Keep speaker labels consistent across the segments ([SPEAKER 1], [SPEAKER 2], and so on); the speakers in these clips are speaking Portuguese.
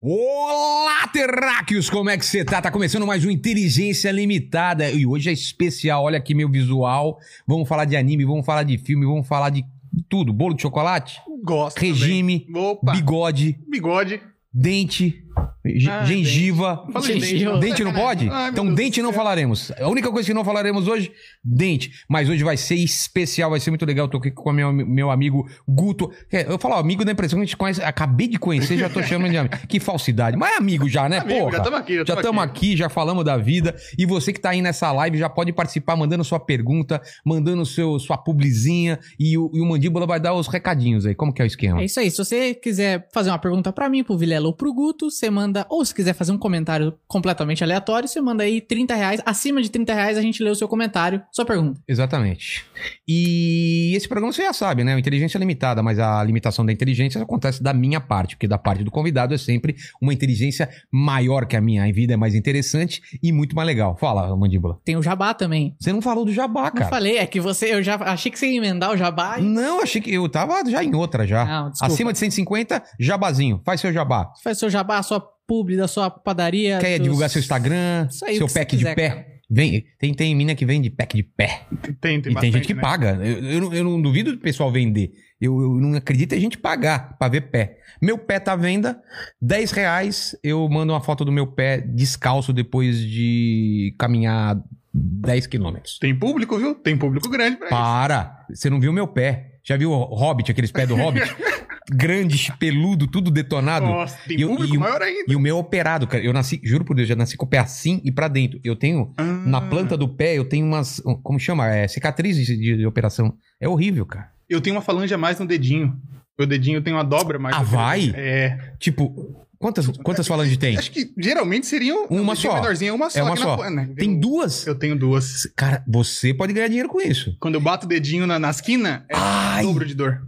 [SPEAKER 1] Olá, terráqueos! Como é que você tá? Tá começando mais um Inteligência Limitada e hoje é especial. Olha aqui meu visual. Vamos falar de anime, vamos falar de filme, vamos falar de tudo. Bolo de chocolate,
[SPEAKER 2] Gosto.
[SPEAKER 1] regime,
[SPEAKER 2] também. Opa.
[SPEAKER 1] bigode,
[SPEAKER 2] Bigode.
[SPEAKER 1] dente, ge-
[SPEAKER 2] Ah,
[SPEAKER 1] gengiva.
[SPEAKER 2] Fala em dente,
[SPEAKER 1] Dente,
[SPEAKER 2] não.
[SPEAKER 1] não pode?
[SPEAKER 2] Ai, meu
[SPEAKER 1] então,
[SPEAKER 2] Deus
[SPEAKER 1] dente
[SPEAKER 2] do
[SPEAKER 1] não
[SPEAKER 2] céu.
[SPEAKER 1] falaremos. A única coisa que não falaremos hoje, dente. Mas hoje vai ser especial, vai ser muito legal. Eu tô aqui com meu, meu amigo Guto. É, eu falo amigo da impressão que a gente conhece. Acabei de conhecer, já tô chamando de amigo. Que falsidade. Mas é amigo já, né?
[SPEAKER 2] Amigo,
[SPEAKER 1] Porra.
[SPEAKER 2] já estamos aqui.
[SPEAKER 1] Já estamos aqui, já falamos da vida. E você que está aí nessa live já pode participar mandando sua pergunta, mandando seu, sua publizinha e o, e o Mandíbula vai dar os recadinhos aí. Como que é o esquema?
[SPEAKER 3] É isso aí. Se você quiser fazer uma pergunta pra mim, pro Vilela ou pro Guto, você manda. Ou se quiser fazer um comentário completamente aleatório, você manda aí 30 reais. Acima de 30 reais a gente lê o seu comentário, sua pergunta.
[SPEAKER 1] Exatamente. E esse programa você já sabe, né? O Inteligência é limitada, mas a limitação da inteligência acontece da minha parte, porque da parte do convidado é sempre uma inteligência maior que a minha. A vida é mais interessante e muito mais legal. Fala, Mandíbula.
[SPEAKER 3] Tem o jabá também.
[SPEAKER 1] Você não falou do jabá,
[SPEAKER 3] Não
[SPEAKER 1] cara.
[SPEAKER 3] falei, é que você. Eu já achei que você ia emendar o jabá. e-
[SPEAKER 1] Não, achei que eu tava já em outra já.
[SPEAKER 3] Não, desculpa.
[SPEAKER 1] Acima de 150, jabazinho. Faz seu jabá.
[SPEAKER 3] Você faz seu jabá, sua publi da sua padaria.
[SPEAKER 1] Quer
[SPEAKER 3] É dos-
[SPEAKER 1] divulgar seu Instagram,
[SPEAKER 3] Isso aí, o
[SPEAKER 1] seu
[SPEAKER 3] que você
[SPEAKER 1] pack de
[SPEAKER 3] quiser,
[SPEAKER 1] pé?
[SPEAKER 3] cara.
[SPEAKER 1] Vem, tem, tem mina que vende pack de pé.
[SPEAKER 2] Tem,
[SPEAKER 1] e tem
[SPEAKER 2] bastante,
[SPEAKER 1] gente que
[SPEAKER 2] né?
[SPEAKER 1] paga. Eu, eu não- eu não duvido do pessoal vender. Eu, eu não acredito em gente pagar pra ver pé. Meu pé tá à venda, 10 reais. Eu mando uma foto do meu pé descalço depois de caminhar 10 quilômetros.
[SPEAKER 2] Tem público, viu? Tem público grande pra É isso.
[SPEAKER 1] Para! Você não viu meu pé. Já viu o Hobbit, aqueles pés do Hobbit? Grande, peludo, tudo detonado.
[SPEAKER 2] Nossa, tem
[SPEAKER 1] E eu-
[SPEAKER 2] público
[SPEAKER 1] e eu-
[SPEAKER 2] maior ainda.
[SPEAKER 1] E o meu é operado, cara. Eu nasci, juro por Deus, já nasci com o pé assim e pra dentro. Eu tenho,
[SPEAKER 2] Ah.
[SPEAKER 1] na planta do pé, eu tenho umas, como chama? É, cicatrizes de, de operação. É horrível, cara.
[SPEAKER 2] Eu tenho uma falange a mais no dedinho. Meu dedinho tem uma dobra a mais.
[SPEAKER 1] Ah,
[SPEAKER 2] no dedo.
[SPEAKER 1] vai?
[SPEAKER 2] É.
[SPEAKER 1] Tipo, quantas, quantas falanges tem?
[SPEAKER 2] Acho que geralmente seriam.
[SPEAKER 1] Uma
[SPEAKER 2] o dedinho
[SPEAKER 1] só.
[SPEAKER 2] Menorzinho, é uma só.
[SPEAKER 1] É uma
[SPEAKER 2] aqui
[SPEAKER 1] só.
[SPEAKER 2] Na, né?
[SPEAKER 1] Tem
[SPEAKER 2] eu,
[SPEAKER 1] duas?
[SPEAKER 2] eu tenho duas.
[SPEAKER 1] Cara, você pode ganhar dinheiro com isso.
[SPEAKER 2] Quando eu bato o dedinho na, na esquina, é
[SPEAKER 1] Ai,
[SPEAKER 2] dobro de dor.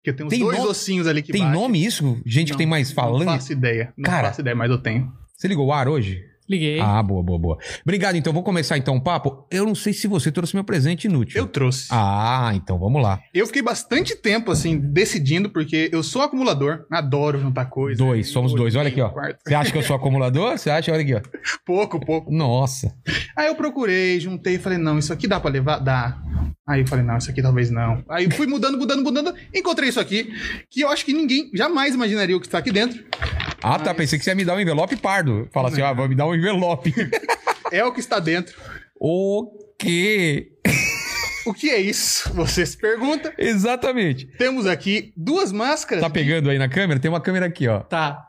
[SPEAKER 2] Porque eu tenho os
[SPEAKER 1] Tem
[SPEAKER 2] dois
[SPEAKER 1] nome-
[SPEAKER 2] ossinhos ali que
[SPEAKER 1] tem
[SPEAKER 2] batem.
[SPEAKER 1] nome isso? Gente que
[SPEAKER 2] Não,
[SPEAKER 1] tem mais
[SPEAKER 2] Não
[SPEAKER 1] falange?
[SPEAKER 2] faço ideia. Não
[SPEAKER 1] Cara.
[SPEAKER 2] faço ideia, mas eu tenho.
[SPEAKER 1] Você ligou o ar hoje?
[SPEAKER 3] Liguei.
[SPEAKER 1] Ah, boa, boa, boa. Obrigado, então. Vou começar então o papo. Eu não sei se você trouxe meu presente inútil.
[SPEAKER 2] Eu trouxe.
[SPEAKER 1] Ah, então vamos lá.
[SPEAKER 2] Eu fiquei bastante tempo, assim, decidindo, porque eu sou acumulador, adoro juntar coisa.
[SPEAKER 1] Dois, somos dois. Olha aqui, ó.
[SPEAKER 2] Quarto.
[SPEAKER 1] Você acha que eu sou acumulador? Você acha? Olha aqui, ó.
[SPEAKER 2] Pouco, pouco.
[SPEAKER 1] Nossa.
[SPEAKER 2] Aí eu procurei, juntei, falei, não, isso aqui dá pra levar? Dá. Aí eu falei, não, isso aqui talvez não. Aí eu fui mudando, mudando, mudando, encontrei isso aqui, que eu acho que ninguém jamais imaginaria o que está aqui dentro.
[SPEAKER 1] Ah, tá.
[SPEAKER 2] Mas-
[SPEAKER 1] Pensei que você ia me dar um envelope pardo. Fala assim, ó, vai me dar um envelope.
[SPEAKER 2] É o que está dentro.
[SPEAKER 1] o quê?
[SPEAKER 2] O que é isso? Você se pergunta.
[SPEAKER 1] Exatamente.
[SPEAKER 2] Temos aqui duas máscaras
[SPEAKER 1] Tá pegando aí na câmera? Tem uma câmera aqui, ó.
[SPEAKER 3] Tá.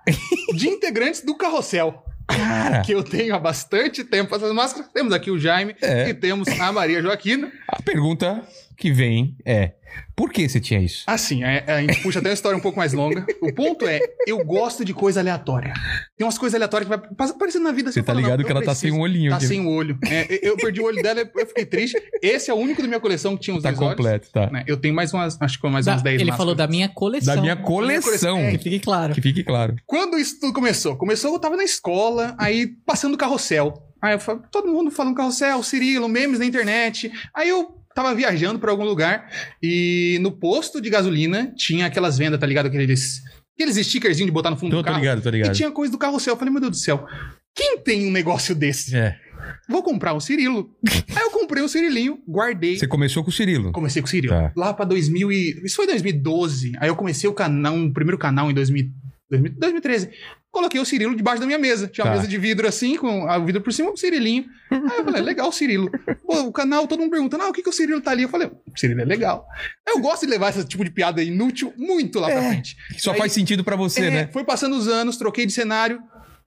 [SPEAKER 2] de integrantes do carrossel.
[SPEAKER 1] Cara,
[SPEAKER 2] Que eu tenho há bastante tempo essas máscaras. Temos aqui o Jaime
[SPEAKER 1] É.
[SPEAKER 2] e temos a Maria Joaquina.
[SPEAKER 1] a pergunta que vem é: por que você tinha isso?
[SPEAKER 2] Assim, é- é, a gente puxa até uma história um pouco mais longa. O ponto é, eu gosto de coisa aleatória. Tem umas coisas aleatórias que vai pas- aparecendo na vida.
[SPEAKER 1] Você tá ligado que ela tá sem um olhinho
[SPEAKER 2] Tá
[SPEAKER 1] aqui.
[SPEAKER 2] sem o olho. É, eu- eu perdi o olho dela, eu fiquei triste. Esse é o único da minha coleção que tinha os
[SPEAKER 1] Tá
[SPEAKER 2] dois olhos,
[SPEAKER 1] completo, tá.
[SPEAKER 2] né? Eu tenho mais umas, acho que foi mais
[SPEAKER 3] Da-
[SPEAKER 2] umas 10
[SPEAKER 3] ele
[SPEAKER 2] máscaras.
[SPEAKER 3] falou da minha
[SPEAKER 2] é
[SPEAKER 3] coleção. É,
[SPEAKER 1] Da minha coleção.
[SPEAKER 3] Que fique claro.
[SPEAKER 1] Que fique claro.
[SPEAKER 2] Quando isso tudo começou? Começou, eu tava na escola, aí passando carrossel. Aí eu falava, todo mundo falando carrossel, Cirilo, memes na internet. Aí eu tava viajando pra algum lugar e no posto de gasolina tinha aquelas vendas, tá ligado? Aqueles, aqueles stickerzinhos de botar no fundo
[SPEAKER 1] Tô,
[SPEAKER 2] do
[SPEAKER 1] tô
[SPEAKER 2] carro.
[SPEAKER 1] ligado, tô
[SPEAKER 2] E
[SPEAKER 1] ligado.
[SPEAKER 2] tinha coisa do carrossel. Eu falei, meu Deus do céu, quem tem um negócio desse?
[SPEAKER 1] É.
[SPEAKER 2] Vou comprar um Cirilo. aí eu comprei um Cirilinho, guardei.
[SPEAKER 1] Você começou com o Cirilo.
[SPEAKER 2] Comecei com o Cirilo.
[SPEAKER 1] Tá.
[SPEAKER 2] Lá pra 2000 e... Isso foi 2012. Aí eu comecei o canal, um primeiro canal em 2000, 2000, 2013. Coloquei o Cirilo debaixo da minha mesa. Tinha
[SPEAKER 1] Tá.
[SPEAKER 2] uma mesa de vidro assim, com a- o vidro por cima, o Cirilinho. Aí eu falei, legal o Cirilo. Pô, o canal, todo mundo perguntando, ah, o que que o Cirilo tá ali? Eu falei, o Cirilo é legal. Eu gosto de levar esse tipo de piada inútil muito lá pra
[SPEAKER 1] É.
[SPEAKER 2] frente.
[SPEAKER 1] Só
[SPEAKER 2] Aí-
[SPEAKER 1] faz sentido pra você,
[SPEAKER 2] É,
[SPEAKER 1] né?
[SPEAKER 2] Foi passando os anos, troquei de cenário.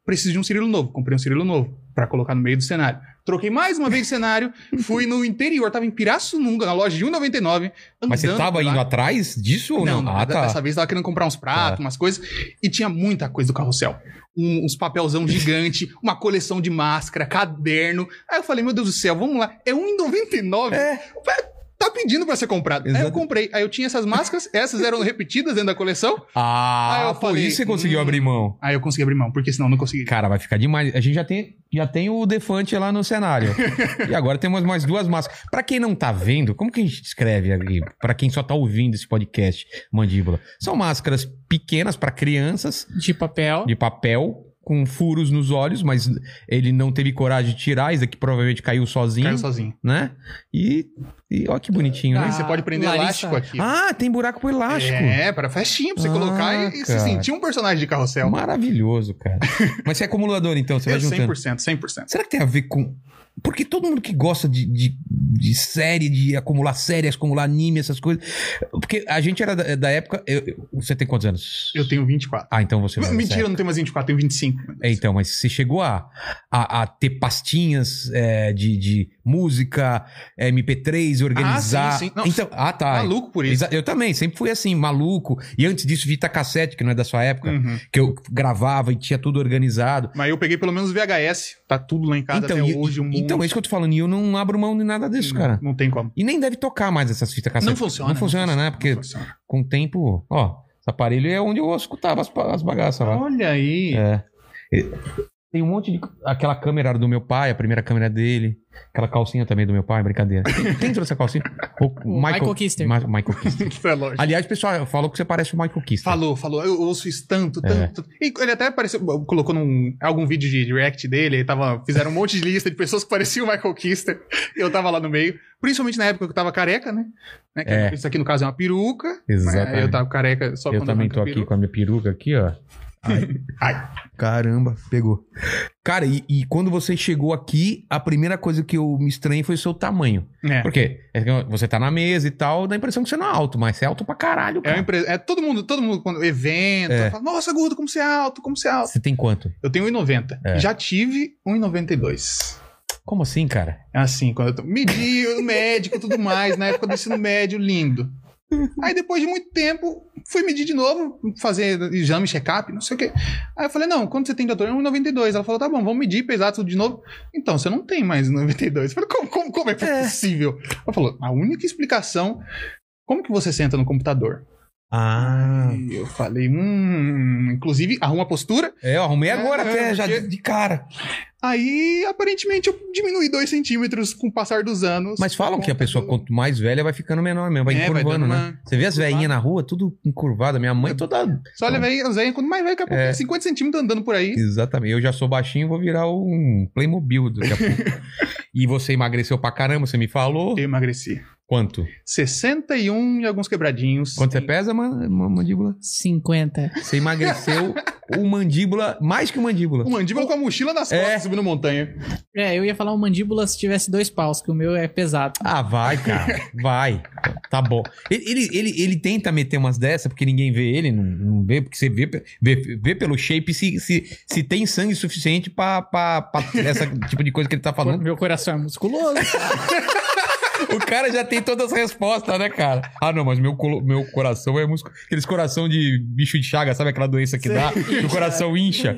[SPEAKER 2] Preciso de um Cirilo novo. Comprei um Cirilo novo pra colocar no meio do cenário. Troquei mais uma vez de cenário, fui no interior, tava em Pirassununga, na loja um de 1,99.
[SPEAKER 1] Mas você
[SPEAKER 2] andando
[SPEAKER 1] tava
[SPEAKER 2] por lá.
[SPEAKER 1] indo atrás disso ou não?
[SPEAKER 2] Não,
[SPEAKER 1] Ah,
[SPEAKER 2] da-
[SPEAKER 1] tá.
[SPEAKER 2] dessa vez tava querendo comprar uns pratos,
[SPEAKER 1] Tá.
[SPEAKER 2] umas coisas. E tinha muita coisa do carrossel. Um- uns papelzão gigante, uma coleção de máscara, caderno. Aí eu falei, meu Deus do céu, vamos lá. É 1,99? Tá pedindo pra ser comprado. Aí eu
[SPEAKER 1] É. Exato.
[SPEAKER 2] comprei. Aí eu tinha essas máscaras, essas eram repetidas dentro da coleção. Aí
[SPEAKER 1] Ah,
[SPEAKER 2] eu
[SPEAKER 1] por
[SPEAKER 2] falei,
[SPEAKER 1] isso você conseguiu
[SPEAKER 2] hum.
[SPEAKER 1] abrir mão.
[SPEAKER 2] Aí eu consegui abrir mão, porque senão eu não consegui.
[SPEAKER 1] Cara, vai ficar demais. A gente já tem, já tem o Defante lá no cenário. e agora temos mais duas máscaras. Pra quem não tá vendo, como que a gente descreve aqui? Pra quem só tá ouvindo esse podcast, mandíbula. São máscaras pequenas pra crianças,
[SPEAKER 3] De papel.
[SPEAKER 1] de papel, com furos nos olhos, mas ele não teve coragem de tirar. Isso daqui provavelmente caiu sozinho,
[SPEAKER 2] Caiu sozinho.
[SPEAKER 1] né? E, e olha que bonitinho,
[SPEAKER 3] Ah,
[SPEAKER 2] Aí
[SPEAKER 1] né?
[SPEAKER 2] você pode prender
[SPEAKER 3] Larissa.
[SPEAKER 2] elástico aqui.
[SPEAKER 1] Ah, tem buraco pro elástico.
[SPEAKER 2] É, pra festinha, pra você
[SPEAKER 1] Ah,
[SPEAKER 2] colocar e, e se
[SPEAKER 1] cara.
[SPEAKER 2] sentir um personagem de carrossel.
[SPEAKER 1] Maravilhoso, cara. mas você é acumulador, então, você
[SPEAKER 2] É
[SPEAKER 1] vai juntando.
[SPEAKER 2] 100%, 100%.
[SPEAKER 1] Será que tem a ver com. Porque todo mundo que gosta de, de, de série, de acumular séries, acumular anime, essas coisas. Porque a gente era da, da época. eu- eu- você tem quantos anos?
[SPEAKER 2] Eu tenho 24.
[SPEAKER 1] Ah, então você. vai
[SPEAKER 2] Mentira, eu não tenho mais 24, tenho 25.
[SPEAKER 1] É, então, mas você chegou a, a, a ter pastinhas é, de, de música, MP3, organizar.
[SPEAKER 2] sim, sim. Não,
[SPEAKER 1] Então, ah, tá.
[SPEAKER 2] Maluco por isso.
[SPEAKER 1] Exa- Eu também, sempre fui assim, maluco. E antes disso, Vita Cassete, que não é da sua época,
[SPEAKER 2] Uhum.
[SPEAKER 1] que eu gravava e tinha tudo organizado.
[SPEAKER 2] Mas eu peguei pelo menos VHS. Tá tudo lá em casa até
[SPEAKER 1] e-
[SPEAKER 2] hoje. Um monte.
[SPEAKER 1] então, é isso que eu tô falando. E eu não abro mão de nada disso, cara.
[SPEAKER 2] Não tem como.
[SPEAKER 1] E nem deve tocar mais essas fitas cassete.
[SPEAKER 2] Não funciona,
[SPEAKER 1] Não
[SPEAKER 2] não
[SPEAKER 1] funciona,
[SPEAKER 2] funciona,
[SPEAKER 1] né? Porque
[SPEAKER 2] Não funciona.
[SPEAKER 1] com o tempo, ó, esse aparelho é onde eu escutava as, pa- as bagaças lá.
[SPEAKER 2] Olha aí.
[SPEAKER 1] É. E- Tem um monte de. Aquela câmera era do meu pai, a primeira câmera dele. Aquela calcinha também do meu pai, brincadeira. Quem- Quem trouxe essa calcinha? O
[SPEAKER 3] Michael Kister.
[SPEAKER 1] Ma- Michael Kister.
[SPEAKER 2] Isso é lógico.
[SPEAKER 1] Aliás, pessoal, falou que você parece o Michael Kister.
[SPEAKER 2] Falou, falou. Eu ouço isso
[SPEAKER 1] É.
[SPEAKER 2] tanto, tanto. tanto. E ele até apareceu, colocou num algum vídeo de react dele, ele tava, fizeram um monte de lista de pessoas que pareciam o Michael Kister. Eu tava lá no meio, principalmente na época que eu tava careca, né? Né, que
[SPEAKER 1] É.
[SPEAKER 2] Isso aqui no caso é uma peruca.
[SPEAKER 1] Exatamente.
[SPEAKER 2] É, Eu tava careca só
[SPEAKER 1] Eu
[SPEAKER 2] quando
[SPEAKER 1] também
[SPEAKER 2] arranca
[SPEAKER 1] tô
[SPEAKER 2] a
[SPEAKER 1] aqui
[SPEAKER 2] peruca.
[SPEAKER 1] com a minha peruca aqui, ó. Ai. Caramba, pegou. Cara, e, e quando você chegou aqui, a primeira coisa que eu me estranhei foi o seu tamanho.
[SPEAKER 2] É.
[SPEAKER 1] Por quê? É que Você tá na mesa e tal, dá a impressão que você não é alto, mas você é alto pra caralho,
[SPEAKER 2] É, uma
[SPEAKER 1] cara.
[SPEAKER 2] empresa, é todo mundo, todo mundo, quando evento,
[SPEAKER 1] É.
[SPEAKER 2] fala, nossa, Gordo, como você é alto, como você é alto.
[SPEAKER 1] Você tem quanto?
[SPEAKER 2] Eu tenho 1,90.
[SPEAKER 1] É.
[SPEAKER 2] Já tive 1,92.
[SPEAKER 1] Como assim, cara?
[SPEAKER 2] Assim, quando eu tô- medi o médico e tudo mais, na época do ensino médio, lindo. Aí depois de muito tempo, fui medir de novo, fazer exame, check-up, não sei o quê. Aí eu falei, não, quando você tem doutor, é 1,92. Ela falou, tá bom, vamos medir, pesar tudo de novo. Então, você não tem mais 1,92. Eu falei, como, como, como é possível? Ela falou, a única explicação, como que você senta no computador?
[SPEAKER 1] Ah.
[SPEAKER 2] E eu falei, hum, inclusive, arruma a postura.
[SPEAKER 1] É, eu arrumei agora
[SPEAKER 2] É,
[SPEAKER 1] até,
[SPEAKER 2] é,
[SPEAKER 1] já
[SPEAKER 2] porque-
[SPEAKER 1] de cara.
[SPEAKER 2] Aí, aparentemente, eu diminuí 2 centímetros com o passar dos anos.
[SPEAKER 1] Mas falam que a pessoa,
[SPEAKER 2] conta
[SPEAKER 1] quanto mais velha, vai ficando menor mesmo, vai
[SPEAKER 2] É, vai
[SPEAKER 1] encurvando,
[SPEAKER 2] dando
[SPEAKER 1] né?
[SPEAKER 2] uma-
[SPEAKER 1] Você vê as velhinhas na rua, tudo encurvada. Minha mãe toda.
[SPEAKER 2] Só olha, velho, Zé, quando mais velho, daqui a pouco,
[SPEAKER 1] É.
[SPEAKER 2] 50 centímetros andando por aí.
[SPEAKER 1] Exatamente. Eu já sou baixinho, vou virar um Playmobil daqui a pouco. e você emagreceu pra caramba, você me falou.
[SPEAKER 2] Eu emagreci.
[SPEAKER 1] Quanto?
[SPEAKER 2] 61 e alguns quebradinhos. Um
[SPEAKER 1] Quanto você pesa, man- ma- mandíbula?
[SPEAKER 3] 50.
[SPEAKER 1] Você emagreceu o mandíbula, mais que o mandíbula.
[SPEAKER 2] O um mandíbula com a mochila nas costas
[SPEAKER 1] É.
[SPEAKER 2] subindo montanha.
[SPEAKER 3] É, eu ia falar um mandíbula se tivesse dois paus, que o meu é pesado.
[SPEAKER 1] Ah, vai, cara. Vai. Tá bom. Ele, ele, ele, ele tenta meter umas dessas, porque ninguém vê ele, não, não vê, porque você vê, pe- vê, vê pelo shape se, se, se tem sangue suficiente pra, pra, pra essa tipo de coisa que ele tá falando.
[SPEAKER 3] Meu coração é musculoso.
[SPEAKER 1] O cara já tem todas as respostas, né, cara? Ah, não, mas meu, colo- meu coração é músculo. Aqueles coração de bicho de chaga, sabe aquela doença que dá? Que o coração incha.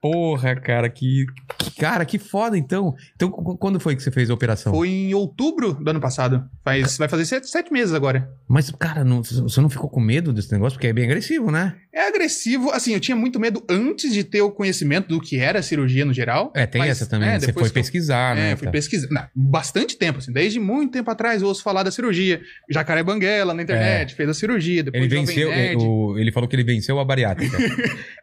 [SPEAKER 1] Porra, cara, que, que- Cara, que foda, então. Então, qu- quando foi que você fez a operação?
[SPEAKER 2] Foi em outubro do ano passado. Faz, vai fazer sete, sete meses agora.
[SPEAKER 1] Mas, cara, não- você não ficou com medo desse negócio? Porque é bem agressivo, né?
[SPEAKER 2] É agressivo. Assim, eu tinha muito medo antes de ter o conhecimento do que era a cirurgia no geral.
[SPEAKER 1] É, tem
[SPEAKER 2] Mas,
[SPEAKER 1] essa também.
[SPEAKER 2] é,
[SPEAKER 1] né? você
[SPEAKER 2] depois
[SPEAKER 1] foi
[SPEAKER 2] que eu-
[SPEAKER 1] pesquisar, né?
[SPEAKER 2] É, fui
[SPEAKER 1] cara?
[SPEAKER 2] pesquisando. Não, Bastante tempo, assim. Desde muito tempo atrás eu ouço falar da cirurgia. Jacaré Banguela na internet, fez a cirurgia. Depois
[SPEAKER 1] É.
[SPEAKER 2] um
[SPEAKER 1] Ele
[SPEAKER 2] Jovem
[SPEAKER 1] venceu,
[SPEAKER 2] Nerd.
[SPEAKER 1] ele, o- ele falou que ele venceu a bariátrica.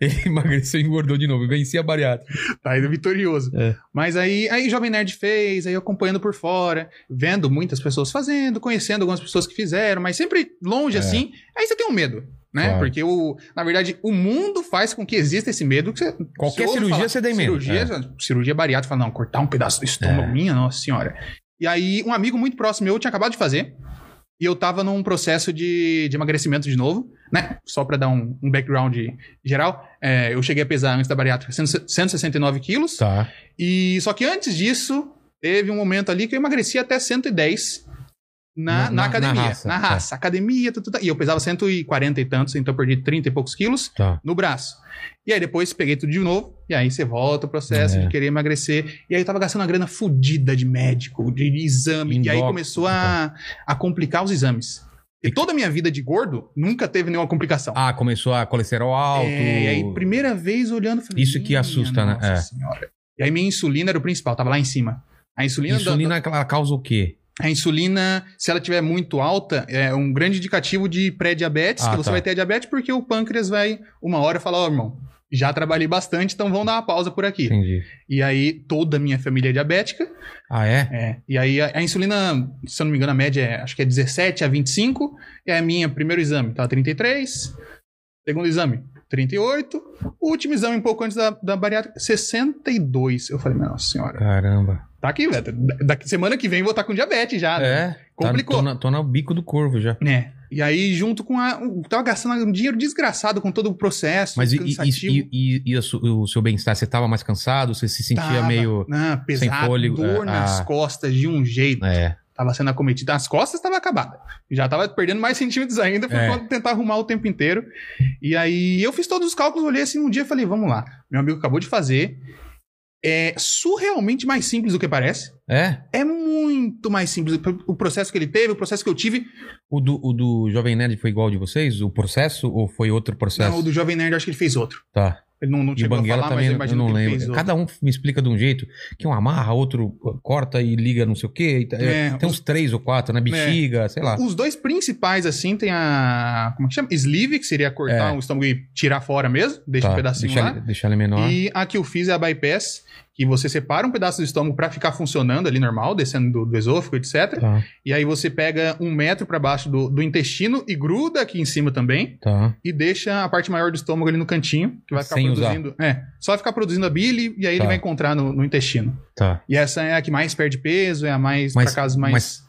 [SPEAKER 1] ele emagreceu e engordou de novo. Vencia a bariátrica.
[SPEAKER 2] Tá indo vitorioso.
[SPEAKER 1] É.
[SPEAKER 2] Mas aí, aí Jovem Nerd fez, aí eu acompanhando por fora, vendo muitas pessoas fazendo, conhecendo algumas pessoas que fizeram, mas sempre longe
[SPEAKER 1] É.
[SPEAKER 2] assim. Aí você tem um medo, né?
[SPEAKER 1] Claro.
[SPEAKER 2] Porque, o, na verdade, o mundo faz com que exista esse medo. Que você,
[SPEAKER 1] Qualquer
[SPEAKER 2] ouve
[SPEAKER 1] cirurgia
[SPEAKER 2] falar,
[SPEAKER 1] você tem medo.
[SPEAKER 2] Cirurgia, cirurgia bariátrica, fala, não, cortar um pedaço do estômago,
[SPEAKER 1] É.
[SPEAKER 2] minha nossa senhora. E aí, um amigo muito próximo meu tinha acabado de fazer, e eu tava num processo de, de emagrecimento de novo, né? Só pra dar um, um background geral. é, eu cheguei a pesar antes da bariátrica 100 169 quilos.
[SPEAKER 1] Tá.
[SPEAKER 2] E só que antes disso, Teve um momento ali que eu emagreci até 110
[SPEAKER 1] Na-
[SPEAKER 2] na, na,
[SPEAKER 1] na-
[SPEAKER 2] academia.
[SPEAKER 1] na
[SPEAKER 2] Na
[SPEAKER 1] raça,
[SPEAKER 2] raça,
[SPEAKER 1] tá.
[SPEAKER 2] academia, tudo, tudo. e eu pesava 140 e tantos, então eu perdi 30 e poucos quilos
[SPEAKER 1] Tá.
[SPEAKER 2] no braço. E aí depois peguei tudo de novo, e aí você volta o processo
[SPEAKER 1] É.
[SPEAKER 2] de querer emagrecer. E aí eu tava gastando uma grana fodida de médico, de exame, e aí
[SPEAKER 1] Endócrino, então.
[SPEAKER 2] começou a, a complicar os exames. E toda a minha vida de gordo nunca teve nenhuma complicação.
[SPEAKER 1] Ah, começou a colesterol alto.
[SPEAKER 2] É, e aí, primeira vez olhando, eu falei,
[SPEAKER 1] Isso que
[SPEAKER 2] "Minha
[SPEAKER 1] assusta, né?
[SPEAKER 2] Nossa
[SPEAKER 1] É.
[SPEAKER 2] senhora. E aí minha insulina era o principal, tava lá em cima. A insulina, da-
[SPEAKER 1] Insulina ela causa o quê?
[SPEAKER 2] a insulina, se ela tiver muito alta, é um grande indicativo de pré-diabetes,
[SPEAKER 1] Ah,
[SPEAKER 2] que você
[SPEAKER 1] tá.
[SPEAKER 2] vai ter a diabetes, porque o pâncreas vai uma hora falar, ó, irmão, já trabalhei bastante, então vamos dar uma pausa por aqui.
[SPEAKER 1] Entendi.
[SPEAKER 2] E aí, toda a minha família é diabética,
[SPEAKER 1] Ah, é?
[SPEAKER 2] é, e aí a, a insulina, se eu não me engano, a média é, acho que é 17 a 25. É a minha primeiro exame, tá? 33. Segundo exame, 38. O último exame, um pouco antes da, da bariátrica, 62. Eu falei, "Minha nossa senhora,
[SPEAKER 1] Caramba.
[SPEAKER 2] tá aqui, velho. Da- Daqui semana que vem eu vou estar com diabetes já. né?"
[SPEAKER 1] É.
[SPEAKER 2] Complicou.
[SPEAKER 1] Tá, tô, na, tô no bico do corvo já.
[SPEAKER 2] Né? E aí, junto com a. eu Tava gastando um dinheiro desgraçado com todo o processo.
[SPEAKER 1] Mas e, e-
[SPEAKER 2] cansativo.
[SPEAKER 1] e- e- e a su- o seu bem-estar? Você tava mais cansado? Você se sentia
[SPEAKER 2] Tava,
[SPEAKER 1] meio.
[SPEAKER 2] ah, pesado,
[SPEAKER 1] fôlego,
[SPEAKER 2] dor
[SPEAKER 1] é,
[SPEAKER 2] nas
[SPEAKER 1] ah.
[SPEAKER 2] costas de um jeito.
[SPEAKER 1] É.
[SPEAKER 2] Tava sendo acometida. As costas tava acabada. Já tava perdendo mais centímetros ainda por
[SPEAKER 1] É.
[SPEAKER 2] conta de tentar arrumar o tempo inteiro. E aí eu fiz todos os cálculos, olhei assim um dia e falei, vamos lá. Meu amigo acabou de fazer. É surrealmente mais simples do que parece.
[SPEAKER 1] É?
[SPEAKER 2] É muito mais simples. O processo que ele teve, o processo que eu tive. né,
[SPEAKER 1] O do, o do Jovem Nerd foi igual ao de vocês? O processo? Ou foi outro processo?
[SPEAKER 2] Não, o do Jovem Nerd, eu acho que ele fez outro.
[SPEAKER 1] Tá.
[SPEAKER 2] Ele não, não
[SPEAKER 1] E o
[SPEAKER 2] chegou a
[SPEAKER 1] Banguela
[SPEAKER 2] falar, mas
[SPEAKER 1] também,
[SPEAKER 2] eu
[SPEAKER 1] eu
[SPEAKER 2] imagino
[SPEAKER 1] não
[SPEAKER 2] que ele fez
[SPEAKER 1] lembro.
[SPEAKER 2] outro.
[SPEAKER 1] Cada um me explica de um jeito. Que um amarra, outro corta e liga não sei o quê. e tá-
[SPEAKER 2] É,
[SPEAKER 1] Tem uns três ou quatro, né? Bexiga, sei lá.
[SPEAKER 2] Os dois principais, assim, tem a. Como é que chama? Sleeve, que seria cortar
[SPEAKER 1] É.
[SPEAKER 2] o estômago e tirar fora mesmo. Deixa
[SPEAKER 1] Tá,
[SPEAKER 2] um pedacinho
[SPEAKER 1] deixa,
[SPEAKER 2] lá.
[SPEAKER 1] ele- deixa ele menor.
[SPEAKER 2] E a que eu fiz é a bypass, que você separa um pedaço do estômago pra ficar funcionando ali normal, descendo do, do esôfago, etc.
[SPEAKER 1] Tá,
[SPEAKER 2] E aí você pega um metro pra baixo do, do intestino e gruda aqui em cima também.
[SPEAKER 1] tá.
[SPEAKER 2] E deixa a parte maior do estômago ali no cantinho, que vai ficar
[SPEAKER 1] Sem usar.
[SPEAKER 2] produzindo. É, só vai ficar produzindo a bile e aí
[SPEAKER 1] Tá.
[SPEAKER 2] ele vai encontrar no, no intestino.
[SPEAKER 1] Tá.
[SPEAKER 2] E essa é a que mais perde peso, é a mais,
[SPEAKER 1] Mas-
[SPEAKER 2] pra casos mais.
[SPEAKER 1] mas-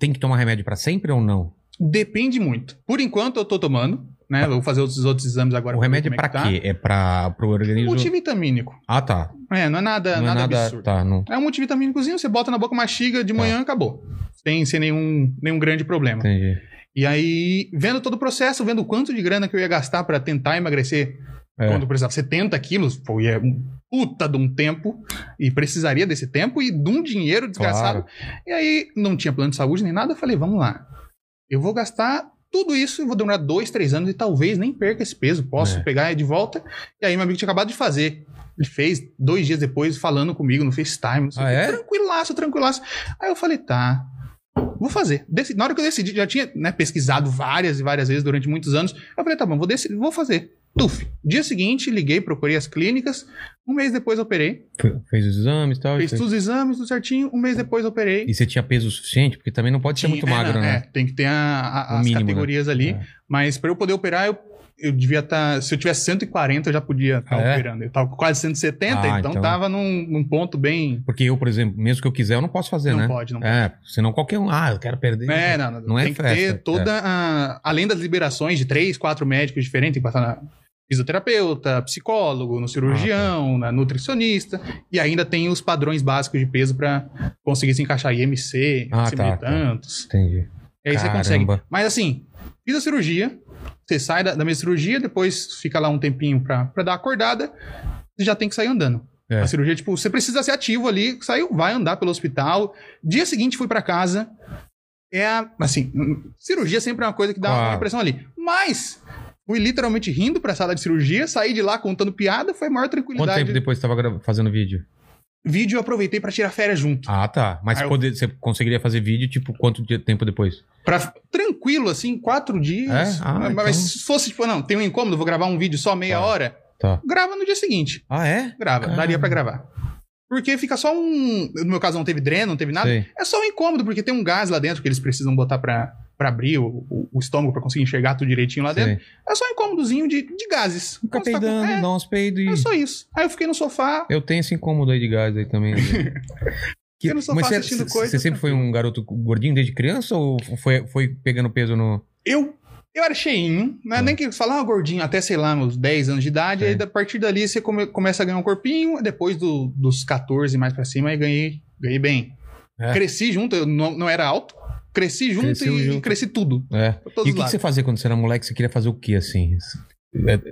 [SPEAKER 1] Tem que tomar remédio pra sempre ou não?
[SPEAKER 2] Depende muito. Por enquanto eu tô tomando, né? Eu vou fazer os outros exames agora.
[SPEAKER 1] o
[SPEAKER 2] pra ver
[SPEAKER 1] remédio é
[SPEAKER 2] como
[SPEAKER 1] pra
[SPEAKER 2] é que tá.
[SPEAKER 1] quê? É pra, pro organismo.
[SPEAKER 2] Multivitamínico.
[SPEAKER 1] Ah, tá.
[SPEAKER 2] É, não é nada,
[SPEAKER 1] Não
[SPEAKER 2] nada,
[SPEAKER 1] é nada.
[SPEAKER 2] absurdo.
[SPEAKER 1] Tá, não.
[SPEAKER 2] É um multivitamínicozinho, você bota na boca, mastiga de manhã, acabou. Sem, sem nenhum, nenhum grande problema.
[SPEAKER 1] Entendi.
[SPEAKER 2] E aí, vendo todo o processo, vendo o quanto de grana que eu ia gastar pra tentar emagrecer
[SPEAKER 1] É.
[SPEAKER 2] quando eu precisava 70 quilos, pô, e é um puta de um tempo, e precisaria desse tempo e de um dinheiro desgraçado. E aí, não tinha plano de saúde nem nada, eu falei, vamos lá. Eu vou gastar tudo isso, eu vou demorar dois, três anos e talvez nem perca esse peso, posso
[SPEAKER 1] É.
[SPEAKER 2] pegar de volta. E aí, meu amigo tinha acabado de fazer. Ele fez dois dias depois falando comigo no FaceTime, não sei o
[SPEAKER 1] Ah,
[SPEAKER 2] quê.
[SPEAKER 1] é?
[SPEAKER 2] Tranquilaço, tranquilaço. Aí eu falei, tá, vou fazer. Deci- Na hora que eu decidi, já tinha né, pesquisado várias e várias vezes durante muitos anos. Eu falei, tá bom, vou, decidir, vou fazer. Tuf. Dia seguinte, liguei, procurei as clínicas. Um mês depois eu operei.
[SPEAKER 1] Fe- Fez os exames e tal.
[SPEAKER 2] Fiz
[SPEAKER 1] e-
[SPEAKER 2] todos os exames, tudo certinho. Um mês depois eu operei.
[SPEAKER 1] E você tinha peso suficiente? Porque também não pode ser
[SPEAKER 2] Tinha-
[SPEAKER 1] muito
[SPEAKER 2] é,
[SPEAKER 1] magro,
[SPEAKER 2] não,
[SPEAKER 1] né?
[SPEAKER 2] é, tem que ter a- a-
[SPEAKER 1] O
[SPEAKER 2] as
[SPEAKER 1] mínimo, né?
[SPEAKER 2] categorias ali.
[SPEAKER 1] É.
[SPEAKER 2] Mas pra eu poder operar, eu, eu devia estar. se eu tivesse 140, eu já podia estar
[SPEAKER 1] Ah, é?
[SPEAKER 2] operando. Eu tava com quase 170,
[SPEAKER 1] Ah,
[SPEAKER 2] então,
[SPEAKER 1] então.
[SPEAKER 2] tava num, num ponto bem.
[SPEAKER 1] Porque eu, por exemplo, mesmo que eu quiser, eu não posso fazer,
[SPEAKER 2] não
[SPEAKER 1] né?
[SPEAKER 2] pode, não
[SPEAKER 1] É, senão qualquer um. Ah, eu quero perder.
[SPEAKER 2] É, não, não,
[SPEAKER 1] Não é
[SPEAKER 2] tem que
[SPEAKER 1] festa,
[SPEAKER 2] ter toda a. Além das liberações de três, quatro médicos diferentes, tem que passar na fisioterapeuta, psicólogo, no
[SPEAKER 1] Ah,
[SPEAKER 2] cirurgião,
[SPEAKER 1] tá.
[SPEAKER 2] na nutricionista, e ainda tem os padrões básicos de peso pra conseguir se encaixar IMC,
[SPEAKER 1] Ah,
[SPEAKER 2] ah,
[SPEAKER 1] tá, tá.
[SPEAKER 2] tantos.
[SPEAKER 1] Entendi.
[SPEAKER 2] E aí
[SPEAKER 1] Caramba.
[SPEAKER 2] você consegue. Mas assim, fiz a cirurgia, você sai da, da minha cirurgia, depois fica lá um tempinho pra, pra dar uma acordada, você já tem que sair andando.
[SPEAKER 1] É.
[SPEAKER 2] A cirurgia, tipo, você precisa ser ativo ali, saiu, vai andar pelo hospital. Dia seguinte fui pra casa. É a, assim, hum, cirurgia sempre é uma coisa que dá
[SPEAKER 1] Claro.
[SPEAKER 2] uma impressão ali. Mas fui literalmente rindo pra sala de cirurgia, saí de lá contando piada, foi a maior
[SPEAKER 1] Quanto tempo
[SPEAKER 2] tranquilidade.
[SPEAKER 1] depois você tava gra- fazendo vídeo?
[SPEAKER 2] Vídeo eu aproveitei pra tirar férias junto.
[SPEAKER 1] Ah, tá. Mas
[SPEAKER 2] Aí eu-
[SPEAKER 1] poder- você conseguiria fazer vídeo, tipo, quanto de- tempo depois?
[SPEAKER 2] Pra, tranquilo, assim, quatro
[SPEAKER 1] É?
[SPEAKER 2] dias.
[SPEAKER 1] Ah,
[SPEAKER 2] mas,
[SPEAKER 1] então-
[SPEAKER 2] mas se fosse, tipo, não, tem um incômodo, vou gravar um vídeo só meia
[SPEAKER 1] Tá.
[SPEAKER 2] hora.
[SPEAKER 1] Tá.
[SPEAKER 2] Grava no dia seguinte.
[SPEAKER 1] Ah, é?
[SPEAKER 2] Grava,
[SPEAKER 1] Caramba.
[SPEAKER 2] daria pra gravar. Porque fica só um. No meu caso, não teve dreno, não teve nada.
[SPEAKER 1] Sei.
[SPEAKER 2] É só um incômodo, porque tem um gás lá dentro que eles precisam botar pra, pra abrir o, o- o estômago, pra conseguir enxergar tudo direitinho lá dentro.
[SPEAKER 1] sei.
[SPEAKER 2] É só um incômodozinho de, de gases.
[SPEAKER 1] Fica
[SPEAKER 2] Quando você tá com-
[SPEAKER 1] peidando, né? dá uns peidos e.
[SPEAKER 2] é, é só isso. Aí eu fiquei no sofá.
[SPEAKER 1] Eu tenho esse incômodo aí de gás aí também. né?
[SPEAKER 2] Eu não sou
[SPEAKER 1] Mas
[SPEAKER 2] fácil
[SPEAKER 1] você-
[SPEAKER 2] assistindo
[SPEAKER 1] você-
[SPEAKER 2] coisa, tá
[SPEAKER 1] Você sempre foi um garoto gordinho desde criança ou foi, foi pegando peso no.
[SPEAKER 2] Eu. Eu era cheinho, né?
[SPEAKER 1] Hum.
[SPEAKER 2] nem que falar gordinho, até sei lá, meus 10 anos de idade.
[SPEAKER 1] Sim.
[SPEAKER 2] Aí a partir dali você come- começa a ganhar um corpinho. Depois do- dos 14 mais pra cima, aí ganhei ganhei bem.
[SPEAKER 1] É.
[SPEAKER 2] Cresci junto, eu não, não era alto. Cresci junto
[SPEAKER 1] Cresceu
[SPEAKER 2] e
[SPEAKER 1] junto.
[SPEAKER 2] cresci tudo.
[SPEAKER 1] É.
[SPEAKER 2] Pra
[SPEAKER 1] E
[SPEAKER 2] todos
[SPEAKER 1] o que, que
[SPEAKER 2] os
[SPEAKER 1] você
[SPEAKER 2] lados.
[SPEAKER 1] fazia quando você era moleque? Você queria fazer o que, assim?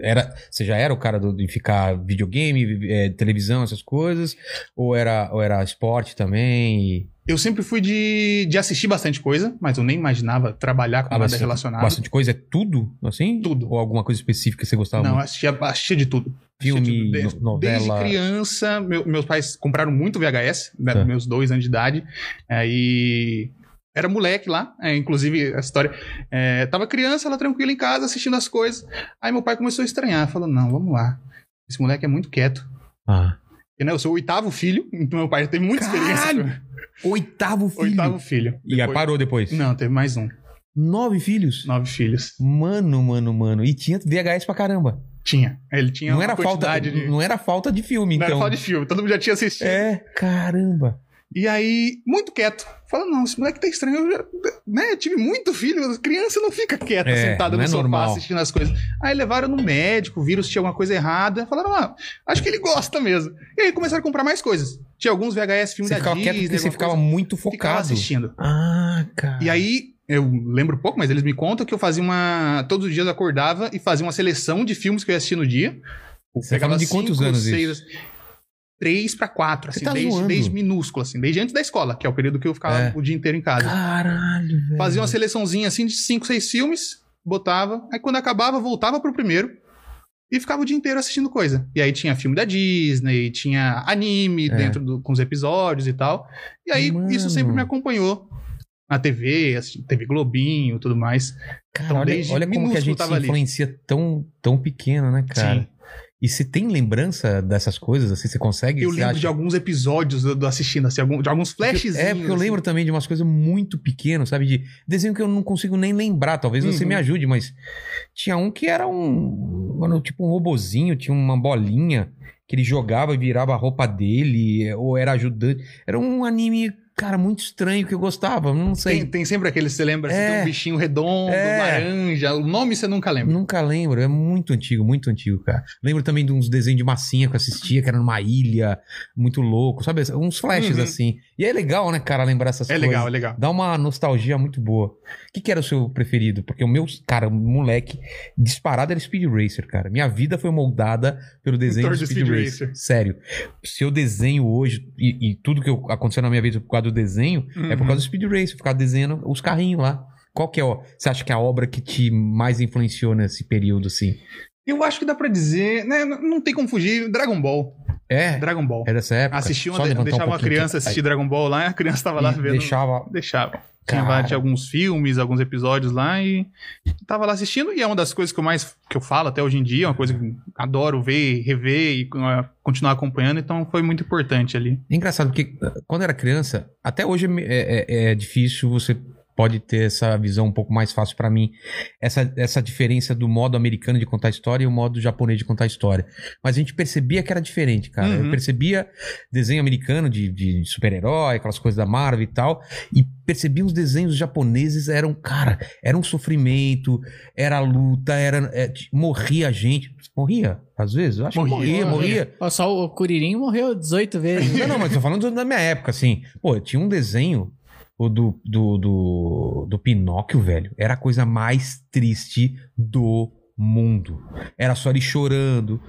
[SPEAKER 1] Era, você já era o cara do- de ficar videogame, vi- eh, televisão, essas coisas? Ou era, ou era esporte também? E
[SPEAKER 2] Eu sempre fui de, de assistir bastante coisa, mas eu nem imaginava trabalhar com
[SPEAKER 1] Ah,
[SPEAKER 2] nada
[SPEAKER 1] mas-
[SPEAKER 2] relacionado.
[SPEAKER 1] bastante coisa? É tudo, assim?
[SPEAKER 2] Tudo.
[SPEAKER 1] Ou alguma coisa específica que você gostava
[SPEAKER 2] não, eu
[SPEAKER 1] muito?
[SPEAKER 2] assistia, assistia de tudo. Assistia
[SPEAKER 1] Filme,
[SPEAKER 2] tudo.
[SPEAKER 1] no- novela...
[SPEAKER 2] Desde criança, meu- meus pais compraram muito VHS, né,
[SPEAKER 1] Tá.
[SPEAKER 2] meus dois anos de idade. Aí era moleque lá, é, inclusive a história. é, tava criança, ela tranquila em casa, assistindo as coisas. Aí meu pai começou a estranhar, falou: não, vamos lá. Esse moleque é muito quieto.
[SPEAKER 1] Ah.
[SPEAKER 2] E, né, eu sou o oitavo filho, então meu pai teve muita experiência.
[SPEAKER 1] Oitavo filho!
[SPEAKER 2] Oitavo filho.
[SPEAKER 1] E aí
[SPEAKER 2] Depois-
[SPEAKER 1] parou depois?
[SPEAKER 2] Não, teve mais um.
[SPEAKER 1] Nove filhos?
[SPEAKER 2] Nove filhos.
[SPEAKER 1] Mano, mano, mano. E tinha VHS pra caramba.
[SPEAKER 2] Tinha. Ele tinha
[SPEAKER 1] não
[SPEAKER 2] uma
[SPEAKER 1] era falta
[SPEAKER 2] quantidade de.
[SPEAKER 1] não então. era falta de filme,
[SPEAKER 2] Não era
[SPEAKER 1] então.
[SPEAKER 2] falta de filme, todo mundo já tinha assistido.
[SPEAKER 1] É, caramba.
[SPEAKER 2] E aí, muito quieto. Fala, não, esse moleque tá estranho. Eu já, né, eu tive muito filho, criança não fica quieta,
[SPEAKER 1] É,
[SPEAKER 2] sentada
[SPEAKER 1] não
[SPEAKER 2] no
[SPEAKER 1] é
[SPEAKER 2] sofá
[SPEAKER 1] normal.
[SPEAKER 2] assistindo as coisas. Aí levaram no médico, viram se tinha alguma coisa errada. Falaram, ah, acho que ele gosta mesmo. E aí começaram a comprar mais coisas. Tinha alguns VHS, filme
[SPEAKER 1] Você
[SPEAKER 2] da
[SPEAKER 1] ficava
[SPEAKER 2] Disney.
[SPEAKER 1] quieto porque você
[SPEAKER 2] alguma
[SPEAKER 1] ficava
[SPEAKER 2] coisa.
[SPEAKER 1] muito
[SPEAKER 2] Ficava
[SPEAKER 1] focado.
[SPEAKER 2] assistindo.
[SPEAKER 1] ah, cara.
[SPEAKER 2] E aí, eu lembro pouco, mas eles me contam que eu fazia uma... Todos os dias eu acordava e fazia uma seleção de filmes que eu ia assistir no dia.
[SPEAKER 1] Você tá falando de quantos anos isso?
[SPEAKER 2] Três pra quatro, assim,
[SPEAKER 1] tá
[SPEAKER 2] desde,
[SPEAKER 1] zoando.
[SPEAKER 2] desde minúsculo, assim, desde antes da escola, que é o período que eu ficava
[SPEAKER 1] É.
[SPEAKER 2] o dia inteiro em casa.
[SPEAKER 1] Caralho, velho.
[SPEAKER 2] Fazia uma seleçãozinha assim de cinco, seis filmes, botava, aí quando acabava, voltava pro primeiro e ficava o dia inteiro assistindo coisa. E aí tinha filme da Disney, tinha anime
[SPEAKER 1] É.
[SPEAKER 2] dentro do, com os episódios e tal. E aí
[SPEAKER 1] Mano.
[SPEAKER 2] isso sempre me acompanhou. Na TV, assisti- TV Globinho e tudo mais.
[SPEAKER 1] Cara,
[SPEAKER 2] Então,
[SPEAKER 1] olha,
[SPEAKER 2] desde
[SPEAKER 1] olha como que a
[SPEAKER 2] minúsculo
[SPEAKER 1] gente se
[SPEAKER 2] tava ali.
[SPEAKER 1] influencia tão, tão pequeno, né, cara?
[SPEAKER 2] Sim.
[SPEAKER 1] E você tem lembrança dessas coisas? Assim, você consegue?
[SPEAKER 2] Eu
[SPEAKER 1] Você
[SPEAKER 2] lembro
[SPEAKER 1] acha-
[SPEAKER 2] de alguns episódios do, do assistindo, assim, algum- de alguns assim. flashes.
[SPEAKER 1] É, porque eu lembro também de umas coisas muito pequenas, sabe? De desenho que eu não consigo nem lembrar. Talvez você
[SPEAKER 2] Uhum.
[SPEAKER 1] me ajude, mas tinha um que era um. mano, tipo um robozinho, tinha uma bolinha que ele jogava e virava a roupa dele, ou era ajudante. Era um anime, cara, muito estranho que eu gostava, não sei.
[SPEAKER 2] Tem, tem sempre aquele, você lembra? assim,
[SPEAKER 1] É.
[SPEAKER 2] tem um bichinho redondo,
[SPEAKER 1] É.
[SPEAKER 2] laranja. O nome você nunca lembra.
[SPEAKER 1] Nunca lembro, é muito antigo, muito antigo, cara. Lembro também de uns desenhos de massinha que eu assistia, que era numa ilha, muito louco, sabe? Uns flashes
[SPEAKER 2] Uhum.
[SPEAKER 1] assim. E é legal, né, cara, lembrar essas
[SPEAKER 2] É
[SPEAKER 1] coisas.
[SPEAKER 2] legal, é legal.
[SPEAKER 1] Dá uma nostalgia muito boa. O que, que era o seu preferido? Porque o meu, cara, moleque, disparado era Speed Racer, cara. Minha vida foi moldada pelo desenho
[SPEAKER 2] torno
[SPEAKER 1] de
[SPEAKER 2] do
[SPEAKER 1] Speed,
[SPEAKER 2] Speed
[SPEAKER 1] Racer. Sério. Se eu desenho hoje, e, e tudo que eu- aconteceu na minha vida por causa do desenho, é por
[SPEAKER 2] Uhum.
[SPEAKER 1] causa do Speed Racer, por causa do desenho, os carrinhos lá. Qual que é, ó, você acha que é a obra que te mais influenciou nesse período, assim?
[SPEAKER 2] Eu acho que dá pra dizer, né? n- Não tem como fugir. Dragon Ball.
[SPEAKER 1] É?
[SPEAKER 2] Dragon Ball.
[SPEAKER 1] É dessa época?
[SPEAKER 2] Assistia uma,
[SPEAKER 1] Só levantar um
[SPEAKER 2] deixava uma
[SPEAKER 1] pouquinho que-
[SPEAKER 2] criança assistir Dragon Ball lá, a criança tava
[SPEAKER 1] aí,
[SPEAKER 2] lá
[SPEAKER 1] e
[SPEAKER 2] vendo. Deixava.
[SPEAKER 1] Deixava...
[SPEAKER 2] Tinha,
[SPEAKER 1] Cara.
[SPEAKER 2] lá- tinha alguns filmes, alguns episódios lá e tava lá assistindo. E é uma das coisas que eu mais que eu falo até hoje em dia, é uma coisa que eu adoro ver, rever e uh, continuar acompanhando, então foi muito importante ali.
[SPEAKER 1] É engraçado, porque uh, quando era criança, até hoje é, é- é difícil, você pode ter essa visão um pouco mais fácil pra mim, essa, essa diferença do modo americano de contar história e o modo japonês de contar história. Mas a gente percebia que era diferente, cara.
[SPEAKER 2] Uhum.
[SPEAKER 1] Eu percebia desenho americano de, de super-herói, aquelas coisas da Marvel e tal, e percebia os desenhos japoneses, eram, cara, era um sofrimento, era luta, era é, t- morria a gente. Morria, às vezes? Eu acho
[SPEAKER 2] Morria,
[SPEAKER 1] que morria. morria.
[SPEAKER 3] Ó, Só o Curirim morreu 18 vezes.
[SPEAKER 1] Não, não, mas tô falando da minha época, assim. Pô, eu tinha um desenho o do, do, do, do Pinóquio, velho. Era a coisa mais triste do mundo. Era só ele chorando,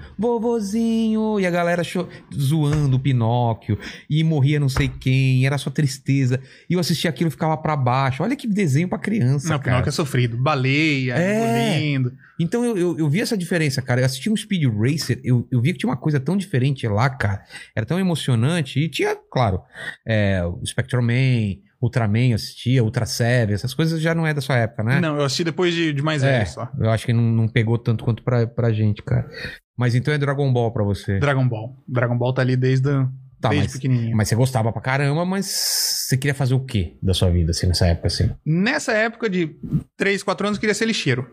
[SPEAKER 1] vovozinho, e a galera cho- zoando o Pinóquio, e morria não sei quem, era só tristeza. E eu assistia aquilo e ficava pra baixo. Olha que desenho pra criança,
[SPEAKER 2] Não, o
[SPEAKER 1] cara.
[SPEAKER 2] Pinóquio é sofrido. Baleia,
[SPEAKER 1] É.
[SPEAKER 2] engolindo.
[SPEAKER 1] Então eu, eu, eu vi essa diferença, cara. Eu assisti um Speed Racer, eu, eu vi que tinha uma coisa tão diferente lá, cara. Era tão emocionante. E tinha, claro, é, o Spectrum Man, Ultraman, eu assistia, Ultra Seven, essas coisas já não é da sua época, né?
[SPEAKER 2] Não, eu assisti depois de, de mais
[SPEAKER 1] É.
[SPEAKER 2] velho só.
[SPEAKER 1] Eu acho que não, não pegou tanto quanto pra, pra gente, cara. Mas então é Dragon Ball pra você.
[SPEAKER 2] Dragon Ball. Dragon Ball tá ali desde, a-
[SPEAKER 1] Tá,
[SPEAKER 2] desde
[SPEAKER 1] mas,
[SPEAKER 2] pequenininho.
[SPEAKER 1] mas você gostava pra caramba, mas você queria fazer o quê da sua vida, assim, nessa época, assim?
[SPEAKER 2] Nessa época de 3, 4 anos, eu queria ser lixeiro.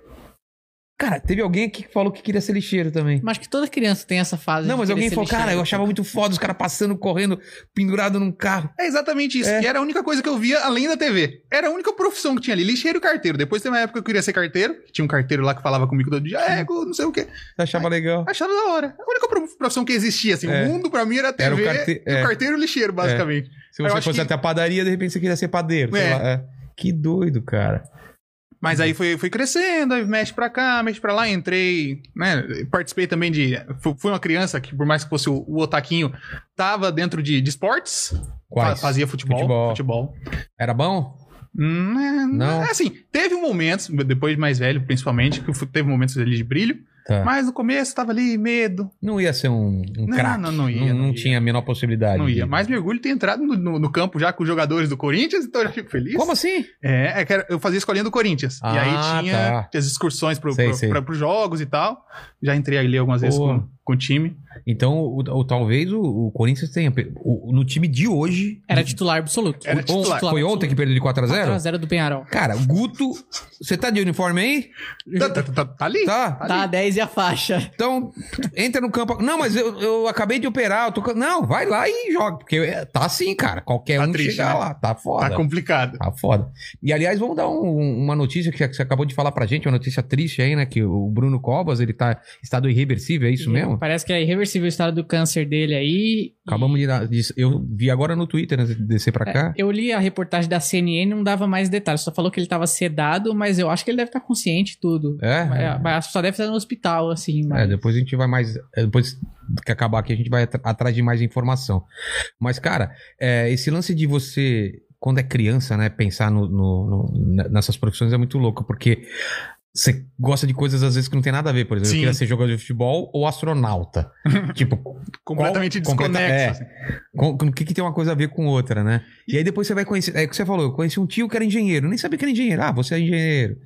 [SPEAKER 1] Cara, teve alguém aqui que falou que queria ser lixeiro também.
[SPEAKER 3] Mas que toda criança tem essa fase.
[SPEAKER 1] Não,
[SPEAKER 3] de
[SPEAKER 1] mas
[SPEAKER 3] querer
[SPEAKER 1] alguém
[SPEAKER 3] ser
[SPEAKER 1] falou, cara,
[SPEAKER 3] lixeiro.
[SPEAKER 1] eu achava muito foda os caras passando, correndo, pendurado num carro.
[SPEAKER 2] É exatamente isso.
[SPEAKER 1] É.
[SPEAKER 2] E era a única coisa que eu via além da TV. Era a única profissão que tinha ali, lixeiro e carteiro. Depois teve uma época que eu queria ser carteiro. Tinha um carteiro lá que falava comigo todo dia, é, go- não sei o quê.
[SPEAKER 1] Você achava legal.
[SPEAKER 2] Achava da hora. A única pro- profissão que existia, assim,
[SPEAKER 1] É.
[SPEAKER 2] o mundo pra mim era a
[SPEAKER 1] Era o
[SPEAKER 2] TV
[SPEAKER 1] carte-
[SPEAKER 2] e
[SPEAKER 1] é.
[SPEAKER 2] o carteiro e o lixeiro, basicamente.
[SPEAKER 1] Se
[SPEAKER 2] Eu
[SPEAKER 1] você
[SPEAKER 2] acho
[SPEAKER 1] fosse
[SPEAKER 2] que-
[SPEAKER 1] até a padaria, de repente você queria ser padeiro. sei
[SPEAKER 2] É.
[SPEAKER 1] lá, é. Que doido, cara.
[SPEAKER 2] Mas aí fui, fui crescendo, aí mexe pra cá, mexe pra lá, entrei, né? Participei também de. fu- Fui uma criança que, por mais que fosse o, o Otaquinho, tava dentro de, de esportes.
[SPEAKER 1] Quais?
[SPEAKER 2] Fa- Fazia futebol.
[SPEAKER 1] Futebol.
[SPEAKER 2] Futebol.
[SPEAKER 1] Era bom?
[SPEAKER 2] Hum, é,
[SPEAKER 1] Não.
[SPEAKER 2] Assim, teve momentos, depois de mais velho, principalmente, que fu- teve momentos ali de brilho.
[SPEAKER 1] Tá.
[SPEAKER 2] Mas no começo tava ali medo, né,
[SPEAKER 1] Não ia ser um, um
[SPEAKER 2] Não,
[SPEAKER 1] craque.
[SPEAKER 2] não, não ia,
[SPEAKER 1] Não,
[SPEAKER 2] não ia.
[SPEAKER 1] tinha a menor possibilidade.
[SPEAKER 2] não ia.
[SPEAKER 1] de-
[SPEAKER 2] Mas mergulho tem entrado no, no- no campo já com os jogadores do Corinthians, então eu já fico feliz.
[SPEAKER 1] Como assim?
[SPEAKER 2] É, é que era- eu fazia escolinha do Corinthians. e
[SPEAKER 1] Ah,
[SPEAKER 2] aí tinha
[SPEAKER 1] tá.
[SPEAKER 2] as excursões pro,
[SPEAKER 1] Sei,
[SPEAKER 2] pro-
[SPEAKER 1] sei.
[SPEAKER 2] pra- pros jogos e tal. Já entrei ali algumas vezes
[SPEAKER 1] Boa.
[SPEAKER 2] com, com o time.
[SPEAKER 1] Então, o, o- talvez o, o Corinthians tenha. pe- o- no time de hoje.
[SPEAKER 3] Era titular absoluto.
[SPEAKER 2] Era
[SPEAKER 3] Ou-
[SPEAKER 2] titular.
[SPEAKER 1] Foi ontem que perdeu de 4x0?
[SPEAKER 3] 4x0 do Penharol.
[SPEAKER 1] Cara, o Guto. Você tá de uniforme aí?
[SPEAKER 2] Tá, tá- tá- tá ali.
[SPEAKER 1] Tá.
[SPEAKER 3] Tá a 10 e a faixa.
[SPEAKER 1] Então, entra no campo. Não, mas eu, eu acabei de operar. eu tô com- Não, vai lá e joga. Porque é- tá assim, cara. Qualquer
[SPEAKER 2] Tá
[SPEAKER 1] um
[SPEAKER 2] triste,
[SPEAKER 1] chega
[SPEAKER 2] né?
[SPEAKER 1] lá. Tá foda.
[SPEAKER 2] Tá complicado.
[SPEAKER 1] Tá foda. E aliás, vamos dar um- uma notícia que você acabou de falar pra gente, uma notícia triste aí, né? Que o Bruno Covas, ele tá em estado irreversível, é isso mesmo?
[SPEAKER 3] Parece que é irreversível o estado do câncer dele aí. É,
[SPEAKER 1] Acabamos de, dar- de- Eu vi agora no Twitter, né? Descer pra cá.
[SPEAKER 3] Eu li a reportagem da CNN e não dava mais detalhes. Só falou que ele tava sedado, mas eu acho que ele deve estar consciente e tudo.
[SPEAKER 1] É?
[SPEAKER 3] É, Mas só deve estar no hospital, assim.
[SPEAKER 1] É,
[SPEAKER 3] Mas...
[SPEAKER 1] depois a gente vai mais. é, Depois que acabar aqui, a gente vai atr- atrás de mais informação. Mas, cara, é, esse lance de você, quando é criança, né, pensar no, no- no- n- nessas profissões é muito louco, porque você gosta de coisas às vezes que não tem nada a ver. Por exemplo,
[SPEAKER 2] Sim.
[SPEAKER 1] eu queria ser jogador de futebol ou astronauta. tipo,
[SPEAKER 2] Completamente
[SPEAKER 1] Qual- completa-
[SPEAKER 2] desconexo.
[SPEAKER 1] é.
[SPEAKER 2] assim.
[SPEAKER 1] com, com- o que, que tem uma coisa a ver com outra, né? E aí depois você vai conhecer. É o que você falou, eu conheci um tio que era engenheiro, nem sabia que era engenheiro. Ah, você é engenheiro.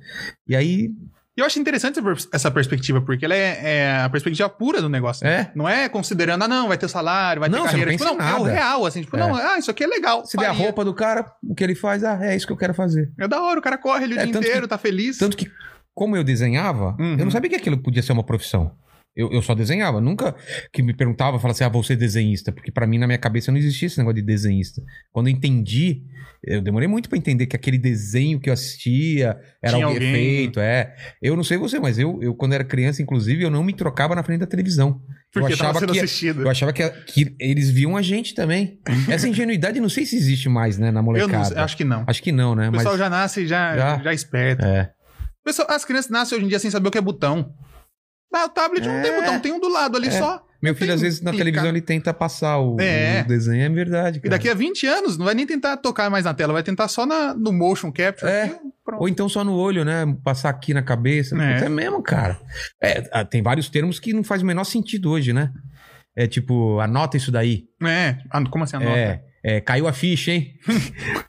[SPEAKER 1] E aí.
[SPEAKER 2] E eu acho interessante essa pers- essa perspectiva, porque ela é, é a perspectiva pura do negócio. né?
[SPEAKER 1] É?
[SPEAKER 2] Não é considerando, ah, não, vai ter salário, vai
[SPEAKER 1] Não,
[SPEAKER 2] ter
[SPEAKER 1] você
[SPEAKER 2] carreira.
[SPEAKER 1] não
[SPEAKER 2] tipo,
[SPEAKER 1] pensa
[SPEAKER 2] não,
[SPEAKER 1] em
[SPEAKER 2] é o
[SPEAKER 1] nada.
[SPEAKER 2] real, assim. Tipo,
[SPEAKER 1] É.
[SPEAKER 2] não, ah, isso aqui é legal.
[SPEAKER 1] Se der a
[SPEAKER 2] faria.
[SPEAKER 1] roupa do cara, o que ele faz, ah, é isso que eu quero fazer.
[SPEAKER 2] É da hora, o cara corre ali o
[SPEAKER 1] É,
[SPEAKER 2] dia
[SPEAKER 1] tanto
[SPEAKER 2] inteiro, tá feliz.
[SPEAKER 1] Tanto que, como eu desenhava,
[SPEAKER 2] Uhum.
[SPEAKER 1] eu não sabia que aquilo podia ser uma profissão. Eu, eu só desenhava. Nunca que me perguntava, falava assim, ah, vou ser desenhista. Porque pra mim, na minha cabeça, não existia esse negócio de desenhista. Quando eu entendi, eu demorei muito pra entender que aquele desenho que eu assistia era
[SPEAKER 2] Tinha
[SPEAKER 1] alguém
[SPEAKER 2] alguém. né?
[SPEAKER 1] feito, é. Eu não sei você, mas eu, eu, quando era criança, inclusive, eu não me trocava na frente da televisão.
[SPEAKER 2] porque
[SPEAKER 1] eu
[SPEAKER 2] tava
[SPEAKER 1] achava
[SPEAKER 2] sendo
[SPEAKER 1] que...
[SPEAKER 2] assistido.
[SPEAKER 1] Eu achava que, que eles viam a gente também. Essa ingenuidade, não sei se existe mais, né, na
[SPEAKER 2] Eu
[SPEAKER 1] molecada.
[SPEAKER 2] não, acho que não.
[SPEAKER 1] Acho que não, né?
[SPEAKER 2] O
[SPEAKER 1] Mas
[SPEAKER 2] pessoal já nasce já,
[SPEAKER 1] Já?
[SPEAKER 2] já? esperto.
[SPEAKER 1] É.
[SPEAKER 2] Pessoal, as crianças nascem hoje em dia sem saber o que é botão. Ah, o tablet não tem
[SPEAKER 1] É.
[SPEAKER 2] botão, tem um do lado ali
[SPEAKER 1] É.
[SPEAKER 2] só.
[SPEAKER 1] meu filho,
[SPEAKER 2] tem
[SPEAKER 1] às vezes, na
[SPEAKER 2] pica.
[SPEAKER 1] televisão, ele tenta passar o,
[SPEAKER 2] É.
[SPEAKER 1] o desenho. É verdade,
[SPEAKER 2] E
[SPEAKER 1] cara.
[SPEAKER 2] daqui a 20 anos, não vai nem tentar tocar mais na tela, vai tentar só na, no motion capture.
[SPEAKER 1] É.
[SPEAKER 2] Aqui, pronto.
[SPEAKER 1] Ou então só no olho, né? Passar aqui na cabeça.
[SPEAKER 2] É.
[SPEAKER 1] Puta, É, mesmo, cara. É, ah, tem vários termos que não faz o menor sentido hoje, né? É tipo, anota isso daí.
[SPEAKER 2] É. Ah, como assim a nota?
[SPEAKER 1] É, é, caiu a ficha, hein?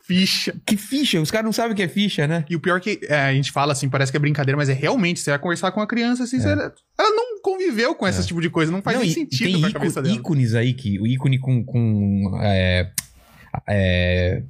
[SPEAKER 2] Ficha.
[SPEAKER 1] Que ficha? Os caras não sabem o que é ficha, né?
[SPEAKER 2] E o pior que é, a gente fala assim, parece que é brincadeira, mas é realmente, você vai conversar com uma criança assim, você- ela não conviveu com esse tipo de coisa, não faz
[SPEAKER 1] Não,
[SPEAKER 2] nem
[SPEAKER 1] e-
[SPEAKER 2] sentido
[SPEAKER 1] e tem
[SPEAKER 2] pra
[SPEAKER 1] íco-
[SPEAKER 2] cabeça dela.
[SPEAKER 1] ícones aí que o ícone com, com é, é,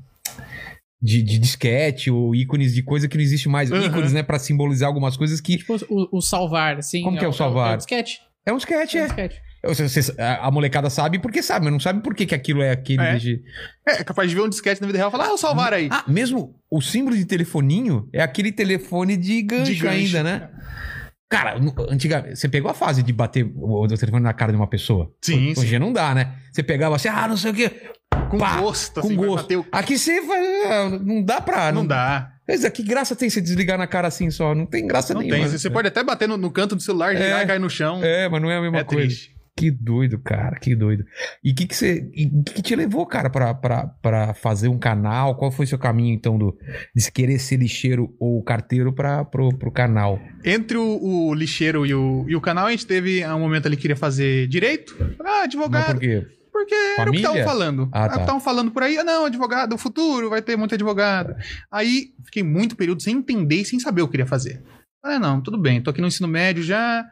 [SPEAKER 1] de, de disquete ou ícones de coisa que não existe mais,
[SPEAKER 2] Aham.
[SPEAKER 1] ícones né, Pra simbolizar algumas coisas que
[SPEAKER 3] Tipo o, o salvar, assim.
[SPEAKER 1] Como que é o
[SPEAKER 3] É
[SPEAKER 1] salvar?
[SPEAKER 3] o disquete.
[SPEAKER 1] é um disquete,
[SPEAKER 3] É o
[SPEAKER 1] é.
[SPEAKER 3] disquete.
[SPEAKER 1] Você- você- a a molecada sabe porque sabe, mas não sabe por que, que aquilo é aquele.
[SPEAKER 2] É.
[SPEAKER 1] de-
[SPEAKER 2] É, capaz de ver um disquete na vida real e falar, ah, o salvar aí.
[SPEAKER 1] Ah, mesmo o símbolo de telefoninho é aquele telefone de gancho,
[SPEAKER 2] gancho.
[SPEAKER 1] ainda, né? Cara, no- antigamente, você pegou a fase de bater o, o telefone na cara de uma pessoa?
[SPEAKER 2] Sim,
[SPEAKER 1] Hoje em dia não dá, né? Você pegava assim, ah, não sei o quê.
[SPEAKER 2] com
[SPEAKER 1] pá,
[SPEAKER 2] gosto, assim,
[SPEAKER 1] com
[SPEAKER 2] vai
[SPEAKER 1] gosto.
[SPEAKER 2] bater o-
[SPEAKER 1] Aqui você vai. ah, Não dá pra.
[SPEAKER 2] Não dá.
[SPEAKER 1] Mas que graça tem você desligar na cara assim só? Não tem graça
[SPEAKER 2] Não
[SPEAKER 1] nenhuma.
[SPEAKER 2] tem. Você pode até bater no, no canto do celular, girar e cair no chão. É,
[SPEAKER 1] É, mas não é a mesma coisa.
[SPEAKER 2] triste.
[SPEAKER 1] Que doido, cara, que doido. E o que, que você. e o que, que te levou, cara, pra, pra, pra fazer um canal? Qual foi o seu caminho, então, do, de se querer ser lixeiro ou carteiro pra, pro, pro canal?
[SPEAKER 2] Entre o, o lixeiro e o, e o canal, a gente teve um momento ali que queria fazer direito. Ah,
[SPEAKER 1] Mas
[SPEAKER 2] advogado.
[SPEAKER 1] por quê?
[SPEAKER 2] Porque era o que
[SPEAKER 1] Família?
[SPEAKER 2] estavam falando.
[SPEAKER 1] Ah,
[SPEAKER 2] Ah,
[SPEAKER 1] tá.
[SPEAKER 2] Estavam falando por aí, ah, não, advogado, o futuro vai ter muito advogado. Aí fiquei muito período sem entender e sem saber o que eu queria fazer. Falei, "Ah, não, tudo bem, tô aqui no ensino médio já.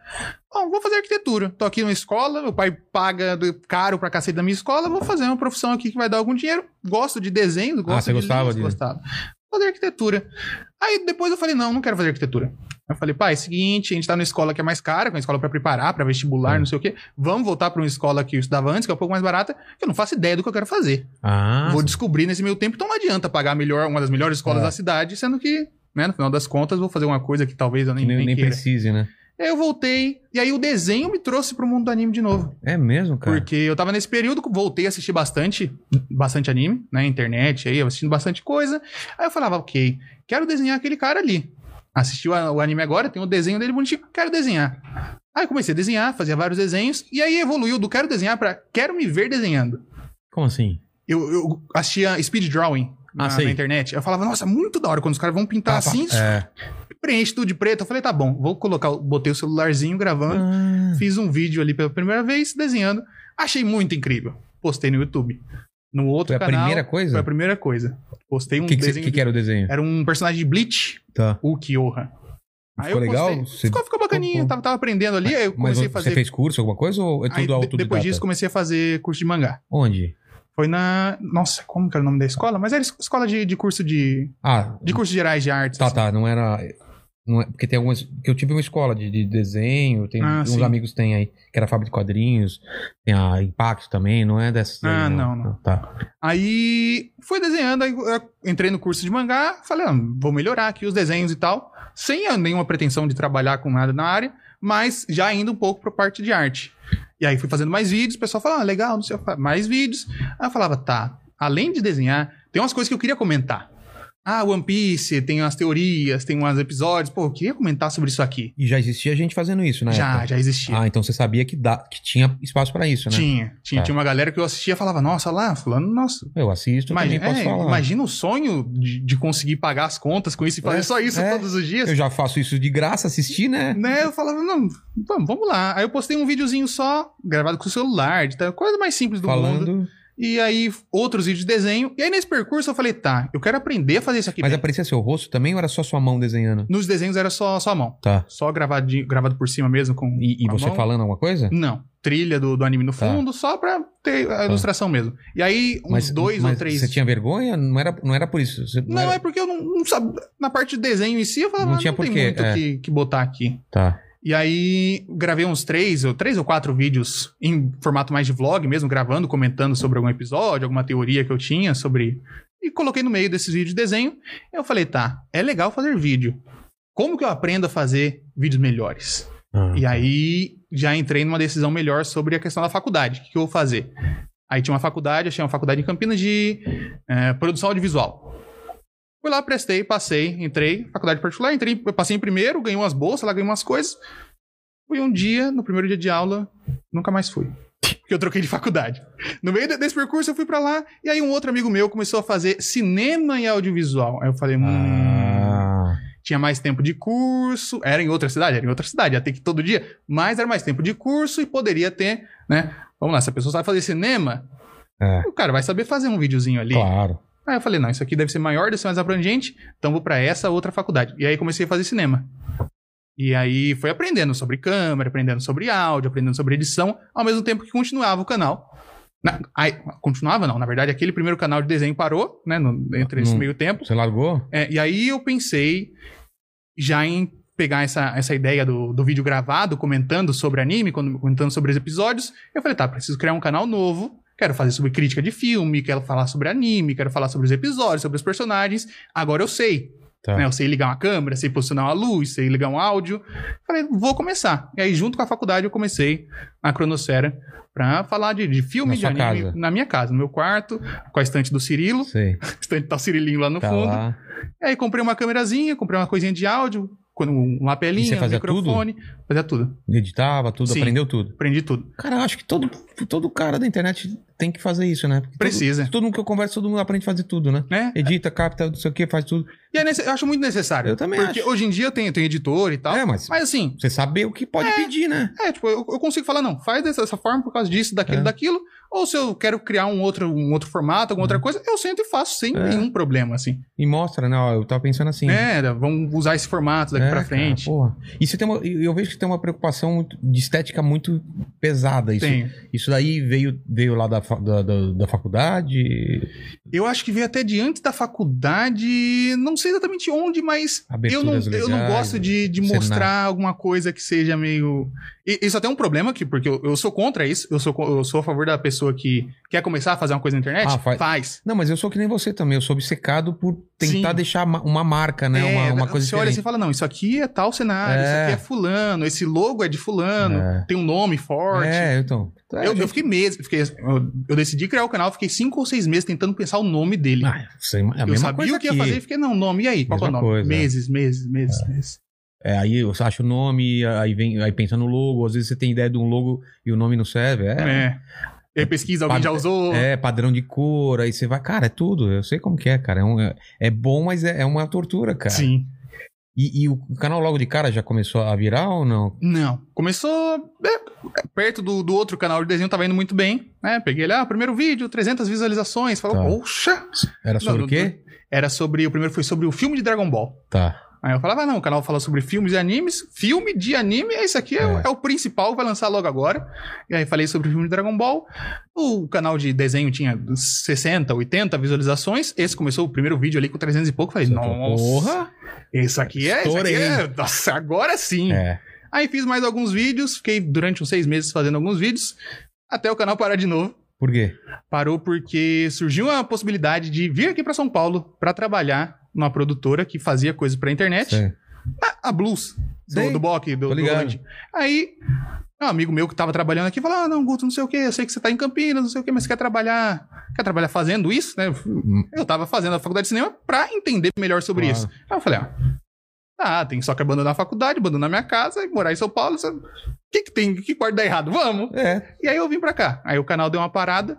[SPEAKER 2] Bom, vou fazer arquitetura. Tô aqui numa escola, meu pai paga do- caro pra cacete da minha escola, vou fazer uma profissão aqui que vai dar algum dinheiro. Gosto de desenho, gosto
[SPEAKER 1] Ah, você
[SPEAKER 2] de
[SPEAKER 1] gostava
[SPEAKER 2] livros,
[SPEAKER 1] de-
[SPEAKER 2] gostava. Vou Fazer arquitetura. Aí depois eu falei, não, não quero fazer arquitetura. Eu falei, pai, é o seguinte, a gente tá numa escola que é mais cara, com a escola pra preparar, pra vestibular,
[SPEAKER 1] Hum.
[SPEAKER 2] não sei o quê. Vamos voltar pra uma escola que eu estudava antes, que é um pouco mais barata, que eu não faço ideia do que eu quero fazer.
[SPEAKER 1] Ah,
[SPEAKER 2] vou descobrir nesse meio tempo, então não adianta pagar a melhor, uma das melhores escolas
[SPEAKER 1] É.
[SPEAKER 2] da cidade, sendo que, né, no final das contas, vou fazer uma coisa que talvez eu
[SPEAKER 1] que
[SPEAKER 2] nem,
[SPEAKER 1] nem,
[SPEAKER 2] nem
[SPEAKER 1] nem
[SPEAKER 2] queira.
[SPEAKER 1] precise, né?
[SPEAKER 2] Aí eu voltei, e aí o desenho me trouxe pro mundo do anime de novo.
[SPEAKER 1] É mesmo, cara?
[SPEAKER 2] Porque eu tava nesse período, voltei a assistir bastante, bastante anime, na internet, aí, assistindo bastante coisa. Aí eu falava, ok, quero desenhar aquele cara ali. Assistiu a- o anime agora, tem o desenho dele bonitinho, quero desenhar. Aí eu comecei a desenhar, fazia vários desenhos, e aí evoluiu do quero desenhar pra quero me ver desenhando.
[SPEAKER 1] Como assim?
[SPEAKER 2] Eu, eu assistia speed drawing na,
[SPEAKER 1] Ah, sei.
[SPEAKER 2] na internet. Eu falava, nossa, muito da hora quando os caras vão pintar
[SPEAKER 1] Tá, tá.
[SPEAKER 2] assim,
[SPEAKER 1] É.
[SPEAKER 2] preenche tudo de preto. Eu falei, tá bom, vou colocar, o- botei o celularzinho gravando.
[SPEAKER 1] Ah,
[SPEAKER 2] Fiz um vídeo ali pela primeira vez, desenhando. Achei muito incrível. Postei no YouTube. No
[SPEAKER 1] foi
[SPEAKER 2] outro
[SPEAKER 1] a
[SPEAKER 2] canal.
[SPEAKER 1] primeira
[SPEAKER 2] Foi
[SPEAKER 1] coisa?
[SPEAKER 2] a primeira coisa. Postei um
[SPEAKER 1] O que, que, cê-
[SPEAKER 2] desenho.
[SPEAKER 1] que que
[SPEAKER 2] de-
[SPEAKER 1] era o desenho?
[SPEAKER 2] Era um personagem de Bleach,
[SPEAKER 1] Tá.
[SPEAKER 2] o Kyoha. Aí
[SPEAKER 1] Ficou
[SPEAKER 2] Ah, eu
[SPEAKER 1] legal?
[SPEAKER 2] postei.
[SPEAKER 1] Você-
[SPEAKER 2] Ficou, ficou bacaninha,
[SPEAKER 1] Ficou-
[SPEAKER 2] tava, tava aprendendo ali, aí eu
[SPEAKER 1] Mas
[SPEAKER 2] comecei
[SPEAKER 1] você
[SPEAKER 2] a fazer.
[SPEAKER 1] fez curso, alguma coisa? Ou é
[SPEAKER 2] aí,
[SPEAKER 1] tudo
[SPEAKER 2] de-
[SPEAKER 1] autodidata?
[SPEAKER 2] depois disso, comecei a fazer curso de mangá.
[SPEAKER 1] Onde?
[SPEAKER 2] Foi na. Nossa, como que era o nome da escola? Mas era es- escola de, de curso de.
[SPEAKER 1] Ah,
[SPEAKER 2] De cursos gerais de artes.
[SPEAKER 1] tá,
[SPEAKER 2] assim.
[SPEAKER 1] tá. Não era... Não é, porque tem algumas... Porque eu tive uma escola de, de desenho, tem,
[SPEAKER 2] Ah,
[SPEAKER 1] uns
[SPEAKER 2] sim.
[SPEAKER 1] amigos têm aí, que era a Fábio de Quadrinhos, tem a Impacto também, não é dessas
[SPEAKER 2] Ah,
[SPEAKER 1] aí,
[SPEAKER 2] não,
[SPEAKER 1] Tá.
[SPEAKER 2] Aí fui desenhando, aí eu entrei no curso de mangá, falei, ah, vou melhorar aqui os desenhos e tal, sem a- nenhuma pretensão de trabalhar com nada na área, mas já indo um pouco pra parte de arte. E aí fui fazendo mais vídeos, o pessoal falava, ah, legal, não sei, o que, mais vídeos. Aí eu falava, tá, além de desenhar, tem umas coisas que eu queria comentar. Ah, One Piece, tem umas teorias, tem uns episódios, pô, eu queria comentar sobre isso aqui.
[SPEAKER 1] E já existia gente fazendo isso, né?
[SPEAKER 2] já, já existia.
[SPEAKER 1] Ah, então você sabia que, dá, que tinha espaço pra isso, né?
[SPEAKER 2] tinha, tinha,
[SPEAKER 1] Tá.
[SPEAKER 2] tinha uma galera que eu assistia e falava, nossa, lá, fulano, nossa,
[SPEAKER 1] Eu assisto,
[SPEAKER 2] Imagina,
[SPEAKER 1] também posso
[SPEAKER 2] é,
[SPEAKER 1] falar.
[SPEAKER 2] imagina o sonho de, de conseguir pagar as contas com isso e fazer
[SPEAKER 1] É,
[SPEAKER 2] só isso
[SPEAKER 1] é.
[SPEAKER 2] todos os dias.
[SPEAKER 1] Eu já faço isso de graça, assistir, né?
[SPEAKER 2] Né? Eu falava, não, vamos, vamos lá. Aí eu postei um videozinho só, gravado com o celular, de tal, coisa mais simples do mundo.
[SPEAKER 1] Falando.
[SPEAKER 2] E aí, outros vídeos de desenho. E aí, nesse percurso, eu falei, tá, eu quero aprender a fazer isso aqui.
[SPEAKER 1] Mas
[SPEAKER 2] bem.
[SPEAKER 1] aparecia seu rosto também ou era só sua mão desenhando?
[SPEAKER 2] Nos desenhos era só, só a mão.
[SPEAKER 1] Tá.
[SPEAKER 2] Só gravadinho, gravado por cima mesmo com.
[SPEAKER 1] E, e
[SPEAKER 2] com a
[SPEAKER 1] você
[SPEAKER 2] mão.
[SPEAKER 1] falando alguma coisa?
[SPEAKER 2] Não, trilha do, do anime no
[SPEAKER 1] Tá.
[SPEAKER 2] fundo, só pra ter a ilustração mesmo. E aí, uns dois
[SPEAKER 1] mas
[SPEAKER 2] ou três.
[SPEAKER 1] Você tinha vergonha? Não era, não era por isso. Você-
[SPEAKER 2] Não,
[SPEAKER 1] era...
[SPEAKER 2] é porque eu não, não sabia. Na parte de desenho em si, eu falava,
[SPEAKER 1] Não
[SPEAKER 2] não,
[SPEAKER 1] tinha
[SPEAKER 2] não tem
[SPEAKER 1] porquê,
[SPEAKER 2] muito
[SPEAKER 1] é.
[SPEAKER 2] que, que botar aqui.
[SPEAKER 1] Tá.
[SPEAKER 2] E aí, gravei uns três ou, três ou quatro vídeos em formato mais de vlog mesmo, gravando, comentando sobre algum episódio, alguma teoria que eu tinha sobre. E coloquei no meio desses vídeos de desenho. Eu falei, tá, é legal fazer vídeo. Como que eu aprendo a fazer vídeos melhores?
[SPEAKER 1] Ah,
[SPEAKER 2] E aí já entrei numa decisão melhor sobre a questão da faculdade, o que, que eu vou fazer. Aí tinha uma faculdade, achei uma faculdade em Campinas de eh, produção audiovisual. Fui lá, prestei, passei, entrei, faculdade particular, entrei, eu passei em primeiro, ganhei umas bolsas, lá ganhei umas coisas. Fui um dia, no primeiro dia de aula, nunca mais fui. Porque eu troquei de faculdade. No meio de- desse percurso eu fui pra lá, e aí um outro amigo meu começou a fazer cinema e audiovisual. Aí eu falei, hum,
[SPEAKER 1] Ah,
[SPEAKER 2] tinha mais tempo de curso, era em outra cidade, era em outra cidade, ia ter que ir todo dia, mas era mais tempo de curso e poderia ter, né? Vamos lá, se a pessoa sabe fazer cinema,
[SPEAKER 1] É.
[SPEAKER 2] o cara vai saber fazer um videozinho ali.
[SPEAKER 1] claro.
[SPEAKER 2] Aí eu falei, não, isso aqui deve ser maior, deve ser mais abrangente, então vou pra essa outra faculdade. E aí comecei a fazer cinema. E aí foi aprendendo sobre câmera, aprendendo sobre áudio, aprendendo sobre edição, ao mesmo tempo que continuava o canal. Na- aí, continuava não, na verdade aquele primeiro canal de desenho parou, né, no- entre esse
[SPEAKER 1] Hum.
[SPEAKER 2] meio tempo.
[SPEAKER 1] Você largou?
[SPEAKER 2] É, e aí eu pensei já em pegar essa, essa ideia do, do vídeo gravado, comentando sobre anime, quando- comentando sobre os episódios. Eu falei, tá, preciso criar um canal novo. Quero fazer sobre crítica de filme, quero falar sobre anime, quero falar sobre os episódios, sobre os personagens. Agora eu sei.
[SPEAKER 1] Tá.
[SPEAKER 2] né? Eu sei ligar uma câmera, sei posicionar uma luz, sei ligar um áudio. Falei, vou começar. E aí, junto com a faculdade, eu comecei a Cronosfera pra falar de, de filme,
[SPEAKER 1] Na
[SPEAKER 2] de
[SPEAKER 1] sua
[SPEAKER 2] anime,
[SPEAKER 1] casa?
[SPEAKER 2] na minha casa, no meu quarto, com a estante do Cirilo.
[SPEAKER 1] Sei.
[SPEAKER 2] A estante tá o Cirilinho lá no
[SPEAKER 1] tá
[SPEAKER 2] fundo.
[SPEAKER 1] lá.
[SPEAKER 2] Aí comprei uma câmerazinha, comprei uma coisinha de áudio, quando- um
[SPEAKER 1] E você
[SPEAKER 2] lapelinha, um
[SPEAKER 1] fazia
[SPEAKER 2] microfone. Fazia tudo.
[SPEAKER 1] Editava tudo,
[SPEAKER 2] Sim.
[SPEAKER 1] aprendeu tudo.
[SPEAKER 2] Aprendi tudo.
[SPEAKER 1] Cara, eu acho que todo, todo cara da internet tem que fazer isso, né? Porque
[SPEAKER 2] Precisa.
[SPEAKER 1] Todo, todo mundo que eu converso, todo mundo aprende a fazer tudo, né?
[SPEAKER 2] Né?
[SPEAKER 1] Edita, capta, não sei o que, faz tudo.
[SPEAKER 2] E é nece- eu acho muito necessário.
[SPEAKER 1] Eu também
[SPEAKER 2] Porque
[SPEAKER 1] acho.
[SPEAKER 2] hoje em dia tem, tem editor e tal.
[SPEAKER 1] É, mas
[SPEAKER 2] Mas assim,
[SPEAKER 1] você saber o que pode pedir, né?
[SPEAKER 2] é, tipo, eu, eu consigo falar, não, faz dessa, dessa forma por causa disso, daquilo,
[SPEAKER 1] É.
[SPEAKER 2] daquilo. Ou se eu quero criar um outro, um outro formato, alguma outra coisa, eu sento e faço sem
[SPEAKER 1] Uhum. É.
[SPEAKER 2] nenhum problema, assim.
[SPEAKER 1] E mostra, né? Ó, eu tava pensando assim.
[SPEAKER 2] É, vamos usar esse formato daqui
[SPEAKER 1] É,
[SPEAKER 2] pra
[SPEAKER 1] cara,
[SPEAKER 2] frente.
[SPEAKER 1] porra. E você tem uma, eu eu vejo que tem uma preocupação muito- de estética muito pesada. Isso,
[SPEAKER 2] Tenho.
[SPEAKER 1] isso daí veio, veio lá da, fa- da, da, da faculdade?
[SPEAKER 2] Eu acho que veio até de antes da faculdade, não sei exatamente onde, mas eu não,
[SPEAKER 1] Aberturas
[SPEAKER 2] eu não
[SPEAKER 1] legais,
[SPEAKER 2] gosto de, de
[SPEAKER 1] cenário.
[SPEAKER 2] mostrar alguma coisa que seja meio. E- Isso até é um problema aqui, porque eu, eu sou contra isso. Eu sou, co- eu sou a favor da pessoa que quer começar a fazer uma coisa na internet.
[SPEAKER 1] Ah, faz-
[SPEAKER 2] faz.
[SPEAKER 1] Não, mas eu sou que nem você também. Eu sou obcecado por tentar
[SPEAKER 2] Sim.
[SPEAKER 1] deixar ma- uma marca, né?
[SPEAKER 2] É,
[SPEAKER 1] uma, uma coisa
[SPEAKER 2] você olha
[SPEAKER 1] diferente.
[SPEAKER 2] assim e fala: não, isso aqui é tal cenário, isso
[SPEAKER 1] É.
[SPEAKER 2] aqui é fulano, esse logo é de fulano,
[SPEAKER 1] É.
[SPEAKER 2] tem um nome forte.
[SPEAKER 1] É, então. Então, é,
[SPEAKER 2] Eu, eu fiquei meses, fiquei, eu, eu decidi criar o canal, fiquei cinco ou seis meses tentando pensar o nome dele.
[SPEAKER 1] Ah, isso é a
[SPEAKER 2] eu
[SPEAKER 1] mesma
[SPEAKER 2] sabia
[SPEAKER 1] coisa
[SPEAKER 2] o que ia
[SPEAKER 1] aqui.
[SPEAKER 2] fazer e fiquei, não, nome, e aí? Qual que é o
[SPEAKER 1] Mesma
[SPEAKER 2] nome?
[SPEAKER 1] coisa, é.
[SPEAKER 2] meses, meses, meses, meses.
[SPEAKER 1] É, aí eu acho o nome, aí, vem, aí pensa no logo. Às vezes você tem ideia de um logo e o nome não serve. É,
[SPEAKER 2] É. E aí pesquisa, alguém
[SPEAKER 1] Pad-
[SPEAKER 2] já usou.
[SPEAKER 1] é, padrão de cor. Aí você vai, cara, é tudo. Eu sei como que é, cara. É, um- é- é bom, mas é, é uma tortura, cara.
[SPEAKER 2] Sim.
[SPEAKER 1] E, e o canal logo de cara já começou a virar ou não?
[SPEAKER 2] Não. Começou é, é, perto do, do outro canal de desenho, tava indo muito bem. Né? Peguei ele, ah, primeiro vídeo, 300 visualizações. Falou,
[SPEAKER 1] Tá.
[SPEAKER 2] poxa!
[SPEAKER 1] Era sobre
[SPEAKER 2] Não,
[SPEAKER 1] o quê?
[SPEAKER 2] Era sobre, o primeiro foi sobre o filme de Dragon Ball.
[SPEAKER 1] Tá.
[SPEAKER 2] Aí eu falava, ah, não, o canal fala sobre filmes e animes. Filme de anime, é isso aqui é, o-
[SPEAKER 1] É.
[SPEAKER 2] é o principal, vai lançar logo agora. E aí falei sobre o filme de Dragon Ball. O canal de desenho tinha 60, 80 visualizações. Esse começou o primeiro vídeo ali com 300 e pouco. Falei, nossa,
[SPEAKER 1] Porra!
[SPEAKER 2] Esse aqui é. Esse aqui é nossa, agora sim.
[SPEAKER 1] É.
[SPEAKER 2] Aí fiz mais alguns vídeos, fiquei durante uns seis meses fazendo alguns vídeos, até o canal parar de novo.
[SPEAKER 1] Por quê?
[SPEAKER 2] Parou porque surgiu a possibilidade de vir aqui pra São Paulo pra trabalhar numa produtora que fazia coisas pra internet,
[SPEAKER 1] Sei.
[SPEAKER 2] a, a Blues,
[SPEAKER 1] Sei.
[SPEAKER 2] do, do Bock, do,
[SPEAKER 1] Tô
[SPEAKER 2] do
[SPEAKER 1] ligado.
[SPEAKER 2] Roland. Aí, um amigo meu que tava trabalhando aqui falou: Ah, não, Guto, não sei o que, eu sei que você tá em Campinas, não sei o que, mas você quer trabalhar. Quer trabalhar fazendo isso, né? Eu tava fazendo a faculdade de cinema pra entender melhor sobre
[SPEAKER 1] Claro.
[SPEAKER 2] isso. Aí eu falei, ah, tá, tem só que abandonar a faculdade, abandonar minha casa e morar em São Paulo. sabe? O que, que tem? O que pode dar errado? Vamos!
[SPEAKER 1] É.
[SPEAKER 2] E aí eu vim pra cá. Aí o canal deu uma parada.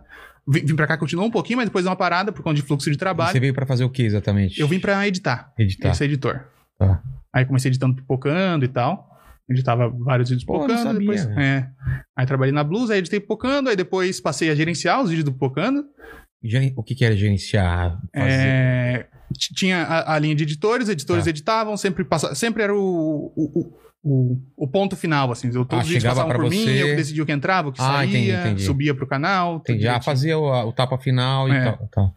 [SPEAKER 2] Vim, vim pra cá, continuou um pouquinho, mas depois deu uma parada por conta de fluxo de
[SPEAKER 1] E Você
[SPEAKER 2] trabalho.
[SPEAKER 1] veio pra fazer o que exatamente?
[SPEAKER 2] Eu vim pra editar.
[SPEAKER 1] editar.
[SPEAKER 2] Eu sou editor.
[SPEAKER 1] Tá.
[SPEAKER 2] Aí comecei editando pipocando e tal. Editava vários vídeos
[SPEAKER 1] Pô, não
[SPEAKER 2] pipocando.
[SPEAKER 1] sabia,
[SPEAKER 2] depois,
[SPEAKER 1] velho.
[SPEAKER 2] é. Aí trabalhei na Blues, aí editei pipocando, aí depois passei a gerenciar os vídeos do pipocando.
[SPEAKER 1] Gen- O que, que era gerenciar? Fazer?
[SPEAKER 2] É, t- tinha a, a linha de editores, editores
[SPEAKER 1] Tá.
[SPEAKER 2] editavam, sempre passa, sempre era o, o, o, o ponto final, assim. Eu, todos
[SPEAKER 1] Ah,
[SPEAKER 2] os vídeos
[SPEAKER 1] chegava
[SPEAKER 2] passavam
[SPEAKER 1] pra
[SPEAKER 2] por mim,
[SPEAKER 1] você.
[SPEAKER 2] eu decidia o que entrava, o que
[SPEAKER 1] Ah,
[SPEAKER 2] saía,
[SPEAKER 1] entendi, entendi.
[SPEAKER 2] subia pro canal. tudo
[SPEAKER 1] Entendi. Ah,
[SPEAKER 2] direitinho.
[SPEAKER 1] fazia o, a- o tapa final e
[SPEAKER 2] É.
[SPEAKER 1] tal. Tá.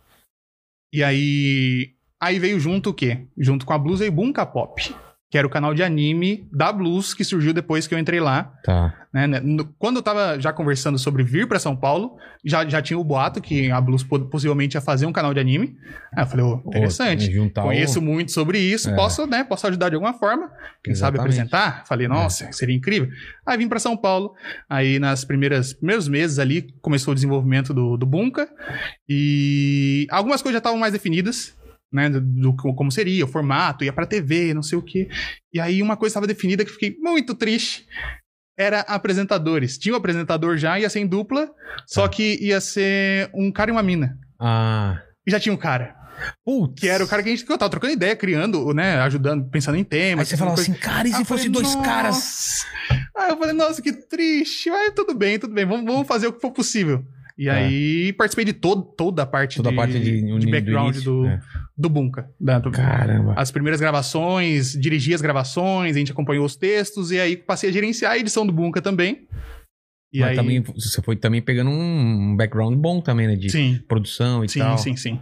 [SPEAKER 2] E aí, aí veio junto o quê? Junto com a Blues veio Bunka Pop, que era o canal de anime da Blues que surgiu depois que eu entrei lá.
[SPEAKER 1] tá.
[SPEAKER 2] né, né? No- Quando eu tava já conversando sobre vir pra São Paulo, já, já tinha o boato que a Blues po- possivelmente ia fazer um canal de anime. Aí eu falei, ô, interessante.
[SPEAKER 1] Pô, juntar
[SPEAKER 2] Conheço um
[SPEAKER 1] o...
[SPEAKER 2] muito sobre isso,
[SPEAKER 1] Então, É.
[SPEAKER 2] posso, né, posso ajudar de alguma forma. Quem
[SPEAKER 1] Exatamente.
[SPEAKER 2] sabe
[SPEAKER 1] É.
[SPEAKER 2] apresentar? Falei, nossa, seria incrível. Aí vim pra São Paulo. Aí nas primeiras primeiros meses ali começou o desenvolvimento do, do Bunka e algumas coisas já estavam mais definidas, né, do, do co- como seria, o formato, ia pra TV, não sei o quê. E aí uma coisa estava definida que eu fiquei muito triste. Era apresentadores. Tinha um apresentador já, ia ser em dupla, só
[SPEAKER 1] Tá.
[SPEAKER 2] que ia ser um cara e uma mina.
[SPEAKER 1] Ah.
[SPEAKER 2] E já tinha um cara.
[SPEAKER 1] Putz.
[SPEAKER 2] Que era o cara que a gente que eu tava trocando ideia, criando, né? Ajudando, pensando em
[SPEAKER 1] Aí
[SPEAKER 2] temas.
[SPEAKER 1] você
[SPEAKER 2] pensando em
[SPEAKER 1] falava
[SPEAKER 2] coisa.
[SPEAKER 1] assim, cara, e
[SPEAKER 2] Aí
[SPEAKER 1] se
[SPEAKER 2] eu
[SPEAKER 1] fosse
[SPEAKER 2] falei,
[SPEAKER 1] dois
[SPEAKER 2] "Nossa."
[SPEAKER 1] caras?
[SPEAKER 2] Aí eu falei, nossa, que triste. Mas tudo bem, tudo bem. Vamos, vamos fazer o que for possível. E
[SPEAKER 1] É.
[SPEAKER 2] aí participei de todo, toda a parte
[SPEAKER 1] Toda a
[SPEAKER 2] de,
[SPEAKER 1] parte de,
[SPEAKER 2] de
[SPEAKER 1] unir do
[SPEAKER 2] background
[SPEAKER 1] início.
[SPEAKER 2] do,
[SPEAKER 1] É.
[SPEAKER 2] do Bunka. da- do-
[SPEAKER 1] Caramba.
[SPEAKER 2] as primeiras gravações, dirigi as gravações, a gente acompanhou os textos. E aí passei a gerenciar a edição do Bunka também. E
[SPEAKER 1] Mas tá
[SPEAKER 2] aí...
[SPEAKER 1] também, você foi também pegando um background bom também, né? De
[SPEAKER 2] Sim,
[SPEAKER 1] produção e
[SPEAKER 2] sim,
[SPEAKER 1] tal.
[SPEAKER 2] sim, sim.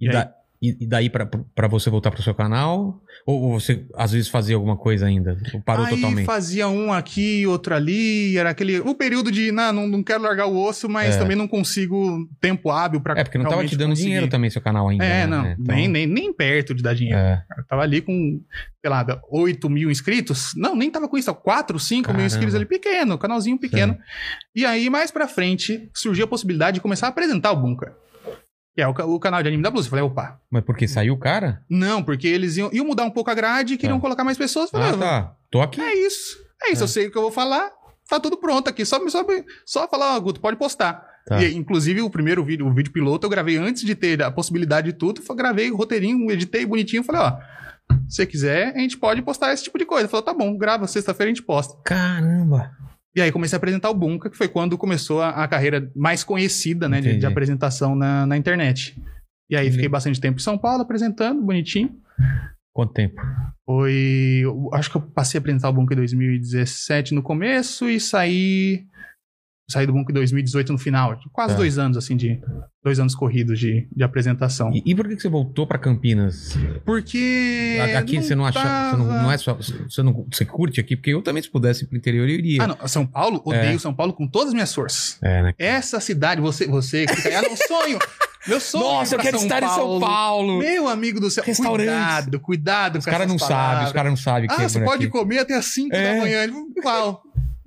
[SPEAKER 1] E,
[SPEAKER 2] E aí?
[SPEAKER 1] da- e- e daí pra, pra você voltar pro seu canal? Ou, ou você às vezes fazia alguma coisa ainda? Ou parou
[SPEAKER 2] aí
[SPEAKER 1] totalmente?
[SPEAKER 2] fazia um aqui, outro ali, era aquele... O período de, "Nah, não, não quero largar o osso, mas
[SPEAKER 1] É.
[SPEAKER 2] também não consigo tempo hábil pra
[SPEAKER 1] É, porque não tava
[SPEAKER 2] realmente
[SPEAKER 1] te dando
[SPEAKER 2] conseguir.
[SPEAKER 1] dinheiro também seu canal ainda.
[SPEAKER 2] É,
[SPEAKER 1] né?
[SPEAKER 2] não,
[SPEAKER 1] Então,
[SPEAKER 2] nem, nem, nem perto de dar dinheiro.
[SPEAKER 1] é.
[SPEAKER 2] Eu tava ali com, sei lá, 8 mil inscritos. Não, nem tava com isso, tava 4, 5 mil
[SPEAKER 1] Caramba.
[SPEAKER 2] inscritos ali, pequeno, canalzinho pequeno. E aí, mais pra frente, surgiu a possibilidade de começar a apresentar o Bunker. Que é o, ca- o canal de anime da Blues. Eu falei, opa,
[SPEAKER 1] Mas porque saiu o cara?
[SPEAKER 2] não, porque eles iam, iam mudar um pouco a grade, queriam
[SPEAKER 1] Tá.
[SPEAKER 2] colocar mais pessoas. Eu Falei,
[SPEAKER 1] Ah, tá. Tô aqui.
[SPEAKER 2] é isso. É isso,
[SPEAKER 1] É.
[SPEAKER 2] eu sei o que eu vou falar. Tá tudo pronto aqui. Só, só, só falar, ó, Guto, pode postar.
[SPEAKER 1] Tá.
[SPEAKER 2] E, inclusive, o primeiro vídeo, o vídeo piloto, eu gravei antes de ter a possibilidade de tudo. Eu gravei o roteirinho, editei bonitinho. Falei, ó, se você quiser, a gente pode postar esse tipo de coisa. Falou, tá bom, grava, sexta-feira a gente posta.
[SPEAKER 1] Caramba.
[SPEAKER 2] E aí comecei a apresentar o Bunka, que foi quando começou a, a carreira mais conhecida, né, de,
[SPEAKER 1] Entendi.
[SPEAKER 2] de apresentação na, na internet. E aí
[SPEAKER 1] Entendi.
[SPEAKER 2] fiquei bastante tempo em São Paulo apresentando, bonitinho.
[SPEAKER 1] Quanto tempo?
[SPEAKER 2] Foi. eu Acho que eu passei a apresentar o Bunker em 2017 no começo e saí. saí do bunker em 2018 no final. Quase
[SPEAKER 1] Tá.
[SPEAKER 2] dois anos, assim, de. Dois anos corridos de, de apresentação.
[SPEAKER 1] E, e por que que você voltou pra Campinas?
[SPEAKER 2] Porque.
[SPEAKER 1] aqui você não acha. Você não,
[SPEAKER 2] É, tava-
[SPEAKER 1] não é só. Você, não, você curte aqui? Porque eu também, se pudesse ir pro interior, eu iria.
[SPEAKER 2] Ah, não. São Paulo, odeio São Paulo com todas as minhas forças.
[SPEAKER 1] É, né?
[SPEAKER 2] Essa cidade, você, você que fica aí, ah, não, sonho! Meu sonho! é ir pra
[SPEAKER 1] Paulo.
[SPEAKER 2] Meu amigo do céu,
[SPEAKER 1] Restaurantes.
[SPEAKER 2] cuidado, cuidado
[SPEAKER 1] Os caras não sabem,
[SPEAKER 2] sabem,
[SPEAKER 1] os caras não sabem que
[SPEAKER 2] Ah,
[SPEAKER 1] é
[SPEAKER 2] você
[SPEAKER 1] por
[SPEAKER 2] pode
[SPEAKER 1] aqui.
[SPEAKER 2] comer até as 5
[SPEAKER 1] É.
[SPEAKER 2] da manhã. Ele, Uau!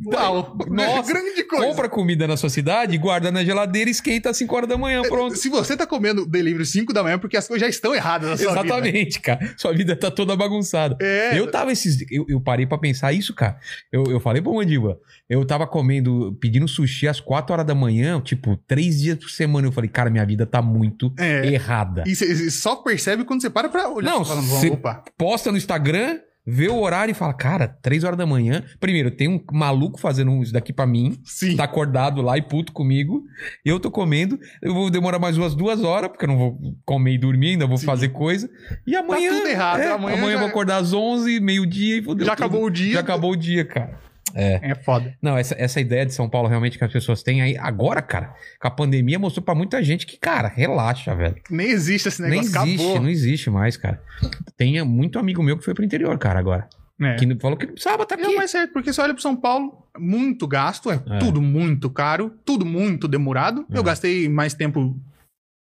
[SPEAKER 2] Uau!
[SPEAKER 1] Nossa,
[SPEAKER 2] grande coisa!
[SPEAKER 1] Compra comida na sua cidade, guarda na geladeira e esquenta às 5 horas da manhã, pronto.
[SPEAKER 2] Se você tá comendo delivery 5 da manhã, porque as coisas já estão erradas na sua vida.
[SPEAKER 1] Exatamente, cara. Sua vida tá toda bagunçada.
[SPEAKER 2] É.
[SPEAKER 1] Eu tava esses. Eu, eu parei pra pensar isso, cara. Eu, eu falei pro Mandiba. Eu tava comendo, pedindo sushi às 4 horas da manhã, tipo, três dias por semana. Eu falei, cara, minha vida tá muito
[SPEAKER 2] É.
[SPEAKER 1] errada.
[SPEAKER 2] E você só percebe quando você para pra olhar.
[SPEAKER 1] Não,
[SPEAKER 2] Você fala,
[SPEAKER 1] se-
[SPEAKER 2] opa.
[SPEAKER 1] Posta no Instagram, vê o horário e fala, cara, três horas da manhã. Primeiro, tem um maluco fazendo isso daqui pra mim.
[SPEAKER 2] Sim.
[SPEAKER 1] tá acordado lá e puto comigo. Eu tô comendo. Eu vou demorar mais umas duas horas, porque eu não vou comer e dormir, ainda vou
[SPEAKER 2] Sim. Tá
[SPEAKER 1] fazer coisa. E amanhã.
[SPEAKER 2] tudo errado,
[SPEAKER 1] é,
[SPEAKER 2] amanhã
[SPEAKER 1] amanhã
[SPEAKER 2] já-
[SPEAKER 1] eu vou acordar às 11, meio-dia e fodeu.
[SPEAKER 2] Já
[SPEAKER 1] tudo.
[SPEAKER 2] acabou o dia.
[SPEAKER 1] Já acabou o dia, cara.
[SPEAKER 2] É foda.
[SPEAKER 1] Não, essa, essa ideia de São Paulo realmente que as pessoas têm aí agora, cara, com a pandemia mostrou pra muita gente que, cara, relaxa, velho.
[SPEAKER 2] Nem existe esse
[SPEAKER 1] Nem
[SPEAKER 2] negócio.
[SPEAKER 1] existe,
[SPEAKER 2] acabou.
[SPEAKER 1] não existe mais, cara. Tem muito amigo meu que foi pro interior, cara, agora.
[SPEAKER 2] É.
[SPEAKER 1] né? Que falou que sábado tá aqui.
[SPEAKER 2] Não, mas certo, porque você olha pro São Paulo, muito gasto, é, tudo muito caro, tudo muito demorado. Eu gastei mais tempo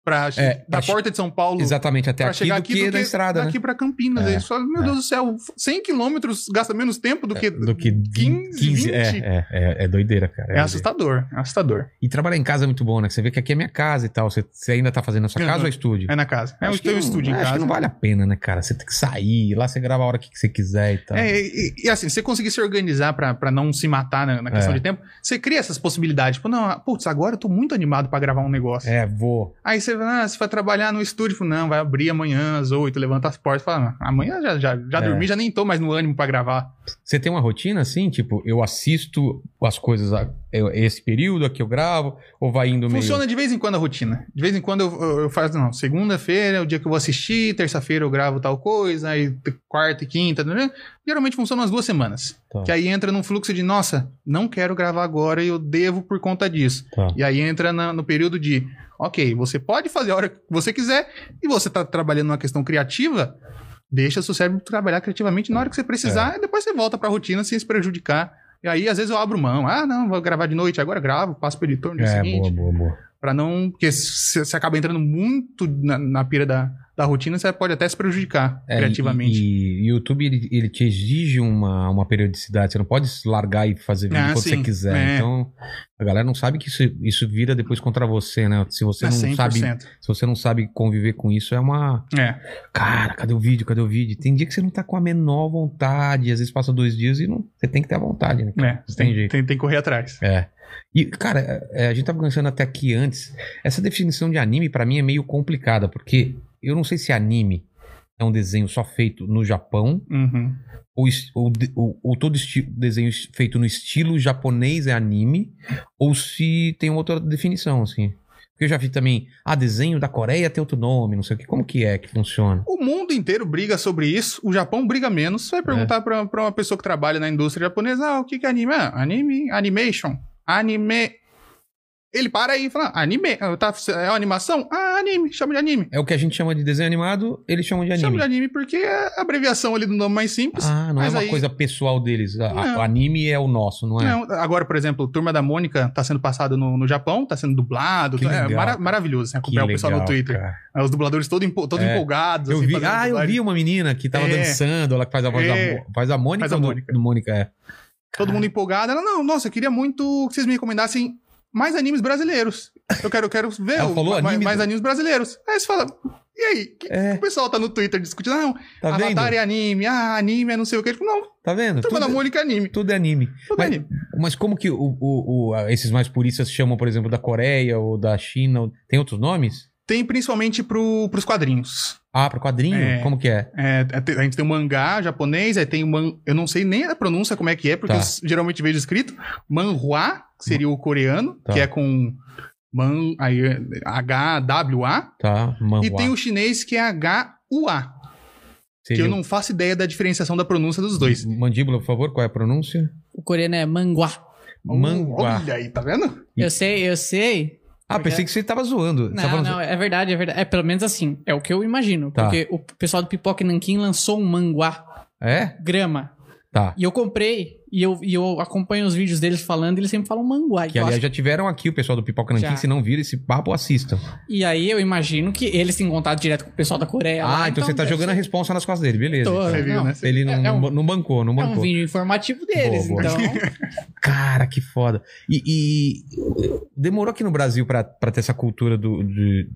[SPEAKER 2] pra,
[SPEAKER 1] É,
[SPEAKER 2] da
[SPEAKER 1] pra che-
[SPEAKER 2] porta de São Paulo
[SPEAKER 1] Exatamente, até
[SPEAKER 2] pra
[SPEAKER 1] aqui do,
[SPEAKER 2] chegar aqui
[SPEAKER 1] que da estrada, né?
[SPEAKER 2] daqui pra Campinas.
[SPEAKER 1] É,
[SPEAKER 2] Aí você fala, meu
[SPEAKER 1] é.
[SPEAKER 2] Deus do céu, 100 quilômetros gasta menos tempo do que.
[SPEAKER 1] do que 15,
[SPEAKER 2] 15,
[SPEAKER 1] é,
[SPEAKER 2] 20.
[SPEAKER 1] é, é, é doideira, cara.
[SPEAKER 2] É
[SPEAKER 1] doideira.
[SPEAKER 2] assustador, é assustador.
[SPEAKER 1] E trabalhar em casa é muito bom, né? Você vê que aqui é minha casa e tal. Você, você ainda tá fazendo a sua
[SPEAKER 2] Aham.
[SPEAKER 1] casa ou é estúdio?
[SPEAKER 2] É na casa. É o
[SPEAKER 1] Acho que
[SPEAKER 2] teu
[SPEAKER 1] não-
[SPEAKER 2] estúdio em
[SPEAKER 1] Acho que
[SPEAKER 2] casa.
[SPEAKER 1] não vale a pena, né, cara? Você tem que sair, lá você grava a hora que que você quiser e tal.
[SPEAKER 2] É, e, e- e assim, você conseguir se organizar pra pra não se matar na, na questão
[SPEAKER 1] É.
[SPEAKER 2] de tempo, você cria essas possibilidades. Tipo, não, ah, putz, agora eu tô muito animado pra gravar um negócio.
[SPEAKER 1] É, vou.
[SPEAKER 2] Aí você, vai, ah, você vai trabalhar no estúdio, Fala, não, vai abrir amanhã às 8, levanta as portas, fala, ah, amanhã já, já, já
[SPEAKER 1] É.
[SPEAKER 2] dormi, já nem tô mais no ânimo pra gravar.
[SPEAKER 1] Você tem uma rotina assim? Tipo, eu assisto as coisas a, eu- esse período aqui eu gravo, ou vai indo meio.
[SPEAKER 2] Funciona de vez em quando a rotina. De vez em quando eu, eu- eu faço, não, segunda-feira é o dia que eu vou assistir, terça-feira eu gravo tal coisa, aí t- quarta e quinta, né? geralmente funciona umas duas semanas.
[SPEAKER 1] Tá.
[SPEAKER 2] Que aí entra num fluxo de, nossa, não quero gravar agora e eu devo por conta disso.
[SPEAKER 1] Tá.
[SPEAKER 2] E aí entra na- no período de, ok, você pode fazer a hora que você quiser e você tá trabalhando numa questão criativa, deixa seu cérebro trabalhar criativamente na hora que você precisar
[SPEAKER 1] É.
[SPEAKER 2] e depois você volta pra rotina sem se prejudicar. E aí, às vezes, eu abro mão. Ah, não, vou gravar de noite, agora gravo, passo pro editor no dia
[SPEAKER 1] É, boa,
[SPEAKER 2] seguinte.
[SPEAKER 1] boa, boa.
[SPEAKER 2] Pra não. Porque se você acaba entrando muito na, na pira da, da rotina, você pode até se prejudicar
[SPEAKER 1] É,
[SPEAKER 2] criativamente.
[SPEAKER 1] E, e YouTube, ele, ele te exige uma, uma periodicidade. Você não pode se largar e fazer vídeo
[SPEAKER 2] Ah,
[SPEAKER 1] quando você
[SPEAKER 2] sim.
[SPEAKER 1] quiser.
[SPEAKER 2] É.
[SPEAKER 1] Então, a galera não sabe que isso, isso vira depois contra você, né? Se você
[SPEAKER 2] É
[SPEAKER 1] não sabe
[SPEAKER 2] 100%.
[SPEAKER 1] Se você não sabe conviver com isso, é uma.
[SPEAKER 2] É.
[SPEAKER 1] Cara, cadê o vídeo? Cadê o vídeo? Tem dia que você não tá com a menor vontade. Às vezes passa dois dias e não... você tem que ter a vontade, né?
[SPEAKER 2] é.
[SPEAKER 1] Não tem
[SPEAKER 2] Tem,
[SPEAKER 1] jeito.
[SPEAKER 2] tem, tem que correr atrás.
[SPEAKER 1] É. E, cara, é, a gente tava conversando até aqui antes. Essa definição de anime, pra mim, é meio complicada, porque eu não sei se anime é um desenho só feito no Japão,
[SPEAKER 2] Uhum.
[SPEAKER 1] ou, es- ou, de- ou- ou todo esti- desenho es- feito no estilo japonês é anime, ou se tem outra definição, assim. Porque eu já vi também, ah, desenho da Coreia tem outro nome, não sei o que. Como que é que funciona?
[SPEAKER 2] O mundo inteiro briga sobre isso, o Japão briga menos.
[SPEAKER 1] É.
[SPEAKER 2] Você vai perguntar pra, pra uma pessoa que trabalha na indústria japonesa, ah, o que que é anime? Ah, anime, animation, anime. Ele para aí e fala, anime, ah, tá, é uma animação? Ah, anime, chama de anime.
[SPEAKER 1] É o que a gente chama de desenho animado, eles chamam de anime.
[SPEAKER 2] Chama de anime porque é a abreviação ali do nome mais simples.
[SPEAKER 1] Ah, não é
[SPEAKER 2] Mas
[SPEAKER 1] uma
[SPEAKER 2] aí-
[SPEAKER 1] coisa pessoal deles. A- a-
[SPEAKER 2] Não.
[SPEAKER 1] o anime é o nosso, não é?
[SPEAKER 2] Não, agora, por exemplo, Turma da Mônica tá sendo passado no, no Japão, tá sendo dublado.
[SPEAKER 1] Que
[SPEAKER 2] é
[SPEAKER 1] legal,
[SPEAKER 2] mara-
[SPEAKER 1] cara.
[SPEAKER 2] maravilhoso né,
[SPEAKER 1] Ah, Que
[SPEAKER 2] acompanhar o pessoal no
[SPEAKER 1] legal,
[SPEAKER 2] Twitter.
[SPEAKER 1] cara.
[SPEAKER 2] É, Os dubladores todos empo- todos
[SPEAKER 1] É.
[SPEAKER 2] empolgados.
[SPEAKER 1] Eu
[SPEAKER 2] assim,
[SPEAKER 1] vi,
[SPEAKER 2] fazendo
[SPEAKER 1] ah, eu
[SPEAKER 2] dublagem.
[SPEAKER 1] vi uma menina que tava
[SPEAKER 2] É.
[SPEAKER 1] dançando, ela que faz a voz
[SPEAKER 2] É.
[SPEAKER 1] da Mo- faz a Mônica,
[SPEAKER 2] Faz a
[SPEAKER 1] ou do-
[SPEAKER 2] Mônica.
[SPEAKER 1] do Mônica é.
[SPEAKER 2] Todo mundo empolgado. Ela, não, nossa, eu queria muito que vocês me recomendassem mais animes brasileiros. Eu quero, eu quero ver
[SPEAKER 1] Ela
[SPEAKER 2] o-
[SPEAKER 1] falou
[SPEAKER 2] ma- mais,
[SPEAKER 1] anime do-
[SPEAKER 2] animes brasileiros. Aí você fala, e aí? Que-
[SPEAKER 1] É.
[SPEAKER 2] O pessoal tá no Twitter discutindo, ah, não,
[SPEAKER 1] Tá
[SPEAKER 2] Avatar
[SPEAKER 1] vendo?
[SPEAKER 2] é anime, ah, anime é não sei o que. Tipo, não,
[SPEAKER 1] Tá vendo?
[SPEAKER 2] Turma da
[SPEAKER 1] Tudo,
[SPEAKER 2] Mônica é anime.
[SPEAKER 1] tudo é anime.
[SPEAKER 2] Tudo
[SPEAKER 1] Mas-
[SPEAKER 2] é anime.
[SPEAKER 1] Mas como que o- o- o- a- esses mais puristas chamam, por exemplo, da Coreia ou da China? ou- Tem outros nomes?
[SPEAKER 2] Tem principalmente pro, pros quadrinhos.
[SPEAKER 1] Ah, pra quadrinho?
[SPEAKER 2] É.
[SPEAKER 1] Como que é?
[SPEAKER 2] É, é, te- a gente tem o mangá japonês, aí tem o man... Eu não sei nem a pronúncia como é que é, porque
[SPEAKER 1] Tá.
[SPEAKER 2] eu s- geralmente vejo escrito. Manhua, que seria o coreano,
[SPEAKER 1] Tá.
[SPEAKER 2] que é com... Man... Aí, é H-W-A.
[SPEAKER 1] Tá, manhua.
[SPEAKER 2] E tem o chinês que é H-U-A. Que
[SPEAKER 1] Seria um
[SPEAKER 2] eu não faço ideia da diferenciação da pronúncia dos dois.
[SPEAKER 1] o- Mandíbula, por favor, qual é a pronúncia?
[SPEAKER 3] O coreano é manguá.
[SPEAKER 1] Manguá.
[SPEAKER 2] Olha aí, tá vendo?
[SPEAKER 3] Eu sei, eu sei.
[SPEAKER 1] Ah, pensei
[SPEAKER 2] é?
[SPEAKER 1] que você tava zoando. Você tá
[SPEAKER 3] Não,
[SPEAKER 1] falando
[SPEAKER 3] não, é verdade, é verdade. É pelo menos assim, é o que eu imagino.
[SPEAKER 1] Tá.
[SPEAKER 3] Porque o pessoal do Pipoca e Nanquim lançou um manguá,
[SPEAKER 1] É?
[SPEAKER 3] grama.
[SPEAKER 1] Tá.
[SPEAKER 3] E eu comprei, e eu, e eu acompanho os vídeos deles falando, e eles sempre falam manguá. e
[SPEAKER 1] Que
[SPEAKER 3] eu
[SPEAKER 1] aliás
[SPEAKER 3] acho-
[SPEAKER 1] já tiveram aqui o pessoal do Pipoca Nanquim.
[SPEAKER 3] Já.
[SPEAKER 1] Se não viram esse papo, assistam.
[SPEAKER 3] E aí eu imagino que eles têm contato direto com o pessoal da
[SPEAKER 2] É
[SPEAKER 3] Coreia.
[SPEAKER 1] ah,
[SPEAKER 3] lá,
[SPEAKER 1] então, você tá
[SPEAKER 3] deve
[SPEAKER 1] jogando a
[SPEAKER 3] ser-
[SPEAKER 1] responsa nas costas dele, beleza.
[SPEAKER 3] Tô.
[SPEAKER 1] Então,
[SPEAKER 2] Você viu,
[SPEAKER 3] Não,
[SPEAKER 2] né?
[SPEAKER 1] Ele não,
[SPEAKER 3] É- é um-
[SPEAKER 1] não bancou, não
[SPEAKER 3] É um
[SPEAKER 1] bancou.
[SPEAKER 3] vídeo informativo deles,
[SPEAKER 1] Boa, boa.
[SPEAKER 3] então.
[SPEAKER 1] Cara, que foda. E, e demorou aqui no Brasil pra, pra ter essa cultura do. de-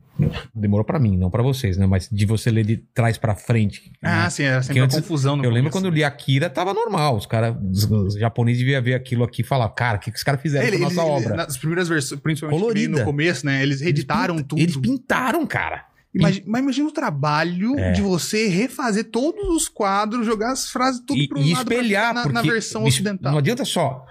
[SPEAKER 1] Demorou pra mim, não pra vocês, né? Mas de você ler de trás pra frente.
[SPEAKER 2] Ah, sim, era sempre
[SPEAKER 1] Que É.
[SPEAKER 2] uma
[SPEAKER 1] antes-
[SPEAKER 2] confusão no
[SPEAKER 1] Eu lembro
[SPEAKER 2] começo.
[SPEAKER 1] quando eu li Akira, tava normal. Os caras, os, os japoneses deviam ver aquilo aqui e falar, cara, o que, que os caras fizeram
[SPEAKER 2] Ele,
[SPEAKER 1] com a
[SPEAKER 2] eles,
[SPEAKER 1] nossa
[SPEAKER 2] eles-
[SPEAKER 1] obra?
[SPEAKER 2] nas primeiras versões, principalmente
[SPEAKER 1] Colorida.
[SPEAKER 2] meio no começo, né? Eles reeditaram tudo.
[SPEAKER 1] Eles pintaram, cara.
[SPEAKER 2] Imagi- mas imagina o trabalho
[SPEAKER 1] É.
[SPEAKER 2] de você refazer todos os quadros, jogar as frases tudo
[SPEAKER 1] e,
[SPEAKER 2] para um
[SPEAKER 1] e
[SPEAKER 2] lado pra-
[SPEAKER 1] espelhar
[SPEAKER 2] na,
[SPEAKER 1] porque
[SPEAKER 2] na versão
[SPEAKER 1] es-
[SPEAKER 2] ocidental.
[SPEAKER 1] Não adianta só.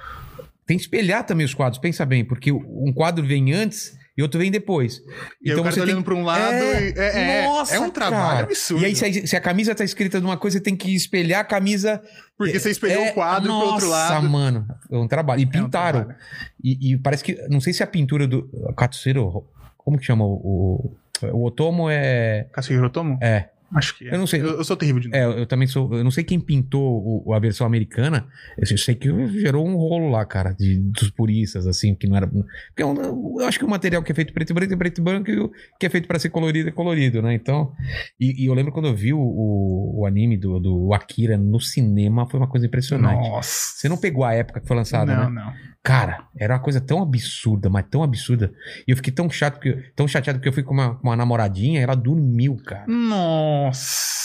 [SPEAKER 1] Tem que espelhar também os quadros. Pensa bem, porque um quadro vem antes e outro vem depois.
[SPEAKER 2] E aí
[SPEAKER 1] então
[SPEAKER 2] o cara tá olhando pra um lado e- é, é, é um trabalho
[SPEAKER 1] cara.
[SPEAKER 2] absurdo.
[SPEAKER 1] E aí, se a, se a camisa tá escrita de uma coisa, você tem que espelhar a camisa.
[SPEAKER 2] porque você espelhou
[SPEAKER 1] É,
[SPEAKER 2] o quadro pro outro lado.
[SPEAKER 1] Nossa, mano. É um trabalho. E
[SPEAKER 2] É um
[SPEAKER 1] pintaram.
[SPEAKER 2] trabalho.
[SPEAKER 1] e, e parece que. Não sei se é a pintura do. Katsuhiro. Como que chama o. O, o Otomo é.
[SPEAKER 2] Katsuhiro Otomo?
[SPEAKER 1] É.
[SPEAKER 2] Acho que é.
[SPEAKER 1] Eu não sei.
[SPEAKER 2] Eu, eu sou terrível de novo.
[SPEAKER 1] É, eu também sou. Eu não sei quem pintou o- a versão americana. Eu sei- sei que gerou um rolo lá, cara, de, dos puristas, assim, que não era. Porque eu, eu acho que o material que é feito preto e branco é preto e branco e o que é feito pra ser colorido é colorido, né? Então. E, e eu lembro quando eu vi o, o, o anime do, do Akira no cinema, foi uma coisa impressionante.
[SPEAKER 2] Nossa.
[SPEAKER 1] Você não pegou a época que foi lançado, né?
[SPEAKER 2] Não, não.
[SPEAKER 1] Cara, era uma coisa tão absurda, mas tão absurda. E eu fiquei tão chato que tão chateado que eu fui com uma, com uma namoradinha, ela dormiu, cara.
[SPEAKER 2] Nossa.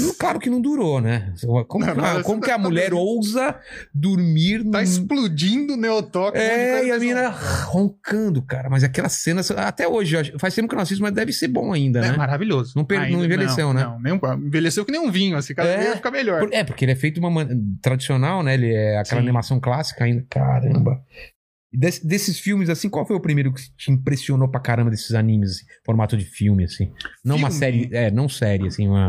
[SPEAKER 1] Não, Claro que não durou, né? Como,
[SPEAKER 2] Não,
[SPEAKER 1] que-
[SPEAKER 2] mas
[SPEAKER 1] como
[SPEAKER 2] você
[SPEAKER 1] que a
[SPEAKER 2] tá
[SPEAKER 1] mulher
[SPEAKER 2] dormindo.
[SPEAKER 1] ousa dormir
[SPEAKER 2] Tá
[SPEAKER 1] num-
[SPEAKER 2] explodindo o um- Neotóquio.
[SPEAKER 1] Hum. É, e a mina roncando, cara. Mas aquelas cenas, até hoje, eu acho- faz tempo que eu não assisto, mas deve ser bom ainda,
[SPEAKER 2] É
[SPEAKER 1] né?
[SPEAKER 2] maravilhoso.
[SPEAKER 1] Não per- não
[SPEAKER 2] Ainda-
[SPEAKER 1] envelheceu,
[SPEAKER 2] não,
[SPEAKER 1] né?
[SPEAKER 2] Não, nem um- envelheceu que nem um vinho, assim. Cada
[SPEAKER 1] É.
[SPEAKER 2] vez vai ficar melhor.
[SPEAKER 1] Por- É, porque ele é feito de uma maneira tradicional, né? Ele é aquela
[SPEAKER 2] Sim.
[SPEAKER 1] animação clássica ainda. Caramba. E desse- desses filmes, assim, qual foi o primeiro que te impressionou pra caramba desses animes, assim, formato de filme, assim? Não uma
[SPEAKER 2] Filme?
[SPEAKER 1] série, é, não série, assim, uma...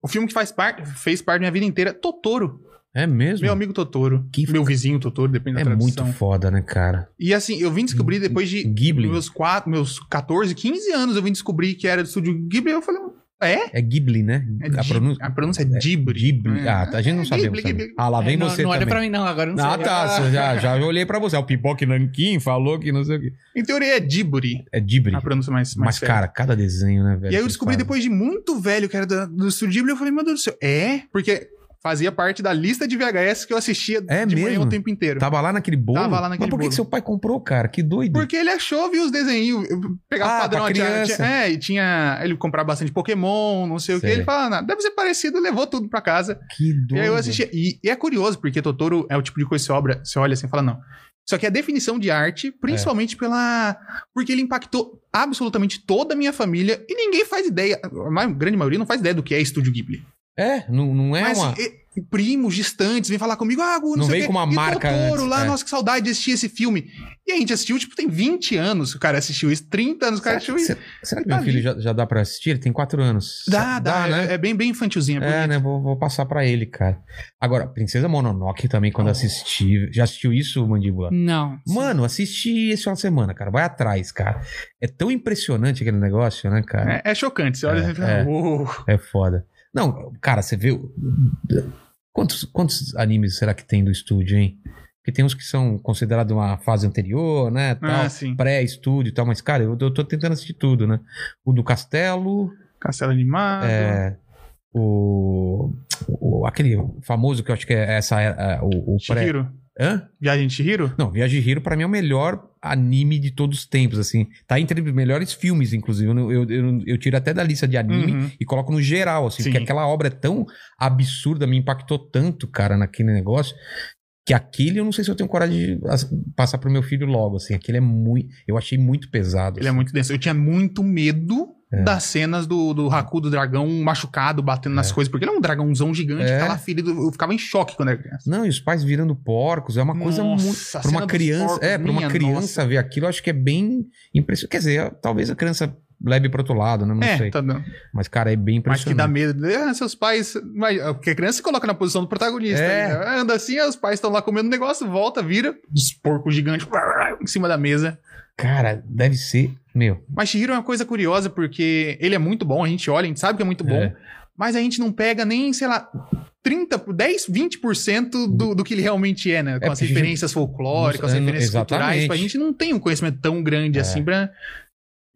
[SPEAKER 2] O Um filme que faz parte, fez parte da minha vida inteira, Totoro.
[SPEAKER 1] É mesmo?
[SPEAKER 2] Meu amigo Totoro.
[SPEAKER 1] Que-
[SPEAKER 2] Meu vizinho Totoro, depende
[SPEAKER 1] é
[SPEAKER 2] da tradução.
[SPEAKER 1] muito foda, né, cara?
[SPEAKER 2] E assim, eu vim descobrir depois de
[SPEAKER 1] Ghibli.
[SPEAKER 2] meus, quatro, meus 14, 15 anos, eu vim descobrir que era do estúdio Ghibli. Eu falei, é?
[SPEAKER 1] É Ghibli, né?
[SPEAKER 2] É
[SPEAKER 1] a
[SPEAKER 2] Ghi-
[SPEAKER 1] pronúncia...
[SPEAKER 2] a pronúncia é Ghibli.
[SPEAKER 1] Ghibli.
[SPEAKER 2] É.
[SPEAKER 1] Ah, tá, a gente não
[SPEAKER 2] É
[SPEAKER 1] sabemos.
[SPEAKER 2] Ghibli,
[SPEAKER 1] também.
[SPEAKER 2] Ghibli.
[SPEAKER 1] Ah, lá vem
[SPEAKER 3] É, não-
[SPEAKER 1] você
[SPEAKER 3] não
[SPEAKER 1] também.
[SPEAKER 3] olha pra mim não, agora eu não
[SPEAKER 1] ah,
[SPEAKER 3] sei.
[SPEAKER 1] tá. você Já, já olhei pra você. Ah, O Pipoque Nanquim falou que não sei o quê.
[SPEAKER 2] Em teoria é Ghibli,
[SPEAKER 1] É Ghibli.
[SPEAKER 2] a pronúncia Ah, mais, mais
[SPEAKER 1] Mas,
[SPEAKER 2] séria.
[SPEAKER 1] cara, cada desenho, né, velho?
[SPEAKER 2] E aí eu
[SPEAKER 1] que
[SPEAKER 2] descobri
[SPEAKER 1] faz.
[SPEAKER 2] depois de muito velho que era da- do estúdio Ghibli, eu falei, meu Deus do céu, é? Porque fazia parte da lista de VHS que eu assistia
[SPEAKER 1] É
[SPEAKER 2] de manhã
[SPEAKER 1] mesmo?
[SPEAKER 2] o tempo inteiro.
[SPEAKER 1] Tava lá naquele bolo?
[SPEAKER 2] Tava lá naquele
[SPEAKER 1] Mas por que
[SPEAKER 2] bolo.
[SPEAKER 1] que seu pai comprou, cara? Que doido.
[SPEAKER 2] Porque ele achou, viu os desenhinhos, eu pegava
[SPEAKER 1] Ah,
[SPEAKER 2] o padrão,
[SPEAKER 1] pra
[SPEAKER 2] tinha,
[SPEAKER 1] criança.
[SPEAKER 2] tinha- é, e tinha, ele comprava bastante Pokémon, não sei o que,
[SPEAKER 1] Sei.
[SPEAKER 2] ele falava, "Ah, deve ser parecido, levou tudo pra casa.
[SPEAKER 1] Que doido.
[SPEAKER 2] E aí eu assistia, e, e é curioso, porque Totoro é o tipo de coisa que você, obra, você olha assim e fala, não. Só que a definição de arte, principalmente pela... Porque ele impactou absolutamente toda a minha família e ninguém faz ideia, a ma- grande maioria não faz ideia do que é Estúdio Ghibli.
[SPEAKER 1] É, não, não é
[SPEAKER 2] Mas
[SPEAKER 1] uma...
[SPEAKER 2] e- primos distantes vêm falar comigo, ah, Gu, não,
[SPEAKER 1] Não
[SPEAKER 2] sei
[SPEAKER 1] veio
[SPEAKER 2] o quê.
[SPEAKER 1] com uma
[SPEAKER 2] e
[SPEAKER 1] marca
[SPEAKER 2] Totoro
[SPEAKER 1] antes,
[SPEAKER 2] lá,
[SPEAKER 1] é.
[SPEAKER 2] nossa, que saudade de assistir esse filme. E a gente assistiu, tipo, tem 20 anos que o cara assistiu isso, 30 anos que o cara assistiu isso.
[SPEAKER 1] Será, será que meu
[SPEAKER 2] Tá
[SPEAKER 1] filho
[SPEAKER 2] ali.
[SPEAKER 1] já, já dá pra assistir? Ele tem quatro anos.
[SPEAKER 2] Dá, dá,
[SPEAKER 1] né?
[SPEAKER 2] é, é bem, bem infantilzinho. É,
[SPEAKER 1] É,
[SPEAKER 2] bonito.
[SPEAKER 1] né? Vou, vou passar pra ele, cara. Agora, Princesa Mononoke também, quando assisti. Já assistiu isso, Mandíbula?
[SPEAKER 3] Não.
[SPEAKER 1] Mano, assisti esse final de semana, cara. Vai atrás, cara. É tão impressionante aquele negócio, né, cara?
[SPEAKER 2] É, é chocante, você olha
[SPEAKER 1] É,
[SPEAKER 2] e fala,
[SPEAKER 1] é.
[SPEAKER 2] "Uou". né,
[SPEAKER 1] É, foda. Não, cara, você viu. Quantos, quantos animes será que tem do estúdio, hein? Porque tem uns que são considerados uma fase anterior, né? Tal,
[SPEAKER 2] Ah, sim.
[SPEAKER 1] Pré-estúdio e tal, mas, cara, eu, eu tô tentando assistir tudo, né? O do Castelo,
[SPEAKER 2] Castelo Animado.
[SPEAKER 1] é, o, o- Aquele famoso que eu acho que é essa. É, é, o, o pré.
[SPEAKER 2] Shihiro.
[SPEAKER 1] Hã?
[SPEAKER 2] Viagem de Shihiro?
[SPEAKER 1] Não, Viagem de Hiro pra mim é o melhor anime de todos os tempos, assim. Tá entre os melhores filmes, inclusive. Eu, eu- eu- eu tiro até da lista de anime
[SPEAKER 2] Uhum.
[SPEAKER 1] e coloco no geral, assim.
[SPEAKER 2] Sim.
[SPEAKER 1] Porque aquela obra é tão absurda, me impactou tanto, cara, naquele negócio. Que aquele eu não sei se eu tenho coragem de as- passar pro meu filho logo, assim. Aquele é muito... Eu achei muito pesado.
[SPEAKER 2] Ele é
[SPEAKER 1] assim.
[SPEAKER 2] muito denso. Eu tinha muito medo
[SPEAKER 1] É.
[SPEAKER 2] das cenas do, do Haku, do dragão um machucado, batendo nas coisas, porque ele é um dragãozão gigante,
[SPEAKER 1] É.
[SPEAKER 2] é. aquela filha, eu ficava em choque quando era criança.
[SPEAKER 1] Não, e os pais virando porcos. É uma coisa
[SPEAKER 2] Nossa,
[SPEAKER 1] muito...
[SPEAKER 2] a
[SPEAKER 1] Pra
[SPEAKER 2] cena
[SPEAKER 1] uma
[SPEAKER 2] dos
[SPEAKER 1] criança...
[SPEAKER 2] porcos,
[SPEAKER 1] é, pra uma
[SPEAKER 2] minha
[SPEAKER 1] criança
[SPEAKER 2] nossa.
[SPEAKER 1] ver aquilo, eu acho que é bem impressionante. Quer dizer, talvez a criança leve pro outro lado, né? Não
[SPEAKER 2] é,
[SPEAKER 1] sei.
[SPEAKER 2] tá dando.
[SPEAKER 1] Mas, cara, é bem
[SPEAKER 2] Acho que dá
[SPEAKER 1] impressionante.
[SPEAKER 2] medo. Ah, seus pais. Mas, ah, porque a criança se coloca na posição do protagonista.
[SPEAKER 1] É.
[SPEAKER 2] né? Ah, Anda assim, ah, os pais estão lá comendo um negócio, volta, vira, os porcos gigantes em cima da mesa.
[SPEAKER 1] Cara, deve ser. Meu.
[SPEAKER 2] Mas Shihiro é uma coisa curiosa, porque ele é muito bom, a gente olha, a gente sabe que é muito bom,
[SPEAKER 1] É.
[SPEAKER 2] mas a gente não pega nem, sei lá, 30, 10, 20% do, do que ele realmente é, né? Com
[SPEAKER 1] É,
[SPEAKER 2] as
[SPEAKER 1] porque a gente-
[SPEAKER 2] referências folclóricas, as
[SPEAKER 1] É, não-
[SPEAKER 2] referências culturais.
[SPEAKER 1] exatamente.
[SPEAKER 2] Tipo, a gente não tem um conhecimento tão grande
[SPEAKER 1] É.
[SPEAKER 2] assim pra.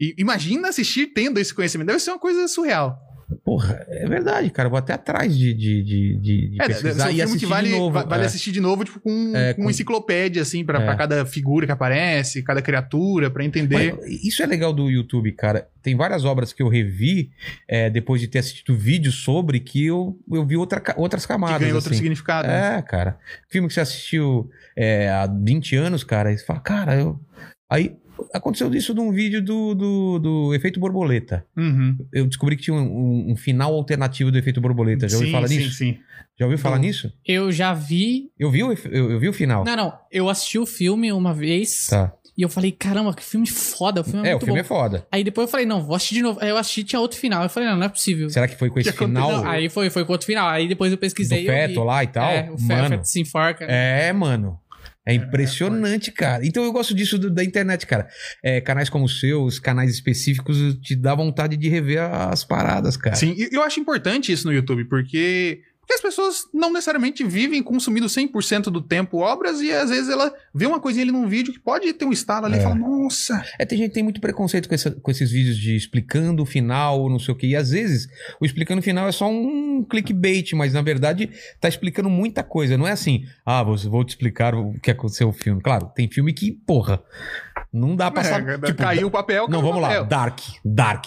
[SPEAKER 2] I- Imagina assistir tendo esse conhecimento. Deve ser uma coisa surreal.
[SPEAKER 1] Porra, é verdade, cara. Eu vou até atrás de, de, de, de, de
[SPEAKER 2] É, deve ser um
[SPEAKER 1] pesquisar e
[SPEAKER 2] filme
[SPEAKER 1] assistir
[SPEAKER 2] que vale,
[SPEAKER 1] de novo.
[SPEAKER 2] va- vale
[SPEAKER 1] é.
[SPEAKER 2] assistir de novo, tipo, com,
[SPEAKER 1] É,
[SPEAKER 2] com
[SPEAKER 1] com-
[SPEAKER 2] uma enciclopédia, assim, pra,
[SPEAKER 1] É.
[SPEAKER 2] pra cada figura que aparece, cada criatura, pra entender.
[SPEAKER 1] Mas Isso é legal do YouTube, cara. Tem várias obras que eu revi é, depois de ter assistido vídeos sobre que eu, eu vi outra ca- outras
[SPEAKER 2] que
[SPEAKER 1] camadas.
[SPEAKER 2] ganha outro
[SPEAKER 1] assim.
[SPEAKER 2] significado. né?
[SPEAKER 1] É, cara. Filme que você assistiu é, há 20 anos, cara, e você fala, cara, eu. Aí aconteceu isso num vídeo do, do, do Efeito Borboleta.
[SPEAKER 2] Uhum.
[SPEAKER 1] Eu descobri que tinha um, um- um final alternativo do Efeito Borboleta. Então, Já ouviu
[SPEAKER 2] Sim,
[SPEAKER 1] falar
[SPEAKER 2] sim,
[SPEAKER 1] nisso?
[SPEAKER 2] sim.
[SPEAKER 1] Já ouviu falar
[SPEAKER 3] Do-
[SPEAKER 1] nisso?
[SPEAKER 3] Eu já vi.
[SPEAKER 1] Eu vi o, efe- eu, eu vi o final.
[SPEAKER 3] Não, não. Eu assisti o filme uma vez
[SPEAKER 1] Tá.
[SPEAKER 3] e eu falei, caramba, que filme foda. O filme é,
[SPEAKER 1] É, o
[SPEAKER 3] muito
[SPEAKER 1] filme é
[SPEAKER 3] bom.
[SPEAKER 1] foda.
[SPEAKER 3] Aí depois eu falei, não, vou assistir de novo. Aí eu assisti tinha outro final. Eu falei, não, não é possível.
[SPEAKER 1] Será que foi com esse
[SPEAKER 2] aconteceu?
[SPEAKER 1] final
[SPEAKER 3] Não, aí foi, foi com outro final. Aí depois eu
[SPEAKER 1] é do
[SPEAKER 3] pesquisei. e Ah, eu vi.
[SPEAKER 1] feto lá e tal?
[SPEAKER 3] É, o fe-
[SPEAKER 1] Mano.
[SPEAKER 3] feto se enforca. né?
[SPEAKER 1] É, mano. É impressionante, cara. Então eu gosto disso do- da internet, cara. É, canais como os seus, canais específicos, te dá vontade de rever as paradas, cara.
[SPEAKER 2] Sim, e eu acho importante isso no YouTube, porque, porque as pessoas não necessariamente vivem consumindo 100% do tempo obras e às vezes ela vê uma coisinha ali num vídeo que pode ter um estalo ali e
[SPEAKER 1] É.
[SPEAKER 2] fala, nossa.
[SPEAKER 1] É, tem gente que tem muito preconceito com, essa- com esses vídeos de explicando o final, não sei o quê. E às vezes, o explicando o final é só um clickbait, mas na verdade tá explicando muita coisa. Não é assim, ah, vou, vou te explicar o que aconteceu no filme. Claro, tem filme que, porra, não dá pra saber.
[SPEAKER 2] é,
[SPEAKER 1] tipo,
[SPEAKER 2] caiu o papel.
[SPEAKER 1] Não,
[SPEAKER 2] caiu o
[SPEAKER 1] vamos lá.
[SPEAKER 2] papel.
[SPEAKER 1] Dark, Dark.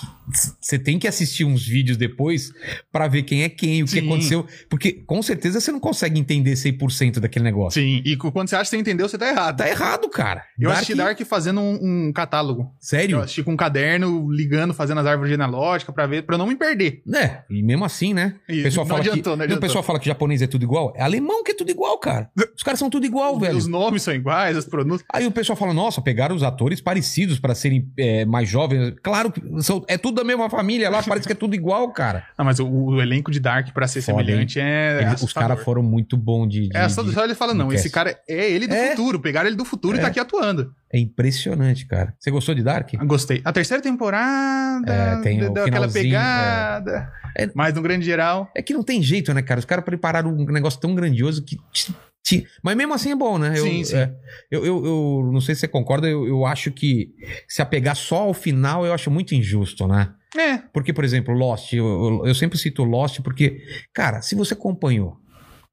[SPEAKER 1] Você tem que assistir uns vídeos depois pra ver quem é quem, o que
[SPEAKER 2] Sim.
[SPEAKER 1] aconteceu. Porque com certeza você não consegue entender 100% daquele negócio.
[SPEAKER 2] Sim, e quando você acha que você entendeu, você tá errado.
[SPEAKER 1] Tá errado, cara.
[SPEAKER 2] Eu assisti Dark fazendo um, um catálogo. Eu
[SPEAKER 1] Sério?
[SPEAKER 2] assisti com um caderno, ligando, fazendo as árvores genealógicas pra ver, pra eu não me perder.
[SPEAKER 1] É, e mesmo assim, né?
[SPEAKER 2] E
[SPEAKER 1] O pessoal
[SPEAKER 2] não
[SPEAKER 1] fala
[SPEAKER 2] adiantou,
[SPEAKER 1] que,
[SPEAKER 2] não
[SPEAKER 1] não, o
[SPEAKER 2] adiantou.
[SPEAKER 1] pessoal fala que japonês é tudo igual. É alemão que é tudo igual, cara. Os caras são tudo igual, velho.
[SPEAKER 2] Os nomes são iguais, os produtos.
[SPEAKER 1] Aí o pessoal fala, nossa, pegaram os atores parecidos pra serem é, mais jovens. Claro que são, é tudo da mesma família lá, parece que é tudo igual, cara.
[SPEAKER 2] Ah, mas o, o elenco de Dark pra ser
[SPEAKER 1] Foda,
[SPEAKER 2] semelhante é.
[SPEAKER 1] Eles- os
[SPEAKER 2] assustador.
[SPEAKER 1] caras foram muito bons de, de-
[SPEAKER 2] É,
[SPEAKER 1] de-
[SPEAKER 2] só, só ele fala,
[SPEAKER 1] de
[SPEAKER 2] não, esse
[SPEAKER 1] cast.
[SPEAKER 2] cara é ele do
[SPEAKER 1] É.
[SPEAKER 2] futuro, pegaram ele do futuro e
[SPEAKER 1] É.
[SPEAKER 2] tá aqui atuando.
[SPEAKER 1] É impressionante, cara. Você gostou de Dark?
[SPEAKER 2] Gostei. A terceira temporada
[SPEAKER 1] É, tem
[SPEAKER 2] de-
[SPEAKER 1] o
[SPEAKER 2] deu aquela
[SPEAKER 1] finalzinho,
[SPEAKER 2] pegada,
[SPEAKER 1] é. É.
[SPEAKER 2] mas no grande geral...
[SPEAKER 1] É que não tem jeito, né, cara? Os caras prepararam um negócio tão grandioso que. te- te- Mas mesmo assim é bom, né? Eu,
[SPEAKER 2] Sim, sim.
[SPEAKER 1] é, eu, eu, eu não sei se você concorda, eu, eu acho que se apegar só ao final, eu acho muito injusto, né?
[SPEAKER 2] É,
[SPEAKER 1] Porque, por exemplo, Lost, eu, eu- eu sempre cito Lost porque, cara, se você acompanhou,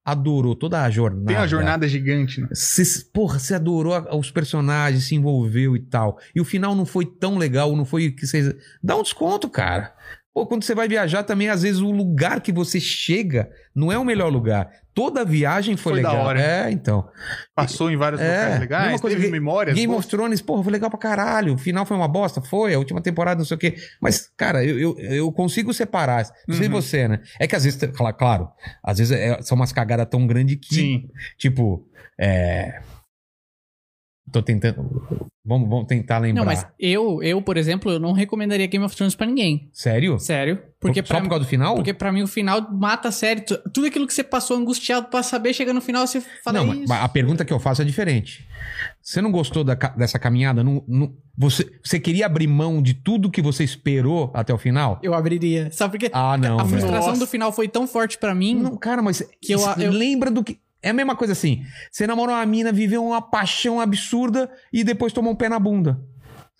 [SPEAKER 1] adorou toda a jornada.
[SPEAKER 2] tem uma jornada gigante, né?
[SPEAKER 1] Cê, porra, você adorou a- os personagens, se envolveu e tal. E o final não foi tão legal, não foi que você. Dá um desconto, cara. Pô, quando você vai viajar também, às vezes o lugar que você chega não é o melhor lugar. Toda a viagem foi,
[SPEAKER 2] Foi da
[SPEAKER 1] legal.
[SPEAKER 2] hora.
[SPEAKER 1] É, então.
[SPEAKER 2] Passou em vários
[SPEAKER 1] É,
[SPEAKER 2] locais legais,
[SPEAKER 1] mesma coisa,
[SPEAKER 2] teve
[SPEAKER 1] Ga-
[SPEAKER 2] memórias.
[SPEAKER 1] Game
[SPEAKER 2] boas.
[SPEAKER 1] of Thrones, porra, foi legal pra caralho. O final foi uma bosta? Foi, a última temporada, não sei o quê. Mas, cara, eu, eu, eu consigo separar. Não sei
[SPEAKER 2] Uhum.
[SPEAKER 1] você, né? É que às vezes, cla- claro, às vezes é- são umas cagadas tão grandes que.
[SPEAKER 2] Sim,
[SPEAKER 1] Tipo, é. Tô tentando. Vamos, vamos tentar lembrar.
[SPEAKER 3] Não, mas eu, eu, por exemplo, eu não recomendaria Game of Thrones pra ninguém.
[SPEAKER 1] Sério?
[SPEAKER 3] Sério. Porque,
[SPEAKER 1] Só
[SPEAKER 3] pra,
[SPEAKER 1] por causa do final?
[SPEAKER 3] porque pra mim o final mata a série. Tu- Tudo aquilo que você passou angustiado pra saber, chega no final você fala
[SPEAKER 1] não,
[SPEAKER 3] isso.
[SPEAKER 1] mas a pergunta que eu faço é diferente. Você não gostou da ca- dessa caminhada? Não, não- você, você queria abrir mão de tudo que você esperou até o final?
[SPEAKER 3] Eu abriria. Sabe por quê?
[SPEAKER 1] Ah, não.
[SPEAKER 3] a
[SPEAKER 1] velho.
[SPEAKER 3] frustração
[SPEAKER 2] Nossa.
[SPEAKER 3] do final foi tão forte pra mim.
[SPEAKER 1] Não, cara, mas
[SPEAKER 3] Hum. Que eu-
[SPEAKER 1] cê
[SPEAKER 3] eu-
[SPEAKER 1] lembra do que. É a mesma coisa assim. Você namorou uma mina, viveu uma paixão absurda e depois tomou um pé na bunda.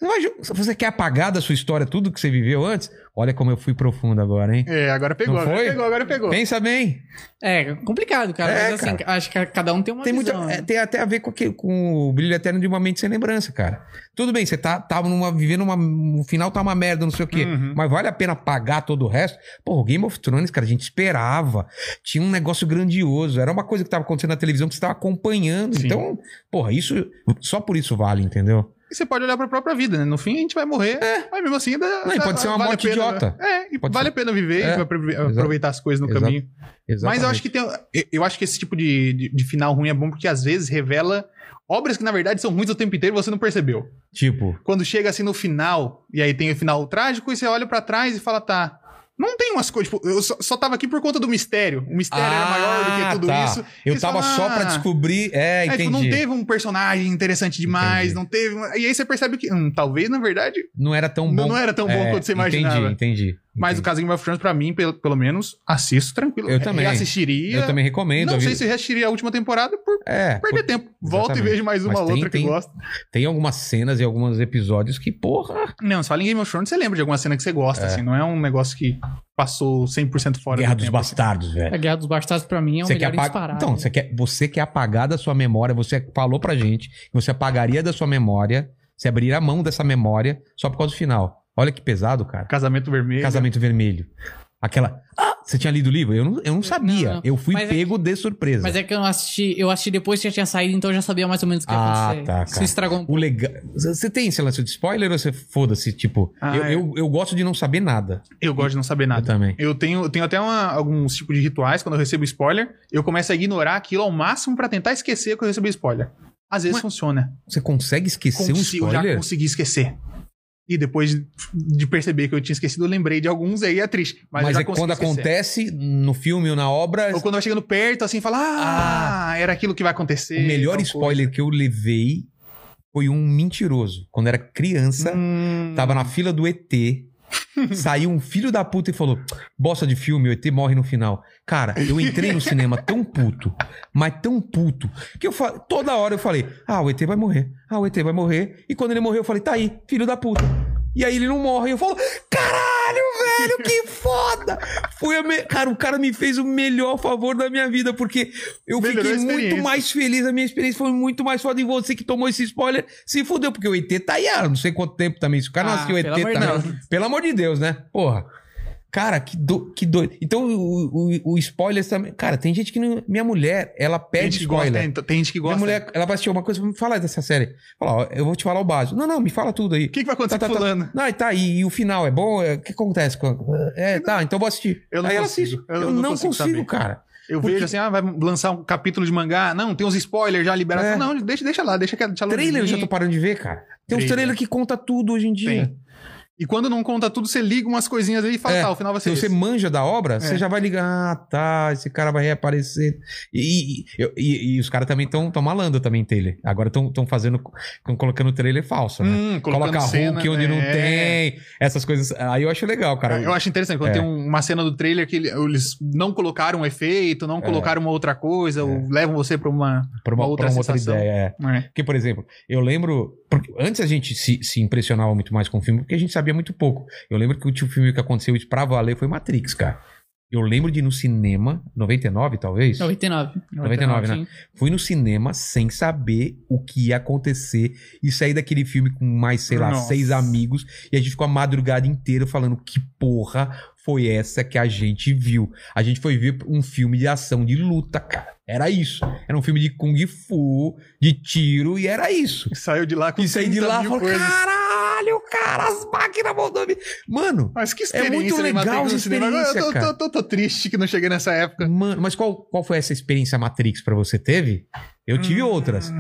[SPEAKER 1] Você, vai ju- se você quer apagar da sua história tudo que você viveu antes? Olha como eu fui profundo agora, hein?
[SPEAKER 2] é, agora pegou,
[SPEAKER 1] Não
[SPEAKER 2] agora
[SPEAKER 1] foi?
[SPEAKER 2] pegou, agora pegou.
[SPEAKER 1] Pensa bem.
[SPEAKER 3] É complicado, cara.
[SPEAKER 1] É,
[SPEAKER 3] mas assim, acho que cada um tem uma
[SPEAKER 1] Tem, muito,
[SPEAKER 3] visão.
[SPEAKER 2] né?
[SPEAKER 1] é, tem até a ver com, aquele- com o brilho eterno de uma mente sem lembrança, cara. Tudo bem, você tá, tá numa, vivendo uma. O final tá uma merda, não sei o quê.
[SPEAKER 2] Uhum.
[SPEAKER 1] Mas vale a pena pagar todo o resto? Pô, o Game of Thrones, cara, a gente esperava. Tinha um negócio grandioso. Era uma coisa que tava acontecendo na televisão que você tava acompanhando.
[SPEAKER 2] Sim.
[SPEAKER 1] Então, porra, isso. Só por isso vale, entendeu?
[SPEAKER 2] E você pode olhar pra própria vida, né? No fim a gente vai morrer, mas mesmo assim... Ainda,
[SPEAKER 1] É. Não, e pode ser uma
[SPEAKER 2] a
[SPEAKER 1] morte
[SPEAKER 2] pena,
[SPEAKER 1] idiota.
[SPEAKER 2] né? É, e
[SPEAKER 1] Pode
[SPEAKER 2] vale
[SPEAKER 1] ser.
[SPEAKER 2] a pena
[SPEAKER 1] É.
[SPEAKER 2] viver, e vai aprove- aproveitar as coisas no
[SPEAKER 1] Exato.
[SPEAKER 2] caminho. um, Mas eu acho que tem. eu- Eu acho que esse tipo de, de, de final ruim é bom porque às vezes revela Obras que, na verdade, são ruins o tempo inteiro e você não percebeu.
[SPEAKER 1] Tipo,
[SPEAKER 2] Quando chega assim no final, e aí tem o final trágico, e você olha pra trás e fala, tá. Não tem umas coisas. Tipo, eu só, só tava aqui por conta do mistério. O mistério era maior do que tudo
[SPEAKER 1] tá.
[SPEAKER 2] isso.
[SPEAKER 1] Eu
[SPEAKER 2] Eles
[SPEAKER 1] tava
[SPEAKER 2] falam,
[SPEAKER 1] só
[SPEAKER 2] "Ah,
[SPEAKER 1] pra descobrir. É,
[SPEAKER 2] é,
[SPEAKER 1] entendi.
[SPEAKER 2] tipo,
[SPEAKER 1] não,
[SPEAKER 2] não teve um personagem interessante demais,
[SPEAKER 1] Entendi.
[SPEAKER 2] não teve. uma- E aí você percebe que. hum, talvez, na verdade,
[SPEAKER 1] era tão
[SPEAKER 2] não,
[SPEAKER 1] bom.
[SPEAKER 2] não era tão bom
[SPEAKER 1] É,
[SPEAKER 2] quanto você imaginava.
[SPEAKER 1] Entendi, entendi.
[SPEAKER 2] Mas o
[SPEAKER 1] entendi.
[SPEAKER 2] caso Game of Thrones, pra mim, pelo, pelo menos, assisto tranquilo.
[SPEAKER 1] Eu
[SPEAKER 2] É,
[SPEAKER 1] também.
[SPEAKER 2] Assistiria.
[SPEAKER 1] Eu também recomendo.
[SPEAKER 2] Não
[SPEAKER 1] a
[SPEAKER 2] sei
[SPEAKER 1] vida-
[SPEAKER 2] se reassistiria a última temporada por
[SPEAKER 1] É,
[SPEAKER 2] perder
[SPEAKER 1] pô,
[SPEAKER 2] tempo. Volta e
[SPEAKER 1] exatamente.
[SPEAKER 2] vejo mais uma
[SPEAKER 1] Mas tem-
[SPEAKER 2] outra
[SPEAKER 1] tem-
[SPEAKER 2] que gosta.
[SPEAKER 1] tem algumas cenas e alguns episódios que, porra,
[SPEAKER 2] Não, se fala em Game of Thrones, você lembra de alguma cena que você gosta, assim. Não é um negócio que passou 100% fora
[SPEAKER 1] Guerra
[SPEAKER 2] do
[SPEAKER 1] dos
[SPEAKER 2] tempo.
[SPEAKER 1] Bastardos, velho.
[SPEAKER 3] A Guerra dos Bastardos, pra mim, é o
[SPEAKER 1] Você quer
[SPEAKER 3] melhor
[SPEAKER 1] apagar?
[SPEAKER 3] disparado.
[SPEAKER 1] Então, você quer, você quer apagar da sua memória, você falou pra gente que você apagaria da sua memória, você abriria a mão dessa memória só por causa do final. Olha que pesado, cara.
[SPEAKER 2] Casamento Vermelho.
[SPEAKER 1] Casamento Vermelho. Aquela. Ah, você tinha lido o livro? Eu não, eu não sabia.
[SPEAKER 3] Não, não.
[SPEAKER 1] Eu fui
[SPEAKER 3] Mas é
[SPEAKER 1] pego de surpresa.
[SPEAKER 3] Mas é que eu não assisti, eu assisti depois que já tinha saído, então eu já sabia mais ou menos o que ia
[SPEAKER 1] Ah,
[SPEAKER 3] acontecer.
[SPEAKER 1] tá, cara.
[SPEAKER 3] Se estragou um
[SPEAKER 1] O legal. Você tem esse lance de spoiler ou você foda-se? Tipo,
[SPEAKER 2] Ah,
[SPEAKER 1] eu,
[SPEAKER 2] é.
[SPEAKER 1] eu, eu gosto de não saber nada.
[SPEAKER 2] Eu gosto de não saber
[SPEAKER 1] Eu
[SPEAKER 2] nada.
[SPEAKER 1] também.
[SPEAKER 2] Eu tenho, eu tenho até uma- alguns tipos de rituais, quando eu recebo spoiler, eu começo a ignorar aquilo ao máximo pra tentar esquecer que eu recebi spoiler. Às vezes
[SPEAKER 1] Mas-
[SPEAKER 2] funciona.
[SPEAKER 1] Você consegue esquecer
[SPEAKER 2] Consigo,
[SPEAKER 1] um
[SPEAKER 2] já
[SPEAKER 1] spoiler?
[SPEAKER 2] consegui esquecer. E depois de- de perceber que eu tinha esquecido, eu lembrei de alguns e aí é triste. Mas,
[SPEAKER 1] Mas,
[SPEAKER 2] eu já
[SPEAKER 1] é
[SPEAKER 2] consegui
[SPEAKER 1] quando
[SPEAKER 2] esquecer.
[SPEAKER 1] acontece no filme ou na obra.
[SPEAKER 2] Ou quando vai chegando perto, assim, fala, ah, era aquilo que vai acontecer.
[SPEAKER 1] O melhor
[SPEAKER 2] tal
[SPEAKER 1] spoiler que eu levei foi um mentiroso. Quando era criança,
[SPEAKER 2] coisa. Hum,
[SPEAKER 1] tava na fila do ET. saiu um filho da puta e falou: Bosta de filme, o ET morre no final. Cara, eu entrei no cinema tão puto, mas tão puto, que eu fa- toda hora eu falei: Ah, o ET vai morrer. Ah, o ET vai morrer. E quando ele morreu, eu falei: Tá aí, filho da puta. E aí ele não morre. Eu falo: Caralho, velho, que foda! Foi a me- Cara, o cara me fez o melhor favor da minha vida, porque eu
[SPEAKER 2] Melhorou a
[SPEAKER 1] fiquei
[SPEAKER 2] experiência.
[SPEAKER 1] muito mais feliz. A minha experiência foi muito mais foda. E você que tomou esse spoiler se fudeu, porque o ET tá aí há não sei quanto tempo também. Se o cara não
[SPEAKER 3] Ah,
[SPEAKER 1] assistiu o ET
[SPEAKER 3] pelo amor de
[SPEAKER 1] também.
[SPEAKER 3] Deus.
[SPEAKER 1] Pelo amor de Deus, né? Porra. Cara, que, do, que doido. Então, o, o, o spoiler também. Cara, tem gente que não. Minha mulher, ela
[SPEAKER 2] Tem
[SPEAKER 1] pede
[SPEAKER 2] gente que gosta,
[SPEAKER 1] spoiler.
[SPEAKER 2] né? Tem gente que
[SPEAKER 1] Minha
[SPEAKER 2] gosta.
[SPEAKER 1] mulher, ela vai assistir uma coisa, me fala dessa série. Fala, ó, eu vou te falar o básico. Não, não, me fala tudo aí.
[SPEAKER 2] O que, que vai acontecer
[SPEAKER 1] Tá,
[SPEAKER 2] com
[SPEAKER 1] tá, tá.
[SPEAKER 2] fulano?
[SPEAKER 1] Não, e tá, e, e o final é bom? É, O que acontece? com- É, tá, então eu vou assistir.
[SPEAKER 2] Eu não
[SPEAKER 1] aí
[SPEAKER 2] consigo.
[SPEAKER 1] ela assiste. Eu, não, consigo,
[SPEAKER 2] saber.
[SPEAKER 1] cara.
[SPEAKER 2] Eu
[SPEAKER 1] Porque-
[SPEAKER 2] vejo assim, ah, vai lançar um capítulo de mangá. Não, tem uns spoilers já liberados.
[SPEAKER 1] É.
[SPEAKER 2] Não, deixa, deixa lá, deixa que a deixa a
[SPEAKER 1] Trailer eu já
[SPEAKER 2] luzinha.
[SPEAKER 1] tô parando de ver, cara. Tem uns
[SPEAKER 2] Trailer.
[SPEAKER 1] trailer que conta tudo hoje em dia.
[SPEAKER 2] Tem. E quando não conta tudo, você liga umas coisinhas aí e fala,
[SPEAKER 1] É,
[SPEAKER 2] tá, o final vai
[SPEAKER 1] Se
[SPEAKER 2] ser
[SPEAKER 1] você
[SPEAKER 2] esse.
[SPEAKER 1] manja da obra,
[SPEAKER 2] É.
[SPEAKER 1] você já vai ligar, ah, tá, esse cara vai reaparecer. E, e- eu- e- e os caras também estão malando também trailer. Agora estão fazendo, tão colocando trailer falso, né?
[SPEAKER 2] Hum, colocando
[SPEAKER 1] Coloca
[SPEAKER 2] cena,
[SPEAKER 1] Hulk onde não
[SPEAKER 2] é.
[SPEAKER 1] tem, essas coisas. Aí eu acho legal, cara.
[SPEAKER 2] Eu acho interessante, quando
[SPEAKER 1] É.
[SPEAKER 2] tem um- uma cena do trailer que ele- eles não colocaram um efeito,
[SPEAKER 1] É.
[SPEAKER 2] não colocaram uma outra coisa, ou levam você pra uma...
[SPEAKER 1] pra uma,
[SPEAKER 2] uma outra
[SPEAKER 1] pra uma outra
[SPEAKER 2] sensação.
[SPEAKER 1] ideia. é.
[SPEAKER 2] É.
[SPEAKER 1] Porque, por exemplo, eu lembro. porque antes a gente se, se impressionava muito mais com o filme, porque a gente sabia muito pouco. Eu lembro que o último filme que aconteceu isso pra valer foi Matrix, cara. Eu lembro de ir no cinema, 99 talvez.
[SPEAKER 3] 99.
[SPEAKER 1] 99, né? Fui no cinema sem saber o que ia acontecer e saí daquele filme com mais, sei lá,
[SPEAKER 2] Nossa.
[SPEAKER 1] seis amigos e a gente ficou a madrugada inteira falando que porra foi essa que a gente viu. A gente foi ver um filme de ação de luta, cara. Era isso. Era um filme de kung fu, de tiro e era isso.
[SPEAKER 2] Saiu de lá com
[SPEAKER 1] E saí de
[SPEAKER 2] 30
[SPEAKER 1] lá e
[SPEAKER 2] mil
[SPEAKER 1] falei,
[SPEAKER 2] coisas.
[SPEAKER 1] caralho, cara, as máquinas voltou. Mano,
[SPEAKER 2] Mas que
[SPEAKER 1] É
[SPEAKER 2] experiência
[SPEAKER 1] muito
[SPEAKER 2] né,
[SPEAKER 1] legal
[SPEAKER 2] Matrix
[SPEAKER 1] essa
[SPEAKER 2] no cinema. Agora
[SPEAKER 1] experiência,
[SPEAKER 2] Eu tô,
[SPEAKER 1] cara.
[SPEAKER 2] tô- tô- tô triste que não cheguei nessa época.
[SPEAKER 1] mano, mas qual, qual foi essa experiência Matrix pra você? Teve? Eu
[SPEAKER 2] Hum.
[SPEAKER 1] tive outras.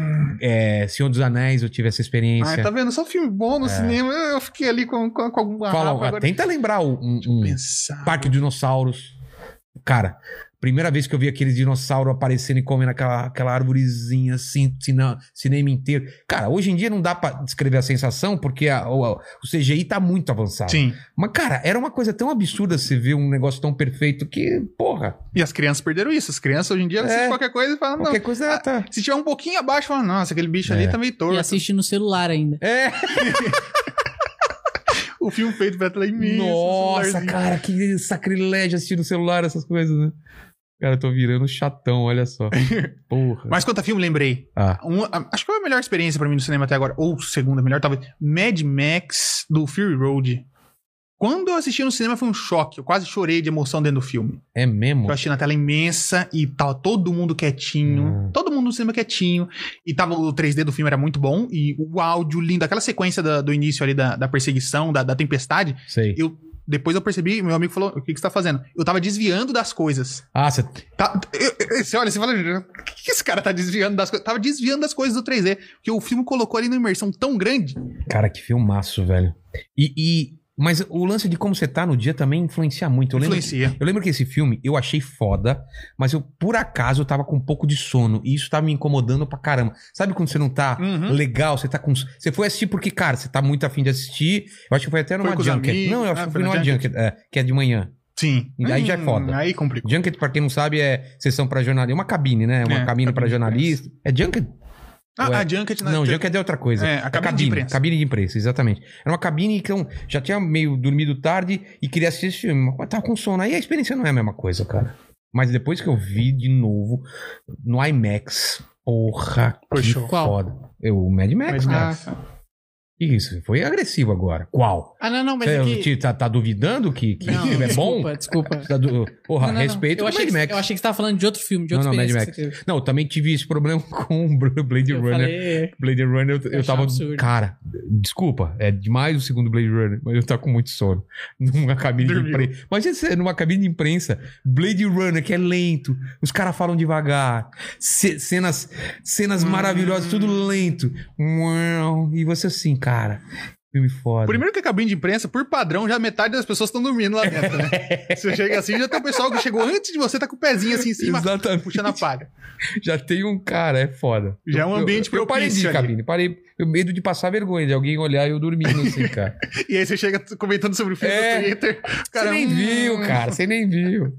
[SPEAKER 1] É, Senhor dos Anéis, eu tive essa experiência. É.
[SPEAKER 2] Ah, tá vendo? Só filme bom no cinema. Eu eu fiquei ali com, com, com algum
[SPEAKER 1] Fala,
[SPEAKER 2] garrafa.
[SPEAKER 1] ah,
[SPEAKER 2] agora.
[SPEAKER 1] tenta lembrar o um, um
[SPEAKER 2] Pensar.
[SPEAKER 1] Parque de Dinossauros. Cara, primeira vez que eu vi aqueles dinossauros aparecendo e comendo aquela, aquela arvorezinha assim, cina- cinema inteiro. Cara, hoje em dia não dá pra descrever a sensação porque a- o, o CGI tá muito avançado.
[SPEAKER 2] Sim.
[SPEAKER 1] Mas, cara, era uma coisa tão absurda você ver um negócio tão perfeito que, porra,
[SPEAKER 2] E as crianças perderam isso. As crianças hoje em dia assistem qualquer coisa e falam, não.
[SPEAKER 1] É. qualquer coisa
[SPEAKER 2] ah,
[SPEAKER 1] tá.
[SPEAKER 2] Se tiver um pouquinho abaixo, fala, nossa, aquele bicho
[SPEAKER 1] É.
[SPEAKER 2] ali tá meio
[SPEAKER 3] E assim-
[SPEAKER 2] torto.
[SPEAKER 3] assiste no celular ainda.
[SPEAKER 1] É.
[SPEAKER 2] O filme feito pra tela imensa.
[SPEAKER 1] Nossa,
[SPEAKER 2] é celularzinho.
[SPEAKER 1] cara, que sacrilégio assistir no celular essas coisas, né? Cara, eu tô virando chatão, olha só. Porra.
[SPEAKER 2] Mas quanto a filme, lembrei.
[SPEAKER 1] Ah.
[SPEAKER 2] Um- a- acho que foi a melhor experiência pra mim no cinema até agora. Ou segunda melhor, talvez. Mad Max do Fury Road. Quando eu assisti no cinema foi um choque. Eu quase chorei de emoção dentro do filme.
[SPEAKER 1] É mesmo?
[SPEAKER 2] Eu achei na tela imensa e tava todo mundo quietinho.
[SPEAKER 1] Hum.
[SPEAKER 2] Todo mundo no cinema quietinho. E tava o 3D do filme era muito bom. E o áudio lindo, aquela sequência da- do início ali da, da perseguição, da, da tempestade.
[SPEAKER 1] Sei.
[SPEAKER 2] Eu Depois eu percebi, meu amigo falou: o que, que você tá fazendo? Eu tava desviando das coisas.
[SPEAKER 1] Ah, você.
[SPEAKER 2] Tá, eu- eu- você olha, você fala, o que, que esse cara tá desviando das coisas? Tava desviando das coisas do 3D. Porque o filme colocou ali numa imersão tão grande.
[SPEAKER 1] Cara, que filmaço, velho. E, e- Mas o lance de como você tá no dia também influencia muito. Eu lembro,
[SPEAKER 2] influencia.
[SPEAKER 1] eu lembro que esse filme eu achei foda, mas eu, por acaso, eu tava com um pouco de sono. E isso tava me incomodando pra caramba. Sabe quando você não tá
[SPEAKER 2] Uhum.
[SPEAKER 1] legal, você tá com. Você foi assistir porque, cara, você tá muito afim de assistir. Eu acho que foi até numa
[SPEAKER 2] Foi com os
[SPEAKER 1] Junket.
[SPEAKER 2] amigos,
[SPEAKER 1] não, eu acho
[SPEAKER 2] ah,
[SPEAKER 1] que foi
[SPEAKER 2] foi na
[SPEAKER 1] numa Junket, é, que é de manhã.
[SPEAKER 2] Sim. Hum,
[SPEAKER 1] E aí já é foda.
[SPEAKER 2] Aí complicou.
[SPEAKER 1] Junket, pra quem não sabe, é sessão pra jornalista. É uma cabine, né? Uma
[SPEAKER 2] É,
[SPEAKER 1] cabine pra
[SPEAKER 2] cabine de
[SPEAKER 1] jornalista. É Junket? Ué.
[SPEAKER 2] Ah, a Junket
[SPEAKER 1] é. Não, Junket é outra coisa.
[SPEAKER 2] É, a cabine de imprensa.
[SPEAKER 1] Cabine de imprensa, exatamente. Era uma cabine que então, já tinha meio dormido tarde e queria assistir esse filme, mas tava com sono. Aí a experiência não é a mesma coisa, cara. Mas depois que eu vi de novo no IMAX, porra,
[SPEAKER 2] Foi
[SPEAKER 1] que
[SPEAKER 2] show.
[SPEAKER 3] Qual?
[SPEAKER 1] foda. Eu, o Mad Max,
[SPEAKER 2] Mas,
[SPEAKER 1] cara.
[SPEAKER 2] cara,
[SPEAKER 1] Que Isso, foi agressivo agora. Qual?
[SPEAKER 3] Ah, não, não, mas
[SPEAKER 1] Cê,
[SPEAKER 3] é que...
[SPEAKER 1] te- tá, tá duvidando que, que
[SPEAKER 3] Não,
[SPEAKER 1] é bom?
[SPEAKER 3] desculpa, desculpa.
[SPEAKER 1] Tá du- Porra,
[SPEAKER 3] Não, não, não.
[SPEAKER 1] respeito
[SPEAKER 3] eu
[SPEAKER 1] o
[SPEAKER 3] achei,
[SPEAKER 1] Mad
[SPEAKER 3] que,
[SPEAKER 1] Max.
[SPEAKER 3] eu achei que você tava falando de outro filme, de
[SPEAKER 1] Não,
[SPEAKER 3] outra
[SPEAKER 1] não, Mad
[SPEAKER 3] experiência que você
[SPEAKER 1] Não, eu também tive esse problema com o Blade
[SPEAKER 3] teve. Eu
[SPEAKER 1] Runner.
[SPEAKER 3] falei... É,
[SPEAKER 1] Blade Runner, eu, eu
[SPEAKER 3] Eu
[SPEAKER 1] tava.
[SPEAKER 3] achava absurdo.
[SPEAKER 1] Cara, desculpa, é demais o segundo Blade Runner, mas eu tava com muito sono. Numa cabine
[SPEAKER 2] Dormiu.
[SPEAKER 1] de imprensa. Imagina você numa cabine de imprensa, Blade Runner, que é lento, os caras falam devagar, ce- cenas, cenas
[SPEAKER 2] Hum.
[SPEAKER 1] maravilhosas, tudo lento. Uau, E você assim, cara, filme foda.
[SPEAKER 2] Primeiro que a cabine de imprensa, por padrão, já metade das pessoas estão dormindo lá dentro, né? Você chega assim, já tem o pessoal que chegou antes de você, tá com o pezinho assim em cima,
[SPEAKER 1] Exatamente.
[SPEAKER 2] puxando a palha.
[SPEAKER 1] Já tem um cara, é foda.
[SPEAKER 2] Já é um
[SPEAKER 1] Eu-
[SPEAKER 2] ambiente
[SPEAKER 1] Eu, eu parei de ir
[SPEAKER 2] propício
[SPEAKER 1] de
[SPEAKER 2] ali.
[SPEAKER 1] cabine, parei. Eu medo de passar vergonha, de alguém olhar e eu dormindo assim, cara.
[SPEAKER 2] E aí você chega comentando sobre o filme
[SPEAKER 1] É.
[SPEAKER 2] no Twitter. o
[SPEAKER 1] Você
[SPEAKER 2] Cara,
[SPEAKER 1] nem
[SPEAKER 2] hum.
[SPEAKER 1] viu, cara, você nem viu.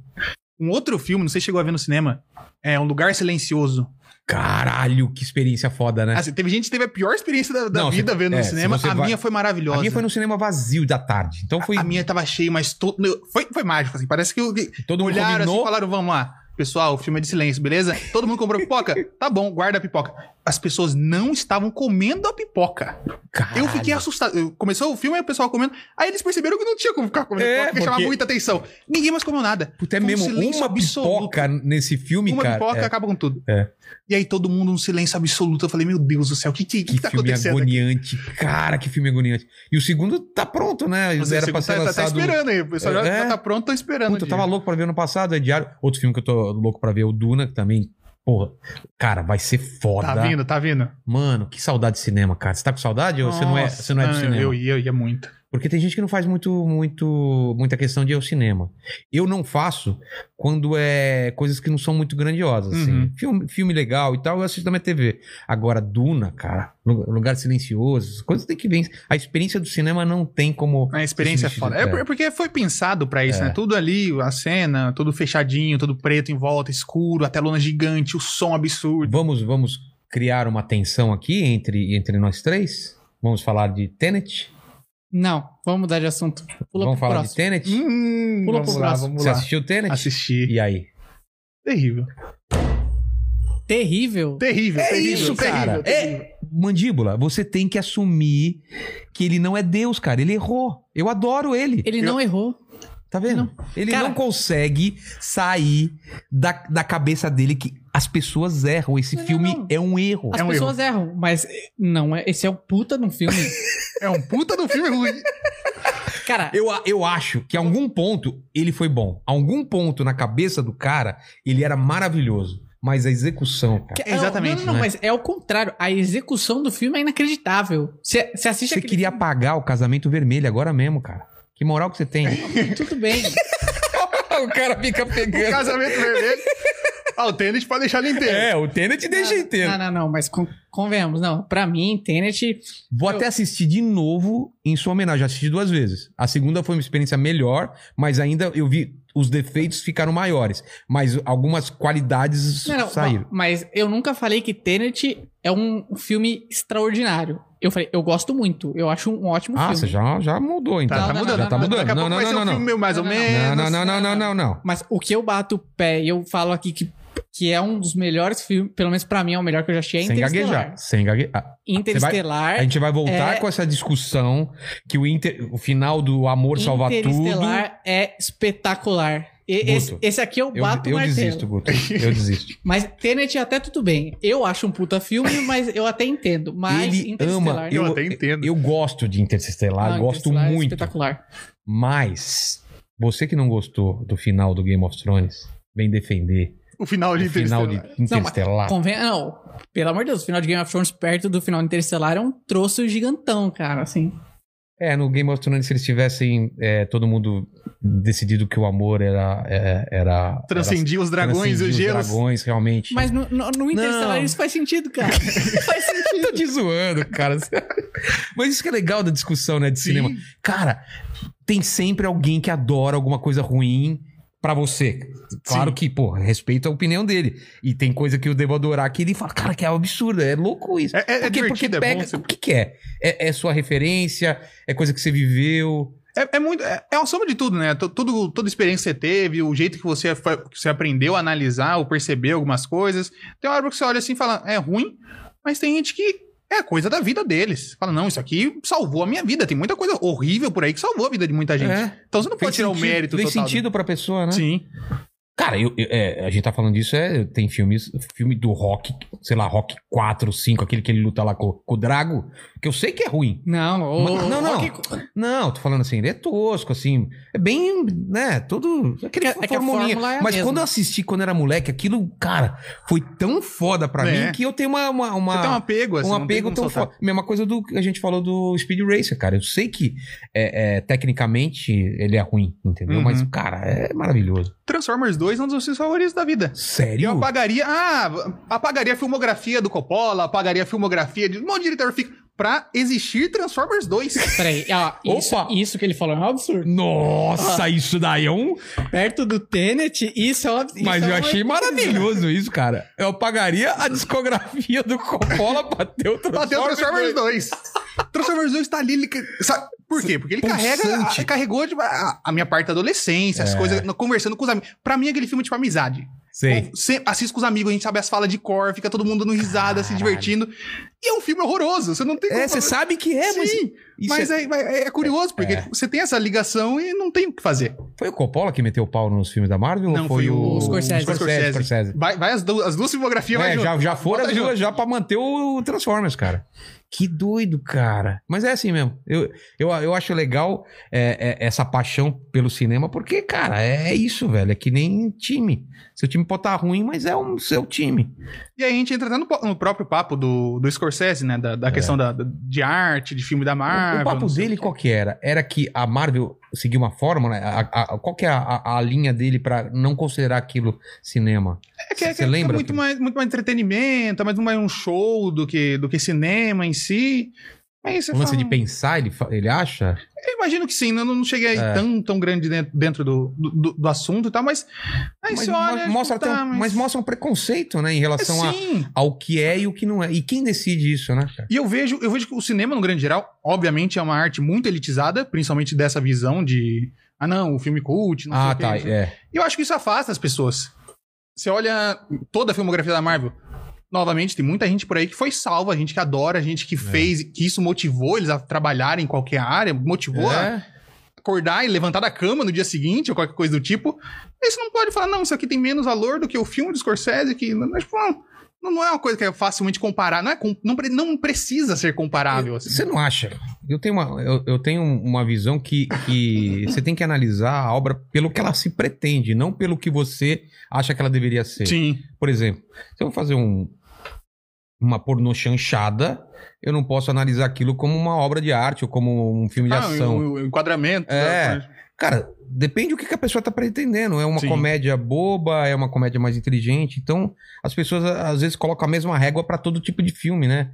[SPEAKER 2] Um outro filme, não sei se chegou a ver no cinema, é Um Lugar Silencioso.
[SPEAKER 1] Caralho, que experiência foda, né?
[SPEAKER 2] Assim, teve gente que teve a pior experiência da, da
[SPEAKER 1] Não,
[SPEAKER 2] vida
[SPEAKER 1] se-
[SPEAKER 2] vendo
[SPEAKER 1] é,
[SPEAKER 2] no
[SPEAKER 1] se
[SPEAKER 2] cinema.
[SPEAKER 1] você
[SPEAKER 2] A
[SPEAKER 1] vai-
[SPEAKER 2] minha foi
[SPEAKER 1] a
[SPEAKER 2] maravilhosa.
[SPEAKER 1] minha foi no cinema vazio da tarde. Então foi.
[SPEAKER 2] A minha tava cheia, mas to... meu, foi, foi mágico, assim. Parece que o-
[SPEAKER 1] Todo mundo
[SPEAKER 2] olharam assim,
[SPEAKER 1] combinou.
[SPEAKER 2] e falaram, vamos lá. Pessoal, o filme é de silêncio, beleza? Todo mundo comprou pipoca? Tá bom, guarda a pipoca. As pessoas não estavam comendo a pipoca.
[SPEAKER 1] Caralho.
[SPEAKER 2] Eu fiquei assustado. Eu- Começou o filme, aí o pessoal comendo. Aí eles perceberam que não tinha como ficar comendo
[SPEAKER 1] É,
[SPEAKER 2] pipoca, porque chamava
[SPEAKER 1] porque-
[SPEAKER 2] muita atenção. Ninguém mais comeu nada.
[SPEAKER 1] Puta, é
[SPEAKER 2] Foi um
[SPEAKER 1] mesmo.
[SPEAKER 2] silêncio
[SPEAKER 1] uma
[SPEAKER 2] absoluto.
[SPEAKER 1] pipoca nesse filme,
[SPEAKER 2] Uma
[SPEAKER 1] cara.
[SPEAKER 2] pipoca
[SPEAKER 1] é,
[SPEAKER 2] acaba com tudo.
[SPEAKER 1] É.
[SPEAKER 2] E aí todo mundo num silêncio absoluto. Eu falei, meu Deus do céu, o que, que, que
[SPEAKER 1] Que
[SPEAKER 2] tá
[SPEAKER 1] filme
[SPEAKER 2] acontecendo? aqui?
[SPEAKER 1] agoniante. Cara, que filme agoniante. E o segundo tá pronto, né?
[SPEAKER 2] Mas
[SPEAKER 1] Era
[SPEAKER 2] esse
[SPEAKER 1] pra ser
[SPEAKER 2] tá, tá- tá
[SPEAKER 1] lançado.
[SPEAKER 2] esperando aí. O pessoal já,
[SPEAKER 1] É.
[SPEAKER 2] já tá pronto, tá esperando.
[SPEAKER 1] Puta, eu
[SPEAKER 2] o
[SPEAKER 1] tava
[SPEAKER 2] dia.
[SPEAKER 1] louco pra ver no passado, é diário. Outro filme que eu tô louco pra ver é o Duna, que também. Porra, cara, vai ser foda.
[SPEAKER 2] Tá vindo, tá vindo.
[SPEAKER 1] Mano, que saudade de cinema, cara. Você tá com saudade ou você não é,
[SPEAKER 2] Nossa,
[SPEAKER 1] você não é do
[SPEAKER 2] não,
[SPEAKER 1] cinema?
[SPEAKER 2] Eu ia, eu ia muito.
[SPEAKER 1] Porque tem gente que não faz muito, muito, muita questão de ir ao cinema. Eu não faço quando é coisas que não são muito grandiosas, assim.
[SPEAKER 2] Uhum.
[SPEAKER 1] Filme, filme legal e tal, eu assisto na minha TV. Agora, Duna, cara, lu- lugar silencioso, essas coisas tem que ver. A experiência do cinema não tem como.
[SPEAKER 2] A experiência é foda. É, por- porque foi pensado pra isso,
[SPEAKER 1] É.
[SPEAKER 2] né? Tudo ali, a cena, tudo fechadinho, tudo preto em volta, escuro, a telona gigante, o som absurdo.
[SPEAKER 1] Vamos, vamos criar uma tensão aqui entre, entre nós três? Vamos falar de Tenet?
[SPEAKER 3] Não, vamos mudar de assunto. Pula
[SPEAKER 1] vamos
[SPEAKER 3] pro
[SPEAKER 1] falar
[SPEAKER 3] próximo.
[SPEAKER 1] de Tenet?
[SPEAKER 2] Hum,
[SPEAKER 3] Pula pro próximo.
[SPEAKER 2] vamos
[SPEAKER 1] Você
[SPEAKER 2] lá.
[SPEAKER 1] assistiu Tenet?
[SPEAKER 2] Assisti.
[SPEAKER 1] E aí?
[SPEAKER 2] Terrível.
[SPEAKER 3] Terrível.
[SPEAKER 2] Terrível,
[SPEAKER 1] É
[SPEAKER 2] terrível,
[SPEAKER 1] isso, cara.
[SPEAKER 2] terrível, terrível.
[SPEAKER 1] É, mandíbula, você tem que assumir que ele não é Deus, cara. Ele errou. Eu adoro ele.
[SPEAKER 3] Ele não errou.
[SPEAKER 1] Tá vendo?
[SPEAKER 3] Não.
[SPEAKER 1] Ele
[SPEAKER 3] Cara-
[SPEAKER 1] não consegue sair da, da cabeça dele que as pessoas erram. Esse
[SPEAKER 3] Não, não,
[SPEAKER 1] filme
[SPEAKER 3] não.
[SPEAKER 1] é um erro.
[SPEAKER 3] As
[SPEAKER 2] É um
[SPEAKER 3] pessoas erram, mas eh, não é. Esse é o puta de um filme.
[SPEAKER 2] É um puta do filme ruim.
[SPEAKER 3] Cara,
[SPEAKER 1] Eu, a- eu acho que a algum ponto ele foi bom. A algum ponto na cabeça do cara, ele era maravilhoso. Mas a execução, cara.
[SPEAKER 3] que-
[SPEAKER 2] É, exatamente,
[SPEAKER 3] Não, não, não,
[SPEAKER 1] né?
[SPEAKER 3] mas é o contrário. A execução do filme é inacreditável. Você você assiste
[SPEAKER 1] Você
[SPEAKER 3] aquele
[SPEAKER 1] queria apagar o casamento vermelho agora mesmo, cara. Que moral que você tem?
[SPEAKER 3] filme, tudo bem.
[SPEAKER 1] o cara fica
[SPEAKER 2] O
[SPEAKER 1] pegando.
[SPEAKER 2] casamento vermelho. Ah, o tênis pode deixar ele inteiro.
[SPEAKER 1] É, o Tenet deixa inteiro.
[SPEAKER 3] Não, não, não, mas con- convenhamos, não. Pra mim, Tenet,
[SPEAKER 1] Vou
[SPEAKER 3] Eu-
[SPEAKER 1] até assistir de novo em sua homenagem. Já assisti duas vezes. A segunda foi uma experiência melhor, mas ainda eu vi os defeitos ficaram maiores. Mas algumas qualidades
[SPEAKER 3] Não, não,
[SPEAKER 1] saíram.
[SPEAKER 3] ma- Mas eu nunca falei que Tenet é um filme extraordinário. Eu falei, eu gosto muito, eu acho um ótimo
[SPEAKER 1] ah, você
[SPEAKER 3] filme.
[SPEAKER 1] já, já mudou, então.
[SPEAKER 2] Tá,
[SPEAKER 3] Não,
[SPEAKER 2] tá
[SPEAKER 3] não,
[SPEAKER 2] mudando.
[SPEAKER 1] já tá mudando.
[SPEAKER 2] Daqui a
[SPEAKER 1] Não,
[SPEAKER 2] pouco
[SPEAKER 1] não,
[SPEAKER 2] vai ser
[SPEAKER 1] não,
[SPEAKER 2] um
[SPEAKER 1] não.
[SPEAKER 2] filme meio mais ou
[SPEAKER 3] Não, não,
[SPEAKER 2] menos.
[SPEAKER 1] Não, não, não, não, não, não, não.
[SPEAKER 3] Mas o que eu bato o pé e eu falo aqui que, que é um dos melhores filmes, pelo menos pra mim é o melhor que eu já achei, é
[SPEAKER 1] Sem gaguejar.
[SPEAKER 3] Interestelar.
[SPEAKER 1] Sem gaguejar.
[SPEAKER 3] Interestelar.
[SPEAKER 1] A gente vai voltar
[SPEAKER 3] É.
[SPEAKER 1] com essa discussão que o, inter- o final do Amor Salva Tudo.
[SPEAKER 3] Interestelar é espetacular. E- esse,
[SPEAKER 1] Guto,
[SPEAKER 3] esse aqui eu
[SPEAKER 1] Eu,
[SPEAKER 3] bato é o
[SPEAKER 1] eu
[SPEAKER 3] martelo.
[SPEAKER 1] desisto, Guto. Eu desisto.
[SPEAKER 3] Mas Tenet é até tudo bem. Eu acho um puta filme, mas eu até entendo. Mas
[SPEAKER 1] Ele
[SPEAKER 3] Interestelar-
[SPEAKER 1] ama.
[SPEAKER 2] Eu até entendo.
[SPEAKER 1] Eu gosto de Interestelar,
[SPEAKER 3] Não,
[SPEAKER 1] gosto
[SPEAKER 3] Interestelar é
[SPEAKER 1] muito.
[SPEAKER 3] Espetacular.
[SPEAKER 1] Mas você que não gostou do final do Game of Thrones, vem defender
[SPEAKER 2] O final de
[SPEAKER 1] o final de
[SPEAKER 2] Interestelar.
[SPEAKER 3] Não, mas
[SPEAKER 1] Interestelar.
[SPEAKER 3] Conven... Não, pelo amor de Deus, o final de Game of Thrones perto do final de Interestelar é um troço gigantão, cara, assim.
[SPEAKER 1] É, no Game of Thrones, se eles tivessem é, todo mundo decidido que o amor era. é, era
[SPEAKER 2] Transcendia os
[SPEAKER 1] era-
[SPEAKER 2] dragões e
[SPEAKER 1] transcendia
[SPEAKER 2] os gelos.
[SPEAKER 1] dragões, realmente.
[SPEAKER 3] Mas no, no, no Interestelar
[SPEAKER 1] Não.
[SPEAKER 3] isso faz sentido, cara. faz
[SPEAKER 1] Eu
[SPEAKER 3] sentido.
[SPEAKER 1] tô te zoando, cara. Mas isso que é legal da discussão, né, de
[SPEAKER 2] Sim.
[SPEAKER 1] cinema. Cara, tem sempre alguém que adora alguma coisa ruim pra você. Claro
[SPEAKER 2] Sim.
[SPEAKER 1] que, pô, respeito a opinião dele. E tem coisa que eu devo adorar que ele fala, cara, que é um absurdo, é louco isso.
[SPEAKER 2] É- é- é divertido, é bom
[SPEAKER 1] pega,
[SPEAKER 2] você-
[SPEAKER 1] O que que é? é? É sua referência? É coisa que você viveu?
[SPEAKER 2] É, é muito. É, é uma soma de tudo, né? To- Tudo, toda experiência que você teve, o jeito que você, foi- que você aprendeu a analisar ou perceber algumas coisas. Tem hora que você olha assim e fala, é ruim, mas tem gente que é coisa da vida deles. Fala, não, isso aqui salvou a minha vida. Tem muita coisa horrível por aí que salvou a vida de muita gente.
[SPEAKER 1] É.
[SPEAKER 2] Então você não pode
[SPEAKER 1] Fez
[SPEAKER 2] tirar o
[SPEAKER 1] sentido-
[SPEAKER 2] mérito
[SPEAKER 1] Fez
[SPEAKER 2] total.
[SPEAKER 1] sentido pra pessoa, né?
[SPEAKER 2] Sim.
[SPEAKER 1] Cara, eu, eu- é, a gente tá falando disso, é, tem filmes, filme do Rock, sei lá, Rock 4, 5, aquele que ele luta lá com, com o Drago, que eu sei que é ruim.
[SPEAKER 3] Não, ô,
[SPEAKER 1] Mas- não, não.
[SPEAKER 3] Rock-
[SPEAKER 1] Não, tô falando assim, ele é tosco, assim, é bem, né, todo, aquele
[SPEAKER 3] É que- é que a
[SPEAKER 1] formulinha.
[SPEAKER 3] fórmula é a
[SPEAKER 1] Mas
[SPEAKER 3] mesma.
[SPEAKER 1] quando eu assisti, quando era moleque, aquilo, cara, foi tão foda pra
[SPEAKER 2] É.
[SPEAKER 1] mim que eu tenho uma... uma, uma-
[SPEAKER 2] Você tem um apego, assim.
[SPEAKER 1] um
[SPEAKER 2] não tem
[SPEAKER 1] apego
[SPEAKER 2] como
[SPEAKER 1] tão
[SPEAKER 2] soltar.
[SPEAKER 1] forte. Mesma coisa do que a gente falou do Speed Racer, cara. Eu sei que é, é, tecnicamente ele é ruim, entendeu?
[SPEAKER 2] Uhum.
[SPEAKER 1] Mas, cara, é maravilhoso.
[SPEAKER 2] Transformers 2 é um dos seus favoritos da vida. Eu
[SPEAKER 1] Sério?
[SPEAKER 2] apagaria. Ah, apagaria a filmografia do Coppola, apagaria a filmografia de um monte de diretor fica. Pra existir Transformers 2.
[SPEAKER 3] Peraí, ó, isso,
[SPEAKER 1] Opa!
[SPEAKER 3] isso que ele falou é um absurdo.
[SPEAKER 1] Nossa, isso daí é um.
[SPEAKER 3] Perto do Tenet, isso é um absurdo.
[SPEAKER 1] Mas eu achei maravilhoso isso, cara. Eu pagaria a discografia do Coppola pra ter o
[SPEAKER 2] Bateu
[SPEAKER 1] Transformers.
[SPEAKER 2] Tá, Transformers 2. Transformers 2 tá ali. Ele, ca- sabe por quê? Porque ele
[SPEAKER 1] Pulsante. É.
[SPEAKER 2] carrega, a- carregou tipo, a, a minha parte da adolescência, as coisas, no- conversando com os amigos. Pra mim, é aquele filme tipo amizade.
[SPEAKER 1] Sei.
[SPEAKER 2] Eu sempre assisto com os amigos, a gente sabe as falas de cor, fica todo mundo dando risada, se
[SPEAKER 1] Caralho.
[SPEAKER 2] divertindo. E é um filme horroroso, você não tem
[SPEAKER 1] É, você
[SPEAKER 2] fazer-
[SPEAKER 1] sabe que é, mas.
[SPEAKER 2] Sim,
[SPEAKER 1] Isso
[SPEAKER 2] mas
[SPEAKER 1] é-
[SPEAKER 2] é, é- é curioso, porque
[SPEAKER 1] É.
[SPEAKER 2] você tem essa ligação e não tem o que fazer.
[SPEAKER 1] Foi o Coppola que meteu o pau nos filmes da Marvel?
[SPEAKER 2] Não,
[SPEAKER 1] ou foi,
[SPEAKER 2] foi o-
[SPEAKER 1] o
[SPEAKER 3] Scorsese.
[SPEAKER 1] Scorsese. Scorsese.
[SPEAKER 2] Vai, vai as, du- as duas filmografias, vai
[SPEAKER 1] É,
[SPEAKER 2] junto.
[SPEAKER 1] já, já foram
[SPEAKER 2] Bota
[SPEAKER 1] as duas
[SPEAKER 2] junto.
[SPEAKER 1] já pra manter o Transformers, cara. Que doido, cara. Mas é assim mesmo. Eu, eu, eu acho legal é, é, essa paixão pelo cinema, porque, cara, é isso, velho. É que nem time. Seu time pode estar ruim, mas é um seu time.
[SPEAKER 2] E aí a gente entra até no, po- no próprio papo do, do Scorsese, né? Da, da questão da, da- de arte, de filme da Marvel.
[SPEAKER 1] É. O papo
[SPEAKER 2] não sei
[SPEAKER 1] dele
[SPEAKER 2] o quê.
[SPEAKER 1] qual que era? Era que a Marvel seguiu uma fórmula? A, a- qual que é a- a, a linha dele pra não considerar aquilo cinema?
[SPEAKER 2] É que, é,
[SPEAKER 1] Você
[SPEAKER 2] que
[SPEAKER 1] lembra?
[SPEAKER 2] É muito, mais, muito mais entretenimento, é mais, mais um show do que, do que cinema em si. Mas você
[SPEAKER 1] O Um lance
[SPEAKER 2] fala, "Hum,
[SPEAKER 1] de pensar, ele, fa- ele acha?
[SPEAKER 2] Eu imagino que sim, né? eu não cheguei
[SPEAKER 1] É.
[SPEAKER 2] tão, tão grande dentro, dentro do, do, do assunto e tal, mas. Aí
[SPEAKER 1] Mas,
[SPEAKER 2] você olha.
[SPEAKER 1] mo- mostra
[SPEAKER 2] tá,
[SPEAKER 1] até um- mas... mostra um preconceito, né? Em
[SPEAKER 2] É,
[SPEAKER 1] relação a,
[SPEAKER 2] sim.
[SPEAKER 1] ao que é e o que não é. E quem decide isso, né, cara?
[SPEAKER 2] E eu vejo, eu vejo que o cinema, no grande geral, obviamente é uma arte muito elitizada, principalmente dessa visão de. Ah, não, o filme cult, não
[SPEAKER 1] Ah,
[SPEAKER 2] sei o
[SPEAKER 1] tá.
[SPEAKER 2] quê.
[SPEAKER 1] É.
[SPEAKER 2] E eu acho que isso afasta as pessoas. Você olha toda a filmografia da Marvel. Novamente, tem muita gente por aí que foi salva, gente que adora, gente
[SPEAKER 1] É.
[SPEAKER 2] que fez, que isso motivou eles a trabalharem em qualquer área, motivou a
[SPEAKER 1] É.
[SPEAKER 2] acordar e levantar da cama no dia seguinte ou qualquer coisa do tipo. Aí você não pode falar, não, isso aqui tem menos valor do que o filme do Scorsese, que não, mas, pô, não, não é uma coisa que é facilmente comparar, não, é, com- não, pre- não precisa ser comparável. Assim.
[SPEAKER 1] Você não acha? Eu tenho uma, eu, eu tenho uma visão que, que você tem que analisar a obra pelo que ela se pretende, não pelo que você acha que ela deveria ser.
[SPEAKER 2] Sim,
[SPEAKER 1] Por exemplo, se eu vou fazer um, uma pornô chanchada, eu não posso analisar aquilo como uma obra de arte ou como um filme de
[SPEAKER 2] Ah,
[SPEAKER 1] ação.
[SPEAKER 2] o, o enquadramento.
[SPEAKER 1] É.
[SPEAKER 2] né?
[SPEAKER 1] Cara, depende do que, que a pessoa tá pretendendo. É uma
[SPEAKER 2] Sim.
[SPEAKER 1] comédia boba, é uma comédia mais inteligente. Então, as pessoas a- às vezes colocam a mesma régua pra todo tipo de filme, né?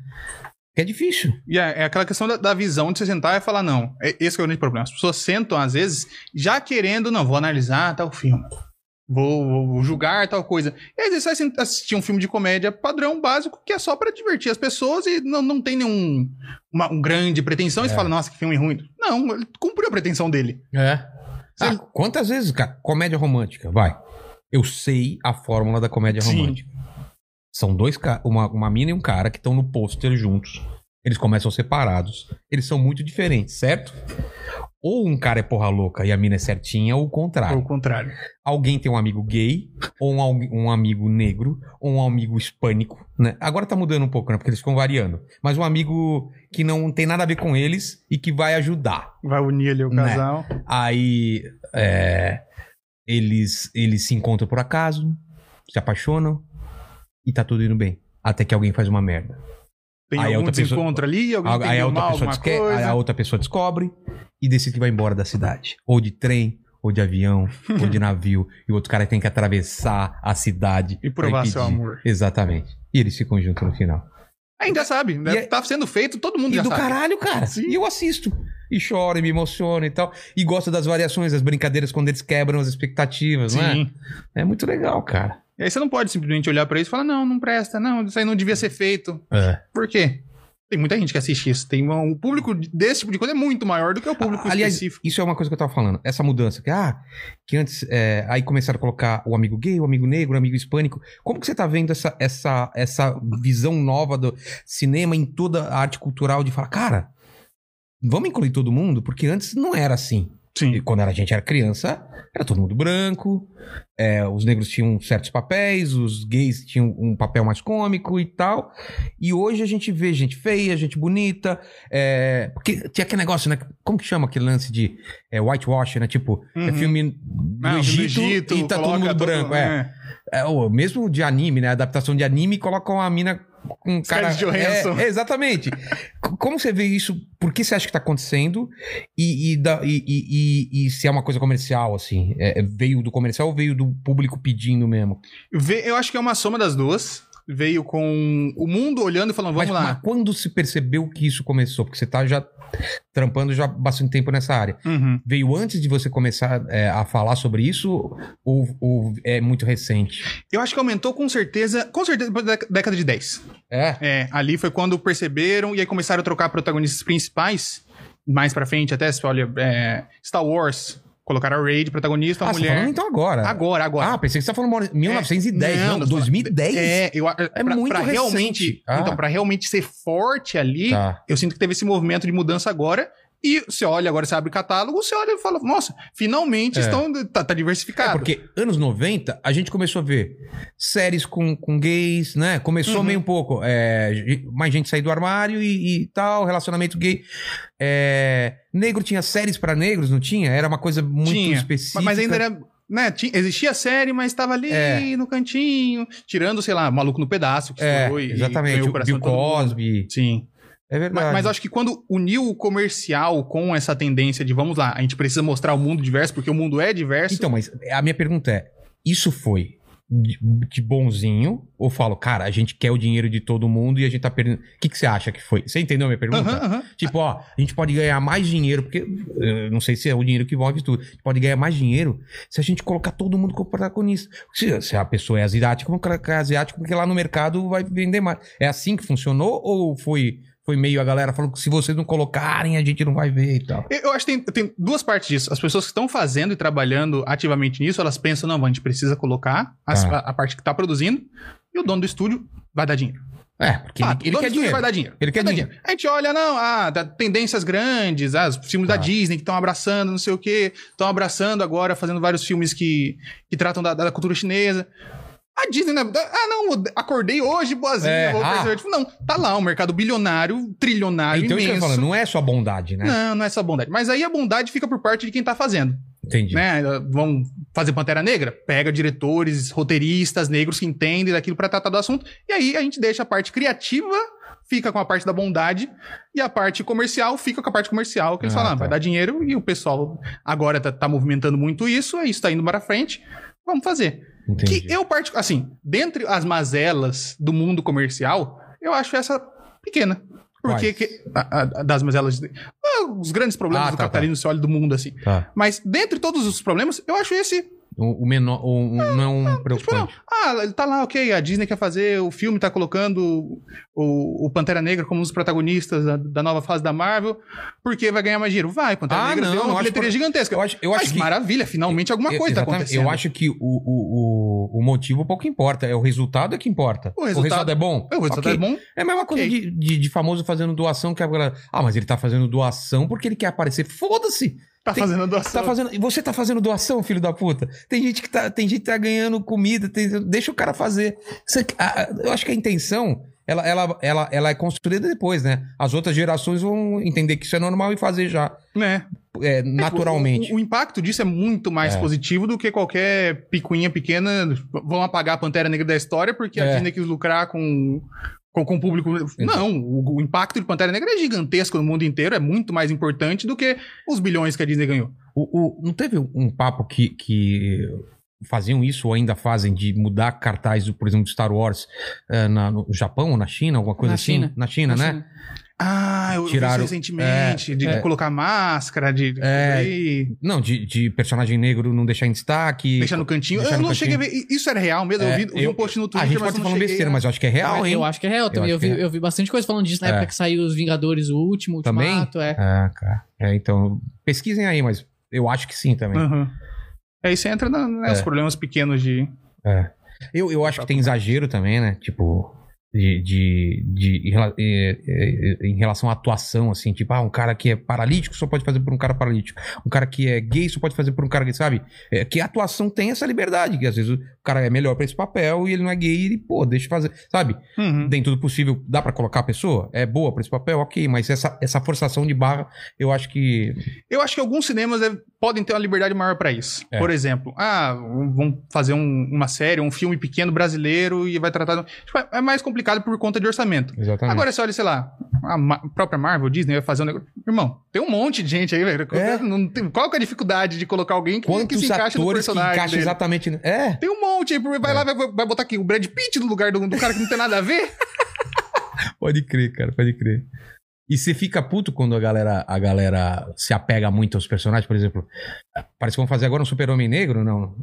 [SPEAKER 1] Que é difícil.
[SPEAKER 2] E é, é aquela questão da, da visão de você sentar e falar, não, é- esse que é o grande problema. As pessoas sentam, às vezes, já querendo, não, vou analisar tal filme. Vou, vou- vou julgar tal coisa. E às vezes você vai sen- assistir um filme de comédia padrão básico que é só pra divertir as pessoas e não, não tem nenhum uma, um grande pretensão. E você
[SPEAKER 1] É.
[SPEAKER 2] fala, nossa, que filme ruim. Não, ele cumpriu a pretensão dele.
[SPEAKER 1] É.
[SPEAKER 2] Você-
[SPEAKER 1] quantas vezes, cara? Comédia romântica, vai. Eu sei a fórmula da comédia
[SPEAKER 2] Sim.
[SPEAKER 1] romântica. São dois caras, uma, uma mina e um cara que estão no pôster juntos. Eles começam separados. Eles são muito diferentes, certo? Ou um cara é porra louca e a mina é certinha, ou o
[SPEAKER 2] Ou
[SPEAKER 1] contrário.
[SPEAKER 2] o contrário.
[SPEAKER 1] Alguém tem um amigo gay, ou um, algu- um amigo negro, ou um amigo hispânico, né? Agora tá mudando um pouco, né? Porque eles ficam variando. Mas um amigo que não tem nada a ver com eles e que vai ajudar.
[SPEAKER 2] Vai unir ali o
[SPEAKER 1] Né.
[SPEAKER 2] casal.
[SPEAKER 1] Aí é, eles, eles se encontram por acaso, se apaixonam e tá tudo indo bem. Até que alguém faz uma merda.
[SPEAKER 2] Tem
[SPEAKER 1] Aí a
[SPEAKER 2] algum
[SPEAKER 1] outra pessoa-
[SPEAKER 2] desencontro ali, alguém
[SPEAKER 1] Aí a
[SPEAKER 2] entendeu
[SPEAKER 1] outra,
[SPEAKER 2] mal
[SPEAKER 1] pessoa
[SPEAKER 2] alguma
[SPEAKER 1] desque- aí
[SPEAKER 2] coisa.
[SPEAKER 1] a outra pessoa descobre e decide que vai embora da cidade. Ou de trem, ou de avião, ou de navio. E o outro cara tem que atravessar a cidade.
[SPEAKER 2] E provar
[SPEAKER 1] pra
[SPEAKER 2] seu
[SPEAKER 1] impedir.
[SPEAKER 2] amor.
[SPEAKER 1] Exatamente. E eles ficam juntos no final.
[SPEAKER 2] Ainda sabe, né?
[SPEAKER 1] E é-
[SPEAKER 2] tá sendo feito, todo mundo
[SPEAKER 1] E
[SPEAKER 2] já
[SPEAKER 1] do
[SPEAKER 2] sabe.
[SPEAKER 1] caralho, cara.
[SPEAKER 2] Sim.
[SPEAKER 1] E eu assisto. E choro, e me emociono e tal. E gosto das variações, das brincadeiras quando eles quebram as expectativas, né?
[SPEAKER 2] Sim.
[SPEAKER 1] É muito legal, cara.
[SPEAKER 2] E aí você não pode simplesmente olhar pra isso e falar, não, não presta, não, isso aí não devia ser feito.
[SPEAKER 1] É.
[SPEAKER 2] Por quê? Tem muita gente que assiste isso. Tem um, o público desse tipo de coisa é muito maior do que o público
[SPEAKER 1] Aliás,
[SPEAKER 2] específico.
[SPEAKER 1] isso é uma coisa que eu tava falando. Essa mudança. Que, ah, que antes. é, aí começaram a colocar o amigo gay, o amigo negro, o amigo hispânico. Como que você tá vendo essa, essa, essa visão nova do cinema em toda a arte cultural de falar, cara, vamos incluir todo mundo? Porque antes não era assim. E
[SPEAKER 2] Sim.
[SPEAKER 1] quando a gente era criança, era todo mundo branco, é, os negros tinham certos papéis, os gays tinham um papel mais cômico e tal. E hoje a gente vê gente feia, gente bonita. é, porque tinha aquele negócio, né? Como que chama aquele lance de é, whitewash, né? Tipo, é
[SPEAKER 2] Uhum.
[SPEAKER 1] Ah, filme do Egito, e tá todo
[SPEAKER 2] coloca
[SPEAKER 1] mundo branco. É. É, ou mesmo de anime, né? Adaptação de anime, colocam a mina com um cara.
[SPEAKER 2] Scarlett Johansson.
[SPEAKER 1] É, é, exatamente. C- Como você vê isso? Por que você acha que tá acontecendo? E, e, da- e- e- e- e se é uma coisa comercial, assim? É, é, veio do comercial ou veio do público pedindo mesmo?
[SPEAKER 2] Vê- Eu acho que é uma soma das duas. Veio com o mundo olhando e falando, vamos
[SPEAKER 1] mas,
[SPEAKER 2] lá.
[SPEAKER 1] mas quando se percebeu que isso começou? Porque você tá já trampando já bastante tempo nessa área.
[SPEAKER 2] Uhum.
[SPEAKER 1] Veio antes de você começar é, a falar sobre isso ou, ou é muito recente?
[SPEAKER 2] Eu acho que aumentou com certeza, com certeza, depois da década de 10.
[SPEAKER 1] É?
[SPEAKER 2] É, ali foi quando perceberam e aí começaram a trocar protagonistas principais. Mais pra frente, até se olha, é, Star Wars. Colocaram a Raid, protagonista, uma
[SPEAKER 1] Ah, você tá
[SPEAKER 2] mulher.
[SPEAKER 1] falando então agora.
[SPEAKER 2] Agora, agora.
[SPEAKER 1] Ah, pensei que você tá falando 1910,
[SPEAKER 2] É,
[SPEAKER 1] não,
[SPEAKER 2] não,
[SPEAKER 1] 2010.
[SPEAKER 2] é, eu,
[SPEAKER 1] É
[SPEAKER 2] é
[SPEAKER 1] muito
[SPEAKER 2] pra
[SPEAKER 1] recente.
[SPEAKER 2] realmente,
[SPEAKER 1] Ah.
[SPEAKER 2] Então, pra realmente ser forte ali,
[SPEAKER 1] Tá.
[SPEAKER 2] eu sinto que teve esse movimento de mudança agora. E você olha agora, você abre o catálogo, você olha e fala, nossa, finalmente
[SPEAKER 1] É.
[SPEAKER 2] estão, tá, tá diversificado.
[SPEAKER 1] Porque anos 90, a gente começou a ver séries com, com gays, né? Começou
[SPEAKER 2] Uhum.
[SPEAKER 1] meio um pouco. É, ge- mais gente sair do armário e, e tal, relacionamento gay. É, negro tinha séries pra negros, não tinha? Era uma coisa muito
[SPEAKER 2] Tinha,
[SPEAKER 1] específica.
[SPEAKER 2] Mas, mas ainda era. Né, ti- existia a série, mas estava ali
[SPEAKER 1] É.
[SPEAKER 2] no cantinho, tirando, sei lá, Maluco no Pedaço, que
[SPEAKER 1] É,
[SPEAKER 2] estourou e- e
[SPEAKER 1] exatamente.
[SPEAKER 2] ganhou
[SPEAKER 1] O Bill
[SPEAKER 2] de todo mundo.
[SPEAKER 1] Cosby.
[SPEAKER 2] Sim.
[SPEAKER 1] É verdade.
[SPEAKER 2] Mas, mas eu acho que quando uniu o comercial com essa tendência de vamos lá, a gente precisa mostrar o mundo diverso, porque o mundo é diverso.
[SPEAKER 1] Então, mas a minha pergunta é: isso foi de, de bonzinho? Ou falo, cara, a gente quer o dinheiro de todo mundo e a gente tá perdendo. O que, que você acha que foi? Você entendeu a minha pergunta?
[SPEAKER 2] Aham, aham.
[SPEAKER 1] Tipo, ó, a gente pode ganhar mais dinheiro, porque eh, não sei se é o dinheiro que envolve tudo. A gente pode ganhar mais dinheiro se a gente colocar todo mundo como protagonista. Se, se a pessoa é asiática, vamos colocar asiático, porque lá no mercado vai vender mais. É assim que funcionou? Ou foi, foi meio a galera falando que se vocês não colocarem, a gente não vai ver e tal?
[SPEAKER 2] Eu eu acho que tem, tem duas partes disso. As pessoas que estão fazendo e trabalhando ativamente nisso, elas pensam, não, a gente precisa colocar as-
[SPEAKER 1] Tá.
[SPEAKER 2] a, a parte que está produzindo, e o dono do estúdio vai dar dinheiro.
[SPEAKER 1] É, porque
[SPEAKER 2] Fato,
[SPEAKER 1] ele,
[SPEAKER 2] o
[SPEAKER 1] ele
[SPEAKER 2] dono
[SPEAKER 1] quer
[SPEAKER 2] do estúdio
[SPEAKER 1] dinheiro.
[SPEAKER 2] vai dar dinheiro.
[SPEAKER 1] Ele quer
[SPEAKER 2] Vai dar
[SPEAKER 1] dinheiro.
[SPEAKER 2] A gente olha, não, ah, da- tendências grandes, ah, os filmes
[SPEAKER 1] Tá.
[SPEAKER 2] da Disney que estão abraçando, não sei o quê, estão abraçando agora, fazendo vários filmes que, que tratam da, da cultura chinesa. A Disney, né? ah, não, acordei hoje, boazinha,
[SPEAKER 1] É,
[SPEAKER 2] vou
[SPEAKER 1] ah.
[SPEAKER 2] preservar. Tipo, Não, tá lá, um mercado bilionário, trilionário,
[SPEAKER 1] Então, isso que eu
[SPEAKER 2] Ah, imenso.
[SPEAKER 1] tô falando, não é só bondade, né?
[SPEAKER 2] Não, não é essa bondade. Mas aí a bondade fica por parte de quem tá fazendo,
[SPEAKER 1] Entendi.
[SPEAKER 2] né? Vão fazer Pantera Negra? Pega diretores, roteiristas negros que entendem daquilo pra tratar do assunto. E aí a gente deixa a parte criativa, fica com a parte da bondade, e a parte comercial fica com a parte comercial, que eles
[SPEAKER 1] Ah,
[SPEAKER 2] falam, ah,
[SPEAKER 1] tá.
[SPEAKER 2] vai dar dinheiro, e o pessoal agora tá, tá movimentando muito isso, é isso tá indo para frente, vamos fazer.
[SPEAKER 1] Entendi.
[SPEAKER 2] Que eu particular, assim, dentre as mazelas do mundo comercial, eu acho essa pequena. Porque
[SPEAKER 1] Quais?
[SPEAKER 2] que- a- a- das mazelas, ah, os grandes problemas
[SPEAKER 1] Ah,
[SPEAKER 2] do
[SPEAKER 1] tá,
[SPEAKER 2] capitalismo, se olha do mundo assim.
[SPEAKER 1] Tá.
[SPEAKER 2] Mas dentre todos os problemas, eu acho esse,
[SPEAKER 1] O, o menor, o, o- não é um
[SPEAKER 2] tipo, não.
[SPEAKER 1] preocupante.
[SPEAKER 2] Ah, ele tá lá, ok, a Disney quer fazer, o filme tá colocando o, o Pantera Negra como um dos protagonistas da, da nova fase da Marvel, porque vai ganhar mais dinheiro. Vai, Pantera
[SPEAKER 1] Ah,
[SPEAKER 2] Negra
[SPEAKER 1] não,
[SPEAKER 2] deu
[SPEAKER 1] não
[SPEAKER 2] uma
[SPEAKER 1] acho
[SPEAKER 2] bilheteria
[SPEAKER 1] pro-
[SPEAKER 2] gigantesca.
[SPEAKER 1] Eu acho, eu acho
[SPEAKER 2] Mas
[SPEAKER 1] que
[SPEAKER 2] maravilha, finalmente alguma
[SPEAKER 1] Eu-
[SPEAKER 2] coisa tá
[SPEAKER 1] exatamente.
[SPEAKER 2] acontecendo.
[SPEAKER 1] Eu acho que o, o, o, o motivo pouco importa, é o resultado é que importa.
[SPEAKER 2] O resultado-
[SPEAKER 1] é bom?
[SPEAKER 2] Eu vou dizer,
[SPEAKER 1] Ok.
[SPEAKER 2] tá bom?
[SPEAKER 1] É a mesma coisa
[SPEAKER 2] Ok.
[SPEAKER 1] de, de, de famoso fazendo doação que a galera. Ah, mas ele tá fazendo doação porque ele quer aparecer. Foda-se!
[SPEAKER 2] Tá
[SPEAKER 1] Tem-
[SPEAKER 2] fazendo a doação.
[SPEAKER 1] Tá fazendo, e você tá fazendo doação, filho da puta? Tem gente que tá, tem gente que tá ganhando comida, tem- deixa o cara fazer. Você- a- a- eu acho que a intenção, ela, ela, ela, ela é construída depois, né? As outras gerações vão entender que isso é normal e fazer já,
[SPEAKER 2] Né?
[SPEAKER 1] é,
[SPEAKER 2] O,
[SPEAKER 1] naturalmente.
[SPEAKER 2] o impacto disso é muito mais
[SPEAKER 1] É.
[SPEAKER 2] positivo do que qualquer picuinha pequena. v- Vão apagar a Pantera Negra da história porque
[SPEAKER 1] É.
[SPEAKER 2] a Disney quis lucrar com. Com, com o público. Não, o, o impacto de Pantera Negra é gigantesco no mundo inteiro, é muito mais importante do que os bilhões que a Disney ganhou.
[SPEAKER 1] O- o- não teve um papo que, que faziam isso ou ainda fazem de mudar cartaz, por exemplo, de Star Wars eh, na- no Japão ou na China, alguma coisa
[SPEAKER 3] Na
[SPEAKER 1] assim?
[SPEAKER 3] China.
[SPEAKER 1] Na China, né?
[SPEAKER 2] Ah, eu
[SPEAKER 1] Tiraram-
[SPEAKER 2] vi isso recentemente, de
[SPEAKER 1] é.
[SPEAKER 2] colocar máscara, de de
[SPEAKER 1] É.
[SPEAKER 2] cobrir,
[SPEAKER 1] Não, de, de personagem negro não deixar em destaque.
[SPEAKER 2] deixar no cantinho.
[SPEAKER 1] Deixar
[SPEAKER 2] eu
[SPEAKER 1] no
[SPEAKER 2] não cheguei a ver. I- Isso era real mesmo?
[SPEAKER 1] É,
[SPEAKER 2] eu vi, eu vi
[SPEAKER 1] eu-
[SPEAKER 2] um post no Twitter,
[SPEAKER 1] A gente
[SPEAKER 2] mas
[SPEAKER 1] pode
[SPEAKER 2] eu
[SPEAKER 1] estar
[SPEAKER 2] não
[SPEAKER 1] falando
[SPEAKER 2] cheguei
[SPEAKER 1] besteira,
[SPEAKER 2] a-
[SPEAKER 1] mas eu acho que é real,
[SPEAKER 3] eu,
[SPEAKER 1] hein?
[SPEAKER 3] eu acho que é real também.
[SPEAKER 1] acho
[SPEAKER 3] Eu, vi,
[SPEAKER 1] que é.
[SPEAKER 3] eu vi bastante coisa falando disso na
[SPEAKER 1] É.
[SPEAKER 3] época que saiu os Vingadores, o último, o
[SPEAKER 1] Também?
[SPEAKER 3] ultimato. É.
[SPEAKER 1] Ah, cara. É, então, pesquisem aí, mas eu acho que sim também.
[SPEAKER 2] Aham. Aí você entra na- né,
[SPEAKER 1] É.
[SPEAKER 2] nos problemas pequenos de.
[SPEAKER 1] É. Eu, eu acho que tem exagero também, né? Tipo, de, de, de- em, rela- eh, eh, eh, em relação à atuação, assim, tipo, ah, um cara que é paralítico só pode fazer por um cara paralítico. Um cara que é gay só pode fazer por um cara gay, sabe? É, que a atuação tem essa liberdade, que às vezes o cara é melhor pra esse papel e ele não é gay e ele, pô, deixa eu fazer, sabe?
[SPEAKER 2] Uhum.
[SPEAKER 1] Dentro do possível, dá pra colocar a pessoa? É boa pra esse papel? Ok, mas essa, essa forçação de barra, eu acho que.
[SPEAKER 2] Eu acho que alguns cinemas deve- podem ter uma liberdade maior pra isso.
[SPEAKER 1] É.
[SPEAKER 2] Por exemplo, ah, um- vamos fazer um- uma série, um filme pequeno brasileiro e vai tratar. do- Tipo, é- é mais complicado por conta de orçamento.
[SPEAKER 1] Exatamente.
[SPEAKER 2] Agora você olha, sei lá, a ma- própria Marvel, Disney vai fazer um negócio. Irmão, tem um monte de gente aí, velho.
[SPEAKER 1] É.
[SPEAKER 2] Não tem- Qual que é a dificuldade de colocar alguém que, que
[SPEAKER 1] Quantos
[SPEAKER 2] se encaixa no
[SPEAKER 1] atores que
[SPEAKER 2] personagem?
[SPEAKER 1] encaixam
[SPEAKER 2] dele?
[SPEAKER 1] exatamente. no- É.
[SPEAKER 2] Tem um monte aí, vai
[SPEAKER 1] É.
[SPEAKER 2] lá, vai, vai botar aqui o Brad Pitt no lugar do, do cara que não tem nada a ver?
[SPEAKER 1] Pode crer, cara, pode crer. E você fica puto quando a galera, a galera se apega muito aos personagens, por exemplo. Parece que vão fazer agora um super-homem negro, não?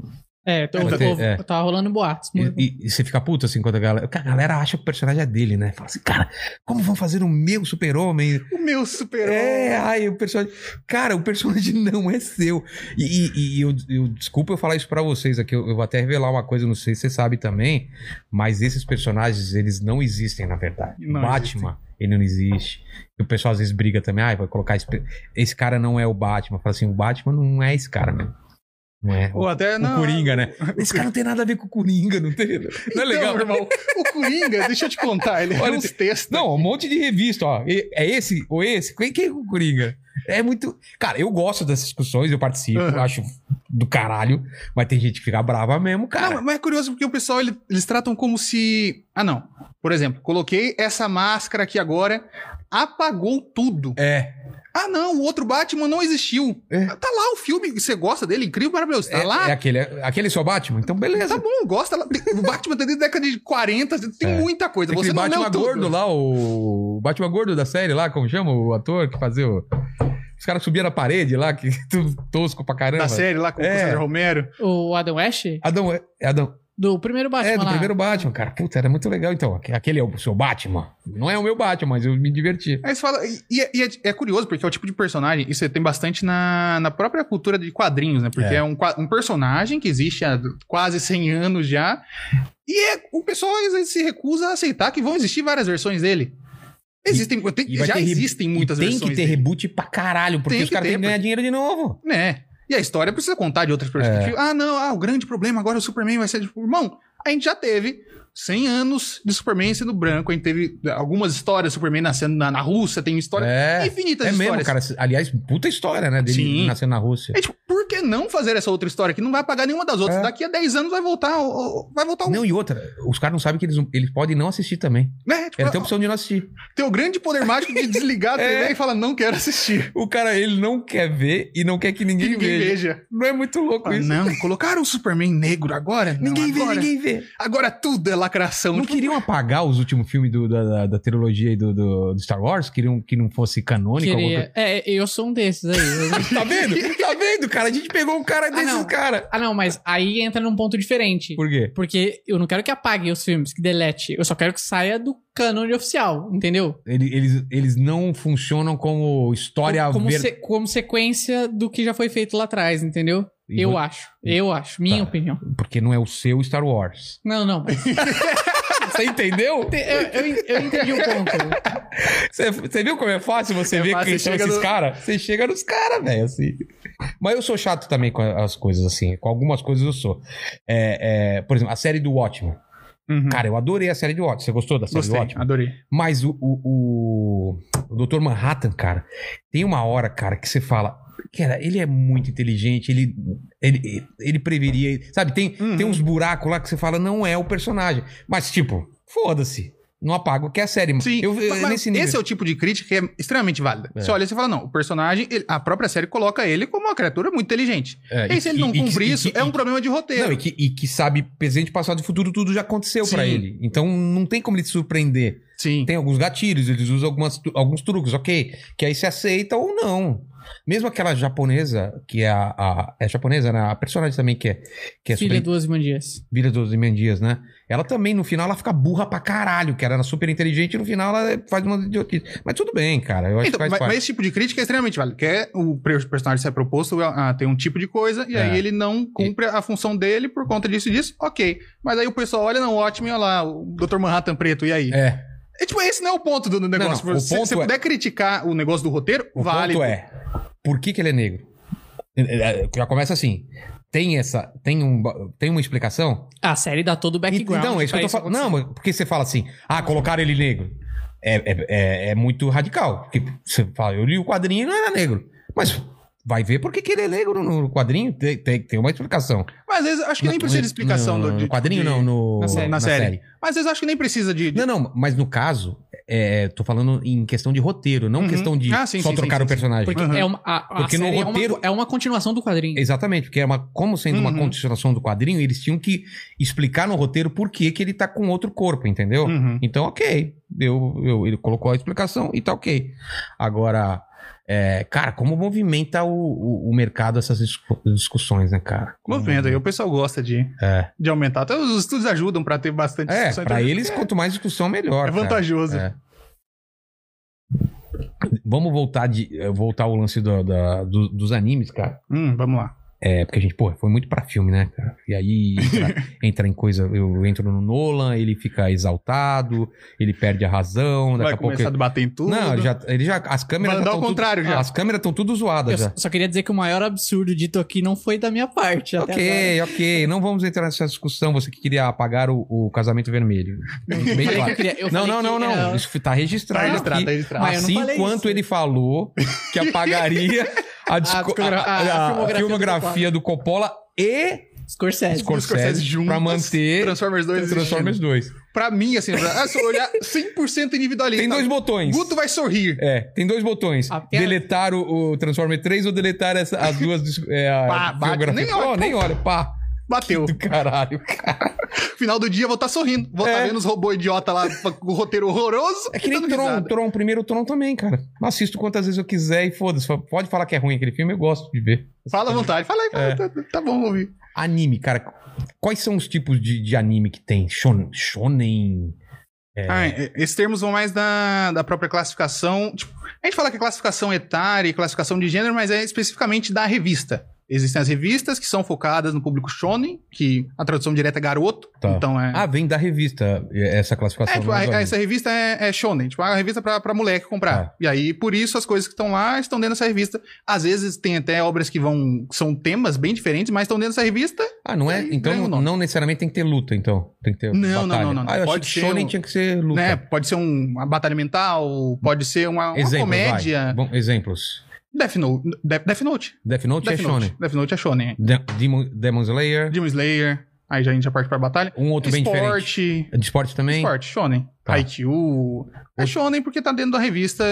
[SPEAKER 3] É, tô,
[SPEAKER 1] Cara,
[SPEAKER 3] tô-
[SPEAKER 1] é.
[SPEAKER 3] tava rolando boatos.
[SPEAKER 1] E- E, e você fica puto assim quando a galera. Porque a galera acha que o personagem é dele, né? Fala assim, cara, como vão fazer o meu super-homem?
[SPEAKER 2] O meu super-homem.
[SPEAKER 1] É, ai, o personagem. Cara, o personagem não é seu. E, e- e eu, eu- desculpa eu falar isso pra vocês aqui. Eu, eu vou até revelar uma coisa, não sei se você sabe também, mas esses personagens, eles não existem, na verdade.
[SPEAKER 2] Não
[SPEAKER 1] o Batman, ele não existe. E o pessoal às vezes briga também, ai, vai colocar esse, pe- esse cara não é o Batman. Fala assim, o Batman não é esse cara mesmo. Não é.
[SPEAKER 2] Ou até,
[SPEAKER 1] o
[SPEAKER 2] não.
[SPEAKER 1] Coringa, né? Esse cara não tem nada a ver com o Coringa, não tem. Não é
[SPEAKER 2] Então,
[SPEAKER 1] legal.
[SPEAKER 2] meu irmão, o Coringa, deixa eu te contar, ele
[SPEAKER 1] Olha,
[SPEAKER 2] olha os textos.
[SPEAKER 1] Não, um monte de revista, ó. E- É esse ou esse? Quem, quem é o Coringa? É muito. Cara, eu gosto dessas discussões, eu participo,
[SPEAKER 2] Uhum.
[SPEAKER 1] eu acho do caralho, mas tem gente que fica brava mesmo,
[SPEAKER 2] Ah,
[SPEAKER 1] cara.
[SPEAKER 2] mas é curioso porque o pessoal, ele- eles tratam como se... Ah, não. Por exemplo, coloquei essa máscara aqui agora, apagou tudo.
[SPEAKER 1] É.
[SPEAKER 2] Ah, não, o outro Batman não existiu.
[SPEAKER 1] É.
[SPEAKER 2] Tá lá o filme, você gosta dele? Incrível, maravilhoso. Tá
[SPEAKER 1] É,
[SPEAKER 2] lá,
[SPEAKER 1] é aquele, é aquele seu Batman? Então, beleza.
[SPEAKER 2] tá bom, gosta. lá. Tem- O Batman tem desde a década de 40, tem
[SPEAKER 1] É.
[SPEAKER 2] muita coisa.
[SPEAKER 1] Tem aquele
[SPEAKER 2] Você não
[SPEAKER 1] Batman
[SPEAKER 2] leu tudo.
[SPEAKER 1] gordo né, lá, o. o Batman gordo da série lá, como chama? O ator que fazia o. Os caras subiam na parede lá, que tudo tosco pra caramba.
[SPEAKER 2] Da série lá com
[SPEAKER 1] É.
[SPEAKER 2] o César Romero.
[SPEAKER 3] O Adam West?
[SPEAKER 1] Adão, é, é Adão.
[SPEAKER 3] Do primeiro Batman
[SPEAKER 1] É, do
[SPEAKER 3] lá.
[SPEAKER 1] primeiro Batman, cara. Puta, era muito legal. Então, aque- aquele é o seu Batman. Não é o meu Batman, mas eu me diverti.
[SPEAKER 2] Aí você fala. E, e é- e é, é curioso, porque é o tipo de personagem. Isso tem bastante na, na própria cultura de quadrinhos, né? Porque
[SPEAKER 1] É.
[SPEAKER 2] é, um, qua- um personagem que existe há quase 100 anos já. E é, o pessoal às vezes se recusa a aceitar que vão existir várias versões dele. Existem, tem-
[SPEAKER 1] E vai
[SPEAKER 2] já
[SPEAKER 1] ter re-
[SPEAKER 2] existem muitas
[SPEAKER 1] e tem
[SPEAKER 2] versões.
[SPEAKER 1] que ter
[SPEAKER 2] dele,
[SPEAKER 1] reboot pra caralho, porque
[SPEAKER 2] Tem
[SPEAKER 1] os
[SPEAKER 2] que
[SPEAKER 1] caras
[SPEAKER 2] ter,
[SPEAKER 1] têm que ganhar dinheiro de novo.
[SPEAKER 2] né? E a história precisa contar de outras
[SPEAKER 1] É.
[SPEAKER 2] perspectivas. Ah, não, ah, o grande problema agora é o Superman vai ser. Tipo, irmão, a gente já teve 100 anos de Superman sendo branco. A gente teve algumas histórias, Superman nascendo na, na Rússia, tem história.
[SPEAKER 1] É.
[SPEAKER 2] infinitas
[SPEAKER 1] É mesmo,
[SPEAKER 2] histórias.
[SPEAKER 1] cara. Aliás, puta história, né? Dele
[SPEAKER 2] Sim.
[SPEAKER 1] nascendo na Rússia.
[SPEAKER 2] É tipo, por que não fazer essa outra história que não vai apagar nenhuma das outras?
[SPEAKER 1] É.
[SPEAKER 2] Daqui a 10 anos vai voltar, o- o- vai voltar o.
[SPEAKER 1] Não, e outra, os caras não sabem que eles, eles podem não assistir também.
[SPEAKER 2] né? Tipo,
[SPEAKER 1] Eles têm a opção de não assistir.
[SPEAKER 2] tem o grande poder mágico de desligar a
[SPEAKER 1] um- É.
[SPEAKER 2] TV e falar, não quero assistir.
[SPEAKER 1] O cara, ele não quer ver e não quer que
[SPEAKER 2] Que
[SPEAKER 1] ninguém,
[SPEAKER 2] ninguém
[SPEAKER 1] veja.
[SPEAKER 2] veja.
[SPEAKER 1] Não é muito louco
[SPEAKER 2] Ah,
[SPEAKER 1] isso.
[SPEAKER 2] não, colocaram o Superman negro agora? Não,
[SPEAKER 1] Ninguém vê,
[SPEAKER 2] agora,
[SPEAKER 1] ninguém vê.
[SPEAKER 2] Agora tudo é lacração.
[SPEAKER 1] Não
[SPEAKER 2] Tipo,
[SPEAKER 1] queriam apagar os últimos filmes do- da, da, da trilogia aí do, do, do Star Wars? Queriam que não fosse canônico? alguma
[SPEAKER 3] Queria... É, eu sou um desses aí. Eu-
[SPEAKER 1] coisa? Tá vendo? tá vendo, cara? A gente pegou um cara desses,
[SPEAKER 3] não.
[SPEAKER 1] cara.
[SPEAKER 3] ah, não, mas aí entra num ponto diferente.
[SPEAKER 1] Por quê?
[SPEAKER 3] Porque eu não quero que apague os filmes, que delete. Eu só quero que saia do cânone oficial, entendeu?
[SPEAKER 1] Ele- Eles, eles não funcionam como história
[SPEAKER 3] como,
[SPEAKER 1] ver-
[SPEAKER 3] se- como sequência do que já foi feito lá atrás, entendeu?
[SPEAKER 1] E
[SPEAKER 3] eu
[SPEAKER 1] vo-
[SPEAKER 3] acho. Eu acho. Minha opinião.
[SPEAKER 1] Porque não é o seu Star Wars.
[SPEAKER 3] Não, não. mas-
[SPEAKER 1] Você entendeu?
[SPEAKER 3] eu, eu- eu entendi o ponto.
[SPEAKER 1] Você, você viu como é fácil você
[SPEAKER 2] É
[SPEAKER 1] ver
[SPEAKER 2] fácil,
[SPEAKER 1] quem são
[SPEAKER 2] chega
[SPEAKER 1] esses
[SPEAKER 2] no-
[SPEAKER 1] caras? Você chega nos caras, velho, assim. Mas eu sou chato também com as coisas, assim. Com algumas coisas eu sou. É, é, por exemplo, a série do Watchmen.
[SPEAKER 2] Uhum.
[SPEAKER 1] Cara, eu adorei a série do Watchmen. Você gostou da série
[SPEAKER 2] Gostei,
[SPEAKER 1] do Watchmen?
[SPEAKER 2] adorei.
[SPEAKER 1] Mas o, o, o, o Dr. Manhattan, cara, tem uma hora, cara, que você fala. Cara, ele é muito inteligente, ele, ele, ele preveria. Sabe, tem,
[SPEAKER 2] Uhum.
[SPEAKER 1] tem uns buracos lá que você fala, não é o personagem. Mas, tipo, foda-se. Não apago, que é a série.
[SPEAKER 2] Sim,
[SPEAKER 1] eu, eu,
[SPEAKER 2] mas
[SPEAKER 1] nesse nível.
[SPEAKER 2] esse é o tipo de crítica que é extremamente válida. Você olha e você fala, não, o personagem, ele- a própria série coloca ele como uma criatura muito inteligente.
[SPEAKER 1] É,
[SPEAKER 2] e, aí, se ele não
[SPEAKER 1] que-
[SPEAKER 2] cumprir
[SPEAKER 1] e
[SPEAKER 2] isso,
[SPEAKER 1] que-
[SPEAKER 2] é um problema de roteiro.
[SPEAKER 1] Não, e que, e que sabe presente, passado e futuro, tudo já aconteceu
[SPEAKER 2] Sim.
[SPEAKER 1] pra ele. Então não tem como ele te surpreender.
[SPEAKER 2] Sim.
[SPEAKER 1] Tem alguns gatilhos, eles usam algumas, tu- alguns truques, ok? Que aí se aceita ou não. Mesmo aquela japonesa, que é a. a- é japonesa, né? A personagem também que é, que é
[SPEAKER 3] Filha
[SPEAKER 1] super.
[SPEAKER 3] do Osman Dias.
[SPEAKER 1] Vira dos Dias, né? Ela também, no final, ela fica burra pra caralho, que ela era super inteligente e no final ela faz uma idiotice. Mas tudo bem, cara. Eu acho
[SPEAKER 2] Então,
[SPEAKER 1] que faz
[SPEAKER 2] mas, mas
[SPEAKER 1] parte.
[SPEAKER 2] esse tipo de crítica é extremamente válida. Que é o pre- personagem ser proposto a ter um tipo de coisa, e
[SPEAKER 1] É.
[SPEAKER 2] aí ele não cumpre a função dele por conta disso e disso, ok. Mas aí o pessoal olha, não, ótimo, e olha lá, o Dr. Manhattan preto, e aí? É.
[SPEAKER 1] É,
[SPEAKER 2] tipo, esse não é o ponto do do negócio.
[SPEAKER 1] não, o
[SPEAKER 2] se
[SPEAKER 1] ponto
[SPEAKER 2] você
[SPEAKER 1] é-
[SPEAKER 2] puder criticar o negócio do roteiro,
[SPEAKER 1] o
[SPEAKER 2] vale.
[SPEAKER 1] ponto é: por que, que ele é negro? É, é, Já começa assim. Tem essa. Tem, um, ba- tem uma explicação?
[SPEAKER 3] A série dá todo o background.
[SPEAKER 1] Então, é isso que
[SPEAKER 3] pra
[SPEAKER 1] eu tô falando. Não,
[SPEAKER 3] acontecer.
[SPEAKER 1] mas porque você fala assim, ah, colocaram ele negro. É, é- é- é muito radical. Porque você fala, eu li o quadrinho e não era negro. Mas vai ver por que que ele é negro no quadrinho. Tem, tem, tem uma explicação.
[SPEAKER 2] Mas às vezes acho que nem precisa de explicação
[SPEAKER 1] é no,
[SPEAKER 2] do
[SPEAKER 1] no
[SPEAKER 2] de-
[SPEAKER 1] quadrinho,
[SPEAKER 2] de-
[SPEAKER 1] não, no,
[SPEAKER 3] na série.
[SPEAKER 2] Na série. Mas às vezes acho que nem precisa de. de-
[SPEAKER 1] Não, não, mas no caso, é, tô falando em questão de roteiro, não
[SPEAKER 2] Uhum.
[SPEAKER 1] questão de
[SPEAKER 2] Ah, sim,
[SPEAKER 1] só
[SPEAKER 2] sim,
[SPEAKER 1] trocar
[SPEAKER 2] sim,
[SPEAKER 1] o
[SPEAKER 2] sim, sim.
[SPEAKER 1] personagem.
[SPEAKER 3] Porque,
[SPEAKER 2] Aham.
[SPEAKER 3] é uma, a, a
[SPEAKER 1] Porque no
[SPEAKER 3] série é uma-
[SPEAKER 1] roteiro-
[SPEAKER 3] é, uma, continuação do quadrinho.
[SPEAKER 1] Exatamente, porque é uma, como sendo uma
[SPEAKER 2] Uhum.
[SPEAKER 1] continuação do quadrinho, eles tinham que explicar no roteiro por que, que ele tá com outro corpo, entendeu?
[SPEAKER 2] Uhum.
[SPEAKER 1] Então, ok. Eu, eu- ele colocou a explicação e tá ok. Agora, é, cara, como movimenta o, o- o mercado essas discu- discussões, né, cara? Como-
[SPEAKER 2] Movimento aí, o pessoal gosta de,
[SPEAKER 1] É.
[SPEAKER 2] de aumentar. Até os estudos ajudam pra ter bastante
[SPEAKER 1] É,
[SPEAKER 2] discussão.
[SPEAKER 1] pra
[SPEAKER 2] Então,
[SPEAKER 1] eles, quanto mais discussão, melhor.
[SPEAKER 2] É
[SPEAKER 1] cara.
[SPEAKER 2] vantajoso.
[SPEAKER 1] É. Vamos voltar, de, eh, voltar ao lance do- da- do- dos animes, cara.
[SPEAKER 2] Hum, vamos lá.
[SPEAKER 1] É, porque a gente, pô, foi muito pra filme, né, cara? E aí entra, entra em coisa. Eu entro no Nolan, ele fica exaltado, ele perde a razão. Daqui
[SPEAKER 2] Vai
[SPEAKER 1] a pouco.
[SPEAKER 2] começar a bater em tudo.
[SPEAKER 1] Não, ele já, ele já. As câmeras. já
[SPEAKER 2] Vai dar
[SPEAKER 1] tão
[SPEAKER 2] o
[SPEAKER 1] tudo-
[SPEAKER 2] contrário já.
[SPEAKER 1] As câmeras estão tudo zoadas
[SPEAKER 3] Eu
[SPEAKER 1] já.
[SPEAKER 3] só queria dizer que o maior absurdo dito aqui não foi da minha parte. até agora.
[SPEAKER 1] Ok, ok. Não vamos entrar nessa discussão. Você que queria apagar o, o casamento vermelho. Bem
[SPEAKER 3] Eu falei que
[SPEAKER 1] claro.
[SPEAKER 3] eu queria- eu
[SPEAKER 1] Não,
[SPEAKER 3] falei
[SPEAKER 1] não,
[SPEAKER 3] que é
[SPEAKER 1] não,
[SPEAKER 3] era-
[SPEAKER 1] não. Isso tá registrado.
[SPEAKER 2] Tá registrado,
[SPEAKER 1] aqui.
[SPEAKER 2] tá registrado.
[SPEAKER 3] Mas eu não
[SPEAKER 1] assim
[SPEAKER 3] falei
[SPEAKER 1] quanto
[SPEAKER 3] isso.
[SPEAKER 1] ele falou que apagaria a, disco- a,
[SPEAKER 3] discogra-
[SPEAKER 1] a-
[SPEAKER 3] a
[SPEAKER 1] a filmografia,
[SPEAKER 3] filmografia do
[SPEAKER 1] do Coppola e Scorsese,
[SPEAKER 3] Scorsese.
[SPEAKER 2] Scorsese juntos,
[SPEAKER 1] pra manter
[SPEAKER 2] Transformers 2 existe.
[SPEAKER 1] Transformers 2.
[SPEAKER 2] Pra mim, assim, pra- ah, se eu olhar 100% individualista.
[SPEAKER 1] Tem dois botões.
[SPEAKER 2] Guto vai sorrir.
[SPEAKER 1] É, tem dois botões.
[SPEAKER 3] Até-
[SPEAKER 1] Deletar o, o Transformer 3 ou deletar essa- as duas. dis- É, a
[SPEAKER 2] Pá, bate,
[SPEAKER 1] filmografia.
[SPEAKER 2] nem olha,
[SPEAKER 1] Ó,
[SPEAKER 2] pô.
[SPEAKER 1] nem olha, pá.
[SPEAKER 2] Bateu.
[SPEAKER 1] Do caralho.
[SPEAKER 2] Final do dia, eu vou estar sorrindo. Vou estar
[SPEAKER 1] É.
[SPEAKER 2] vendo os robôs idiota lá com o roteiro horroroso.
[SPEAKER 1] É que nem
[SPEAKER 2] dando
[SPEAKER 1] Tron,
[SPEAKER 2] risada.
[SPEAKER 1] Tron, o primeiro Tron também, cara. Assisto quantas vezes eu quiser e foda-se. Pode falar que é ruim aquele filme, eu gosto de ver.
[SPEAKER 2] Fala à vontade. Fala aí,
[SPEAKER 1] É.
[SPEAKER 2] tá, tá bom, vou ouvir.
[SPEAKER 1] Anime, cara. Quais são os tipos de, de anime que tem? Shon- Shonen. É,
[SPEAKER 2] Ah, é- esses termos vão mais da, da própria classificação. Tipo, a gente fala que é classificação etária e classificação de gênero, mas é especificamente da revista. Existem as revistas que são focadas no público shonen, que a tradução direta é garoto.
[SPEAKER 1] Tá.
[SPEAKER 2] Então é.
[SPEAKER 1] Ah, vem da revista é, essa classificação.
[SPEAKER 2] É, tipo,
[SPEAKER 1] não
[SPEAKER 2] a-
[SPEAKER 1] é do anime.
[SPEAKER 2] essa revista é, é shonen, tipo, é uma revista pra, pra moleque comprar.
[SPEAKER 1] Tá.
[SPEAKER 2] E aí, por isso, as coisas que estão lá estão dentro dessa revista. Às vezes tem até obras que vão. que são temas bem diferentes, mas estão dentro dessa revista.
[SPEAKER 1] Ah, não é?
[SPEAKER 2] Aí
[SPEAKER 1] Então
[SPEAKER 2] ganha o
[SPEAKER 1] não,
[SPEAKER 2] nome.
[SPEAKER 1] não necessariamente tem que ter luta, então. Tem que ter
[SPEAKER 2] Não, não,
[SPEAKER 1] batalha.
[SPEAKER 2] não, não, não.
[SPEAKER 1] Ah, eu
[SPEAKER 2] Pode
[SPEAKER 1] achei
[SPEAKER 2] ser
[SPEAKER 1] que Shonen
[SPEAKER 2] um-
[SPEAKER 1] tinha que ser luta.
[SPEAKER 2] Né? Pode ser um- uma batalha mental, pode ser uma, uma
[SPEAKER 1] Exemplos,
[SPEAKER 2] comédia.
[SPEAKER 1] vai. Bom, exemplos.
[SPEAKER 2] Death Note. Death, Death Note.
[SPEAKER 1] Death Note
[SPEAKER 2] Death
[SPEAKER 1] é
[SPEAKER 2] Note.
[SPEAKER 1] Shonen.
[SPEAKER 2] Death Note é shonen.
[SPEAKER 1] De- Demon, Demon Slayer.
[SPEAKER 2] Demon Slayer. Aí já a gente já parte pra batalha.
[SPEAKER 1] Um outro bem diferente.
[SPEAKER 2] Esporte.
[SPEAKER 1] De esporte também?
[SPEAKER 2] Esporte, shonen.
[SPEAKER 1] Tá.
[SPEAKER 2] Haikyuu. É shonen porque tá dentro da revista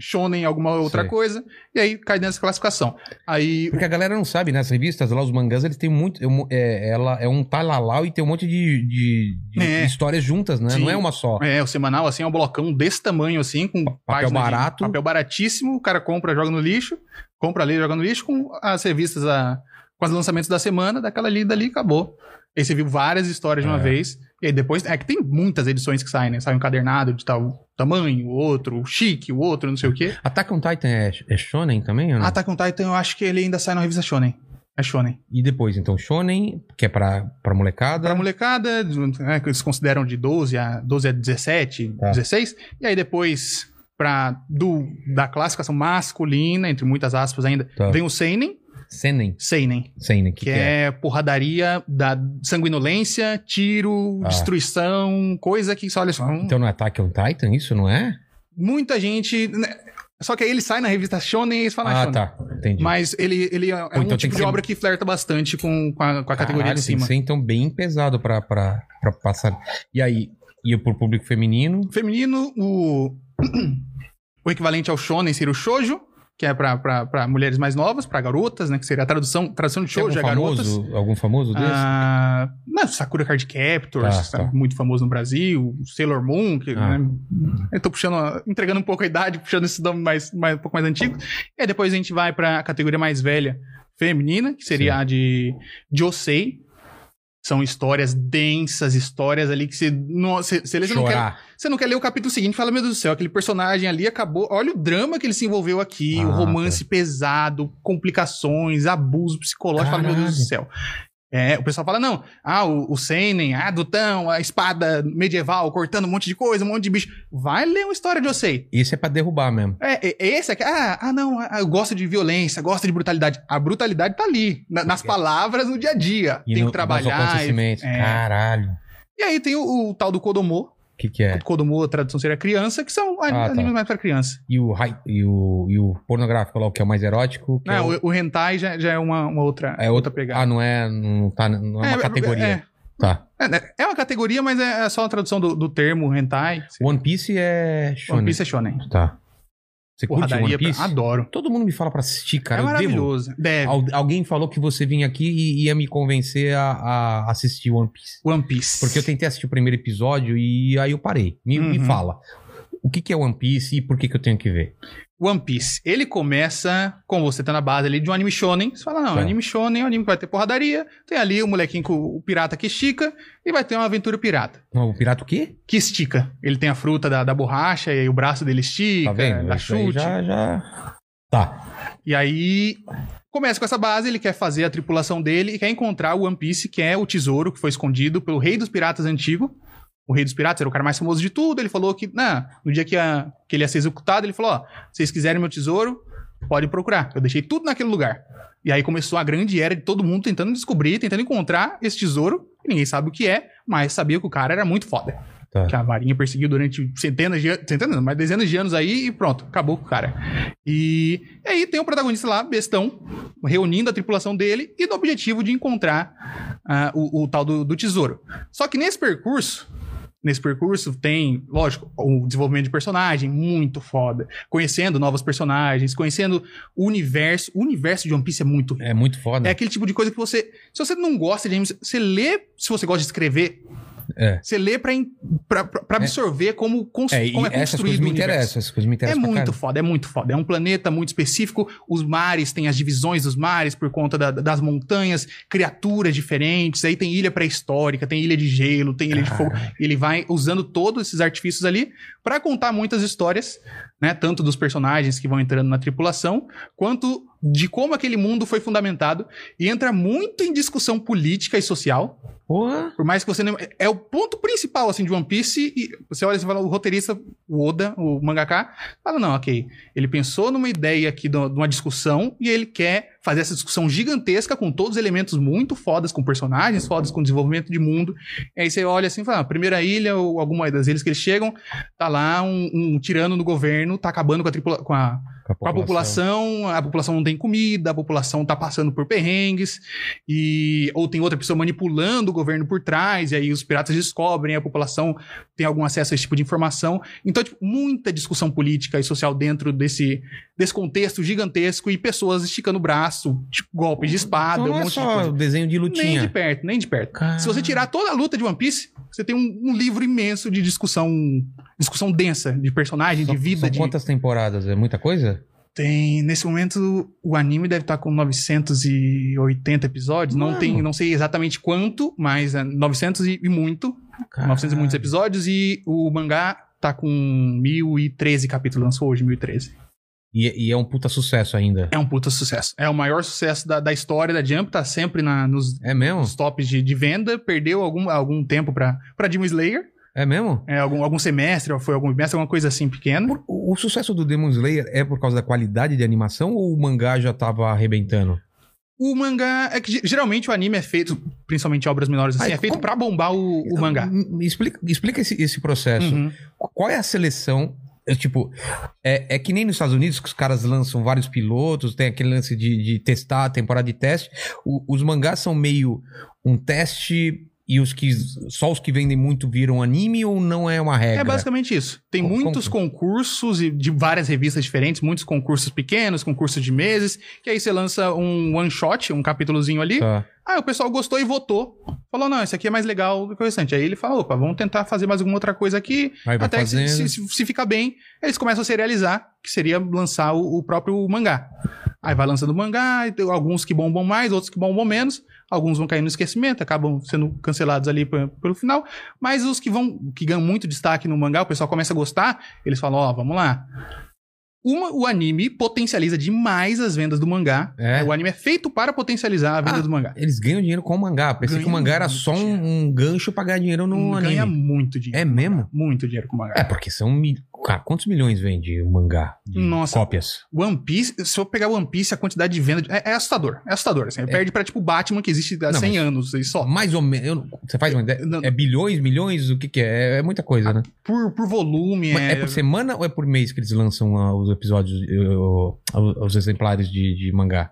[SPEAKER 2] shonen alguma outra
[SPEAKER 1] Sei.
[SPEAKER 2] coisa. E aí cai dentro dessa classificação. Aí
[SPEAKER 1] Porque a galera não sabe, né? As revistas lá, os mangás, eles têm muito. eu mo- É, ela é um talalau e tem um monte de, de- de
[SPEAKER 2] É.
[SPEAKER 1] histórias juntas, né?
[SPEAKER 2] Sim.
[SPEAKER 1] Não é uma só.
[SPEAKER 2] É, o semanal, assim, é um blocão desse tamanho, assim, com página de
[SPEAKER 1] barato.
[SPEAKER 2] papel baratíssimo, o cara compra, joga no lixo, compra ali, joga no lixo, com as revistas, a, com os lançamentos da semana, daquela ali, dali, acabou. Aí você viu várias histórias de uma
[SPEAKER 1] É.
[SPEAKER 2] vez, e aí depois, é que tem muitas edições que saem, né? Sai um cadernado de tal tamanho, o outro, o chique, o outro, não sei o quê.
[SPEAKER 1] Attack on Titan é, é Shonen também? Ou não?
[SPEAKER 2] Ah, tá com Titan, eu acho que ele ainda sai na revista Shonen. É Shonen.
[SPEAKER 1] E depois, então, Shonen, que é pra, pra molecada.
[SPEAKER 2] Pra molecada, né, que eles consideram de 12 a, 12 a 17,
[SPEAKER 1] Tá.
[SPEAKER 2] 16. E aí depois, pra, do, da classificação masculina, entre muitas aspas ainda,
[SPEAKER 1] Tá.
[SPEAKER 2] vem o Seinen.
[SPEAKER 1] Senen.
[SPEAKER 2] Seinen.
[SPEAKER 1] Senen, que,
[SPEAKER 2] Que,
[SPEAKER 1] que é?
[SPEAKER 2] é, porradaria da sanguinolência, tiro,
[SPEAKER 1] Ah.
[SPEAKER 2] destruição, coisa que só, olha só. hum,
[SPEAKER 1] Então não é Attack on Titan, isso, não é?
[SPEAKER 2] muita gente. né, Só que aí ele sai na revista Shonen e eles falam
[SPEAKER 1] Ah,
[SPEAKER 2] Shonen.
[SPEAKER 1] tá. Entendi.
[SPEAKER 2] Mas ele, ele é é
[SPEAKER 1] Pô,
[SPEAKER 2] um
[SPEAKER 1] então tem que
[SPEAKER 2] tipo de
[SPEAKER 1] ser-
[SPEAKER 2] obra que flerta bastante com, com a, com a categoria
[SPEAKER 1] Caralho,
[SPEAKER 2] de
[SPEAKER 1] tem que
[SPEAKER 2] cima.
[SPEAKER 1] ser, então, bem pesado pra, pra, pra passar. E aí, ia pro público feminino.
[SPEAKER 2] Feminino, o, o equivalente ao Shonen seria o Shoujo, que é pra, pra, pra mulheres mais novas, pra garotas, né? Que seria a tradução, tradução de
[SPEAKER 1] Tem algum
[SPEAKER 2] Shoujo é garotas.
[SPEAKER 1] famoso, algum famoso desse?
[SPEAKER 2] Ah, não, Sakura Card Captors,
[SPEAKER 1] Tá,
[SPEAKER 2] sabe,
[SPEAKER 1] tá.
[SPEAKER 2] muito famoso no Brasil, Sailor Moon, que,
[SPEAKER 1] Ah.
[SPEAKER 2] né, eu tô puxando, a- entregando um pouco a idade, puxando esse nome mais, mais- um pouco mais antigo. E aí depois a gente vai pra categoria mais velha, feminina, que seria
[SPEAKER 1] Sim.
[SPEAKER 2] a de Josei. São histórias densas, histórias ali que você não, você, você, lê, você não quer
[SPEAKER 1] Chorar.
[SPEAKER 2] você não quer ler o capítulo seguinte e fala, meu Deus do céu, aquele personagem ali acabou. Olha o drama que ele se envolveu aqui, o
[SPEAKER 1] Ah,
[SPEAKER 2] romance pesado, complicações, abuso psicológico. Fala, meu Deus do
[SPEAKER 1] Caralho.
[SPEAKER 2] céu. É, o pessoal fala, não, ah, o, o Senen, ah, Dutão, a espada medieval, cortando um monte de coisa, um monte de bicho. Vai ler uma história de Osei.
[SPEAKER 1] Isso é pra derrubar mesmo.
[SPEAKER 2] É, é, é esse aqui, ah, ah não, ah, eu gosto de violência, gosto de brutalidade. A brutalidade tá ali, na- nas palavras, no dia a dia.
[SPEAKER 1] E
[SPEAKER 2] tem
[SPEAKER 1] no-
[SPEAKER 2] que
[SPEAKER 1] nos
[SPEAKER 2] trabalhar. E,
[SPEAKER 1] acontecimentos.
[SPEAKER 2] é.
[SPEAKER 1] Caralho.
[SPEAKER 2] e aí tem o, o tal do Kodomo,
[SPEAKER 1] O que, que é?
[SPEAKER 2] Kodomo, a tradução seria criança, que são
[SPEAKER 1] Ah,
[SPEAKER 2] animes
[SPEAKER 1] tá.
[SPEAKER 2] mais pra criança.
[SPEAKER 1] E o, hi- e, o, e o pornográfico lá, o que é o mais erótico? que é
[SPEAKER 2] Não,
[SPEAKER 1] o-
[SPEAKER 2] Né, o, o hentai já, já é uma, uma outra,
[SPEAKER 1] É outra
[SPEAKER 2] pegada.
[SPEAKER 1] Ah, não é. Não, tá, não é uma categoria.
[SPEAKER 2] É,
[SPEAKER 1] Tá.
[SPEAKER 2] é, né, é uma categoria, mas é, é só a tradução do, do termo hentai.
[SPEAKER 1] One Piece é. Shonen.
[SPEAKER 2] One Piece é shonen.
[SPEAKER 1] Tá. Você curte
[SPEAKER 2] Porradaria,
[SPEAKER 1] One
[SPEAKER 2] pra-
[SPEAKER 1] Piece?
[SPEAKER 2] adoro.
[SPEAKER 1] Todo mundo me fala pra assistir, cara.
[SPEAKER 2] é
[SPEAKER 1] eu devo.
[SPEAKER 2] maravilhoso. Deve.
[SPEAKER 1] Al- alguém falou que você vinha aqui e ia me convencer a, a assistir One Piece.
[SPEAKER 2] One Piece.
[SPEAKER 1] Porque eu tentei assistir o primeiro episódio e aí eu parei. Me, me
[SPEAKER 2] Uhum.
[SPEAKER 1] fala. O que, que é One Piece e por que, que eu tenho que ver?
[SPEAKER 2] One Piece. Ele começa com você tá na base ali de um anime shonen. Você fala, não,
[SPEAKER 1] Tá.
[SPEAKER 2] anime shonen é um anime que vai ter porradaria. Tem ali o molequinho com o pirata que estica e vai ter uma aventura pirata.
[SPEAKER 1] Não, o pirata o quê?
[SPEAKER 2] Que estica. Ele tem a fruta da, da borracha e aí o braço dele estica,
[SPEAKER 1] Tá vendo?
[SPEAKER 2] dá
[SPEAKER 1] Isso aí
[SPEAKER 2] chute.
[SPEAKER 1] Já, já. Tá.
[SPEAKER 2] E aí começa com essa base, ele quer fazer a tripulação dele e quer encontrar o One Piece, que é o tesouro que foi escondido pelo rei dos piratas antigo. O rei dos piratas era o cara mais famoso de tudo. Ele falou que, na no dia que, a- que ele ia ser executado, ele falou: ó, se vocês quiserem meu tesouro, podem procurar. Eu deixei tudo naquele lugar. E aí começou a grande era de todo mundo tentando descobrir, tentando encontrar esse tesouro. que Ninguém sabe o que é, mas sabia que o cara era muito foda.
[SPEAKER 1] Tá.
[SPEAKER 2] Que a varinha perseguiu durante centenas de anos, centenas, não, mas dezenas de anos aí e pronto, acabou com o cara. E, e aí tem o protagonista lá, bestão, reunindo a tripulação dele e do objetivo de encontrar ah, o, o tal do, do tesouro. Só que nesse percurso, nesse percurso tem, lógico, o desenvolvimento de personagem muito foda, conhecendo novos personagens, conhecendo o universo. O universo de One Piece é muito rico.
[SPEAKER 1] É muito foda.
[SPEAKER 2] É aquele tipo de coisa que você. Se você não gosta de anime, você lê. Se você gosta de escrever,
[SPEAKER 1] É.
[SPEAKER 2] você lê pra, in- pra, pra pra absorver como, cons,
[SPEAKER 1] É, e
[SPEAKER 2] como é
[SPEAKER 1] essas
[SPEAKER 2] construído
[SPEAKER 1] coisas
[SPEAKER 2] o
[SPEAKER 1] me
[SPEAKER 2] universo.
[SPEAKER 1] interessam, essas coisas me
[SPEAKER 2] É
[SPEAKER 1] interessam. pra
[SPEAKER 2] muito
[SPEAKER 1] caralho.
[SPEAKER 2] foda, é muito foda. É um planeta muito específico. Os mares têm as divisões dos mares por conta da- das montanhas, criaturas diferentes. Aí tem ilha pré-histórica, tem ilha de gelo, tem ilha de fogo.
[SPEAKER 1] Ah.
[SPEAKER 2] Ele vai usando todos esses artifícios ali pra contar muitas histórias, né? Tanto dos personagens que vão entrando na tripulação, quanto de como aquele mundo foi fundamentado. E entra muito em discussão política e social.
[SPEAKER 1] Porra.
[SPEAKER 2] Por mais que você não. É o ponto principal, assim, de One Piece. E você olha e você fala, o roteirista, o Oda, o mangaka, fala, não, ok. Ele pensou numa ideia aqui, do- de uma discussão, e ele quer fazer essa discussão gigantesca com todos os elementos muito fodas, com personagens fodas, com desenvolvimento de mundo. E aí você olha assim e fala, ah, primeira ilha, ou alguma das ilhas que eles chegam, tá lá um, um tirano no governo, tá acabando com a, tripula com a com a população, a população não tem comida, a população tá passando por perrengues, e ou tem outra pessoa manipulando o governo por trás, e aí os piratas descobrem, a população tem algum acesso a esse tipo de informação. Então, tipo, muita discussão política e social dentro desse, desse contexto gigantesco e pessoas esticando o braço, tipo, golpes de espada,
[SPEAKER 1] Então
[SPEAKER 2] um
[SPEAKER 1] não é
[SPEAKER 2] monte de
[SPEAKER 1] só
[SPEAKER 2] coisa.
[SPEAKER 1] desenho de
[SPEAKER 2] Nem de
[SPEAKER 1] lutinha. Ah.
[SPEAKER 2] perto, nem de perto.
[SPEAKER 1] Cara.
[SPEAKER 2] Se você tirar toda a luta de One Piece, você tem um, um livro imenso de discussão, discussão densa, de personagem,
[SPEAKER 1] São-
[SPEAKER 2] de vida,
[SPEAKER 1] São
[SPEAKER 2] de
[SPEAKER 1] quantas temporadas? É muita coisa?
[SPEAKER 2] tem, nesse momento, o anime deve estar com 980 episódios. Não
[SPEAKER 1] Mano.
[SPEAKER 2] tem, não sei exatamente quanto, mas é 900 e, e muito.
[SPEAKER 1] Ah.
[SPEAKER 2] 900 e muitos
[SPEAKER 1] Caralho.
[SPEAKER 2] episódios. E o mangá tá com 1013 capítulos. Lançou hoje 1013.
[SPEAKER 1] E, e é um puta sucesso ainda.
[SPEAKER 2] É um puta sucesso. É o maior sucesso da, da história da Jump. Tá sempre na, nos,
[SPEAKER 1] É mesmo?
[SPEAKER 2] nos tops de, de venda. Perdeu algum, algum tempo pra, pra Demon Slayer.
[SPEAKER 1] É mesmo?
[SPEAKER 2] É, algum, algum semestre, ou foi algum semestre, alguma coisa assim pequena.
[SPEAKER 1] Por- o o sucesso do Demon Slayer é por causa da qualidade de animação ou o mangá já tava arrebentando?
[SPEAKER 2] O mangá. É que ge- geralmente o anime é feito, principalmente obras menores assim,
[SPEAKER 1] Ai,
[SPEAKER 2] é feito
[SPEAKER 1] como- Então,
[SPEAKER 2] pra bombar o, o mangá.
[SPEAKER 1] Me Explica, explica esse, esse processo.
[SPEAKER 2] Uhum.
[SPEAKER 1] Qual é a seleção? É, tipo, é, é que nem nos Estados Unidos que os caras lançam vários pilotos, tem aquele lance de, de testar a temporada de teste. O- os mangás são meio um teste e os que só os que vendem muito viram anime ou não é uma regra?
[SPEAKER 2] É basicamente isso. Tem
[SPEAKER 1] Con-
[SPEAKER 2] muitos
[SPEAKER 1] é?
[SPEAKER 2] concursos e de várias revistas diferentes, muitos concursos pequenos, concursos de meses, que aí você lança um one shot, um capítulozinho ali.
[SPEAKER 1] Tá.
[SPEAKER 2] Ah, o pessoal gostou e votou. Falou, não, isso aqui é mais legal do que o restante. Aí ele fala, opa, vamos tentar fazer mais alguma outra coisa aqui.
[SPEAKER 1] Aí vai
[SPEAKER 2] até se-
[SPEAKER 1] fazendo.
[SPEAKER 2] se, se, se ficar bem, eles começam a serializar, que seria lançar o, o próprio mangá. Aí vai lançando o mangá, e tem alguns que bombam mais, outros que bombam menos. Alguns vão cair no esquecimento, acabam sendo cancelados ali pe- pelo final. Mas os que vão, que ganham muito destaque no mangá, o pessoal começa a gostar, eles falam, ó, vamos lá. Uma, o anime potencializa demais as vendas do mangá.
[SPEAKER 1] É?
[SPEAKER 2] O anime é feito para potencializar a venda
[SPEAKER 1] Ah,
[SPEAKER 2] do mangá.
[SPEAKER 1] Eles ganham dinheiro com o mangá. Pensei
[SPEAKER 2] Ganham
[SPEAKER 1] que o mangá era
[SPEAKER 2] muito
[SPEAKER 1] só um,
[SPEAKER 2] dinheiro.
[SPEAKER 1] um gancho pra ganhar dinheiro no
[SPEAKER 2] ganha
[SPEAKER 1] anime.
[SPEAKER 2] muito dinheiro.
[SPEAKER 1] É
[SPEAKER 2] com
[SPEAKER 1] mesmo?
[SPEAKER 2] mangá. Muito dinheiro com mangá.
[SPEAKER 1] É, porque são. mil- Cara, quantos milhões vende o mangá? De
[SPEAKER 2] Nossa.
[SPEAKER 1] Cópias.
[SPEAKER 2] One Piece, se eu pegar One Piece, a quantidade de venda de- é, é assustador. É assustador. Assim, Perde pra, tipo, Batman, que existe há
[SPEAKER 1] Não,
[SPEAKER 2] 100 anos e só.
[SPEAKER 1] Mais ou menos. eu não- Você faz uma ideia?
[SPEAKER 2] Não.
[SPEAKER 1] É bilhões, milhões? O que, que é? É- É muita
[SPEAKER 2] Ah,
[SPEAKER 1] coisa, né?
[SPEAKER 2] Por, por volume,
[SPEAKER 1] Mas
[SPEAKER 2] é...
[SPEAKER 1] É... por semana ou é por mês que eles lançam ah, os episódios, eh, os- os exemplares de, de mangá?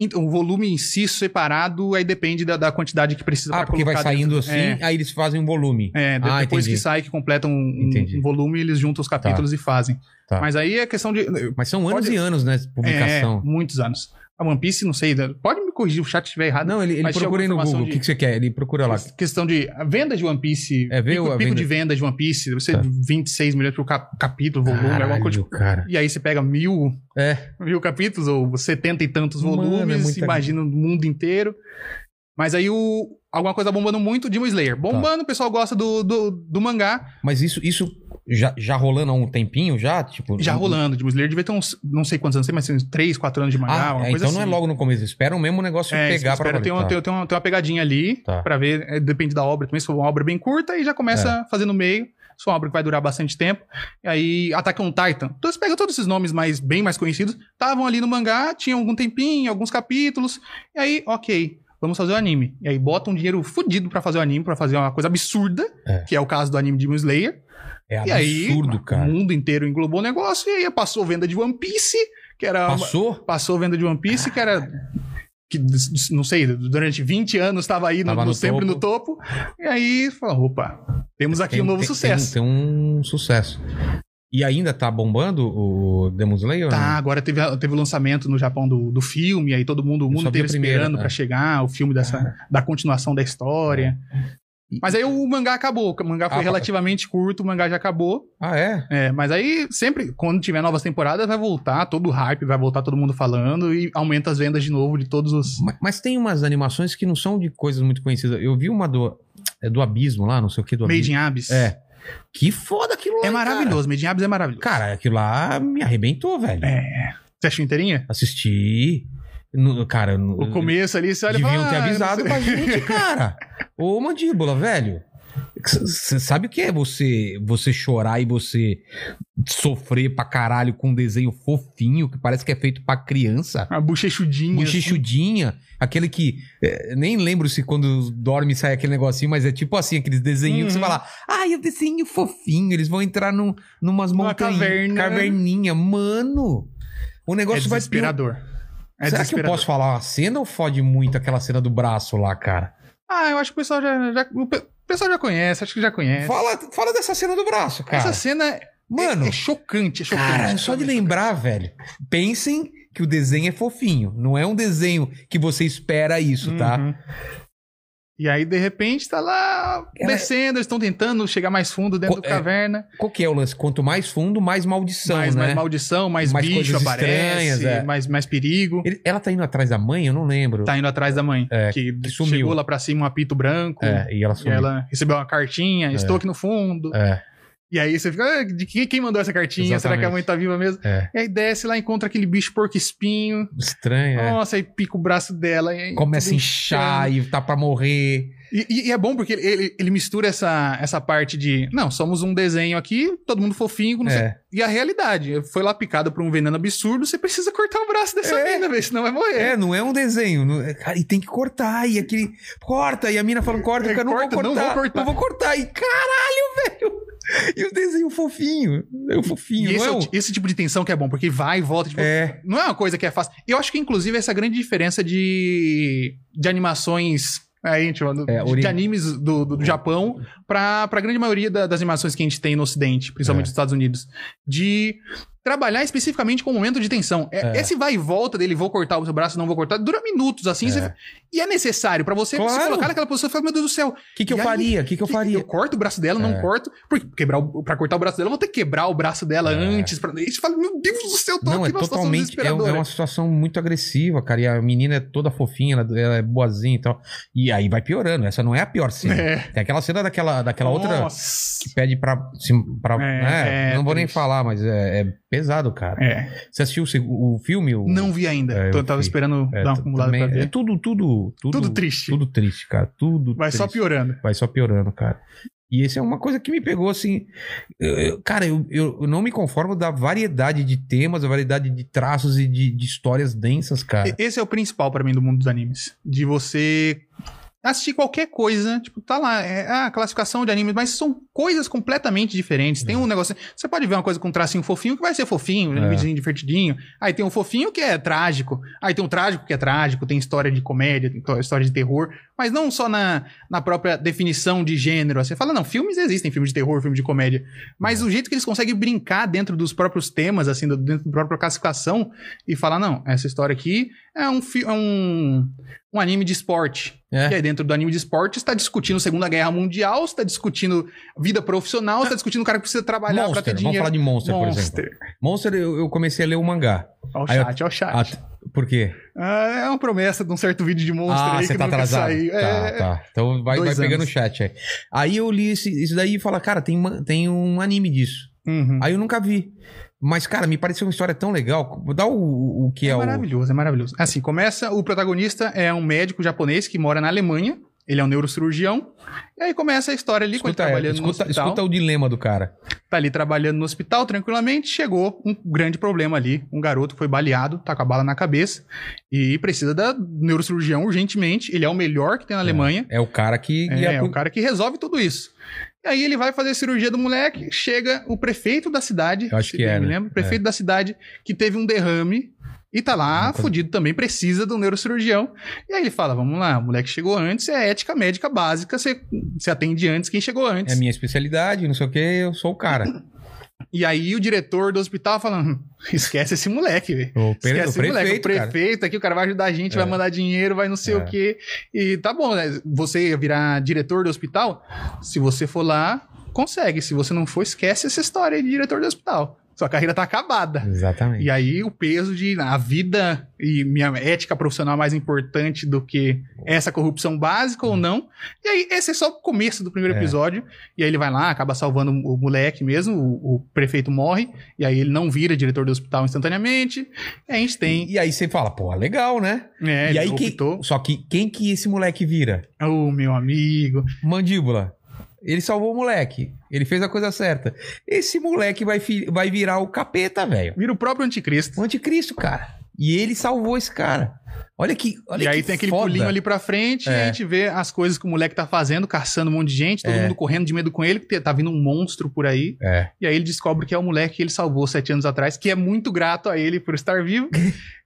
[SPEAKER 2] Então, o volume em si separado, aí depende da, da quantidade que precisa
[SPEAKER 1] Ah,
[SPEAKER 2] pra
[SPEAKER 1] porque vai
[SPEAKER 2] colocar dentro.
[SPEAKER 1] saindo assim,
[SPEAKER 2] É.
[SPEAKER 1] aí eles fazem um volume.
[SPEAKER 2] É, de-
[SPEAKER 1] Ah,
[SPEAKER 2] depois
[SPEAKER 1] entendi.
[SPEAKER 2] que sai, que completam um,
[SPEAKER 1] Entendi.
[SPEAKER 2] um volume, eles juntam os capítulos e fazem.
[SPEAKER 1] Tá.
[SPEAKER 2] Mas aí é questão de...
[SPEAKER 1] Mas são anos
[SPEAKER 2] Pode-
[SPEAKER 1] e anos, né?
[SPEAKER 2] É,
[SPEAKER 1] Publicação.
[SPEAKER 2] muitos anos. A One Piece, não sei, né, pode me corrigir se o chat estiver
[SPEAKER 1] Ah,
[SPEAKER 2] é, errado.
[SPEAKER 1] não, ele, ele
[SPEAKER 2] Mas tinha
[SPEAKER 1] procura aí no
[SPEAKER 2] alguma
[SPEAKER 1] Google. O
[SPEAKER 2] informação
[SPEAKER 1] que, que você quer? Ele procura lá.
[SPEAKER 2] Questão de a venda de One Piece.
[SPEAKER 1] É, veio
[SPEAKER 2] pico,
[SPEAKER 1] a
[SPEAKER 2] pico
[SPEAKER 1] venda.
[SPEAKER 2] de venda de One Piece. Deve ser
[SPEAKER 1] Tá.
[SPEAKER 2] 26 milhões por cap- capítulo, volume, alguma coisa.
[SPEAKER 1] Caralho,
[SPEAKER 2] tipo.
[SPEAKER 1] cara.
[SPEAKER 2] E aí você pega mil,
[SPEAKER 1] É.
[SPEAKER 2] mil capítulos, ou setenta e tantos
[SPEAKER 1] Mano,
[SPEAKER 2] volumes,
[SPEAKER 1] é muita-
[SPEAKER 2] imagina o mundo inteiro. Mas aí o, alguma coisa bombando muito, Demon Slayer.
[SPEAKER 1] Tá.
[SPEAKER 2] Bombando, o pessoal gosta do, do, do mangá.
[SPEAKER 1] Mas isso, isso já, já rolando há um tempinho já? Tipo,
[SPEAKER 2] Já
[SPEAKER 1] não-
[SPEAKER 2] rolando, Demon Slayer devia ter uns, não sei quantos anos, tem, mas uns 3, 4 anos de mangá,
[SPEAKER 1] Ah,
[SPEAKER 2] uma
[SPEAKER 1] é,
[SPEAKER 2] coisa
[SPEAKER 1] então não é
[SPEAKER 2] assim.
[SPEAKER 1] logo no começo. eles Esperam mesmo o negócio
[SPEAKER 2] É,
[SPEAKER 1] pegar pra
[SPEAKER 2] espero
[SPEAKER 1] valer.
[SPEAKER 2] ter uma,
[SPEAKER 1] Tá.
[SPEAKER 2] ter, ter uma, ter uma pegadinha ali
[SPEAKER 1] Tá.
[SPEAKER 2] pra ver, é, depende da obra também, se for uma obra bem curta, aí já começa
[SPEAKER 1] É.
[SPEAKER 2] fazendo meio, se for uma obra que vai durar bastante tempo. E aí, Attack on Titan. Então você pega todos esses nomes mais, bem mais conhecidos, estavam ali no mangá, tinham algum tempinho, alguns capítulos, e aí, ok, vamos fazer o anime. E aí bota um dinheiro fudido pra fazer o anime, pra fazer uma coisa absurda,
[SPEAKER 1] É.
[SPEAKER 2] que é o caso do anime Demon Slayer.
[SPEAKER 1] É
[SPEAKER 2] e aí,
[SPEAKER 1] absurdo, cara.
[SPEAKER 2] o mundo inteiro englobou o negócio, e aí passou venda de One Piece, que era uma-
[SPEAKER 1] Passou?
[SPEAKER 2] passou a venda de One Piece, que era. Que, des- des- não sei, durante 20 anos estava aí no-
[SPEAKER 1] Tava
[SPEAKER 2] no-
[SPEAKER 1] no
[SPEAKER 2] sempre no topo. E aí falou: opa, temos aqui um novo sucesso.
[SPEAKER 1] Tem, um sucesso. E ainda tá bombando o Demon Slayer? ou
[SPEAKER 2] Tá,
[SPEAKER 1] não?
[SPEAKER 2] agora teve, a- teve o lançamento no Japão do, do filme, aí todo mundo, o
[SPEAKER 1] Eu
[SPEAKER 2] mundo
[SPEAKER 1] só vi
[SPEAKER 2] inteiro
[SPEAKER 1] o primeiro,
[SPEAKER 2] esperando
[SPEAKER 1] né?
[SPEAKER 2] pra chegar o filme dessa, da continuação da história.
[SPEAKER 1] É. E-
[SPEAKER 2] Mas aí o mangá acabou, o mangá foi
[SPEAKER 1] Ah,
[SPEAKER 2] relativamente curto, o mangá já acabou.
[SPEAKER 1] Ah, é?
[SPEAKER 2] É, mas aí sempre, quando tiver novas temporadas, vai voltar todo o hype, vai voltar todo mundo falando e aumenta as vendas de novo de todos os.
[SPEAKER 1] Ma- Mas, tem umas animações que não são de coisas muito conhecidas. Eu vi uma do, é do Abismo lá, não sei o que, do
[SPEAKER 2] Made
[SPEAKER 1] Abismo.
[SPEAKER 2] in Abyss.
[SPEAKER 1] É. Que foda aquilo lá.
[SPEAKER 2] É
[SPEAKER 1] hein,
[SPEAKER 2] maravilhoso, Made in Abyss é maravilhoso.
[SPEAKER 1] Cara. Cara, aquilo lá me arrebentou, velho.
[SPEAKER 2] É. Você achou inteirinha?
[SPEAKER 1] Assisti. No, cara, no,
[SPEAKER 2] O começo ali, você olha e
[SPEAKER 1] deviam
[SPEAKER 2] fala,
[SPEAKER 1] Hum. ter
[SPEAKER 2] "Ah,
[SPEAKER 1] avisado
[SPEAKER 2] eu não
[SPEAKER 1] pra
[SPEAKER 2] sei."
[SPEAKER 1] gente, cara. Ô, mandíbula, velho. Você sabe o que é você, você chorar e você sofrer pra caralho com um desenho fofinho que parece que é feito pra criança?
[SPEAKER 2] Uma bochechudinha. assim.
[SPEAKER 1] Bochechudinha, aquele que. é, nem lembro se quando dorme sai aquele negocinho, mas é tipo assim, aqueles desenhos que você
[SPEAKER 2] Uhum.
[SPEAKER 1] fala, ai, o desenho fofinho, eles vão entrar num, numas
[SPEAKER 2] Numa
[SPEAKER 1] montanhas.
[SPEAKER 2] caverna.
[SPEAKER 1] Caverninha, mano. O
[SPEAKER 2] assim.
[SPEAKER 1] negócio
[SPEAKER 2] É
[SPEAKER 1] vai piorar.
[SPEAKER 2] desesperador. É
[SPEAKER 1] Será que eu
[SPEAKER 2] desesperador.
[SPEAKER 1] posso falar a cena ou fode muito aquela cena do braço lá, cara?
[SPEAKER 2] Ah, eu acho que o pessoal já, já- o pe- o pessoal já conhece, acho que já conhece.
[SPEAKER 1] Fala, fala dessa cena do braço, cara.
[SPEAKER 2] É. Essa cena é,
[SPEAKER 1] Mano,
[SPEAKER 2] é chocante, é chocante.
[SPEAKER 1] cara, só de lembrar, velho. Pensem que o desenho é fofinho. Não é um desenho que você espera isso, tá?
[SPEAKER 2] Uhum. E aí, de repente, tá lá
[SPEAKER 1] Ela-
[SPEAKER 2] descendo, eles estão tentando chegar mais fundo dentro
[SPEAKER 1] Co-
[SPEAKER 2] da
[SPEAKER 1] é.
[SPEAKER 2] caverna.
[SPEAKER 1] Qual que é o lance? Quanto mais fundo, mais maldição,
[SPEAKER 2] mais,
[SPEAKER 1] né?
[SPEAKER 2] mais maldição, mais,
[SPEAKER 1] Mais
[SPEAKER 2] bicho
[SPEAKER 1] coisas estranhas,
[SPEAKER 2] aparece,
[SPEAKER 1] é.
[SPEAKER 2] mais, mais perigo.
[SPEAKER 1] Ele- ela tá indo atrás da mãe? Eu não lembro.
[SPEAKER 2] Tá indo atrás da mãe,
[SPEAKER 1] É,
[SPEAKER 2] que,
[SPEAKER 1] que sumiu.
[SPEAKER 2] chegou lá pra cima um apito branco.
[SPEAKER 1] É, e ela
[SPEAKER 2] E
[SPEAKER 1] sumiu.
[SPEAKER 2] ela recebeu uma cartinha, estou aqui no fundo.
[SPEAKER 1] É,
[SPEAKER 2] E aí você fica, "Ah, de quem, quem mandou essa cartinha? Será que a
[SPEAKER 1] Exatamente.
[SPEAKER 2] mãe tá viva mesmo?
[SPEAKER 1] é.
[SPEAKER 2] E aí desce lá, encontra aquele bicho porco espinho.
[SPEAKER 1] Estranho, é.
[SPEAKER 2] Nossa, aí pica o braço dela. e aí
[SPEAKER 1] Começa a
[SPEAKER 2] tudo
[SPEAKER 1] inchar e tá pra morrer.
[SPEAKER 2] E, e- e é bom porque ele, ele, ele mistura essa, essa parte de, não, somos um desenho aqui, todo mundo fofinho, não sei.
[SPEAKER 1] É.
[SPEAKER 2] E a realidade, foi lá picado por um veneno absurdo, você precisa cortar o braço dessa
[SPEAKER 1] É.
[SPEAKER 2] mina, velho, senão vai morrer.
[SPEAKER 1] É, não é um desenho. não- é, cara, e tem que cortar. E aquele. Corta. E a mina falando, corta.
[SPEAKER 2] É,
[SPEAKER 1] cara, não, vou
[SPEAKER 2] corta,
[SPEAKER 1] cortar,
[SPEAKER 2] não vou cortar.
[SPEAKER 1] Não vou cortar. E caralho, velho. E o desenho fofinho. É o fofinho, não
[SPEAKER 2] E esse,
[SPEAKER 1] é
[SPEAKER 2] é
[SPEAKER 1] o-
[SPEAKER 2] o ti- esse tipo de tensão que é bom, porque vai e volta. Tipo,
[SPEAKER 1] É.
[SPEAKER 2] Não é uma coisa que é fácil. Eu acho que, inclusive, essa é a grande diferença de, de animações. Aí, tipo, do-
[SPEAKER 1] É,
[SPEAKER 2] de-
[SPEAKER 1] ori-
[SPEAKER 2] de animes do, do, do Japão pra, pra grande maioria da- das animações que a gente tem no Ocidente, principalmente
[SPEAKER 1] É.
[SPEAKER 2] nos Estados Unidos. De trabalhar especificamente com o momento de tensão. É,
[SPEAKER 1] É.
[SPEAKER 2] Esse vai e volta dele, vou cortar o seu braço, não vou cortar, dura minutos assim.
[SPEAKER 1] É.
[SPEAKER 2] você- e é necessário pra você se
[SPEAKER 1] Claro.
[SPEAKER 2] colocar naquela posição e falar: Meu Deus do céu,
[SPEAKER 1] O que, que eu
[SPEAKER 2] E aí,
[SPEAKER 1] faria? O que, que eu
[SPEAKER 2] que-
[SPEAKER 1] faria?
[SPEAKER 2] Eu corto o braço dela, não
[SPEAKER 1] É.
[SPEAKER 2] corto. Porque quebrar o, pra cortar o braço dela, eu vou ter que quebrar o braço dela
[SPEAKER 1] É.
[SPEAKER 2] antes. Pra, e você fala, meu Deus do céu, eu tô
[SPEAKER 1] Não, é
[SPEAKER 2] aqui numa situação
[SPEAKER 1] totalmente. É, um- é
[SPEAKER 2] desesperadora.
[SPEAKER 1] uma situação muito agressiva, cara. E a menina é toda fofinha, ela, ela é boazinha e tal. E aí vai piorando. Essa não é a pior cena.
[SPEAKER 2] É.
[SPEAKER 1] Tem aquela cena daquela, daquela outra
[SPEAKER 2] Nossa.
[SPEAKER 1] que pede pra. se- pra
[SPEAKER 2] É,
[SPEAKER 1] né?
[SPEAKER 2] é
[SPEAKER 1] não vou nem
[SPEAKER 2] triste.
[SPEAKER 1] falar, mas é, é pesado, cara.
[SPEAKER 2] É.
[SPEAKER 1] Você assistiu o, seg- o filme? O...
[SPEAKER 2] Não vi ainda.
[SPEAKER 1] É, eu
[SPEAKER 2] Tô- eu tava
[SPEAKER 1] vi.
[SPEAKER 2] esperando
[SPEAKER 1] É,
[SPEAKER 2] dar uma
[SPEAKER 1] t-
[SPEAKER 2] acumulada
[SPEAKER 1] também-
[SPEAKER 2] pra ver.
[SPEAKER 1] é tudo, tudo, tudo.
[SPEAKER 2] Tudo triste.
[SPEAKER 1] Tudo triste, cara. Tudo
[SPEAKER 2] Vai só
[SPEAKER 1] triste.
[SPEAKER 2] piorando.
[SPEAKER 1] Vai só piorando, cara. E essa é uma coisa que me pegou assim. eu- eu- cara, eu, eu não me conformo da variedade de temas, da variedade de traços e de, de histórias densas, cara.
[SPEAKER 2] E- Esse é o principal pra mim do mundo dos animes. De você assistir qualquer coisa, tipo, tá lá, é, ah, classificação de animes, mas são coisas completamente diferentes. Tem um negócio, você pode ver uma coisa com um tracinho fofinho que vai ser fofinho, um
[SPEAKER 1] É.
[SPEAKER 2] animezinho divertidinho. Aí tem um fofinho que é trágico, aí tem um trágico que é trágico, tem história de comédia, tem to- história de terror, mas não só na, na própria definição de gênero. Você fala, não, filmes existem, filmes de terror, filme de comédia, mas o jeito que eles conseguem brincar dentro dos próprios temas, assim, do- dentro da própria classificação e falar, não, essa história aqui é um, fi- é um, um anime de esporte.
[SPEAKER 1] É.
[SPEAKER 2] E aí, dentro do anime de esporte, está discutindo Segunda Guerra Mundial, está discutindo vida profissional, está discutindo o cara que precisa trabalhar para ter
[SPEAKER 1] Monster, vamos
[SPEAKER 2] dinheiro.
[SPEAKER 1] falar de Monster, por exemplo.
[SPEAKER 2] Monster.
[SPEAKER 1] Monster, eu, eu comecei a ler o mangá.
[SPEAKER 2] Olha o
[SPEAKER 1] Aí eu-
[SPEAKER 2] chat, olha o chat.
[SPEAKER 1] Ah, por quê?
[SPEAKER 2] Ah, é uma promessa de um certo vídeo de Monster
[SPEAKER 1] ah,
[SPEAKER 2] aí
[SPEAKER 1] você
[SPEAKER 2] que
[SPEAKER 1] tá
[SPEAKER 2] nunca
[SPEAKER 1] atrasado.
[SPEAKER 2] saiu.
[SPEAKER 1] Tá,
[SPEAKER 2] É,
[SPEAKER 1] tá. Então vai, vai
[SPEAKER 2] Dois
[SPEAKER 1] pegando o
[SPEAKER 2] anos.
[SPEAKER 1] chat aí. Aí eu li esse- isso daí e fala, cara, tem, ma- tem um anime disso.
[SPEAKER 2] Uhum.
[SPEAKER 1] Aí eu nunca vi. Mas, cara, me pareceu uma história tão legal. Dá o, o que é,
[SPEAKER 2] É
[SPEAKER 1] o.
[SPEAKER 2] maravilhoso, é maravilhoso. Assim, começa, o protagonista é um médico japonês que mora na Alemanha, ele é um neurocirurgião, e aí começa a história ali, quando
[SPEAKER 1] Escuta,
[SPEAKER 2] trabalhando no
[SPEAKER 1] escuta,
[SPEAKER 2] hospital.
[SPEAKER 1] escuta o dilema do cara.
[SPEAKER 2] Tá ali trabalhando no hospital tranquilamente, chegou um grande problema ali. Um garoto foi baleado, tá com a bala na cabeça e precisa da neurocirurgião urgentemente. Ele é o melhor que tem na Alemanha.
[SPEAKER 1] É o cara que.
[SPEAKER 2] É,
[SPEAKER 1] ia
[SPEAKER 2] é
[SPEAKER 1] pro-
[SPEAKER 2] o cara que resolve tudo isso. E aí ele vai fazer a cirurgia do moleque, chega o prefeito da cidade,
[SPEAKER 1] Eu acho
[SPEAKER 2] se
[SPEAKER 1] que
[SPEAKER 2] bem
[SPEAKER 1] é,
[SPEAKER 2] me
[SPEAKER 1] né?
[SPEAKER 2] lembro, o prefeito da cidade que teve um derrame e tá lá
[SPEAKER 1] Uma coisa-
[SPEAKER 2] fudido também, precisa do neurocirurgião. E aí ele fala, vamos lá, o moleque chegou antes, é ética médica básica, você, você atende antes quem chegou
[SPEAKER 1] É
[SPEAKER 2] antes.
[SPEAKER 1] a minha especialidade, não sei o que, eu sou o cara.
[SPEAKER 2] E aí o diretor do hospital falando, "Hum, esquece esse moleque, velho.
[SPEAKER 1] O, pre-
[SPEAKER 2] Esquece
[SPEAKER 1] o
[SPEAKER 2] esse moleque, o
[SPEAKER 1] prefeito, cara.
[SPEAKER 2] prefeito aqui, o cara vai ajudar a gente,
[SPEAKER 1] É.
[SPEAKER 2] vai mandar dinheiro, vai não sei
[SPEAKER 1] É.
[SPEAKER 2] o quê. E tá bom, né? Você virar diretor do hospital, se você for lá, consegue. Se você não for, esquece essa história aí de diretor do hospital. Sua carreira tá acabada.
[SPEAKER 1] Exatamente.
[SPEAKER 2] E aí o peso de a vida e minha ética profissional é mais importante do que essa corrupção básica ou não. E aí esse é só o começo do primeiro
[SPEAKER 1] Uhum. É.
[SPEAKER 2] episódio. E aí ele vai lá, acaba salvando o moleque mesmo, o, o prefeito morre, e aí ele não vira diretor do hospital instantaneamente. E aí a gente tem.
[SPEAKER 1] E, aí você fala, pô, legal, né?
[SPEAKER 2] É,
[SPEAKER 1] e
[SPEAKER 2] ele
[SPEAKER 1] aí que,
[SPEAKER 2] optou.
[SPEAKER 1] Só que quem que esse moleque vira?
[SPEAKER 2] Ô, meu amigo.
[SPEAKER 1] Mandíbula. Ele salvou o moleque. Ele fez a coisa certa. Esse moleque vai, fi- vai virar o capeta, velho.
[SPEAKER 2] Vira o próprio anticristo.
[SPEAKER 1] O anticristo, cara. E ele salvou esse cara. Olha que. Olha
[SPEAKER 2] e aí
[SPEAKER 1] que
[SPEAKER 2] tem aquele
[SPEAKER 1] foda.
[SPEAKER 2] pulinho ali pra frente e
[SPEAKER 1] É.
[SPEAKER 2] a gente vê as coisas que o moleque tá fazendo, caçando um monte de gente, todo
[SPEAKER 1] É.
[SPEAKER 2] mundo correndo de medo com ele, porque tá vindo um monstro por aí.
[SPEAKER 1] É.
[SPEAKER 2] E aí ele descobre que é o moleque que ele salvou sete anos atrás, que é muito grato a ele por estar vivo.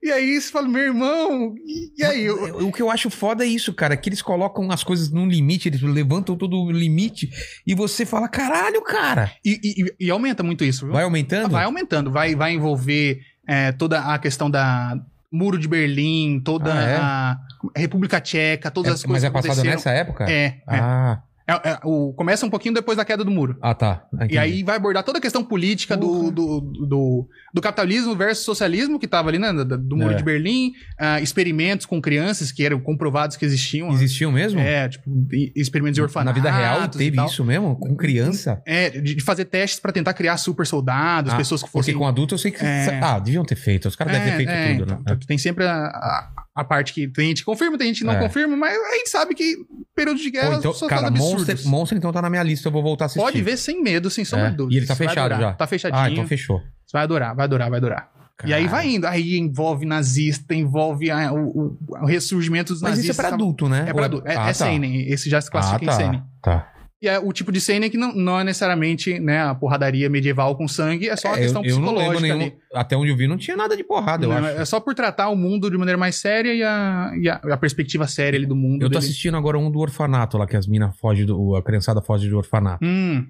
[SPEAKER 2] e aí você fala, meu irmão, e, e aí? Eu,
[SPEAKER 1] O que eu acho foda é isso, cara, que eles colocam as coisas num limite, eles levantam todo o limite e você fala, caralho, cara.
[SPEAKER 2] e, e- e aumenta muito isso, viu?
[SPEAKER 1] Vai aumentando?
[SPEAKER 2] Vai aumentando, vai, vai envolver é, toda a questão da Muro de Berlim, toda
[SPEAKER 1] Ah, é?
[SPEAKER 2] a República Tcheca, todas
[SPEAKER 1] É,
[SPEAKER 2] as
[SPEAKER 1] mas
[SPEAKER 2] coisas
[SPEAKER 1] é
[SPEAKER 2] que
[SPEAKER 1] passado
[SPEAKER 2] aconteceram.
[SPEAKER 1] nessa época?
[SPEAKER 2] É, é.
[SPEAKER 1] Ah,
[SPEAKER 2] É, é, o, começa um pouquinho depois da queda do muro.
[SPEAKER 1] ah, tá. Entendi.
[SPEAKER 2] E aí vai abordar toda a questão política do,
[SPEAKER 1] Porra.
[SPEAKER 2] do, do, do capitalismo versus socialismo, que tava ali, né? Do, do muro
[SPEAKER 1] É.
[SPEAKER 2] de Berlim, ah, experimentos com crianças que eram comprovados que existiam.
[SPEAKER 1] Existiu mesmo?
[SPEAKER 2] É, tipo, e- experimentos de
[SPEAKER 1] Na
[SPEAKER 2] orfanato.
[SPEAKER 1] vida real teve
[SPEAKER 2] tal.
[SPEAKER 1] isso mesmo? Com criança?
[SPEAKER 2] É, de de fazer testes pra tentar criar super soldados,
[SPEAKER 1] Ah,
[SPEAKER 2] pessoas que
[SPEAKER 1] Porque
[SPEAKER 2] fossem.
[SPEAKER 1] com adulto eu sei que.
[SPEAKER 2] É.
[SPEAKER 1] Ah, deviam ter feito. Os caras devem ter feito
[SPEAKER 2] É, é,
[SPEAKER 1] tudo, né?
[SPEAKER 2] então, Tem sempre a, a- a parte que tem gente que confirma, tem gente que não
[SPEAKER 1] É.
[SPEAKER 2] confirma, mas a gente sabe que período de
[SPEAKER 1] Pô,
[SPEAKER 2] guerra
[SPEAKER 1] então,
[SPEAKER 2] só
[SPEAKER 1] cara,
[SPEAKER 2] faz absurdos.
[SPEAKER 1] Monster, Monster então tá na minha lista, eu vou voltar a assistir.
[SPEAKER 2] assim. Pode ver sem medo, sem sombra
[SPEAKER 1] É,
[SPEAKER 2] de dúvida.
[SPEAKER 1] e ele tá
[SPEAKER 2] Você vai
[SPEAKER 1] fechado
[SPEAKER 2] adorar.
[SPEAKER 1] já.
[SPEAKER 2] Tá fechadinho.
[SPEAKER 1] Ah, então fechou.
[SPEAKER 2] Você vai adorar, vai adorar, vai adorar. E aí
[SPEAKER 1] Cara.
[SPEAKER 2] vai indo. Aí envolve nazista, envolve ah, o, o- o ressurgimento dos
[SPEAKER 1] Mas isso é
[SPEAKER 2] nazistas.
[SPEAKER 1] pra adulto, né?
[SPEAKER 2] É
[SPEAKER 1] Ou
[SPEAKER 2] pra adulto. É,
[SPEAKER 1] Ah,
[SPEAKER 2] é seinen. Esse já se
[SPEAKER 1] Ah,
[SPEAKER 2] classifica em seinen.
[SPEAKER 1] tá. tá.
[SPEAKER 2] E é o tipo de seinen que não, não é necessariamente né, a porradaria medieval com sangue, é só uma
[SPEAKER 1] É, eu,
[SPEAKER 2] questão
[SPEAKER 1] eu não
[SPEAKER 2] psicológica
[SPEAKER 1] lembro nenhum.
[SPEAKER 2] ali.
[SPEAKER 1] Até onde eu vi, não tinha nada de porrada, eu
[SPEAKER 2] Não,
[SPEAKER 1] acho.
[SPEAKER 2] é só por tratar o mundo de maneira mais séria e a, e a, a perspectiva séria ali do mundo.
[SPEAKER 1] Eu tô
[SPEAKER 2] dele.
[SPEAKER 1] assistindo agora um do orfanato lá, que as minas fogem do. A criançada foge do orfanato.
[SPEAKER 2] Hum.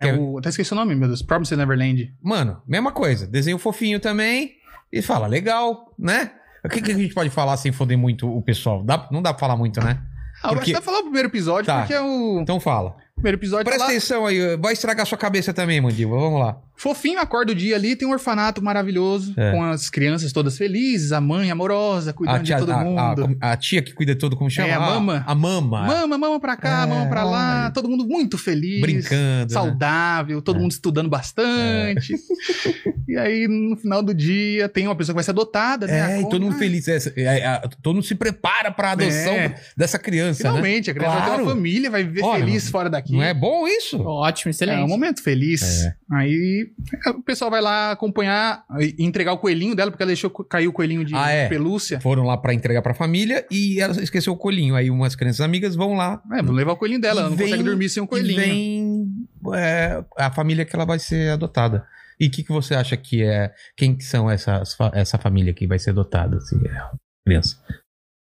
[SPEAKER 2] É
[SPEAKER 1] Quer-
[SPEAKER 2] o, até esqueci o nome, meu Deus. Promised Neverland.
[SPEAKER 1] Mano, mesma coisa. Desenho fofinho também. E fala, legal, né? O que, que a gente pode falar sem foder muito o pessoal? Dá- não dá pra falar muito, né?
[SPEAKER 2] Ah,
[SPEAKER 1] Porque-
[SPEAKER 2] porque... vai falar o primeiro episódio,
[SPEAKER 1] Tá.
[SPEAKER 2] porque é o
[SPEAKER 1] Então fala.
[SPEAKER 2] primeiro episódio.
[SPEAKER 1] Presta
[SPEAKER 2] lá-
[SPEAKER 1] atenção aí, vai estragar sua cabeça também, Mandíbula. Vamos lá.
[SPEAKER 2] Fofinho, acorda o dia ali, tem um orfanato maravilhoso,
[SPEAKER 1] É.
[SPEAKER 2] com as crianças todas felizes, a mãe amorosa, cuidando
[SPEAKER 1] A tia,
[SPEAKER 2] de todo
[SPEAKER 1] a- a-
[SPEAKER 2] mundo.
[SPEAKER 1] como- é? a tia que cuida de todo, como chama?
[SPEAKER 2] É, a
[SPEAKER 1] Ah,
[SPEAKER 2] mama.
[SPEAKER 1] A mama.
[SPEAKER 2] mama, mama pra cá,
[SPEAKER 1] É,
[SPEAKER 2] mama pra lá,
[SPEAKER 1] olha.
[SPEAKER 2] todo mundo muito feliz.
[SPEAKER 1] Brincando, né? É.
[SPEAKER 2] Saudável, todo mundo estudando bastante. e aí, no final do dia, tem uma pessoa que vai ser adotada, né?
[SPEAKER 1] É,
[SPEAKER 2] A
[SPEAKER 1] e todo mundo
[SPEAKER 2] conta-
[SPEAKER 1] feliz. Essa- é, é, todo mundo se prepara pra adoção
[SPEAKER 2] É.
[SPEAKER 1] dessa criança, né?
[SPEAKER 2] Finalmente, a criança vai ter
[SPEAKER 1] Claro.
[SPEAKER 2] uma família, vai viver
[SPEAKER 1] Olha,
[SPEAKER 2] feliz fora daqui.
[SPEAKER 1] Não é bom isso?
[SPEAKER 3] Ótimo, excelente.
[SPEAKER 2] É um momento feliz.
[SPEAKER 1] É.
[SPEAKER 2] Aí o pessoal vai lá acompanhar e entregar o coelhinho dela, porque ela deixou co- cair o coelhinho de
[SPEAKER 1] Ah, é.
[SPEAKER 2] pelúcia.
[SPEAKER 1] Foram lá pra entregar pra família e ela esqueceu o colinho. Aí umas crianças amigas vão lá
[SPEAKER 2] É, vou levar o coelhinho
[SPEAKER 1] E
[SPEAKER 2] dela, ela não
[SPEAKER 1] vem-
[SPEAKER 2] consegue dormir sem o coelhinho.
[SPEAKER 1] e vem é, a família que ela vai ser adotada. E o que, que você acha que é? Quem que são essas, fa- essa família que vai ser adotada? Assim, é, a criança.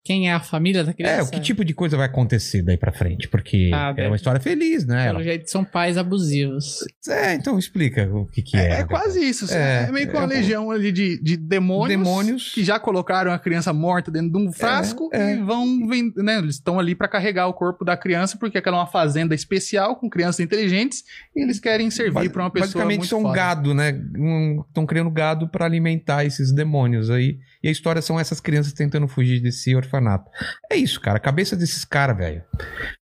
[SPEAKER 3] Quem é a família da criança?
[SPEAKER 1] É, o que tipo de coisa vai acontecer daí pra frente? Porque
[SPEAKER 3] Ah,
[SPEAKER 1] é
[SPEAKER 3] velho.
[SPEAKER 1] uma história feliz, né?
[SPEAKER 3] Pelo
[SPEAKER 1] Ela-
[SPEAKER 3] jeito, são pais abusivos.
[SPEAKER 1] É, então explica o que, que é.
[SPEAKER 2] É, é quase isso. assim,
[SPEAKER 1] É,
[SPEAKER 2] É, meio que
[SPEAKER 1] é
[SPEAKER 2] uma
[SPEAKER 1] um-
[SPEAKER 2] legião ali de, de demônios,
[SPEAKER 1] Demônios.
[SPEAKER 2] que já colocaram a criança morta dentro de um frasco
[SPEAKER 1] é.
[SPEAKER 2] e vão vend... né, Eles estão ali pra carregar o corpo da criança, porque aquela é uma fazenda especial com crianças inteligentes e eles querem servir
[SPEAKER 1] Basi-
[SPEAKER 2] pra uma pessoa.
[SPEAKER 1] Basicamente
[SPEAKER 2] muito
[SPEAKER 1] são
[SPEAKER 2] foda.
[SPEAKER 1] gado, né? Estão criando gado pra alimentar esses demônios aí. E a história são essas crianças tentando fugir desse orfanato. É isso, cara. A cabeça desses caras, velho.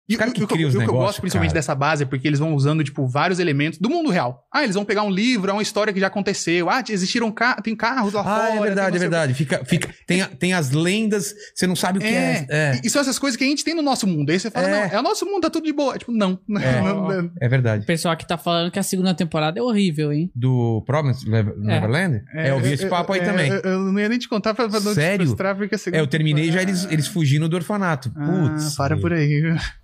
[SPEAKER 2] E
[SPEAKER 1] Os cara
[SPEAKER 2] o-
[SPEAKER 1] que
[SPEAKER 2] o,
[SPEAKER 1] cria os
[SPEAKER 2] o que eu
[SPEAKER 1] negócios,
[SPEAKER 2] gosto principalmente
[SPEAKER 1] cara.
[SPEAKER 2] dessa base é porque eles vão usando, tipo, vários elementos do mundo real. Ah, eles vão pegar um livro, uma história que já aconteceu. Ah, existiram ca tem carros lá fora.
[SPEAKER 1] Ah, é
[SPEAKER 2] tem
[SPEAKER 1] verdade, é
[SPEAKER 2] não sei o
[SPEAKER 1] verdade. Fica, fica, tem, a- tem as lendas, você não sabe o que é.
[SPEAKER 2] É.
[SPEAKER 1] É,
[SPEAKER 2] E, e são essas coisas que a gente tem no nosso mundo. Aí você fala,
[SPEAKER 1] É.
[SPEAKER 2] não, é o nosso mundo, tá tudo de boa. Tipo, não.
[SPEAKER 1] É.
[SPEAKER 2] Não,
[SPEAKER 1] é
[SPEAKER 3] O
[SPEAKER 1] verdade.
[SPEAKER 3] pessoal aqui tá falando que a segunda temporada é horrível, hein?
[SPEAKER 1] Do Promise Never- Neverland? É, eu vi esse papo aí
[SPEAKER 2] é,
[SPEAKER 1] também.
[SPEAKER 2] Eu, eu não ia nem te contar pra, pra não
[SPEAKER 1] Sério?
[SPEAKER 2] te frustrar, porque a segunda...
[SPEAKER 1] É, eu terminei já eles, eles fugindo do orfanato.
[SPEAKER 2] Ah,
[SPEAKER 1] Putz.
[SPEAKER 2] para por aí.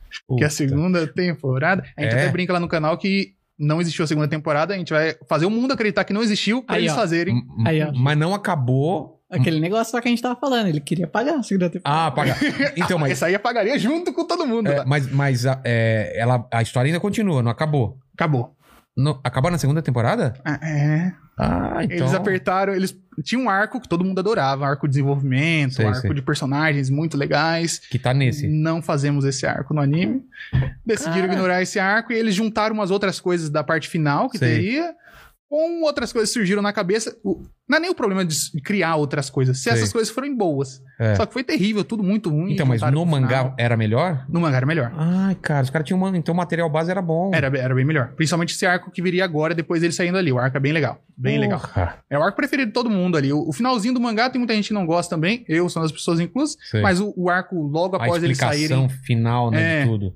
[SPEAKER 2] Que é a
[SPEAKER 1] puta.
[SPEAKER 2] segunda temporada... A gente
[SPEAKER 1] É.
[SPEAKER 2] até brinca lá no canal que não existiu a segunda temporada. A gente vai fazer o mundo acreditar que não existiu pra
[SPEAKER 3] Aí,
[SPEAKER 2] eles
[SPEAKER 3] ó.
[SPEAKER 2] fazerem.
[SPEAKER 1] M- m-
[SPEAKER 3] Aí, ó.
[SPEAKER 1] Mas não acabou.
[SPEAKER 3] Aquele negócio lá que a gente tava falando, ele queria pagar a segunda temporada.
[SPEAKER 1] Ah, pagar. Então, mas.
[SPEAKER 2] Essa aí apagaria junto com todo mundo.
[SPEAKER 1] é,
[SPEAKER 2] tá?
[SPEAKER 1] mas mas a, é, ela, a história ainda continua, não acabou.
[SPEAKER 2] Acabou.
[SPEAKER 1] Não, acabou na segunda temporada?
[SPEAKER 2] É.
[SPEAKER 1] Ah, então.
[SPEAKER 2] Eles apertaram, eles tinham um arco que todo mundo adorava, arco de desenvolvimento, um
[SPEAKER 1] Sei,
[SPEAKER 2] arco
[SPEAKER 1] sei.
[SPEAKER 2] de personagens muito legais.
[SPEAKER 1] Que tá nesse.
[SPEAKER 2] Não fazemos esse arco no anime. Decidiram
[SPEAKER 3] Cara.
[SPEAKER 2] ignorar esse arco e eles juntaram umas outras coisas da parte final que
[SPEAKER 1] Sei.
[SPEAKER 2] teria. Com outras coisas que surgiram na cabeça. O- Não é nem o problema de s- criar outras coisas, se
[SPEAKER 1] Sei.
[SPEAKER 2] essas coisas forem boas.
[SPEAKER 1] É.
[SPEAKER 2] Só que foi terrível, tudo muito ruim.
[SPEAKER 1] Então, mas
[SPEAKER 2] juntaram
[SPEAKER 1] no
[SPEAKER 2] pro tá final.
[SPEAKER 1] mangá era melhor?
[SPEAKER 2] No mangá era melhor.
[SPEAKER 1] Ai, cara, os caras tinham. uma- Então o material base era bom.
[SPEAKER 2] Era, era bem melhor. Principalmente esse arco que viria agora, depois ele saindo ali. O arco é bem legal. Bem legal.
[SPEAKER 1] Porra.
[SPEAKER 2] É o arco preferido de todo mundo ali. O, o finalzinho do mangá tem muita gente que não gosta também. Eu sou uma das pessoas inclusas.
[SPEAKER 1] Sei.
[SPEAKER 2] Mas o, o arco logo
[SPEAKER 1] a
[SPEAKER 2] após eles
[SPEAKER 1] explicação
[SPEAKER 2] saírem.
[SPEAKER 1] final né,
[SPEAKER 2] É.
[SPEAKER 1] de tudo.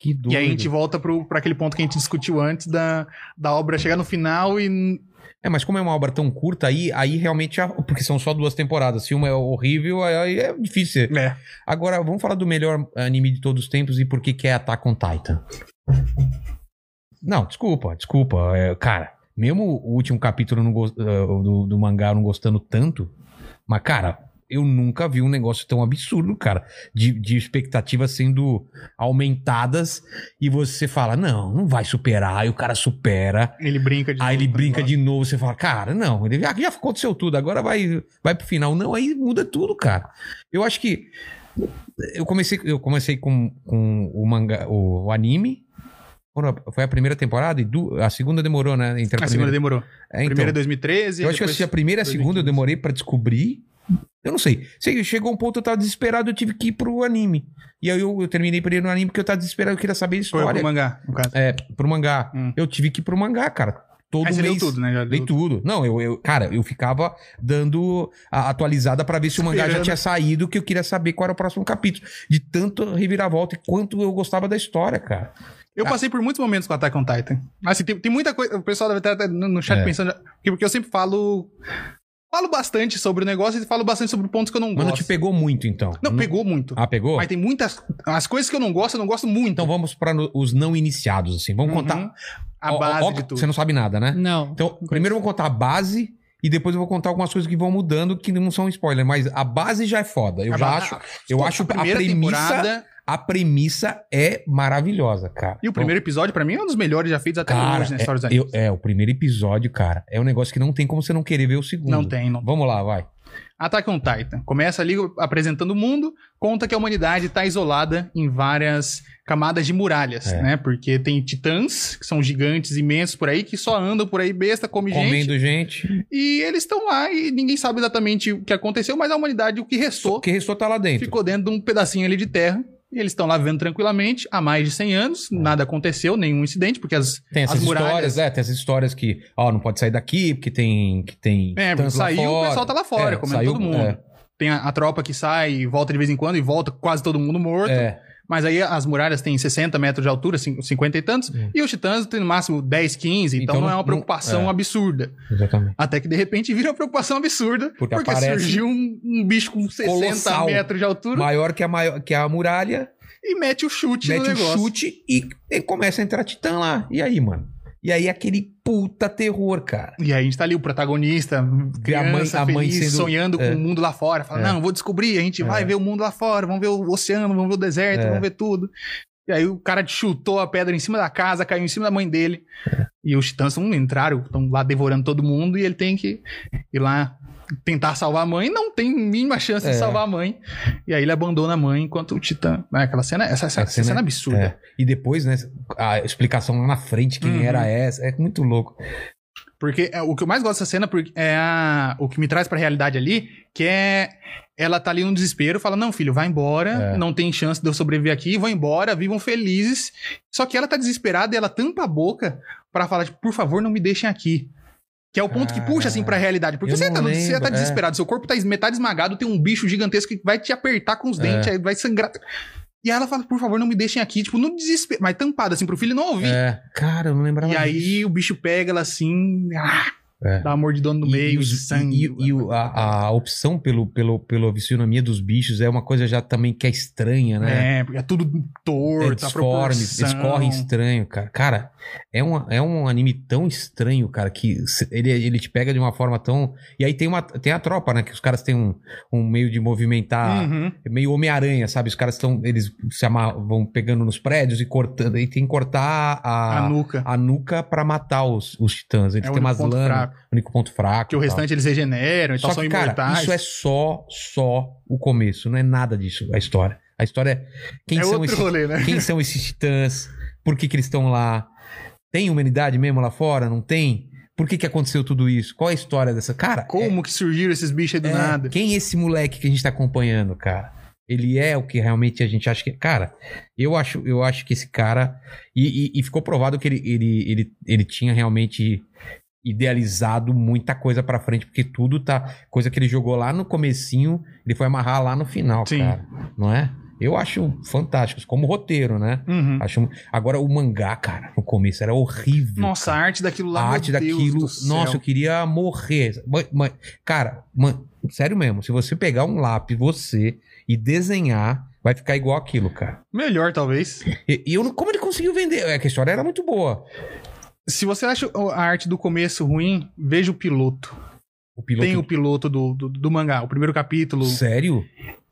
[SPEAKER 1] Que doido.
[SPEAKER 2] E aí a gente volta pro, pra aquele ponto que a gente discutiu antes da, da obra chegar no final e. n-
[SPEAKER 1] É, mas como é uma obra tão curta, aí, aí realmente. a- Porque são só duas temporadas. Se uma é horrível, aí é difícil.
[SPEAKER 2] É.
[SPEAKER 1] Agora, vamos falar do melhor eh, anime de todos os tempos e por que que é Attack on Titan. Não, desculpa, desculpa. É, cara, mesmo o último capítulo eu não gos- eh, do, do mangá não gostando tanto, mas, cara, eu nunca vi um negócio tão absurdo, cara, de, de expectativas sendo aumentadas e você fala, não, não vai superar, e o cara supera.
[SPEAKER 2] Ele brinca de.
[SPEAKER 1] Aí Ah,
[SPEAKER 2] novo né?
[SPEAKER 1] ele
[SPEAKER 2] com o
[SPEAKER 1] brinca
[SPEAKER 2] negócio.
[SPEAKER 1] de novo, você fala, cara, não, ele- ah, já aconteceu tudo, agora vai, vai pro final. Não, aí muda tudo, cara. Eu acho que. Eu comecei, eu comecei com, com o manga, o, anime. Foram- Foi a primeira temporada e du- a segunda demorou, né? Entre
[SPEAKER 2] A segunda Ah, demorou.
[SPEAKER 1] É, então,
[SPEAKER 2] primeira é 2013.
[SPEAKER 1] eu acho que eu assisti a primeira e a segunda, eu demorei pra descobrir. Eu não sei. Sei, Chegou um ponto, eu tava desesperado, eu tive que ir pro anime. E aí eu, eu terminei primeiro no anime porque eu tava desesperado, eu queria saber a
[SPEAKER 2] Foi
[SPEAKER 1] história.
[SPEAKER 2] pro mangá, no caso.
[SPEAKER 1] É, pro mangá.
[SPEAKER 2] Hum.
[SPEAKER 1] Eu tive que ir pro mangá, cara. Todo
[SPEAKER 2] Aí você
[SPEAKER 1] mês.
[SPEAKER 2] leu tudo, né? Já
[SPEAKER 1] Dei
[SPEAKER 2] leu-
[SPEAKER 1] tudo. Não, eu, eu- cara, eu ficava dando a atualizada pra ver se o mangá já
[SPEAKER 2] Esperando.
[SPEAKER 1] tinha saído, que eu queria saber qual era o próximo capítulo. De tanto reviravolta e quanto eu gostava da história, cara.
[SPEAKER 2] Eu passei por muitos momentos com Attack on Titan. Assim, tem, tem muita coisa. O pessoal deve estar até no no chat
[SPEAKER 1] É.
[SPEAKER 2] pensando. porque- Porque eu sempre falo. Falo bastante sobre o negócio e falo bastante sobre pontos que eu não
[SPEAKER 1] Mas não te
[SPEAKER 2] gosto.
[SPEAKER 1] pegou muito, então.
[SPEAKER 2] Não, pegou muito.
[SPEAKER 1] Ah, pegou?
[SPEAKER 2] Mas tem muitas. As coisas que eu não gosto, eu não gosto muito.
[SPEAKER 1] Então vamos para no- os não iniciados, assim. Vamos
[SPEAKER 2] Uhum.
[SPEAKER 1] contar.
[SPEAKER 2] A
[SPEAKER 1] Ó, ó,
[SPEAKER 2] base
[SPEAKER 1] ó,
[SPEAKER 2] de tudo.
[SPEAKER 1] Você não sabe nada, né?
[SPEAKER 3] Não.
[SPEAKER 1] Então, primeiro eu vou contar a base e depois eu vou contar algumas coisas que vão mudando que não são spoiler, mas a base já é foda. Eu
[SPEAKER 2] A
[SPEAKER 1] já
[SPEAKER 2] ba-
[SPEAKER 1] acho, eu acho a
[SPEAKER 2] primeira
[SPEAKER 1] premissa,
[SPEAKER 2] temporada.
[SPEAKER 1] a premissa é maravilhosa, cara. Então,
[SPEAKER 2] E o primeiro episódio, pra mim, é um dos melhores já feitos até
[SPEAKER 1] Cara,
[SPEAKER 2] hoje na história dos
[SPEAKER 1] Então, eu-
[SPEAKER 2] animes.
[SPEAKER 1] é o primeiro episódio, cara. É um negócio que não tem como você não querer ver o segundo.
[SPEAKER 2] Não tem, não
[SPEAKER 1] Vamos lá, vai.
[SPEAKER 2] Attack on Titan. Começa ali apresentando o mundo, conta que a humanidade está isolada em várias camadas de muralhas,
[SPEAKER 1] É.
[SPEAKER 2] né? Porque tem titãs, que são gigantes imensos por aí, que só andam por aí besta, come gente.
[SPEAKER 1] Comendo gente.
[SPEAKER 2] E eles estão lá e ninguém sabe exatamente o que aconteceu, mas a humanidade, o que restou,
[SPEAKER 1] Porque restou tá lá dentro.
[SPEAKER 2] ficou dentro de um pedacinho ali de terra. E eles estão lá vivendo tranquilamente há mais de 100 anos,
[SPEAKER 1] É.
[SPEAKER 2] nada aconteceu, nenhum incidente, porque as,
[SPEAKER 1] Tem essas
[SPEAKER 2] as muralhas.
[SPEAKER 1] histórias, é, tem essas histórias que, ó, não pode sair daqui, porque tem. Que tem
[SPEAKER 2] É, porque
[SPEAKER 1] tanto Então, lá
[SPEAKER 2] saiu, o
[SPEAKER 1] fora.
[SPEAKER 2] pessoal tá lá fora,
[SPEAKER 1] É,
[SPEAKER 2] comendo
[SPEAKER 1] saiu,
[SPEAKER 2] todo mundo.
[SPEAKER 1] é.
[SPEAKER 2] Tem a, a tropa que sai e volta de vez em quando e volta quase todo mundo morto.
[SPEAKER 1] É.
[SPEAKER 2] Mas aí as muralhas têm 60 metros de altura, cin- 50 e tantos,
[SPEAKER 1] Hum.
[SPEAKER 2] e os titãs têm no máximo 10, 15, então,
[SPEAKER 1] Então
[SPEAKER 2] não é
[SPEAKER 1] não-
[SPEAKER 2] uma preocupação
[SPEAKER 1] não- é.
[SPEAKER 2] absurda.
[SPEAKER 1] Exatamente.
[SPEAKER 2] Até que de repente vira uma preocupação absurda, porque,
[SPEAKER 1] Porque aparece-
[SPEAKER 2] surgiu um, um bicho com 60
[SPEAKER 1] Colossal.
[SPEAKER 2] metros de altura
[SPEAKER 1] Maior que a, maior, que a muralha,
[SPEAKER 2] e mete o chute no
[SPEAKER 1] mete o
[SPEAKER 2] é um negócio.
[SPEAKER 1] chute e, e começa a entrar titã lá. E aí, mano? E aí, aquele puta terror, cara.
[SPEAKER 2] E aí a gente tá ali, o protagonista, criança,
[SPEAKER 1] a mãe
[SPEAKER 2] feliz,
[SPEAKER 1] sendo-
[SPEAKER 2] sonhando com
[SPEAKER 1] é.
[SPEAKER 2] o mundo lá fora. Fala,
[SPEAKER 1] É.
[SPEAKER 2] não, vou descobrir, a gente vai ver o mundo lá fora, vamos ver o oceano, vamos ver o deserto,
[SPEAKER 1] É.
[SPEAKER 2] vamos ver tudo. E aí o cara chutou a pedra em cima da casa, caiu em cima da mãe dele.
[SPEAKER 1] É.
[SPEAKER 2] E os titãs não entraram, estão lá devorando todo mundo e ele tem que ir lá tentar salvar a mãe. Não tem mínima chance
[SPEAKER 1] É.
[SPEAKER 2] de salvar a mãe. E aí ele abandona a mãe enquanto o titã... Ah, Aquela cena, essa, essa-
[SPEAKER 1] A
[SPEAKER 2] essa
[SPEAKER 1] cena
[SPEAKER 2] cena
[SPEAKER 1] é-
[SPEAKER 2] absurda.
[SPEAKER 1] É. E depois, né, a explicação lá na frente, quem
[SPEAKER 2] Uhum.
[SPEAKER 1] era essa. É muito louco.
[SPEAKER 2] Porque é, o que eu mais gosto dessa cena porque é a- o que me traz pra realidade ali, que é ela tá ali no desespero, fala: "Não, filho, vai embora,
[SPEAKER 1] É.
[SPEAKER 2] não tem chance de eu sobreviver aqui, vão embora, vivam felizes". Só que ela tá desesperada e ela tampa a boca pra falar tipo, "Por favor, não me deixem aqui". Que é o ponto que puxa assim pra realidade, porque
[SPEAKER 1] Eu
[SPEAKER 2] você
[SPEAKER 1] não
[SPEAKER 2] tá, no- você
[SPEAKER 1] lembro,
[SPEAKER 2] tá
[SPEAKER 1] é.
[SPEAKER 2] desesperado, seu corpo tá es- metade esmagado, tem um bicho gigantesco que vai te apertar com os
[SPEAKER 1] É.
[SPEAKER 2] dentes, aí vai sangrar. E aí ela fala: "Por favor, não me deixem aqui", tipo, no desespero, mas tampada assim pro filho não ouvir.
[SPEAKER 1] É. Cara, eu não lembrava
[SPEAKER 2] E aí o bicho pega ela assim, ah,
[SPEAKER 1] É.
[SPEAKER 2] dá uma mordidona no
[SPEAKER 1] E-
[SPEAKER 2] meio,
[SPEAKER 1] e, os-
[SPEAKER 2] sangue.
[SPEAKER 1] e- e o- a, a opção pelo, pelo, pela fisionomia dos bichos é uma coisa já também que é estranha, né?
[SPEAKER 2] É, porque é tudo
[SPEAKER 1] É
[SPEAKER 2] torto, a
[SPEAKER 1] disforme,
[SPEAKER 2] proporção.
[SPEAKER 1] eles correm estranho, cara. Cara, é, uma, é um anime tão estranho, cara, que se- ele, ele te pega de uma forma tão. E aí tem, uma, tem a tropa, né? Que os caras têm um, um meio de movimentar,
[SPEAKER 2] Uhum.
[SPEAKER 1] meio Homem-Aranha, sabe? Os caras estão. Eles se amarram, vão pegando nos prédios e cortando. E tem que cortar
[SPEAKER 2] A
[SPEAKER 1] a,
[SPEAKER 2] nuca.
[SPEAKER 1] a nuca pra matar os, os titãs. Eles
[SPEAKER 2] É o
[SPEAKER 1] têm umas
[SPEAKER 2] único ponto
[SPEAKER 1] lâminas,
[SPEAKER 2] fraco.
[SPEAKER 1] único ponto fraco.
[SPEAKER 2] Que o
[SPEAKER 1] e tal.
[SPEAKER 2] restante eles regeneram e
[SPEAKER 1] Só
[SPEAKER 2] tal, são
[SPEAKER 1] que, cara,
[SPEAKER 2] imortais.
[SPEAKER 1] isso é só, só o começo. Não é nada disso a história. A história é quem,
[SPEAKER 2] É
[SPEAKER 1] são,
[SPEAKER 2] outro
[SPEAKER 1] esses,
[SPEAKER 2] rolê, né?
[SPEAKER 1] quem são esses titãs, por que, que eles estão lá, tem humanidade mesmo lá fora, não tem? Por que, que aconteceu tudo isso? Qual é a história dessa... Cara,
[SPEAKER 2] Como que surgiram esses bichos aí
[SPEAKER 1] é,
[SPEAKER 2] do
[SPEAKER 1] é,
[SPEAKER 2] nada?
[SPEAKER 1] quem é esse moleque que a gente tá acompanhando, cara? Ele é o que realmente a gente acha que é. Cara, eu acho, eu acho que esse cara... E, e- e ficou provado que ele, ele, ele, ele tinha realmente idealizado muita coisa pra frente, porque tudo tá. Coisa que ele jogou lá no comecinho, ele foi amarrar lá no final,
[SPEAKER 2] Sim.
[SPEAKER 1] cara. Não é? Eu acho fantástico, como roteiro, né?
[SPEAKER 2] Uhum.
[SPEAKER 1] Acho... Agora, o mangá, cara, no começo era horrível.
[SPEAKER 2] Nossa, a arte daquilo lá,
[SPEAKER 1] a
[SPEAKER 2] meu
[SPEAKER 1] arte
[SPEAKER 2] Deus
[SPEAKER 1] daquilo.
[SPEAKER 2] do céu.
[SPEAKER 1] Nossa, eu queria morrer. Ma- ma- Cara, ma- sério mesmo, se você pegar um lápis, você, e desenhar, vai ficar igual aquilo, cara.
[SPEAKER 2] Melhor, talvez.
[SPEAKER 1] E, e eu não... como ele conseguiu vender? É que a história era muito boa.
[SPEAKER 2] Se você acha a arte do começo ruim, veja o piloto.
[SPEAKER 1] O piloto.
[SPEAKER 2] Tem o piloto do, do, do mangá, o primeiro capítulo.
[SPEAKER 1] Sério?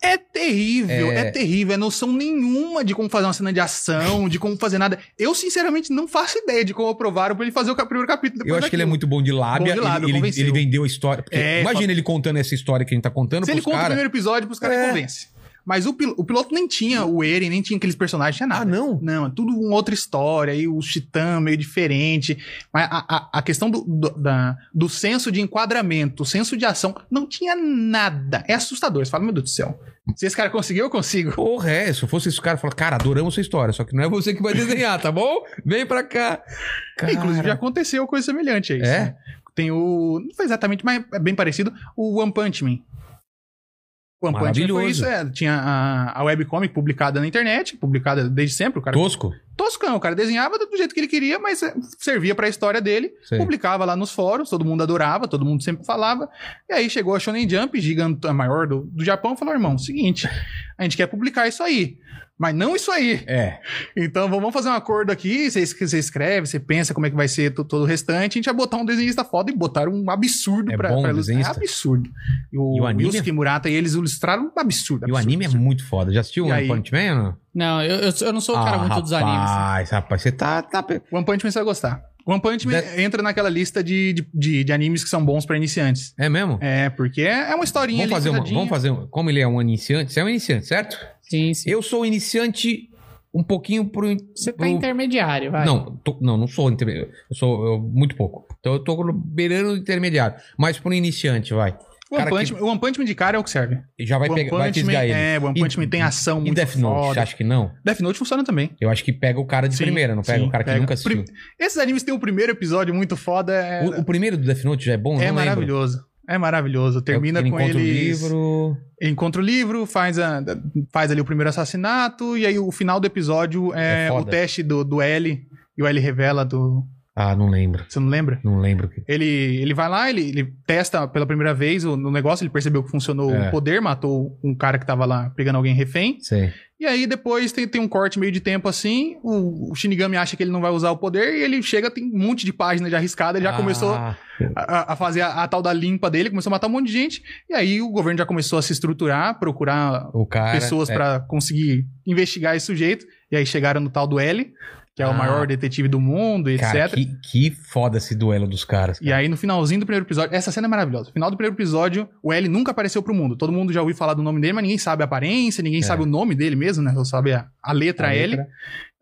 [SPEAKER 2] É terrível, é...
[SPEAKER 1] É.
[SPEAKER 2] terrível. É noção nenhuma de como fazer uma cena de ação, de como fazer nada. Eu, sinceramente, não faço ideia de como aprovaram pra ele fazer o ca- primeiro capítulo.
[SPEAKER 1] Eu
[SPEAKER 2] depois
[SPEAKER 1] acho que ele é
[SPEAKER 2] daquilo.
[SPEAKER 1] muito bom de lábia.
[SPEAKER 2] Bom de lábia,
[SPEAKER 1] ele, ele,
[SPEAKER 2] convenceu.
[SPEAKER 1] ele vendeu a história. Porque
[SPEAKER 2] É,
[SPEAKER 1] imagina ele contando essa história que a gente tá contando
[SPEAKER 2] Se ele
[SPEAKER 1] pros
[SPEAKER 2] conta o
[SPEAKER 1] caras.
[SPEAKER 2] primeiro episódio, pros caras
[SPEAKER 1] É.
[SPEAKER 2] convencem. Mas o, pil- o piloto nem tinha o Eren, nem tinha aqueles personagens, tinha
[SPEAKER 1] Ah,
[SPEAKER 2] nada.
[SPEAKER 1] não?
[SPEAKER 2] Não, é tudo uma outra história, e o Titã meio diferente. Mas a, a- a questão do, do, da- do senso de enquadramento, o senso de ação, não tinha nada. É assustador. Você fala, meu Deus do céu. Se esse cara conseguiu, eu consigo.
[SPEAKER 1] Porra, é, se eu fosse esse cara, eu falava, cara, adoramos sua história, só que não é você que vai desenhar, tá bom? Vem pra cá. Cara,
[SPEAKER 2] Inclusive, já aconteceu coisa semelhante a isso.
[SPEAKER 1] É?
[SPEAKER 2] né? Tem o. Não foi exatamente, mas é bem parecido. O One Punch Man. O One Punch Man foi
[SPEAKER 1] Maravilhoso.
[SPEAKER 2] isso. é, tinha a, a webcomic publicada na internet, publicada desde sempre. O cara
[SPEAKER 1] tosco?
[SPEAKER 2] toscão, o cara desenhava do jeito que ele queria, mas é, servia pra história dele,
[SPEAKER 1] Sei.
[SPEAKER 2] publicava lá nos fóruns, todo mundo adorava, todo mundo sempre falava. E aí chegou a Shonen Jump, gigante a maior do, do Japão, e falou: "Irmão, seguinte, a gente quer publicar isso aí, mas não isso aí.
[SPEAKER 1] É.
[SPEAKER 2] Então vamos fazer um acordo aqui, você es- você escreve, você pensa como é que vai ser to- todo o restante, a gente vai botar um desenhista foda e botaram um absurdo
[SPEAKER 1] É
[SPEAKER 2] pra,
[SPEAKER 1] bom
[SPEAKER 2] pra
[SPEAKER 1] o desenhista?
[SPEAKER 2] É absurdo. E o,
[SPEAKER 1] E o anime?
[SPEAKER 2] Yusuke Murata e eles ilustraram um absurdo.
[SPEAKER 1] E o
[SPEAKER 2] absurdo,
[SPEAKER 1] anime é
[SPEAKER 2] absurdo.
[SPEAKER 1] muito foda. Já assistiu
[SPEAKER 2] E
[SPEAKER 1] o One
[SPEAKER 2] aí?
[SPEAKER 1] Punch Man? ou não?
[SPEAKER 3] Não, eu, eu, eu não sou o cara
[SPEAKER 1] Ah,
[SPEAKER 3] muito dos
[SPEAKER 2] né?
[SPEAKER 3] animes.
[SPEAKER 1] Rapaz, rapaz, você tá. tá... pe-
[SPEAKER 2] One Punch Man você vai gostar. One Punch Man entra naquela lista de, de, de- de animes que são bons pra iniciantes.
[SPEAKER 1] É mesmo?
[SPEAKER 2] É, porque é é uma historinha
[SPEAKER 1] Vamos
[SPEAKER 2] ali,
[SPEAKER 1] fazer, uma,
[SPEAKER 2] fechadinha.
[SPEAKER 1] vamos fazer. um- Como ele é um iniciante, você é um iniciante, certo?
[SPEAKER 3] Sim, sim.
[SPEAKER 1] Eu sou iniciante um pouquinho pro.
[SPEAKER 3] Você tá
[SPEAKER 1] pro-
[SPEAKER 3] intermediário, vai.
[SPEAKER 1] Não, tô- não, não sou intermediário. Eu sou eu- muito pouco. Então eu tô beirando o intermediário. Mas pro iniciante, vai.
[SPEAKER 2] One,
[SPEAKER 1] Cara,
[SPEAKER 2] Punch, Man- One Punch Man de cara é o que serve.
[SPEAKER 1] E Já vai,
[SPEAKER 2] One
[SPEAKER 1] pegar, vai
[SPEAKER 2] Punch
[SPEAKER 1] fisgar
[SPEAKER 2] Man,
[SPEAKER 1] ele.
[SPEAKER 2] É, One
[SPEAKER 1] E-
[SPEAKER 2] Punch Man tem ação
[SPEAKER 1] e
[SPEAKER 2] muito
[SPEAKER 1] Death Note,
[SPEAKER 2] foda.
[SPEAKER 1] você acha que não?
[SPEAKER 2] Death Note funciona também.
[SPEAKER 1] Eu acho que pega o cara de
[SPEAKER 2] Sim,
[SPEAKER 1] primeira, não pega
[SPEAKER 2] sim,
[SPEAKER 1] o cara que
[SPEAKER 2] pega.
[SPEAKER 1] nunca assistiu.
[SPEAKER 2] Pri- Esses animes têm o primeiro episódio muito foda. É,
[SPEAKER 1] O, o primeiro do Death Note já é bom? Eu
[SPEAKER 2] é
[SPEAKER 1] não lembro.
[SPEAKER 2] maravilhoso. É maravilhoso.
[SPEAKER 1] É o que
[SPEAKER 2] Termina com
[SPEAKER 1] encontra o
[SPEAKER 2] eles.
[SPEAKER 1] livro.
[SPEAKER 2] Encontra o livro, faz, a- faz ali o primeiro assassinato, e aí o final do episódio é,
[SPEAKER 1] É foda.
[SPEAKER 2] o teste do, do L, e o L revela do.
[SPEAKER 1] Ah, não lembro.
[SPEAKER 2] Você não lembra?
[SPEAKER 1] Não lembro. o que-
[SPEAKER 2] Ele, ele vai lá, ele, ele testa pela primeira vez o, no negócio, ele percebeu que funcionou
[SPEAKER 1] É.
[SPEAKER 2] o poder, matou um cara que tava lá pegando alguém refém.
[SPEAKER 1] Sei.
[SPEAKER 2] E aí depois tem, tem um corte meio de tempo assim, o, o Shinigami acha que ele não vai usar o poder e ele chega, tem um monte de página de arriscada, ele já
[SPEAKER 1] Ah,
[SPEAKER 2] começou a- a, a fazer a, a tal da limpa dele, começou a matar um monte de gente. E aí o governo já começou a se estruturar, procurar
[SPEAKER 1] O cara.
[SPEAKER 2] pessoas
[SPEAKER 1] é,
[SPEAKER 2] pra conseguir investigar esse sujeito. E aí chegaram no tal do L, que é
[SPEAKER 1] Ah.
[SPEAKER 2] o maior detetive do mundo, etc.
[SPEAKER 1] Cara, que, que foda esse duelo dos caras.
[SPEAKER 2] E aí, no finalzinho do primeiro episódio, essa cena é maravilhosa. No final do primeiro episódio, o L nunca apareceu pro mundo. Todo mundo já ouviu falar do nome dele, mas ninguém sabe a aparência, ninguém
[SPEAKER 1] É.
[SPEAKER 2] sabe o nome dele mesmo, né? Só sabe a, a letra
[SPEAKER 1] A
[SPEAKER 2] L.
[SPEAKER 1] letra.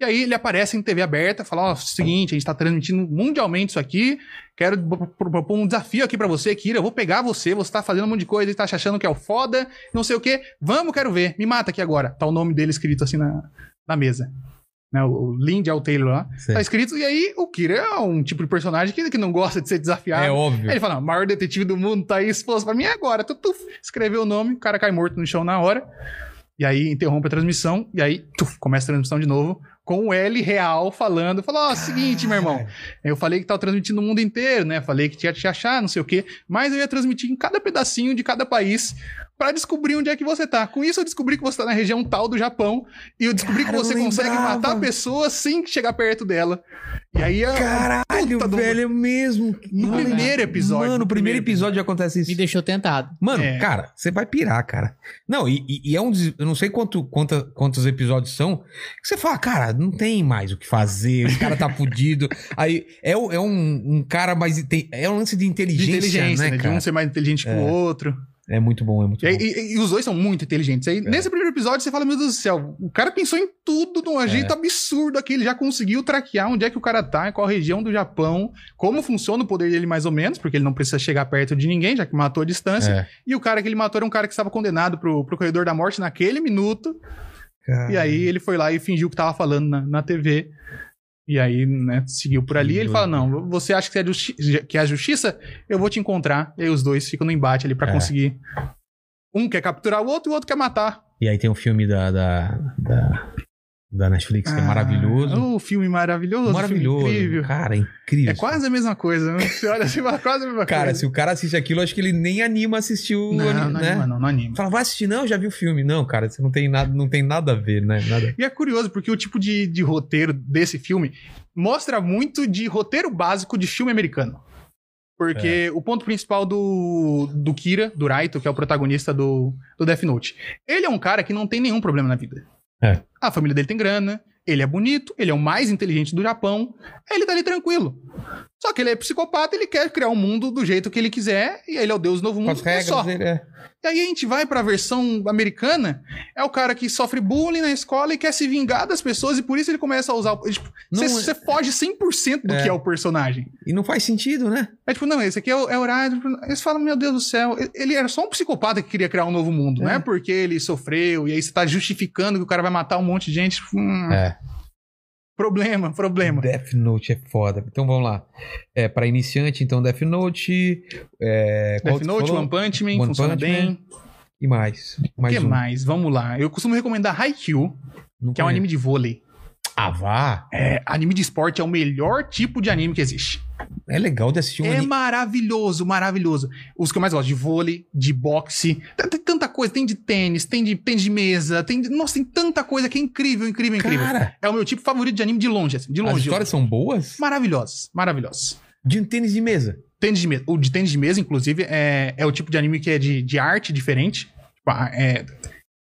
[SPEAKER 2] E aí ele aparece em TV aberta, fala: Ó, seguinte, a gente tá transmitindo mundialmente isso aqui. Quero pro- pro- propor um desafio aqui pra você, Kira. Eu vou pegar você, você tá fazendo um monte de coisa, e tá achando que é o foda, não sei o quê. Vamos, quero ver. Me mata aqui agora. Tá o nome dele escrito assim na, na mesa. Né, o o Lindy é o Taylor lá.
[SPEAKER 1] Sei.
[SPEAKER 2] Tá escrito, e aí o Kira é um tipo de personagem que, que não gosta de ser desafiado.
[SPEAKER 1] É
[SPEAKER 2] Aí
[SPEAKER 1] óbvio.
[SPEAKER 2] ele fala, "Não, o maior detetive do mundo tá aí exposto pra mim é agora. Tu, tu, escreveu o nome, o cara cai morto no chão na hora. E aí interrompe a transmissão, e aí tuf, começa a transmissão de novo, com o L real falando. Falou, ó, seguinte, meu irmão, eu falei que tava transmitindo no mundo inteiro, né? Falei que tinha que te achar, não sei o quê. Mas eu ia transmitir em cada pedacinho de cada país pra descobrir onde é que você tá. Com isso eu descobri que você tá na região tal do Japão, e eu descobri
[SPEAKER 1] Cara,
[SPEAKER 2] que você
[SPEAKER 1] eu
[SPEAKER 2] consegue
[SPEAKER 1] lembrava.
[SPEAKER 2] matar pessoas sem chegar perto dela. E aí... a-
[SPEAKER 1] Caralho,
[SPEAKER 2] Puta do-
[SPEAKER 1] velho, é mesmo.
[SPEAKER 2] No
[SPEAKER 1] Olha,
[SPEAKER 2] primeiro episódio.
[SPEAKER 1] Mano, no primeiro
[SPEAKER 2] primeiro
[SPEAKER 1] episódio já acontece isso.
[SPEAKER 3] Me deixou tentado.
[SPEAKER 1] Mano,
[SPEAKER 2] É.
[SPEAKER 1] cara, você vai pirar, cara. Não, e, e- e é um. des- Eu não sei quanto, quanta- quantos episódios são. Que você fala, cara, não tem mais o que fazer, o cara tá fudido. Aí é, o- é um, um cara mais. Tem, é um lance de
[SPEAKER 2] De
[SPEAKER 1] inteligência,
[SPEAKER 2] inteligência,
[SPEAKER 1] né,
[SPEAKER 2] né? De
[SPEAKER 1] cara?
[SPEAKER 2] um ser mais inteligente que o outro.
[SPEAKER 1] É muito bom, é muito
[SPEAKER 2] E, aí-
[SPEAKER 1] bom. É.
[SPEAKER 2] e- e os dois são muito inteligentes. Aí, Nesse primeiro episódio, você fala: Meu Deus do céu, o cara pensou em tudo de um
[SPEAKER 1] É.
[SPEAKER 2] jeito absurdo aqui. Ele já conseguiu traquear onde é que o cara tá, em qual região do Japão, como funciona o poder dele, mais ou menos, porque ele não precisa chegar perto de ninguém, já que matou a distância.
[SPEAKER 1] É.
[SPEAKER 2] E o cara que ele matou era um cara que estava condenado pro, pro corredor da morte naquele minuto.
[SPEAKER 1] Cara,
[SPEAKER 2] E aí ele foi lá e fingiu que tava falando na, na TV. E aí, né, seguiu por ali.
[SPEAKER 1] Que
[SPEAKER 2] Ele fala:
[SPEAKER 1] doido.
[SPEAKER 2] Não, você acha que é, justi- que é a justiça? Eu vou te encontrar. E aí os dois ficam no embate ali pra
[SPEAKER 1] É.
[SPEAKER 2] conseguir. Um quer capturar o outro e o outro quer matar.
[SPEAKER 1] e aí tem um filme da. da, da, da Netflix que é maravilhoso.
[SPEAKER 2] Ah, O filme maravilhoso.
[SPEAKER 1] maravilhoso.
[SPEAKER 2] Filme incrível.
[SPEAKER 1] Cara, é incrível.
[SPEAKER 2] É quase a mesma coisa. né? Você olha assim, é quase a mesma
[SPEAKER 1] Cara,
[SPEAKER 2] coisa.
[SPEAKER 1] se o cara assiste aquilo, acho que ele nem anima a assistir o.
[SPEAKER 2] Não,
[SPEAKER 1] ani-
[SPEAKER 2] não é
[SPEAKER 1] né?
[SPEAKER 2] anima, não, não anima.
[SPEAKER 1] Fala, vai assistir, não, já vi o filme. Não, cara, você não tem nada, não tem nada a ver, né? Nada.
[SPEAKER 2] E é curioso, porque o tipo de, de roteiro desse filme mostra muito de roteiro básico de filme americano. Porque
[SPEAKER 1] É.
[SPEAKER 2] o ponto principal do, do Kira, do Raito, que é o protagonista do, do Death Note, ele é um cara que não tem nenhum problema na vida.
[SPEAKER 1] É.
[SPEAKER 2] A família dele tem grana, ele é bonito, ele é o mais inteligente do Japão, ele tá ali tranquilo. Só que ele é psicopata, ele quer criar o mundo do jeito que ele quiser, e ele é o deus do novo
[SPEAKER 1] Com
[SPEAKER 2] mundo.
[SPEAKER 1] as
[SPEAKER 2] e só.
[SPEAKER 1] regras dele. É.
[SPEAKER 2] E aí a gente vai pra versão americana, é o cara que sofre bullying na escola e quer se vingar das pessoas e por isso ele começa a usar o... tipo,
[SPEAKER 1] Não,
[SPEAKER 2] você, você foge 100% do
[SPEAKER 1] É.
[SPEAKER 2] que é o personagem.
[SPEAKER 1] E não faz sentido, né?
[SPEAKER 2] É tipo, não, esse aqui é o, é o horário... Eles falam, meu Deus do céu, ele era só um psicopata que queria criar um novo mundo, não é porque ele sofreu e aí você tá justificando que o cara vai matar um monte de gente. Hum,
[SPEAKER 1] É.
[SPEAKER 2] Problema, problema.
[SPEAKER 1] Death Note é foda. Então vamos lá. É, pra iniciante, então, Death Note. É, qual
[SPEAKER 2] Death
[SPEAKER 1] que
[SPEAKER 2] Note,
[SPEAKER 1] falou?
[SPEAKER 2] One Punch Man,
[SPEAKER 1] One
[SPEAKER 2] funciona
[SPEAKER 1] Punch
[SPEAKER 2] bem.
[SPEAKER 1] Man, E mais.
[SPEAKER 2] O
[SPEAKER 1] Mais
[SPEAKER 2] que
[SPEAKER 1] um.
[SPEAKER 2] mais? Vamos lá. Eu costumo recomendar Haikyuu,
[SPEAKER 1] Não
[SPEAKER 2] que é um
[SPEAKER 1] conheço.
[SPEAKER 2] anime de vôlei.
[SPEAKER 1] Ah, vá. É,
[SPEAKER 2] É, anime de esporte é o melhor tipo de anime que existe.
[SPEAKER 1] legal de assistir um
[SPEAKER 2] é
[SPEAKER 1] anime.
[SPEAKER 2] maravilhoso, maravilhoso. Os que eu mais gosto, de vôlei, de boxe. T- Tem tanta coisa, tem de tênis, tem de, tem de mesa, tem de- Nossa, tem tanta coisa que é incrível, incrível, incrível.
[SPEAKER 1] Cara,
[SPEAKER 2] É o meu tipo favorito de anime de longe, assim, de
[SPEAKER 1] as
[SPEAKER 2] longe.
[SPEAKER 1] histórias são boas?
[SPEAKER 2] Maravilhosos, maravilhosos.
[SPEAKER 1] De um tênis de mesa.
[SPEAKER 2] Tênis de mesa. O de tênis de mesa, inclusive, é, é o tipo de anime que é de, de arte diferente. Tipo, ah, é-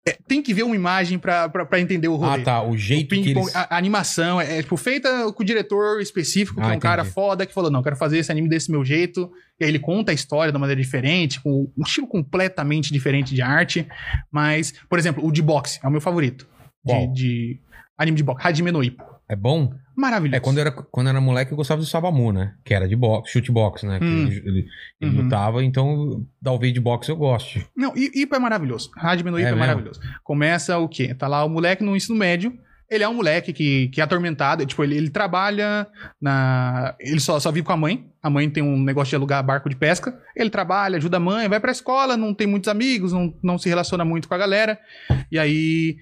[SPEAKER 2] é, tem que ver uma imagem pra, pra, pra entender o rolê.
[SPEAKER 1] Ah, tá. O
[SPEAKER 2] O
[SPEAKER 1] jeito
[SPEAKER 2] ping
[SPEAKER 1] que
[SPEAKER 2] pong,
[SPEAKER 1] eles...
[SPEAKER 2] a, a animação é, é, tipo feita com o diretor específico, que
[SPEAKER 1] Ah,
[SPEAKER 2] é um cara
[SPEAKER 1] entendi.
[SPEAKER 2] foda que falou: não, eu quero fazer esse anime desse meu jeito. E aí ele conta a história de uma maneira diferente, com um estilo completamente diferente de arte. Mas, por exemplo, o de boxe é o meu favorito. De,
[SPEAKER 1] Qual?
[SPEAKER 2] de anime de boxe, Hajime no Ippo.
[SPEAKER 1] É bom?
[SPEAKER 2] Maravilhoso.
[SPEAKER 1] É, quando eu, era, quando eu era moleque, eu gostava do Sabamu, né? Que era de boxe, chute boxe, né? Que
[SPEAKER 2] Hum.
[SPEAKER 1] ele, ele- ele
[SPEAKER 2] Uhum.
[SPEAKER 1] lutava, então talvez de boxe eu goste.
[SPEAKER 2] Não, I- Ippo é maravilhoso. Hajime no
[SPEAKER 1] É
[SPEAKER 2] Ippo é,
[SPEAKER 1] mesmo?
[SPEAKER 2] maravilhoso. Começa o quê? Tá lá o moleque no ensino médio. Ele é um moleque que, que é atormentado. Tipo, ele, ele trabalha na. Ele só, só vive com a mãe. A mãe tem um negócio de alugar barco de pesca. Ele trabalha, ajuda a mãe, vai pra escola, não tem muitos amigos, não, não se relaciona muito com a galera. E aí.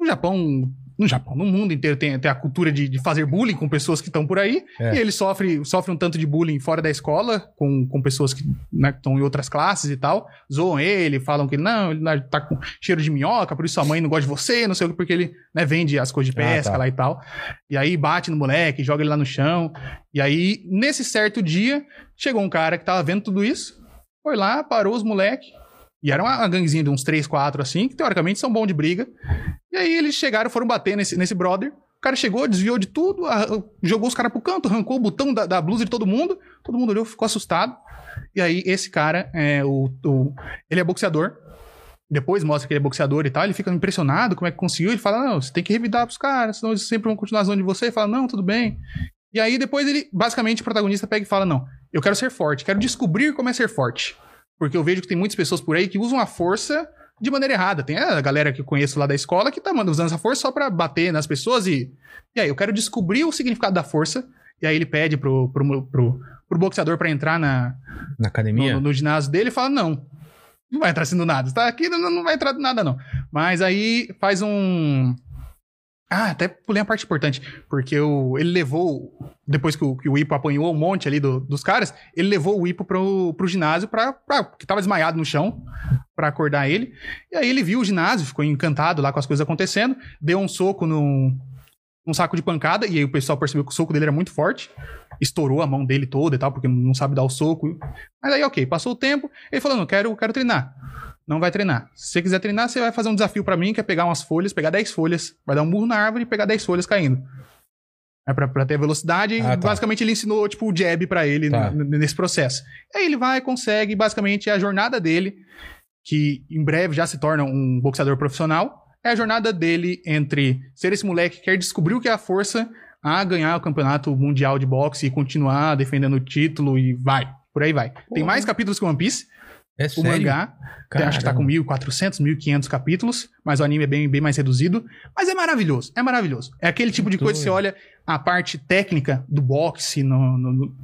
[SPEAKER 2] No Japão. No Japão, no mundo inteiro, tem, tem a cultura de, de fazer bullying com pessoas que estão por aí.
[SPEAKER 1] É.
[SPEAKER 2] E ele sofre, sofre um tanto de bullying fora da escola, com, com pessoas que né, que estão em outras classes e tal zoam ele, falam que não, ele não- tá com cheiro de minhoca, por isso sua mãe não gosta de você, não sei o que, porque ele né, vende as coisas de
[SPEAKER 1] Ah,
[SPEAKER 2] pesca
[SPEAKER 1] tá.
[SPEAKER 2] lá e tal. E aí bate no moleque, joga ele lá no chão. E aí, nesse certo dia, chegou um cara que tava vendo tudo isso, foi lá, parou os moleques. E era uma uma ganguezinha de uns 3, 4 assim, que teoricamente são bons de briga. E aí eles chegaram, foram bater nesse, nesse brother. O cara chegou, desviou de tudo, arran- jogou os caras pro canto, arrancou o botão da, da blusa de todo mundo. Todo mundo olhou, ficou assustado. E aí, esse cara, é, o, o- ele é boxeador. Depois mostra que ele é boxeador e tal. Ele fica impressionado como é que conseguiu. Ele fala: Não, você tem que revidar pros caras, senão eles sempre vão continuar zoando de você. Ele fala: Não, tudo bem. E aí, depois ele, basicamente, o protagonista pega e fala: Não, eu quero ser forte, quero descobrir como é ser forte. Porque eu vejo que tem muitas pessoas por aí que usam a força de maneira errada. Tem a galera que eu conheço lá da escola que tá mano, usando essa força só pra bater nas pessoas e. E aí, eu quero descobrir o significado da força. E aí, ele pede pro, pro, pro, pro boxeador pra entrar na,
[SPEAKER 1] Na academia?
[SPEAKER 2] no, no ginásio dele e fala: não, não vai entrar assim do nada. Você tá aqui, não, não vai entrar do nada, não. Mas aí faz um. Ah, até pulei a parte importante, porque o, ele levou, depois que o, que o Ipo apanhou um monte ali do- dos caras, ele levou o Ipo pro, pro ginásio, pra, pra- que tava desmaiado no chão, pra acordar ele. E aí ele viu o ginásio, ficou encantado lá com as coisas acontecendo, deu um soco num, num saco de pancada, e aí o pessoal percebeu que o soco dele era muito forte, estourou a mão dele toda e tal, porque não sabe dar o soco. Mas aí, ok, passou o tempo, ele falou, não, quero, quero treinar. Não vai treinar. Se você quiser treinar, você vai fazer um desafio pra mim, que é pegar umas folhas, pegar 10 folhas, vai dar um burro na árvore e pegar 10 folhas caindo. É pra, pra ter velocidade,
[SPEAKER 1] Ah, tá.
[SPEAKER 2] basicamente ele ensinou, tipo, o jab pra ele
[SPEAKER 1] Tá.
[SPEAKER 2] n- n- nesse processo. Aí ele vai, consegue, basicamente é a jornada dele, que em breve já se torna um boxeador profissional, é a jornada dele entre ser esse moleque que quer descobrir o que é a força a ganhar o campeonato mundial de boxe e continuar defendendo o título e vai. Por aí vai. Tem mais capítulos que o One Piece.
[SPEAKER 1] É
[SPEAKER 2] O
[SPEAKER 1] sério?
[SPEAKER 2] mangá, tem- acho que tá com 1.400, 1.500 capítulos, mas o anime é bem, bem mais reduzido. Mas é maravilhoso, é maravilhoso. É aquele tipo de
[SPEAKER 1] Muito
[SPEAKER 2] coisa que você
[SPEAKER 1] doido.
[SPEAKER 2] olha a parte técnica do boxe. No, no- no-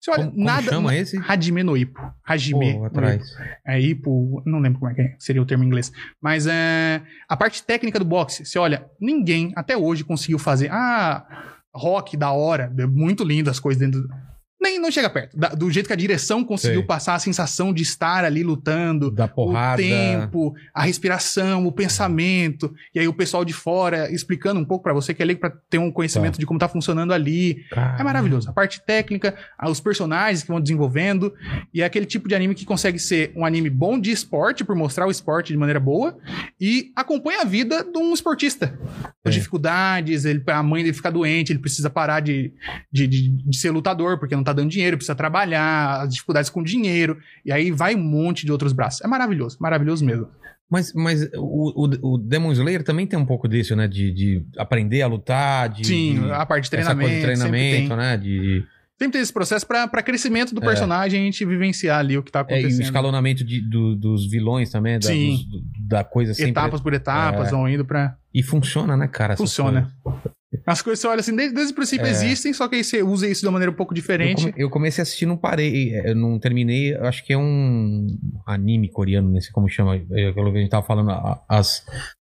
[SPEAKER 2] Você olha,
[SPEAKER 1] Como, como
[SPEAKER 2] nada.
[SPEAKER 1] chama esse?
[SPEAKER 2] Hajime no Ippo.
[SPEAKER 1] Pô,
[SPEAKER 2] Hajime
[SPEAKER 1] vou
[SPEAKER 2] no Ippo.
[SPEAKER 1] atrás.
[SPEAKER 2] É Ippo, não lembro como é que é, seria o termo em inglês. Mas é, a parte técnica do boxe, você olha, ninguém até hoje conseguiu fazer. Ah, rock da hora, é muito lindo as coisas dentro. do- Nem não chega perto. da- do jeito que a direção conseguiu
[SPEAKER 1] Sei.
[SPEAKER 2] passar a sensação de estar ali lutando,
[SPEAKER 1] Da
[SPEAKER 2] o
[SPEAKER 1] porrada.
[SPEAKER 2] tempo, a respiração, o pensamento, e aí o pessoal de fora explicando um pouco pra você que é ali para ter um conhecimento de como tá funcionando ali.
[SPEAKER 1] Cara,
[SPEAKER 2] É
[SPEAKER 1] Uhum.
[SPEAKER 2] maravilhoso. A parte técnica, a- os personagens que vão desenvolvendo. E é aquele tipo de anime que consegue ser um anime bom de esporte, por mostrar o esporte de maneira boa, e acompanha a vida de um esportista. As
[SPEAKER 1] Sim.
[SPEAKER 2] dificuldades, ele, a mãe dele fica doente, ele precisa parar de, de, de- de ser lutador, porque não tá dando dinheiro, precisa trabalhar, as dificuldades com dinheiro, e aí vai um monte de outros braços. É maravilhoso, maravilhoso mesmo.
[SPEAKER 1] Mas, mas o, o, o Demon Slayer também tem um pouco disso, né? De, de aprender a lutar, de.
[SPEAKER 2] Sim,
[SPEAKER 1] de
[SPEAKER 2] a parte de
[SPEAKER 1] essa
[SPEAKER 2] treinamento,
[SPEAKER 1] coisa de
[SPEAKER 2] sempre
[SPEAKER 1] treinamento,
[SPEAKER 2] tem.
[SPEAKER 1] né? De,
[SPEAKER 2] Sempre tem esse processo pra pra crescimento do personagem, a gente vivenciar ali o que tá
[SPEAKER 1] é, e o
[SPEAKER 2] acontecendo.
[SPEAKER 1] escalonamento de- do- dos vilões também, da,
[SPEAKER 2] Sim.
[SPEAKER 1] dos- da coisa sempre.
[SPEAKER 2] etapas por etapas,
[SPEAKER 1] É.
[SPEAKER 2] vão indo pra...
[SPEAKER 1] E funciona, né, cara? essas
[SPEAKER 2] Funciona. As coisas, você olha assim, desde, desde o princípio
[SPEAKER 1] É.
[SPEAKER 2] existem, só que aí você usa isso de uma maneira um pouco
[SPEAKER 1] Eu,
[SPEAKER 2] diferente.
[SPEAKER 1] come- eu comecei a assistir, não parei, é, eu não terminei. eu Acho que é um anime coreano, não sei como chama. eu- Pelo que a gente tava falando, a- as,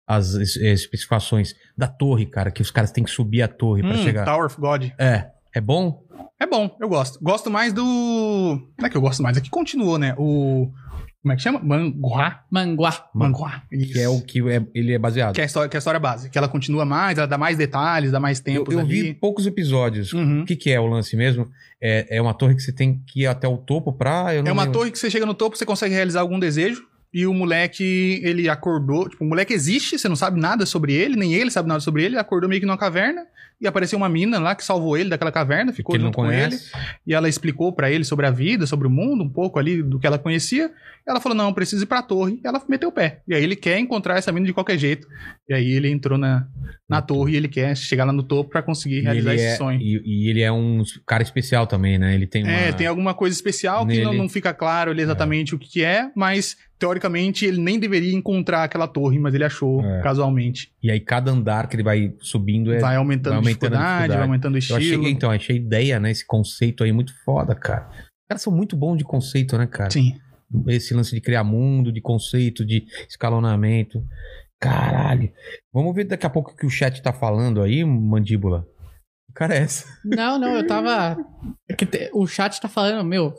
[SPEAKER 1] as es- é, especificações da torre, cara, que os caras têm que subir a torre pra
[SPEAKER 2] Hum,
[SPEAKER 1] chegar.
[SPEAKER 2] Tower of God.
[SPEAKER 1] É. É bom?
[SPEAKER 2] É bom, eu gosto. Gosto mais do. Não é que eu gosto mais, é que continuou, né? O. Como é que chama? Manguá.
[SPEAKER 3] Manguá.
[SPEAKER 2] Manguá. Isso.
[SPEAKER 1] Que é o que é- ele é baseado.
[SPEAKER 2] Que é, a história, que é a história base. Que ela continua mais, ela dá mais detalhes, dá mais
[SPEAKER 1] eu
[SPEAKER 2] tempo.
[SPEAKER 1] eu vi poucos episódios. O
[SPEAKER 2] Uhum.
[SPEAKER 1] que, que é o lance mesmo? É, é uma torre que você tem que ir até o topo pra. Eu não
[SPEAKER 2] É uma
[SPEAKER 1] lembro.
[SPEAKER 2] torre que você chega no topo, você consegue realizar algum desejo. E o moleque, ele acordou. Tipo, o moleque existe, você não sabe nada sobre ele, nem ele sabe nada sobre ele. Ele acordou meio que numa caverna. E apareceu uma mina lá que salvou ele daquela caverna, ficou
[SPEAKER 1] que ele não
[SPEAKER 2] junto com ele.
[SPEAKER 1] conhece.
[SPEAKER 2] e ela explicou pra ele sobre a vida, sobre o mundo, um pouco ali do que ela conhecia. Ela falou: "Não, preciso ir pra torre". E ela meteu o pé. E aí ele quer encontrar essa mina de qualquer jeito. E aí ele entrou na, na torre e ele quer chegar lá no topo pra conseguir
[SPEAKER 1] E
[SPEAKER 2] realizar
[SPEAKER 1] ele,
[SPEAKER 2] esse
[SPEAKER 1] é,
[SPEAKER 2] sonho.
[SPEAKER 1] e, e ele é um cara especial também, né? Ele tem uma.
[SPEAKER 2] É, tem alguma coisa especial que não,
[SPEAKER 1] Nele.
[SPEAKER 2] não fica claro ali exatamente o que que é, mas teoricamente ele nem deveria encontrar aquela torre, mas ele achou
[SPEAKER 1] É.
[SPEAKER 2] casualmente.
[SPEAKER 1] E aí cada andar que ele vai subindo é.
[SPEAKER 2] vai aumentando,
[SPEAKER 1] vai
[SPEAKER 2] a
[SPEAKER 1] aumentando a
[SPEAKER 2] dificuldade, vai
[SPEAKER 1] dificuldade.
[SPEAKER 2] aumentando o
[SPEAKER 1] Eu achei,
[SPEAKER 2] estilo.
[SPEAKER 1] então, achei a ideia, né? Esse conceito aí muito foda, cara. Os caras são muito bons de conceito, né, cara?
[SPEAKER 2] Sim.
[SPEAKER 1] Esse lance de criar mundo, de conceito, de escalonamento. Caralho. Vamos ver daqui a pouco o que o chat tá falando aí, mandíbula. Cara, é essa.
[SPEAKER 3] Não, não, eu tava. é que te- O chat tá falando, meu,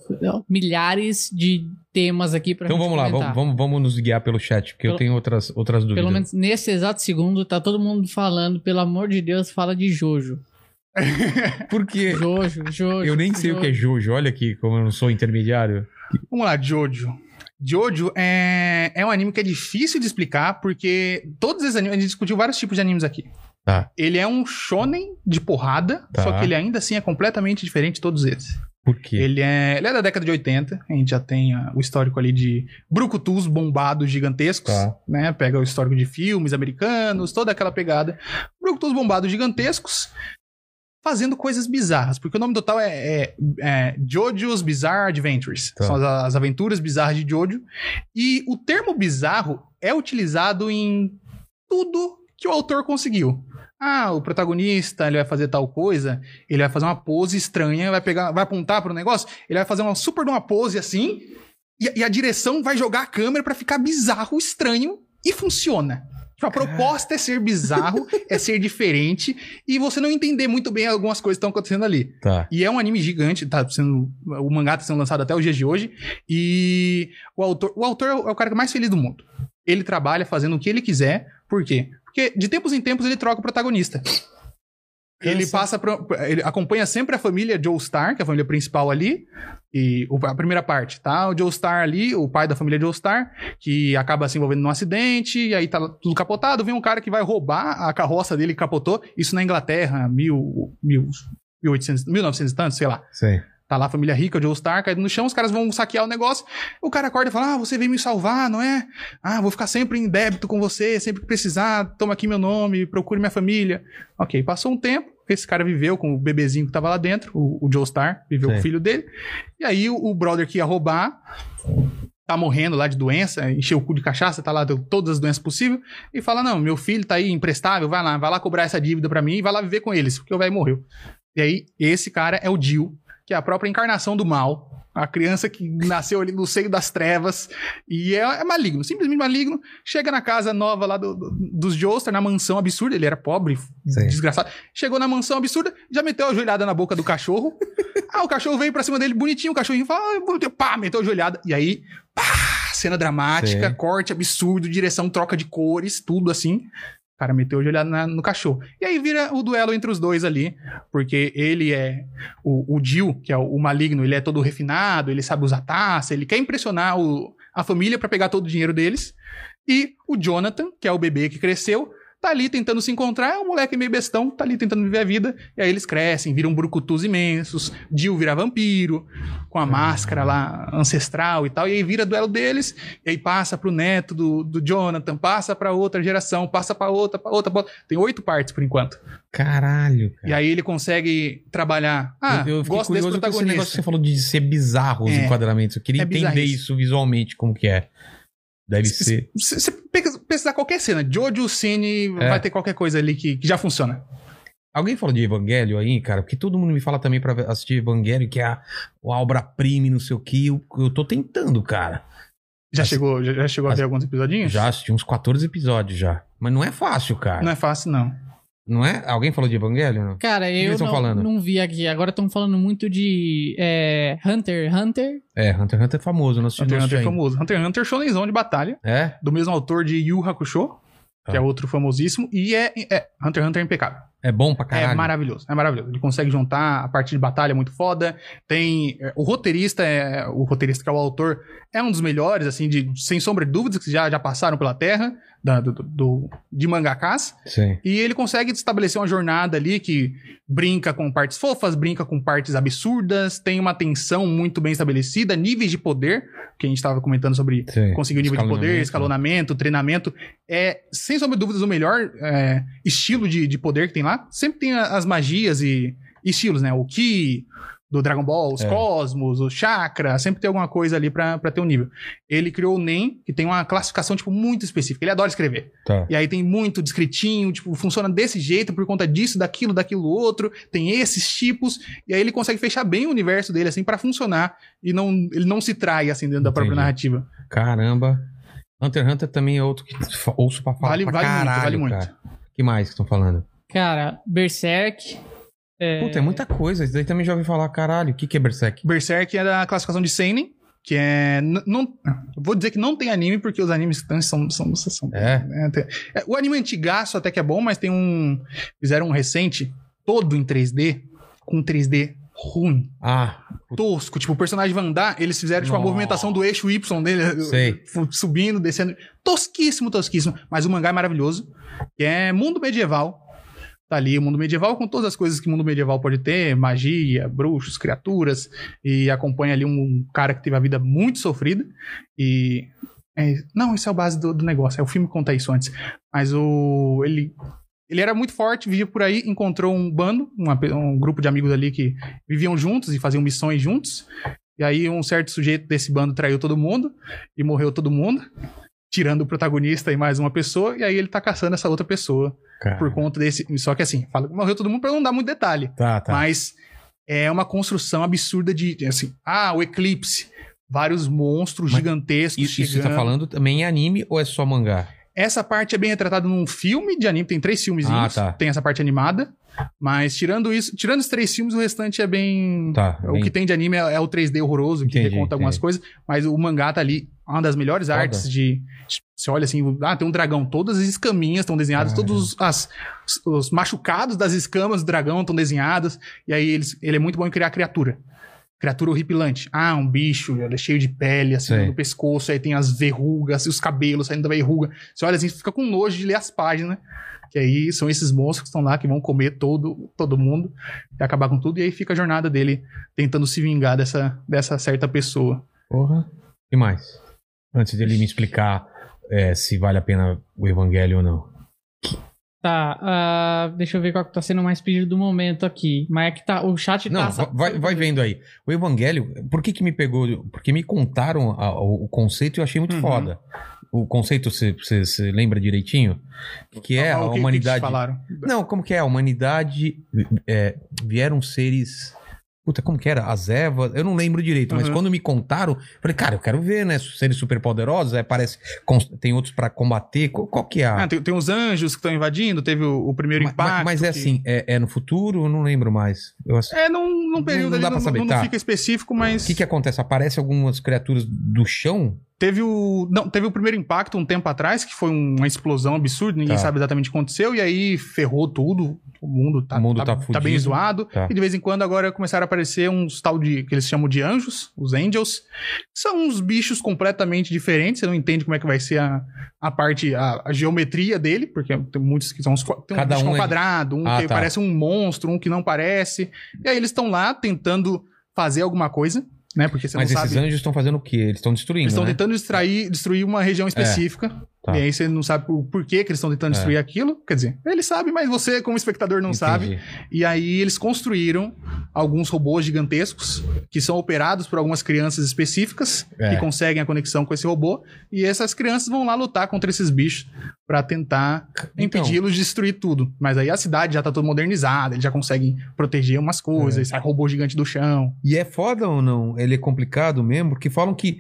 [SPEAKER 3] milhares de temas aqui pra
[SPEAKER 1] Então
[SPEAKER 3] gente
[SPEAKER 1] vamos lá,
[SPEAKER 3] comentar.
[SPEAKER 1] vamos, vamos, vamos nos guiar pelo chat, porque eu
[SPEAKER 3] Pelo-
[SPEAKER 1] tenho outras, outras dúvidas.
[SPEAKER 3] Pelo menos nesse exato segundo, tá todo mundo falando, pelo amor de Deus, fala de Jojo.
[SPEAKER 1] Porque
[SPEAKER 3] Jojo, Jojo.
[SPEAKER 1] eu nem sei o que é Jojo, olha aqui como eu não sou intermediário.
[SPEAKER 2] Vamos lá, Jojo. Jojo é, é um anime que é difícil de explicar, porque todos esses animes. A gente discutiu vários tipos de animes aqui.
[SPEAKER 1] Tá.
[SPEAKER 2] Ele é um shonen de porrada,
[SPEAKER 1] Tá.
[SPEAKER 2] só que ele ainda assim é completamente diferente de todos eles.
[SPEAKER 1] Por quê?
[SPEAKER 2] Ele é, ele é da década de 80, a gente já tem ah, o histórico ali de brucutus bombados gigantescos,
[SPEAKER 1] Tá.
[SPEAKER 2] né? Pega o histórico de filmes americanos, toda aquela pegada. Brucutus bombados gigantescos fazendo coisas bizarras, porque o nome do tal é, é, é Jojo's Bizarre Adventures.
[SPEAKER 1] Tá.
[SPEAKER 2] São as, as aventuras bizarras de Jojo. E o termo bizarro é utilizado em tudo que o autor conseguiu. Ah, o protagonista, ele vai fazer tal coisa, ele vai fazer uma pose estranha, vai pegar, vai apontar para um negócio, ele vai fazer uma super de uma pose assim, e, e a direção vai jogar a câmera pra ficar bizarro, estranho, e funciona. Tipo, a proposta é ser bizarro, é ser diferente, e você não entender muito bem algumas coisas que estão acontecendo ali.
[SPEAKER 1] Tá.
[SPEAKER 2] E é um anime gigante, tá sendo, o mangá tá sendo lançado até os dias de hoje, e o autor, o autor é o é o cara mais feliz do mundo. Ele trabalha fazendo o que ele quiser, por quê? Porque de tempos em tempos ele troca o protagonista. Ele
[SPEAKER 1] Cansa.
[SPEAKER 2] passa pra, ele acompanha sempre a família Joe Star, que é a família principal ali, e o- a primeira parte, tá? O Joe Star ali, o pai da família Joe Star, que acaba se envolvendo num acidente, e aí tá tudo capotado, vem um cara que vai roubar a carroça dele que capotou, isso na Inglaterra, mil, mil, 1800, 1900 e tantos, sei lá.
[SPEAKER 1] Sei.
[SPEAKER 2] Tá lá a família rica, o Joe Stark, aí no chão os caras vão saquear o negócio. O cara acorda e fala: Ah, você veio me salvar, não é? Ah, vou ficar sempre em débito com você, sempre que precisar, toma aqui meu nome, procure minha família. Ok, passou um tempo, esse cara viveu com o bebezinho que tava lá dentro, o, o Joe Star, viveu com o
[SPEAKER 1] Sim.
[SPEAKER 2] filho dele. E aí o, o brother que ia roubar tá morrendo lá de doença, encheu o cu de cachaça, tá lá, deu todas as doenças possíveis, e fala: Não, meu filho tá aí imprestável, vai lá, vai lá cobrar essa dívida pra mim e vai lá viver com eles, porque o velho morreu. E aí, esse cara é o Jill, que é a própria encarnação do mal. A criança que nasceu ali no seio das trevas e é, é maligno, simplesmente maligno. Chega na casa nova lá do- do- dos Joestar, na mansão absurda, ele era pobre,
[SPEAKER 1] Sim.
[SPEAKER 2] desgraçado. Chegou na mansão absurda, já meteu a joelhada na boca do cachorro. ah, o cachorro veio pra cima dele bonitinho, o cachorrinho fala, ah, eu vou ter-" pá, meteu a joelhada. E aí, pá, cena dramática,
[SPEAKER 1] Sim.
[SPEAKER 2] corte absurdo, direção, troca de cores, tudo assim. O cara meteu a joelhada na- no cachorro. E aí vira o duelo entre os dois ali, porque ele é o, o Jill, que é o, o maligno, ele é todo refinado, ele sabe usar taça, ele quer impressionar o- a família pra pegar todo o dinheiro deles. E o Jonathan, que é o bebê que cresceu, tá ali tentando se encontrar, é um moleque meio bestão, tá ali tentando viver a vida, e aí eles crescem, viram brucutus imensos, Jill vira vampiro, com a máscara lá ancestral e tal, e aí vira duelo deles, e aí passa pro neto do, do Jonathan, passa pra outra geração, passa pra outra, pra outra, pra outra. Tem oito partes por enquanto.
[SPEAKER 1] Caralho, cara.
[SPEAKER 2] E aí ele consegue trabalhar. Ah,
[SPEAKER 1] É. eu, eu fiquei
[SPEAKER 2] gosto desse
[SPEAKER 1] curioso com esse negócio é que
[SPEAKER 2] protagonista.
[SPEAKER 1] você falou de ser bizarro os
[SPEAKER 2] É.
[SPEAKER 1] enquadramentos. Eu queria
[SPEAKER 2] É
[SPEAKER 1] entender
[SPEAKER 2] bizarrice.
[SPEAKER 1] isso visualmente, como que é. Deve
[SPEAKER 2] Se-
[SPEAKER 1] ser.
[SPEAKER 2] Se você pesquisar qualquer cena, Jojo Cine,
[SPEAKER 1] É.
[SPEAKER 2] vai ter qualquer coisa ali que, que já funciona.
[SPEAKER 1] Alguém falou de Evangelho aí, cara? Porque todo mundo me fala também pra assistir Evangelho, que é a, a obra-prima e não sei o que. Eu, eu tô tentando, cara.
[SPEAKER 2] Já
[SPEAKER 1] As-
[SPEAKER 2] chegou, já, já chegou a
[SPEAKER 1] as-
[SPEAKER 2] ver alguns episodinhos?
[SPEAKER 1] Já assisti uns 14 episódios já. Mas não é fácil, cara.
[SPEAKER 2] Não é fácil, não.
[SPEAKER 1] Não é? Alguém falou de Evangelho? Não?
[SPEAKER 3] Cara, eu
[SPEAKER 1] eles tão
[SPEAKER 3] não,
[SPEAKER 1] falando?
[SPEAKER 3] não vi aqui. Agora estão falando muito de é, Hunter x Hunter.
[SPEAKER 1] É, Hunter x Hunter é famoso, não assisti
[SPEAKER 2] Hunter
[SPEAKER 1] não assisti
[SPEAKER 2] x Hunter é
[SPEAKER 1] ainda.
[SPEAKER 2] famoso. Hunter x Hunter Shonenzão de batalha,
[SPEAKER 1] É?
[SPEAKER 2] do mesmo autor de Yu Hakusho, que
[SPEAKER 1] Tá.
[SPEAKER 2] é outro famosíssimo, e é, é Hunter x Hunter é impecável.
[SPEAKER 1] É bom pra caralho.
[SPEAKER 2] É maravilhoso, é maravilhoso. Ele consegue juntar a parte de batalha muito foda. Tem é, o roteirista, é, o roteirista que é o autor, é um dos melhores, assim, de, sem sombra de dúvidas, que já, já passaram pela terra da- do, do- do- de mangakás.
[SPEAKER 1] Sim.
[SPEAKER 2] E ele consegue estabelecer uma jornada ali que brinca com partes fofas, brinca com partes absurdas, tem uma tensão muito bem estabelecida, níveis de poder, que a gente estava comentando sobre
[SPEAKER 1] Sim.
[SPEAKER 2] conseguir o nível de poder,
[SPEAKER 1] É, Escalonamento.
[SPEAKER 2] escalonamento, treinamento. É, sem sombra de dúvidas, o melhor é, estilo de, de poder que tem lá. Sempre tem a- as magias e estilos, né? O Ki do Dragon Ball, os
[SPEAKER 1] É.
[SPEAKER 2] Cosmos, o Chakra, sempre tem alguma coisa ali pra pra ter um nível. Ele criou o NEM, que tem uma classificação, tipo, muito específica. Ele adora escrever.
[SPEAKER 1] Tá.
[SPEAKER 2] E aí tem muito descritinho, tipo, funciona desse jeito por conta disso, daquilo, daquilo outro, tem esses tipos, e aí ele consegue fechar bem o universo dele, assim, pra funcionar, e não, ele não se trai, assim, dentro da própria
[SPEAKER 1] Entendi.
[SPEAKER 2] narrativa.
[SPEAKER 1] Caramba. Hunter x Hunter também é outro que fa- ouço pra falar
[SPEAKER 2] Vale,
[SPEAKER 1] pra
[SPEAKER 2] vale muito, vale
[SPEAKER 1] caralho,
[SPEAKER 2] muito.
[SPEAKER 1] cara. que mais que estão falando?
[SPEAKER 3] Cara, Berserk. É,
[SPEAKER 1] Puta, é muita coisa. Isso daí também já ouvi falar, caralho. O que, que é Berserk?
[SPEAKER 2] Berserk é da classificação de Seinen, que é... n- Não, eu vou dizer que não tem anime, porque os animes trans são... são, são,
[SPEAKER 1] É.
[SPEAKER 2] é, tem- é, o anime antigaço até que é bom, mas tem um... Fizeram um recente, todo em 3D, com 3D ruim.
[SPEAKER 1] Ah,
[SPEAKER 2] tosco. Tipo, o personagem Van Damme, eles fizeram tipo, a
[SPEAKER 1] Nossa.
[SPEAKER 2] movimentação do eixo Y dele,
[SPEAKER 1] Sei.
[SPEAKER 2] fu- subindo, descendo. Tosquíssimo, tosquíssimo. Mas o mangá é maravilhoso. que é mundo medieval. Tá ali o mundo medieval com todas as coisas que o mundo medieval pode ter: magia, bruxos, criaturas. E acompanha ali um cara que teve a vida muito sofrida. E. é, não, isso é a base do, do negócio. É o filme que conta isso antes. Mas o. Ele. Ele era muito forte, vivia por aí, encontrou um bando, uma pe- um grupo de amigos ali que viviam juntos e faziam missões juntos. E aí um certo sujeito desse bando traiu todo mundo e morreu todo mundo, tirando o protagonista e mais uma pessoa, e aí ele tá caçando essa outra pessoa
[SPEAKER 1] cara.
[SPEAKER 2] por conta desse, só que assim, fala que morreu todo mundo pra não dar muito detalhe,
[SPEAKER 1] Tá, tá.
[SPEAKER 2] mas é uma construção absurda de de, assim, ah, o eclipse, vários monstros
[SPEAKER 1] Mas
[SPEAKER 2] gigantescos
[SPEAKER 1] Isso, isso que você tá
[SPEAKER 2] chegando.
[SPEAKER 1] falando também é anime ou é só mangá?
[SPEAKER 2] Essa parte é bem retratada num filme de anime, tem três filmezinhos,
[SPEAKER 1] Ah, tá.
[SPEAKER 2] tem essa parte animada, mas tirando isso, tirando os três filmes, o restante é bem
[SPEAKER 1] Tá.
[SPEAKER 2] o
[SPEAKER 1] bem-
[SPEAKER 2] que tem de anime é, é o 3D horroroso, que
[SPEAKER 1] Entendi,
[SPEAKER 2] reconta algumas
[SPEAKER 1] entendi.
[SPEAKER 2] coisas, mas o mangá tá ali, uma das melhores
[SPEAKER 1] Foda.
[SPEAKER 2] artes de. Você olha assim, ah, tem um dragão, todas as escaminhas estão desenhadas,
[SPEAKER 1] Caramba.
[SPEAKER 2] todos os, as- os machucados das escamas do dragão estão desenhados, e aí eles, ele é muito bom em criar criatura. Criatura horripilante. Ah, um bicho, ele é cheio de pele, assim,
[SPEAKER 1] Sei.
[SPEAKER 2] no pescoço, aí tem as verrugas, os cabelos saindo da verruga. Você olha assim, fica com nojo de ler as páginas. né? Que aí são esses monstros que estão lá, que vão comer todo, todo mundo e acabar com tudo. E aí fica a jornada dele tentando se vingar dessa, dessa certa pessoa.
[SPEAKER 1] Porra. que mais? Antes dele me explicar é, se vale a pena o Evangelho ou não.
[SPEAKER 3] Tá, ah, deixa eu ver qual que tá sendo o mais pedido do momento aqui. Mas é que tá, o chat
[SPEAKER 1] Não,
[SPEAKER 3] tá...
[SPEAKER 1] va- vai, vai vendo aí. O Evangelho, por que que me pegou? Porque me contaram a- o o conceito e eu achei muito
[SPEAKER 2] Uhum.
[SPEAKER 1] foda. O conceito, você lembra direitinho? Que é
[SPEAKER 2] Ah,
[SPEAKER 1] a
[SPEAKER 2] o que- o que te
[SPEAKER 1] humanidade...
[SPEAKER 2] falaram.
[SPEAKER 1] Não, como que é? A humanidade é, vieram seres. Puta, como que era? As ervas. Eu não lembro direito, mas
[SPEAKER 2] Uhum.
[SPEAKER 1] quando me contaram, eu falei, cara, eu quero ver, né? Seres superpoderosos, é, parece. cons- Tem outros pra combater. Qual, qual que é? a-
[SPEAKER 2] Ah, tem, tem os anjos que estão invadindo, teve o, o primeiro
[SPEAKER 1] Ma- ma-
[SPEAKER 2] impacto.
[SPEAKER 1] mas é
[SPEAKER 2] que-
[SPEAKER 1] assim, é, é no futuro? Eu não lembro mais. Eu ass-
[SPEAKER 2] É num, num período
[SPEAKER 1] não
[SPEAKER 2] ali,
[SPEAKER 1] dá
[SPEAKER 2] não,
[SPEAKER 1] pra saber,
[SPEAKER 2] não
[SPEAKER 1] tá.
[SPEAKER 2] fica específico, mas.
[SPEAKER 1] O que que acontece? Aparece algumas criaturas do chão?
[SPEAKER 2] Teve o. Não, teve o primeiro impacto um tempo atrás, que foi uma explosão absurda, ninguém
[SPEAKER 1] Tá.
[SPEAKER 2] sabe exatamente o que aconteceu, e aí ferrou tudo. O mundo tá,
[SPEAKER 1] O mundo tá
[SPEAKER 2] bem
[SPEAKER 1] fudido.
[SPEAKER 2] zoado.
[SPEAKER 1] Tá.
[SPEAKER 2] E de vez em quando agora começaram a aparecer uns tal de. que eles chamam de anjos, os angels. São uns bichos completamente diferentes, você não entende como é que vai ser a, a parte, a, a geometria dele, porque tem muitos que são uns. qua- Tem um
[SPEAKER 1] Cada
[SPEAKER 2] bicho que é
[SPEAKER 1] um
[SPEAKER 2] um
[SPEAKER 1] é-
[SPEAKER 2] quadrado, um
[SPEAKER 1] Ah,
[SPEAKER 2] que
[SPEAKER 1] tá.
[SPEAKER 2] parece um monstro, um que não parece. E aí eles estão lá tentando fazer alguma coisa, né? Porque você
[SPEAKER 1] Mas
[SPEAKER 2] não
[SPEAKER 1] esses
[SPEAKER 2] sabe.
[SPEAKER 1] anjos estão fazendo o quê? Eles estão destruindo,
[SPEAKER 2] Eles estão
[SPEAKER 1] né? É.
[SPEAKER 2] tentando distrair, destruir uma região específica.
[SPEAKER 1] tá. É.
[SPEAKER 2] E aí você não sabe o porquê que eles estão tentando destruir aquilo. Quer dizer, ele sabe, mas você, como espectador, não sabe.
[SPEAKER 1] Entendi.
[SPEAKER 2] E aí eles construíram alguns robôs gigantescos que são operados por algumas crianças específicas
[SPEAKER 1] É.
[SPEAKER 2] que conseguem a conexão com esse robô. E essas crianças vão lá lutar contra esses bichos pra tentar
[SPEAKER 1] Então,
[SPEAKER 2] impedi-los de destruir tudo. Mas aí a cidade já tá toda modernizada, eles já conseguem proteger umas coisas,
[SPEAKER 1] É.
[SPEAKER 2] sai robô gigante do chão.
[SPEAKER 1] E é foda ou não? Ele é complicado mesmo? Porque falam que,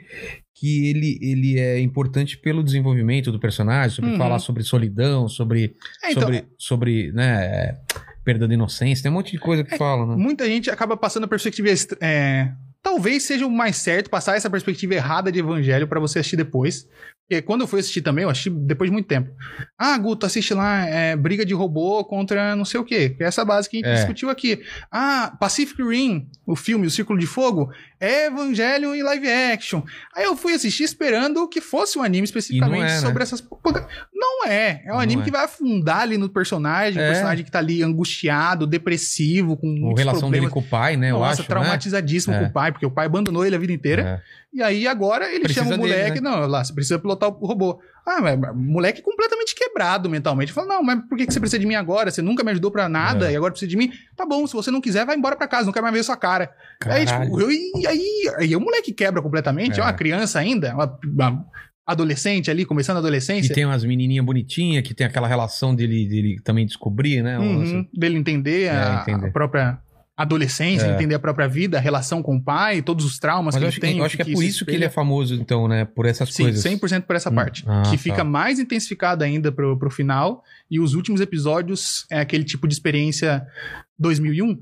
[SPEAKER 1] que ele, ele é importante pelo desenvolvimento do personagem, sobre
[SPEAKER 2] Uhum.
[SPEAKER 1] falar sobre solidão, sobre,
[SPEAKER 2] É, então,
[SPEAKER 1] sobre, sobre né, é, perda de inocência. Tem um monte de coisa
[SPEAKER 2] É,
[SPEAKER 1] que falam, né?
[SPEAKER 2] muita gente acaba passando a perspectiva. est- é, talvez seja o mais certo passar essa perspectiva errada de evangelho pra você assistir depois. Porque quando eu fui assistir também, eu assisti depois de muito tempo. Ah, Guto, assiste lá, é, briga de robô contra não sei o quê. Que é essa base que a gente
[SPEAKER 1] É.
[SPEAKER 2] discutiu aqui. Ah, Pacific Rim, o filme, o Círculo de Fogo, é evangelho e live action. Aí eu fui assistir esperando que fosse um anime especificamente
[SPEAKER 1] é, né?
[SPEAKER 2] sobre essas. porca- Não é. É um
[SPEAKER 1] Não
[SPEAKER 2] anime
[SPEAKER 1] é.
[SPEAKER 2] que vai afundar ali no personagem,
[SPEAKER 1] É.
[SPEAKER 2] o personagem que tá ali angustiado, depressivo, com
[SPEAKER 1] Ou
[SPEAKER 2] muitos
[SPEAKER 1] relação dele
[SPEAKER 2] problemas.
[SPEAKER 1] com o pai, né? eu
[SPEAKER 2] Nossa, É,
[SPEAKER 1] acho,
[SPEAKER 2] traumatizadíssimo
[SPEAKER 1] É.
[SPEAKER 2] com o pai, porque o pai abandonou ele a vida inteira.
[SPEAKER 1] né?
[SPEAKER 2] E aí agora ele
[SPEAKER 1] Precisa
[SPEAKER 2] chama o
[SPEAKER 1] dele, né?
[SPEAKER 2] moleque, não, lá, você precisa pilotar o robô. Ah, mas mas moleque completamente quebrado mentalmente. Fala, não, mas por que que você precisa de mim agora? Você nunca me ajudou pra nada
[SPEAKER 1] É.
[SPEAKER 2] e agora precisa de mim? Tá bom, se você não quiser, vai embora pra casa, não quero mais ver sua cara.
[SPEAKER 1] É.
[SPEAKER 2] Aí,
[SPEAKER 1] Caralho.
[SPEAKER 2] tipo, eu- e aí, aí o moleque quebra completamente, é,
[SPEAKER 1] É.
[SPEAKER 2] uma criança ainda, uma, uma adolescente ali, começando a
[SPEAKER 1] E
[SPEAKER 2] adolescência.
[SPEAKER 1] tem umas menininhas bonitinhas que tem aquela relação dele, dele também descobrir, né? Um lance- É,
[SPEAKER 2] Uhum, dele entender, a,
[SPEAKER 1] entender.
[SPEAKER 2] a própria adolescência,
[SPEAKER 1] É.
[SPEAKER 2] entender a própria vida, a relação com o pai, todos os
[SPEAKER 1] Mas
[SPEAKER 2] traumas que
[SPEAKER 1] eu
[SPEAKER 2] ele
[SPEAKER 1] acho, que-
[SPEAKER 2] tem.
[SPEAKER 1] eu acho que é por
[SPEAKER 2] se
[SPEAKER 1] isso que ele
[SPEAKER 2] espelha.
[SPEAKER 1] é famoso, então, né? Por essas
[SPEAKER 2] Sim,
[SPEAKER 1] coisas.
[SPEAKER 2] 100% por essa
[SPEAKER 1] Hum.
[SPEAKER 2] parte.
[SPEAKER 1] Ah,
[SPEAKER 2] que
[SPEAKER 1] tá.
[SPEAKER 2] fica mais intensificada ainda pro, pro final. E os últimos episódios é aquele tipo de experiência 2001,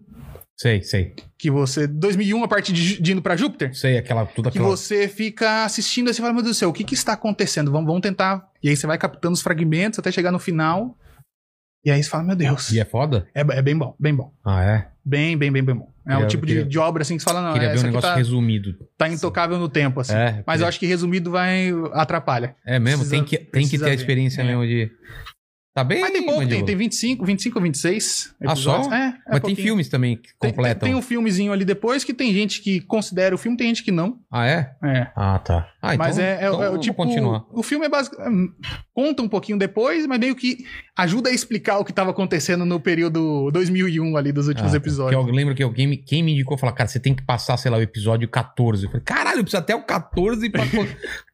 [SPEAKER 1] Sei, sei.
[SPEAKER 2] que você... 2001 a parte de, Ju- de indo pra Júpiter.
[SPEAKER 1] Sei, aquela, tudo
[SPEAKER 2] Que
[SPEAKER 1] aquela.
[SPEAKER 2] você fica assistindo e você fala, meu Deus do céu, o que que está acontecendo? Vamos, vamos tentar. E aí você vai captando os fragmentos até chegar no final. E aí você fala, meu Deus.
[SPEAKER 1] E é foda?
[SPEAKER 2] É, é bem bom, bem bom.
[SPEAKER 1] Ah, é?
[SPEAKER 2] Bem, bem, bem, bem bom. É
[SPEAKER 1] Queria-
[SPEAKER 2] o tipo de,
[SPEAKER 1] queria-
[SPEAKER 2] de obra assim que você fala, não,
[SPEAKER 1] Queria ver um
[SPEAKER 2] essa aqui
[SPEAKER 1] negócio
[SPEAKER 2] tá,
[SPEAKER 1] resumido.
[SPEAKER 2] tá intocável no tempo, assim.
[SPEAKER 1] É,
[SPEAKER 2] Mas eu acho que resumido vai atrapalha.
[SPEAKER 1] é mesmo,
[SPEAKER 2] precisa-
[SPEAKER 1] tem que, tem que
[SPEAKER 2] precisa
[SPEAKER 1] ter a
[SPEAKER 2] ver.
[SPEAKER 1] experiência
[SPEAKER 2] É.
[SPEAKER 1] mesmo de. Tá bem,
[SPEAKER 2] Mas tem pouco, tem,
[SPEAKER 1] Mandíbula?
[SPEAKER 2] tem 25, 25 ou 26
[SPEAKER 1] Ah, só?
[SPEAKER 2] É, é
[SPEAKER 1] Mas tem
[SPEAKER 2] pouquinho.
[SPEAKER 1] filmes também que
[SPEAKER 2] Tem-
[SPEAKER 1] completam.
[SPEAKER 2] Tem, tem um filmezinho ali depois que tem gente que considera o filme, tem gente que não.
[SPEAKER 1] Ah, é?
[SPEAKER 2] É.
[SPEAKER 1] Ah, tá. Ah, então,
[SPEAKER 2] mas é, é- é
[SPEAKER 1] então eu
[SPEAKER 2] o
[SPEAKER 1] vou
[SPEAKER 2] tipo.
[SPEAKER 1] continuar.
[SPEAKER 2] O filme é basicamente. Conta um pouquinho depois, mas meio que ajuda a explicar o que estava acontecendo no período 2001 ali dos
[SPEAKER 1] Ah,
[SPEAKER 2] últimos
[SPEAKER 1] tá.
[SPEAKER 2] episódios.
[SPEAKER 1] Porque eu lembro que alguém, me- quem me indicou falou, cara, você tem que passar, sei lá, o episódio 14. Eu falei, caralho, eu preciso até o 14 pra.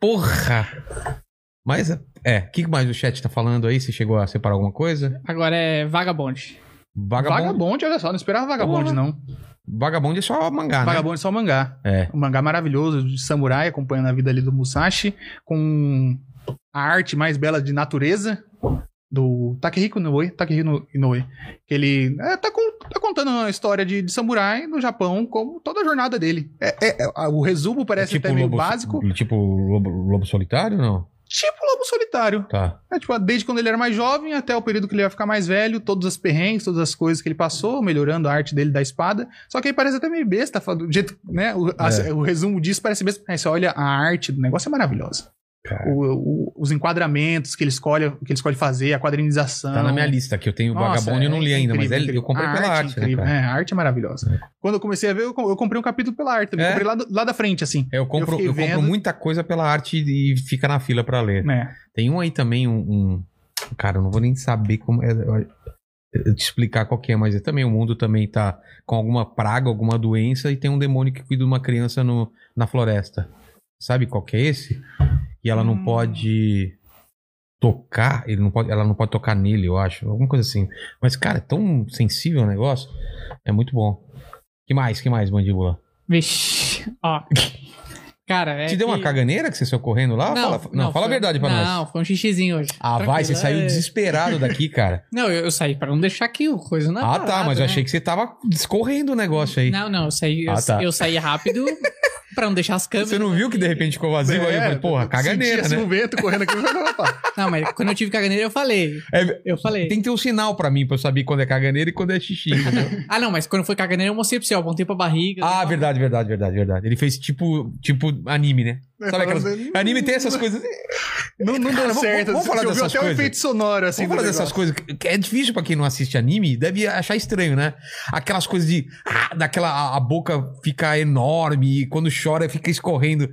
[SPEAKER 1] Porra! Mas é, o que mais o chat tá falando aí? Você chegou a separar alguma coisa?
[SPEAKER 3] Agora é Vagabond.
[SPEAKER 1] Vagabond. Vagabond,
[SPEAKER 2] Vagabonde, olha só, não esperava Vagabonde,
[SPEAKER 1] Porra. né?
[SPEAKER 2] não.
[SPEAKER 1] é só mangá,
[SPEAKER 2] Vagabonde é só mangá.
[SPEAKER 1] né? É.
[SPEAKER 2] Um mangá maravilhoso de samurai acompanhando a vida ali do Musashi, com a arte mais bela de natureza do Takehiko Inoue, Takehiko Inoue, que ele é, tá, con- tá contando a história de, de samurai no Japão, como toda a jornada dele. É, é, é, a- o resumo parece até meio
[SPEAKER 1] É tipo lobo,
[SPEAKER 2] básico,
[SPEAKER 1] Tipo lobo, lobo solitário, não?
[SPEAKER 2] tipo Lobo Solitário.
[SPEAKER 1] Tá.
[SPEAKER 2] É, tipo, desde quando ele era mais jovem até o período que ele vai ficar mais velho, todas as perrengues, todas as coisas que ele passou, melhorando a arte dele da espada. Só que aí parece até meio besta, falando, do jeito, né? O, a-
[SPEAKER 1] É.
[SPEAKER 2] o resumo disso parece besta. Aí você olha a arte do negócio é maravilhosa.
[SPEAKER 1] Cara.
[SPEAKER 2] O- o- os enquadramentos que ele escolhe, que ele escolhe fazer, a quadrinização.
[SPEAKER 1] Tá na minha lista aqui. Eu tenho
[SPEAKER 2] Nossa,
[SPEAKER 1] Vagabond e eu não
[SPEAKER 2] é
[SPEAKER 1] li ainda, mas
[SPEAKER 2] incrível,
[SPEAKER 1] é-
[SPEAKER 2] incrível.
[SPEAKER 1] eu comprei
[SPEAKER 2] A
[SPEAKER 1] pela
[SPEAKER 2] é
[SPEAKER 1] arte, né,
[SPEAKER 2] incrível.
[SPEAKER 1] cara?
[SPEAKER 2] É, a arte é maravilhosa. Quando eu comecei a ver, eu, com- eu comprei um capítulo pela arte. também.
[SPEAKER 1] É?
[SPEAKER 2] comprei lá, do- lá da frente, assim.
[SPEAKER 1] É, Eu compro,
[SPEAKER 2] Eu
[SPEAKER 1] eu,
[SPEAKER 2] fiquei
[SPEAKER 1] compro
[SPEAKER 2] vendo.
[SPEAKER 1] muita coisa pela arte e fica na fila pra ler.
[SPEAKER 2] né?
[SPEAKER 1] Tem um aí também, um. um- Cara, eu não vou nem saber como. É, eu- eu te explicar qual que é, mas é também o mundo também tá com alguma praga, alguma doença, e tem um demônio que cuida de uma criança no, na floresta. Sabe qual que é esse? E ela não
[SPEAKER 2] Hum.
[SPEAKER 1] pode tocar, ele não pode, ela não pode tocar nele, eu acho. Alguma coisa assim. Mas, cara, é tão sensível o negócio. É muito bom. Que mais, que mais, mandíbula?
[SPEAKER 3] Vixe, ó. Cara, é.
[SPEAKER 1] Te deu uma
[SPEAKER 3] que-
[SPEAKER 1] caganeira que você saiu correndo lá? fala, não, fala a
[SPEAKER 3] foi-
[SPEAKER 1] verdade pra nós.
[SPEAKER 3] Não, foi um xixizinho hoje.
[SPEAKER 1] Ah, vai, você
[SPEAKER 3] Tranquilo,
[SPEAKER 1] saiu
[SPEAKER 3] é.
[SPEAKER 1] desesperado daqui, cara.
[SPEAKER 3] Não, eu, eu saí pra não deixar aqui o coisa na
[SPEAKER 1] Ah, tá,
[SPEAKER 3] parada,
[SPEAKER 1] mas eu
[SPEAKER 3] né?
[SPEAKER 1] achei que você tava discorrendo o negócio aí.
[SPEAKER 3] Não, não, eu saí, eu-
[SPEAKER 1] Ah, tá.
[SPEAKER 3] eu saí rápido. Pra não deixar as câmeras.
[SPEAKER 1] Você não viu que de repente ficou vazio?
[SPEAKER 2] É,
[SPEAKER 1] aí eu falei, porra, caganeira,
[SPEAKER 2] Se
[SPEAKER 1] né?
[SPEAKER 2] um vento correndo aqui, vai levantar.
[SPEAKER 3] Não, mas quando eu tive caganeira, eu falei.
[SPEAKER 1] É,
[SPEAKER 3] Eu falei.
[SPEAKER 1] tem que ter um sinal pra mim, pra eu saber quando é caganeira e quando é xixi, entendeu?
[SPEAKER 3] Ah, não, mas quando foi caganeira, eu mostrei pra você, ó, apontei pra barriga.
[SPEAKER 1] Ah, verdade, verdade, verdade, verdade. Ele fez tipo, tipo anime, né?
[SPEAKER 2] É,
[SPEAKER 1] Sabe aquelas...
[SPEAKER 2] falando-
[SPEAKER 1] Anime tem essas coisas...
[SPEAKER 2] Não, não
[SPEAKER 1] Cara,
[SPEAKER 2] deu
[SPEAKER 1] vamos-
[SPEAKER 2] certo.
[SPEAKER 1] vamos falar
[SPEAKER 2] Você ouviu
[SPEAKER 1] dessas
[SPEAKER 2] até
[SPEAKER 1] coisas?
[SPEAKER 2] um efeito sonoro, assim.
[SPEAKER 1] Vamos falar
[SPEAKER 2] do
[SPEAKER 1] dessas
[SPEAKER 2] negócio.
[SPEAKER 1] coisas que que é difícil pra quem não assiste anime, deve achar estranho, né? Aquelas coisas de ah, daquela a- a boca fica enorme e quando chora fica escorrendo.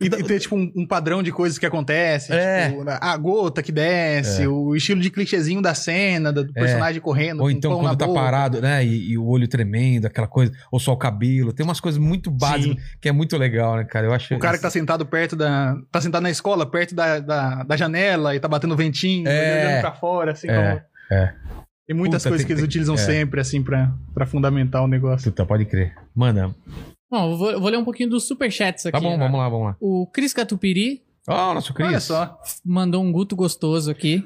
[SPEAKER 2] E, e ter, tipo, um, um padrão de coisas que acontecem.
[SPEAKER 1] É.
[SPEAKER 2] Tipo, a gota que desce, o estilo de clichêzinho da cena, do personagem correndo.
[SPEAKER 1] É. Ou
[SPEAKER 2] com
[SPEAKER 1] então
[SPEAKER 2] um pão na
[SPEAKER 1] quando tá
[SPEAKER 2] boca.
[SPEAKER 1] parado, né? E, e o olho tremendo, aquela coisa, ou só o cabelo. Tem umas coisas muito básicas que é muito legal, né, cara? Eu acho
[SPEAKER 2] O cara que tá sentado perto da. tá sentado na escola, perto da, da, da janela e tá batendo ventinho,
[SPEAKER 1] É.
[SPEAKER 2] olhando pra fora, assim
[SPEAKER 1] É,
[SPEAKER 2] como.
[SPEAKER 1] é.
[SPEAKER 2] Tem muitas
[SPEAKER 1] Puta,
[SPEAKER 2] coisas
[SPEAKER 1] tem-
[SPEAKER 2] que eles
[SPEAKER 1] tem-
[SPEAKER 2] utilizam
[SPEAKER 1] é.
[SPEAKER 2] sempre, assim, pra, pra fundamentar o negócio.
[SPEAKER 1] Puta, pode crer. Manda.
[SPEAKER 3] Bom, eu vou, eu vou ler um pouquinho dos superchats aqui. né?
[SPEAKER 1] Tá bom, vamos lá, vamos lá.
[SPEAKER 3] O Cris Catupiri
[SPEAKER 1] Ó, nosso Cris.
[SPEAKER 2] é- Olha só.
[SPEAKER 3] mandou um guto gostoso aqui.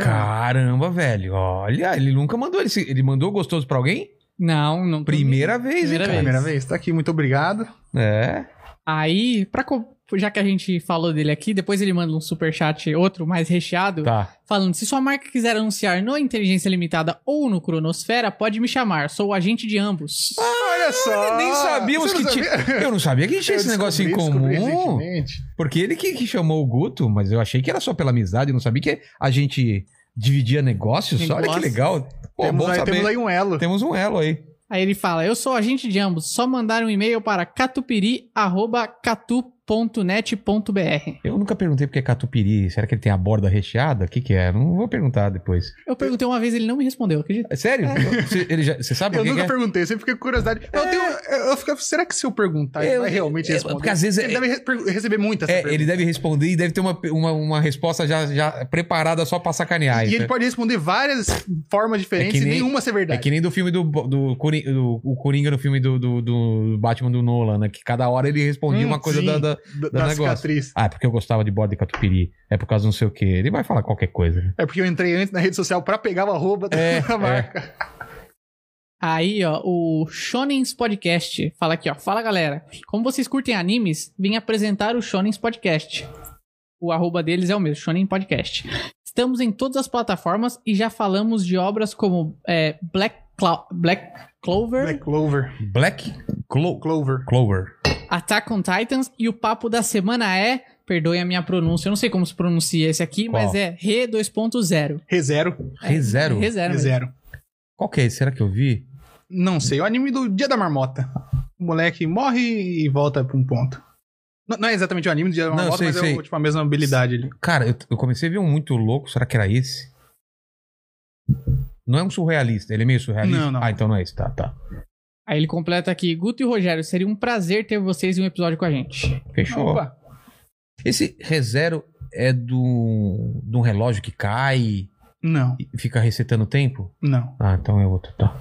[SPEAKER 1] Caramba, velho. Olha, ele nunca mandou. Ele, se- ele mandou gostoso pra alguém?
[SPEAKER 3] Não, não.
[SPEAKER 1] Primeira vez, hein,
[SPEAKER 3] Primeira
[SPEAKER 1] cara?
[SPEAKER 2] Primeira vez, tá aqui, muito obrigado.
[SPEAKER 1] É.
[SPEAKER 3] Aí, pra, co- já que a gente falou dele aqui, depois ele manda um superchat, outro mais recheado,
[SPEAKER 1] Tá.
[SPEAKER 3] falando: se sua marca quiser anunciar no Inteligência Limitada ou no Cronosfera, pode me chamar. Sou agente de ambos.
[SPEAKER 2] Olha só.
[SPEAKER 1] Ah, nem sabíamos
[SPEAKER 2] Você não
[SPEAKER 1] que tinha-
[SPEAKER 2] sabia?
[SPEAKER 1] Eu não sabia que tinha esse
[SPEAKER 2] Eu
[SPEAKER 1] negócio em
[SPEAKER 2] descobri- descobri
[SPEAKER 1] comum.
[SPEAKER 2] recentemente.
[SPEAKER 1] Porque ele que, que chamou o Guto, mas eu achei que era só pela amizade, eu não sabia que a gente dividia negócios. só. Olha que
[SPEAKER 3] Negócio.
[SPEAKER 1] legal. Pô,
[SPEAKER 2] temos,
[SPEAKER 1] bom
[SPEAKER 2] aí,
[SPEAKER 1] saber.
[SPEAKER 2] temos aí um elo.
[SPEAKER 1] Temos um elo aí.
[SPEAKER 3] Aí ele fala: Eu sou agente de ambos. Só mandar um e-mail para catupiri.catu.net.br.
[SPEAKER 1] Eu nunca perguntei porque é catupiry. Será que ele tem a borda recheada? O que, que é? Não vou perguntar depois.
[SPEAKER 3] Eu perguntei uma vez, ele não me respondeu, acredita?
[SPEAKER 1] É Sério? Você, ele já- você sabe
[SPEAKER 2] Eu
[SPEAKER 1] por que,
[SPEAKER 2] nunca
[SPEAKER 1] que é?
[SPEAKER 2] perguntei, sempre fiquei com curiosidade. Eu tenho. Eu fico, será que se eu perguntar, ele
[SPEAKER 1] Eu-
[SPEAKER 2] vai realmente
[SPEAKER 1] eu-
[SPEAKER 2] responder?
[SPEAKER 1] porque às vezes
[SPEAKER 2] Ele
[SPEAKER 1] é-
[SPEAKER 2] deve re- per- receber muita essa
[SPEAKER 1] É,
[SPEAKER 2] pergunta.
[SPEAKER 1] ele deve responder e deve ter uma, uma, uma resposta já, já preparada só pra sacanear.
[SPEAKER 2] E
[SPEAKER 1] isso,
[SPEAKER 2] ele
[SPEAKER 1] né?
[SPEAKER 2] pode responder várias formas diferentes
[SPEAKER 1] É que nem-
[SPEAKER 2] e nenhuma ser
[SPEAKER 1] É
[SPEAKER 2] verdade.
[SPEAKER 1] que nem do filme do, do, Cori- do- o Coringa no filme do, do, do Batman do Nolan, né? Que cada hora ele respondia
[SPEAKER 2] Hum,
[SPEAKER 1] uma coisa
[SPEAKER 2] sim.
[SPEAKER 1] da, da-
[SPEAKER 2] Da,
[SPEAKER 1] do
[SPEAKER 2] da
[SPEAKER 1] negócio.
[SPEAKER 2] cicatriz.
[SPEAKER 1] Ah, é porque eu gostava de borda de catupiry. É por causa não sei o quê. Ele vai falar qualquer coisa. né?
[SPEAKER 2] É porque eu entrei antes na rede social pra pegar o arroba
[SPEAKER 1] É,
[SPEAKER 2] da marca.
[SPEAKER 3] Aí, ó, o Shonen's Podcast fala aqui, ó. Fala, galera. Como vocês curtem animes, vim apresentar o Shonen's Podcast. O arroba deles é o mesmo, Shonen Podcast. Estamos em todas as plataformas e já falamos de obras como é, Black, Clou- Black Clover,
[SPEAKER 2] Black É Clover.
[SPEAKER 1] Black Clo-
[SPEAKER 2] Clover.
[SPEAKER 1] Clover.
[SPEAKER 3] Attack on Titans e o papo da semana é... Perdoem a minha pronúncia, eu não sei como se pronuncia esse aqui,
[SPEAKER 1] Qual?
[SPEAKER 3] mas é Re 2.0.
[SPEAKER 2] Rezero.
[SPEAKER 1] Rezero.
[SPEAKER 3] Re zero. mesmo.
[SPEAKER 2] Rezero.
[SPEAKER 1] Qual que é? esse? Será que eu vi?
[SPEAKER 2] Não sei. O anime do Dia da Marmota. O moleque morre e volta pra um ponto. Não, não é exatamente o anime do Dia da
[SPEAKER 1] Não,
[SPEAKER 2] Marmota,
[SPEAKER 1] sei,
[SPEAKER 2] mas é
[SPEAKER 1] sei.
[SPEAKER 2] o- tipo, a mesma habilidade ali.
[SPEAKER 1] Cara, eu, eu comecei a ver um muito louco. Será que era esse? Não é um surrealista. Ele é meio surrealista?
[SPEAKER 2] Não, não.
[SPEAKER 1] Ah, então não é esse. Tá, tá.
[SPEAKER 3] Aí ele completa aqui, Guto e Rogério, seria um prazer ter vocês em um episódio com a gente.
[SPEAKER 1] Fechou.
[SPEAKER 2] Opa.
[SPEAKER 1] Esse Rezero é do, de um relógio que cai
[SPEAKER 2] Não,
[SPEAKER 1] e fica resetando o tempo?
[SPEAKER 2] não.
[SPEAKER 1] Ah, então é outro, tá.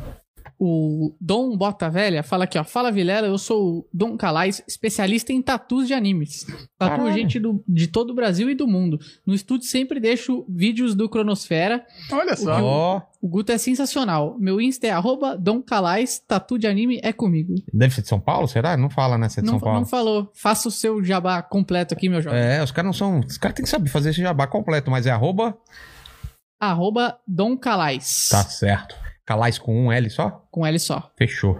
[SPEAKER 3] O Dom Bota Velha fala aqui, ó. Fala Vilela, eu sou o Dom Calais, especialista em tatus de animes. Tatu
[SPEAKER 1] Caralho.
[SPEAKER 3] gente do- de todo o Brasil e do mundo. No estúdio sempre deixo vídeos do Cronosfera.
[SPEAKER 2] Olha só.
[SPEAKER 1] Ó,
[SPEAKER 3] O Guto é sensacional. Meu Insta é arroba Dom Calais, tatu de anime é comigo.
[SPEAKER 1] deve ser de São Paulo, será? Não fala, né? Se é de São
[SPEAKER 3] Não,
[SPEAKER 1] Paulo.
[SPEAKER 3] não falou. Faça o seu jabá completo aqui, meu jovem.
[SPEAKER 1] É, os caras não são. Os caras têm que saber fazer esse jabá completo, mas é arroba.
[SPEAKER 3] Arroba Dom Calais.
[SPEAKER 1] Tá certo. Calais com um L só?
[SPEAKER 3] Com L só.
[SPEAKER 1] Fechou.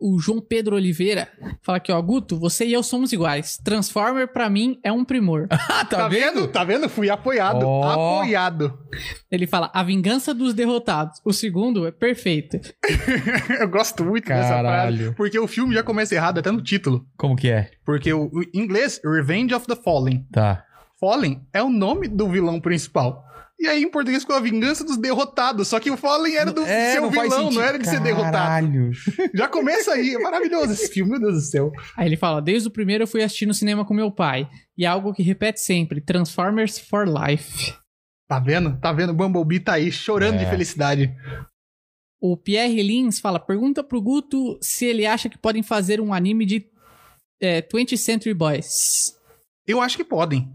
[SPEAKER 3] O João Pedro Oliveira fala aqui, ó. Guto, você e eu somos iguais. Transformer, pra mim, é um primor.
[SPEAKER 1] Ah,
[SPEAKER 2] Tá, vendo? Tá vendo? Fui apoiado.
[SPEAKER 1] Ó.
[SPEAKER 2] Apoiado.
[SPEAKER 3] Ele fala, a vingança dos derrotados. O segundo é perfeito.
[SPEAKER 2] Eu gosto muito dessa
[SPEAKER 1] Caralho.
[SPEAKER 2] frase. Porque o filme já começa errado, é até no título.
[SPEAKER 1] Como que é?
[SPEAKER 2] Porque o, o em inglês, Revenge of the Fallen.
[SPEAKER 1] Tá.
[SPEAKER 2] Fallen é o nome do vilão principal. E aí, em português, ficou a vingança dos derrotados. Só que o Fallen era do seu
[SPEAKER 1] É, faz
[SPEAKER 2] vilão, não
[SPEAKER 1] sentido.
[SPEAKER 2] era de ser derrotado.
[SPEAKER 1] Caralho.
[SPEAKER 2] Já começa aí. É maravilhoso esse filme, meu Deus do céu.
[SPEAKER 3] Aí ele fala, desde o primeiro eu fui assistir no cinema com meu pai. E é algo que repete sempre, Transformers for Life.
[SPEAKER 2] Tá vendo? Tá vendo? Bumblebee tá aí chorando
[SPEAKER 1] É.
[SPEAKER 2] de felicidade.
[SPEAKER 3] O Pierre Lins fala, pergunta pro Guto se ele acha que podem fazer um anime de é, 20th Century Boys.
[SPEAKER 2] Eu acho que podem.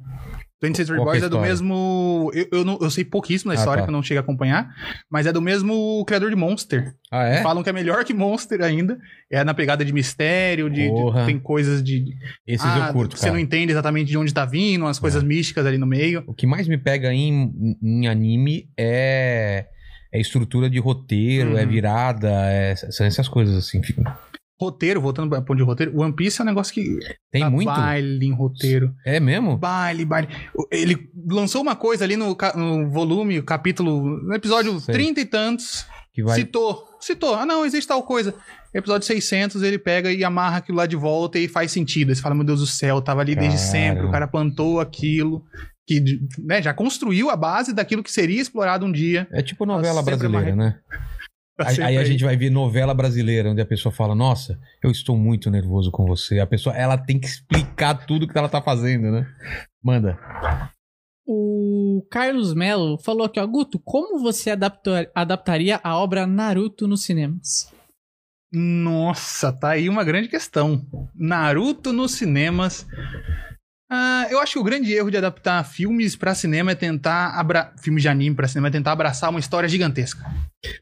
[SPEAKER 2] 26
[SPEAKER 1] Qual que é a
[SPEAKER 2] Reborns é do
[SPEAKER 1] história?
[SPEAKER 2] mesmo. Eu, eu, não- eu sei pouquíssimo da
[SPEAKER 1] Ah,
[SPEAKER 2] história,
[SPEAKER 1] tá.
[SPEAKER 2] que eu não cheguei a acompanhar, mas é do mesmo criador de Monster.
[SPEAKER 1] Ah, é?
[SPEAKER 2] Falam que é melhor que Monster ainda. É na pegada de mistério, de, de-
[SPEAKER 1] Porra.
[SPEAKER 2] tem coisas de.
[SPEAKER 1] Esses
[SPEAKER 2] ah,
[SPEAKER 1] eu curto,
[SPEAKER 2] Você
[SPEAKER 1] cara. É.
[SPEAKER 2] não entende exatamente de onde tá vindo, umas coisas místicas ali no meio.
[SPEAKER 1] O que mais me pega em, em anime é, é estrutura de roteiro, é
[SPEAKER 2] Uhum.
[SPEAKER 1] virada, é- são essas coisas assim. enfim.
[SPEAKER 2] Roteiro, voltando pra ponto de roteiro, One Piece é um negócio que.
[SPEAKER 1] Tem
[SPEAKER 2] dá
[SPEAKER 1] muito.
[SPEAKER 2] Baile em roteiro.
[SPEAKER 1] É mesmo?
[SPEAKER 2] Baile, baile. Ele lançou uma coisa ali no, ca- no volume, o capítulo, no episódio
[SPEAKER 1] Sei.
[SPEAKER 2] 30 e tantos.
[SPEAKER 1] Que vai.
[SPEAKER 2] Citou, citou. Ah, não, existe tal coisa. Episódio 600, ele pega e amarra aquilo lá de volta e faz sentido. Aí Você fala, meu Deus do céu, tava ali desde
[SPEAKER 1] Caramba.
[SPEAKER 2] sempre, o cara plantou aquilo, que né, já construiu a base daquilo que seria explorado um dia.
[SPEAKER 1] É tipo novela
[SPEAKER 2] Nossa, sempre tá
[SPEAKER 1] brasileira, né? Aí, aí a gente vai ver novela brasileira, onde a pessoa fala: Nossa, eu estou muito nervoso com você. A pessoa, ela tem que explicar tudo que ela tá fazendo, né? Manda.
[SPEAKER 3] O Carlos Melo falou aqui, ó, Guto, como você adapta- adaptaria a obra Naruto nos cinemas?
[SPEAKER 2] Nossa, tá aí uma grande questão. Naruto nos cinemas. Ah, eu acho que o grande erro de adaptar filmes pra cinema é tentar abra... filmes de anime pra cinema é tentar abraçar uma história gigantesca.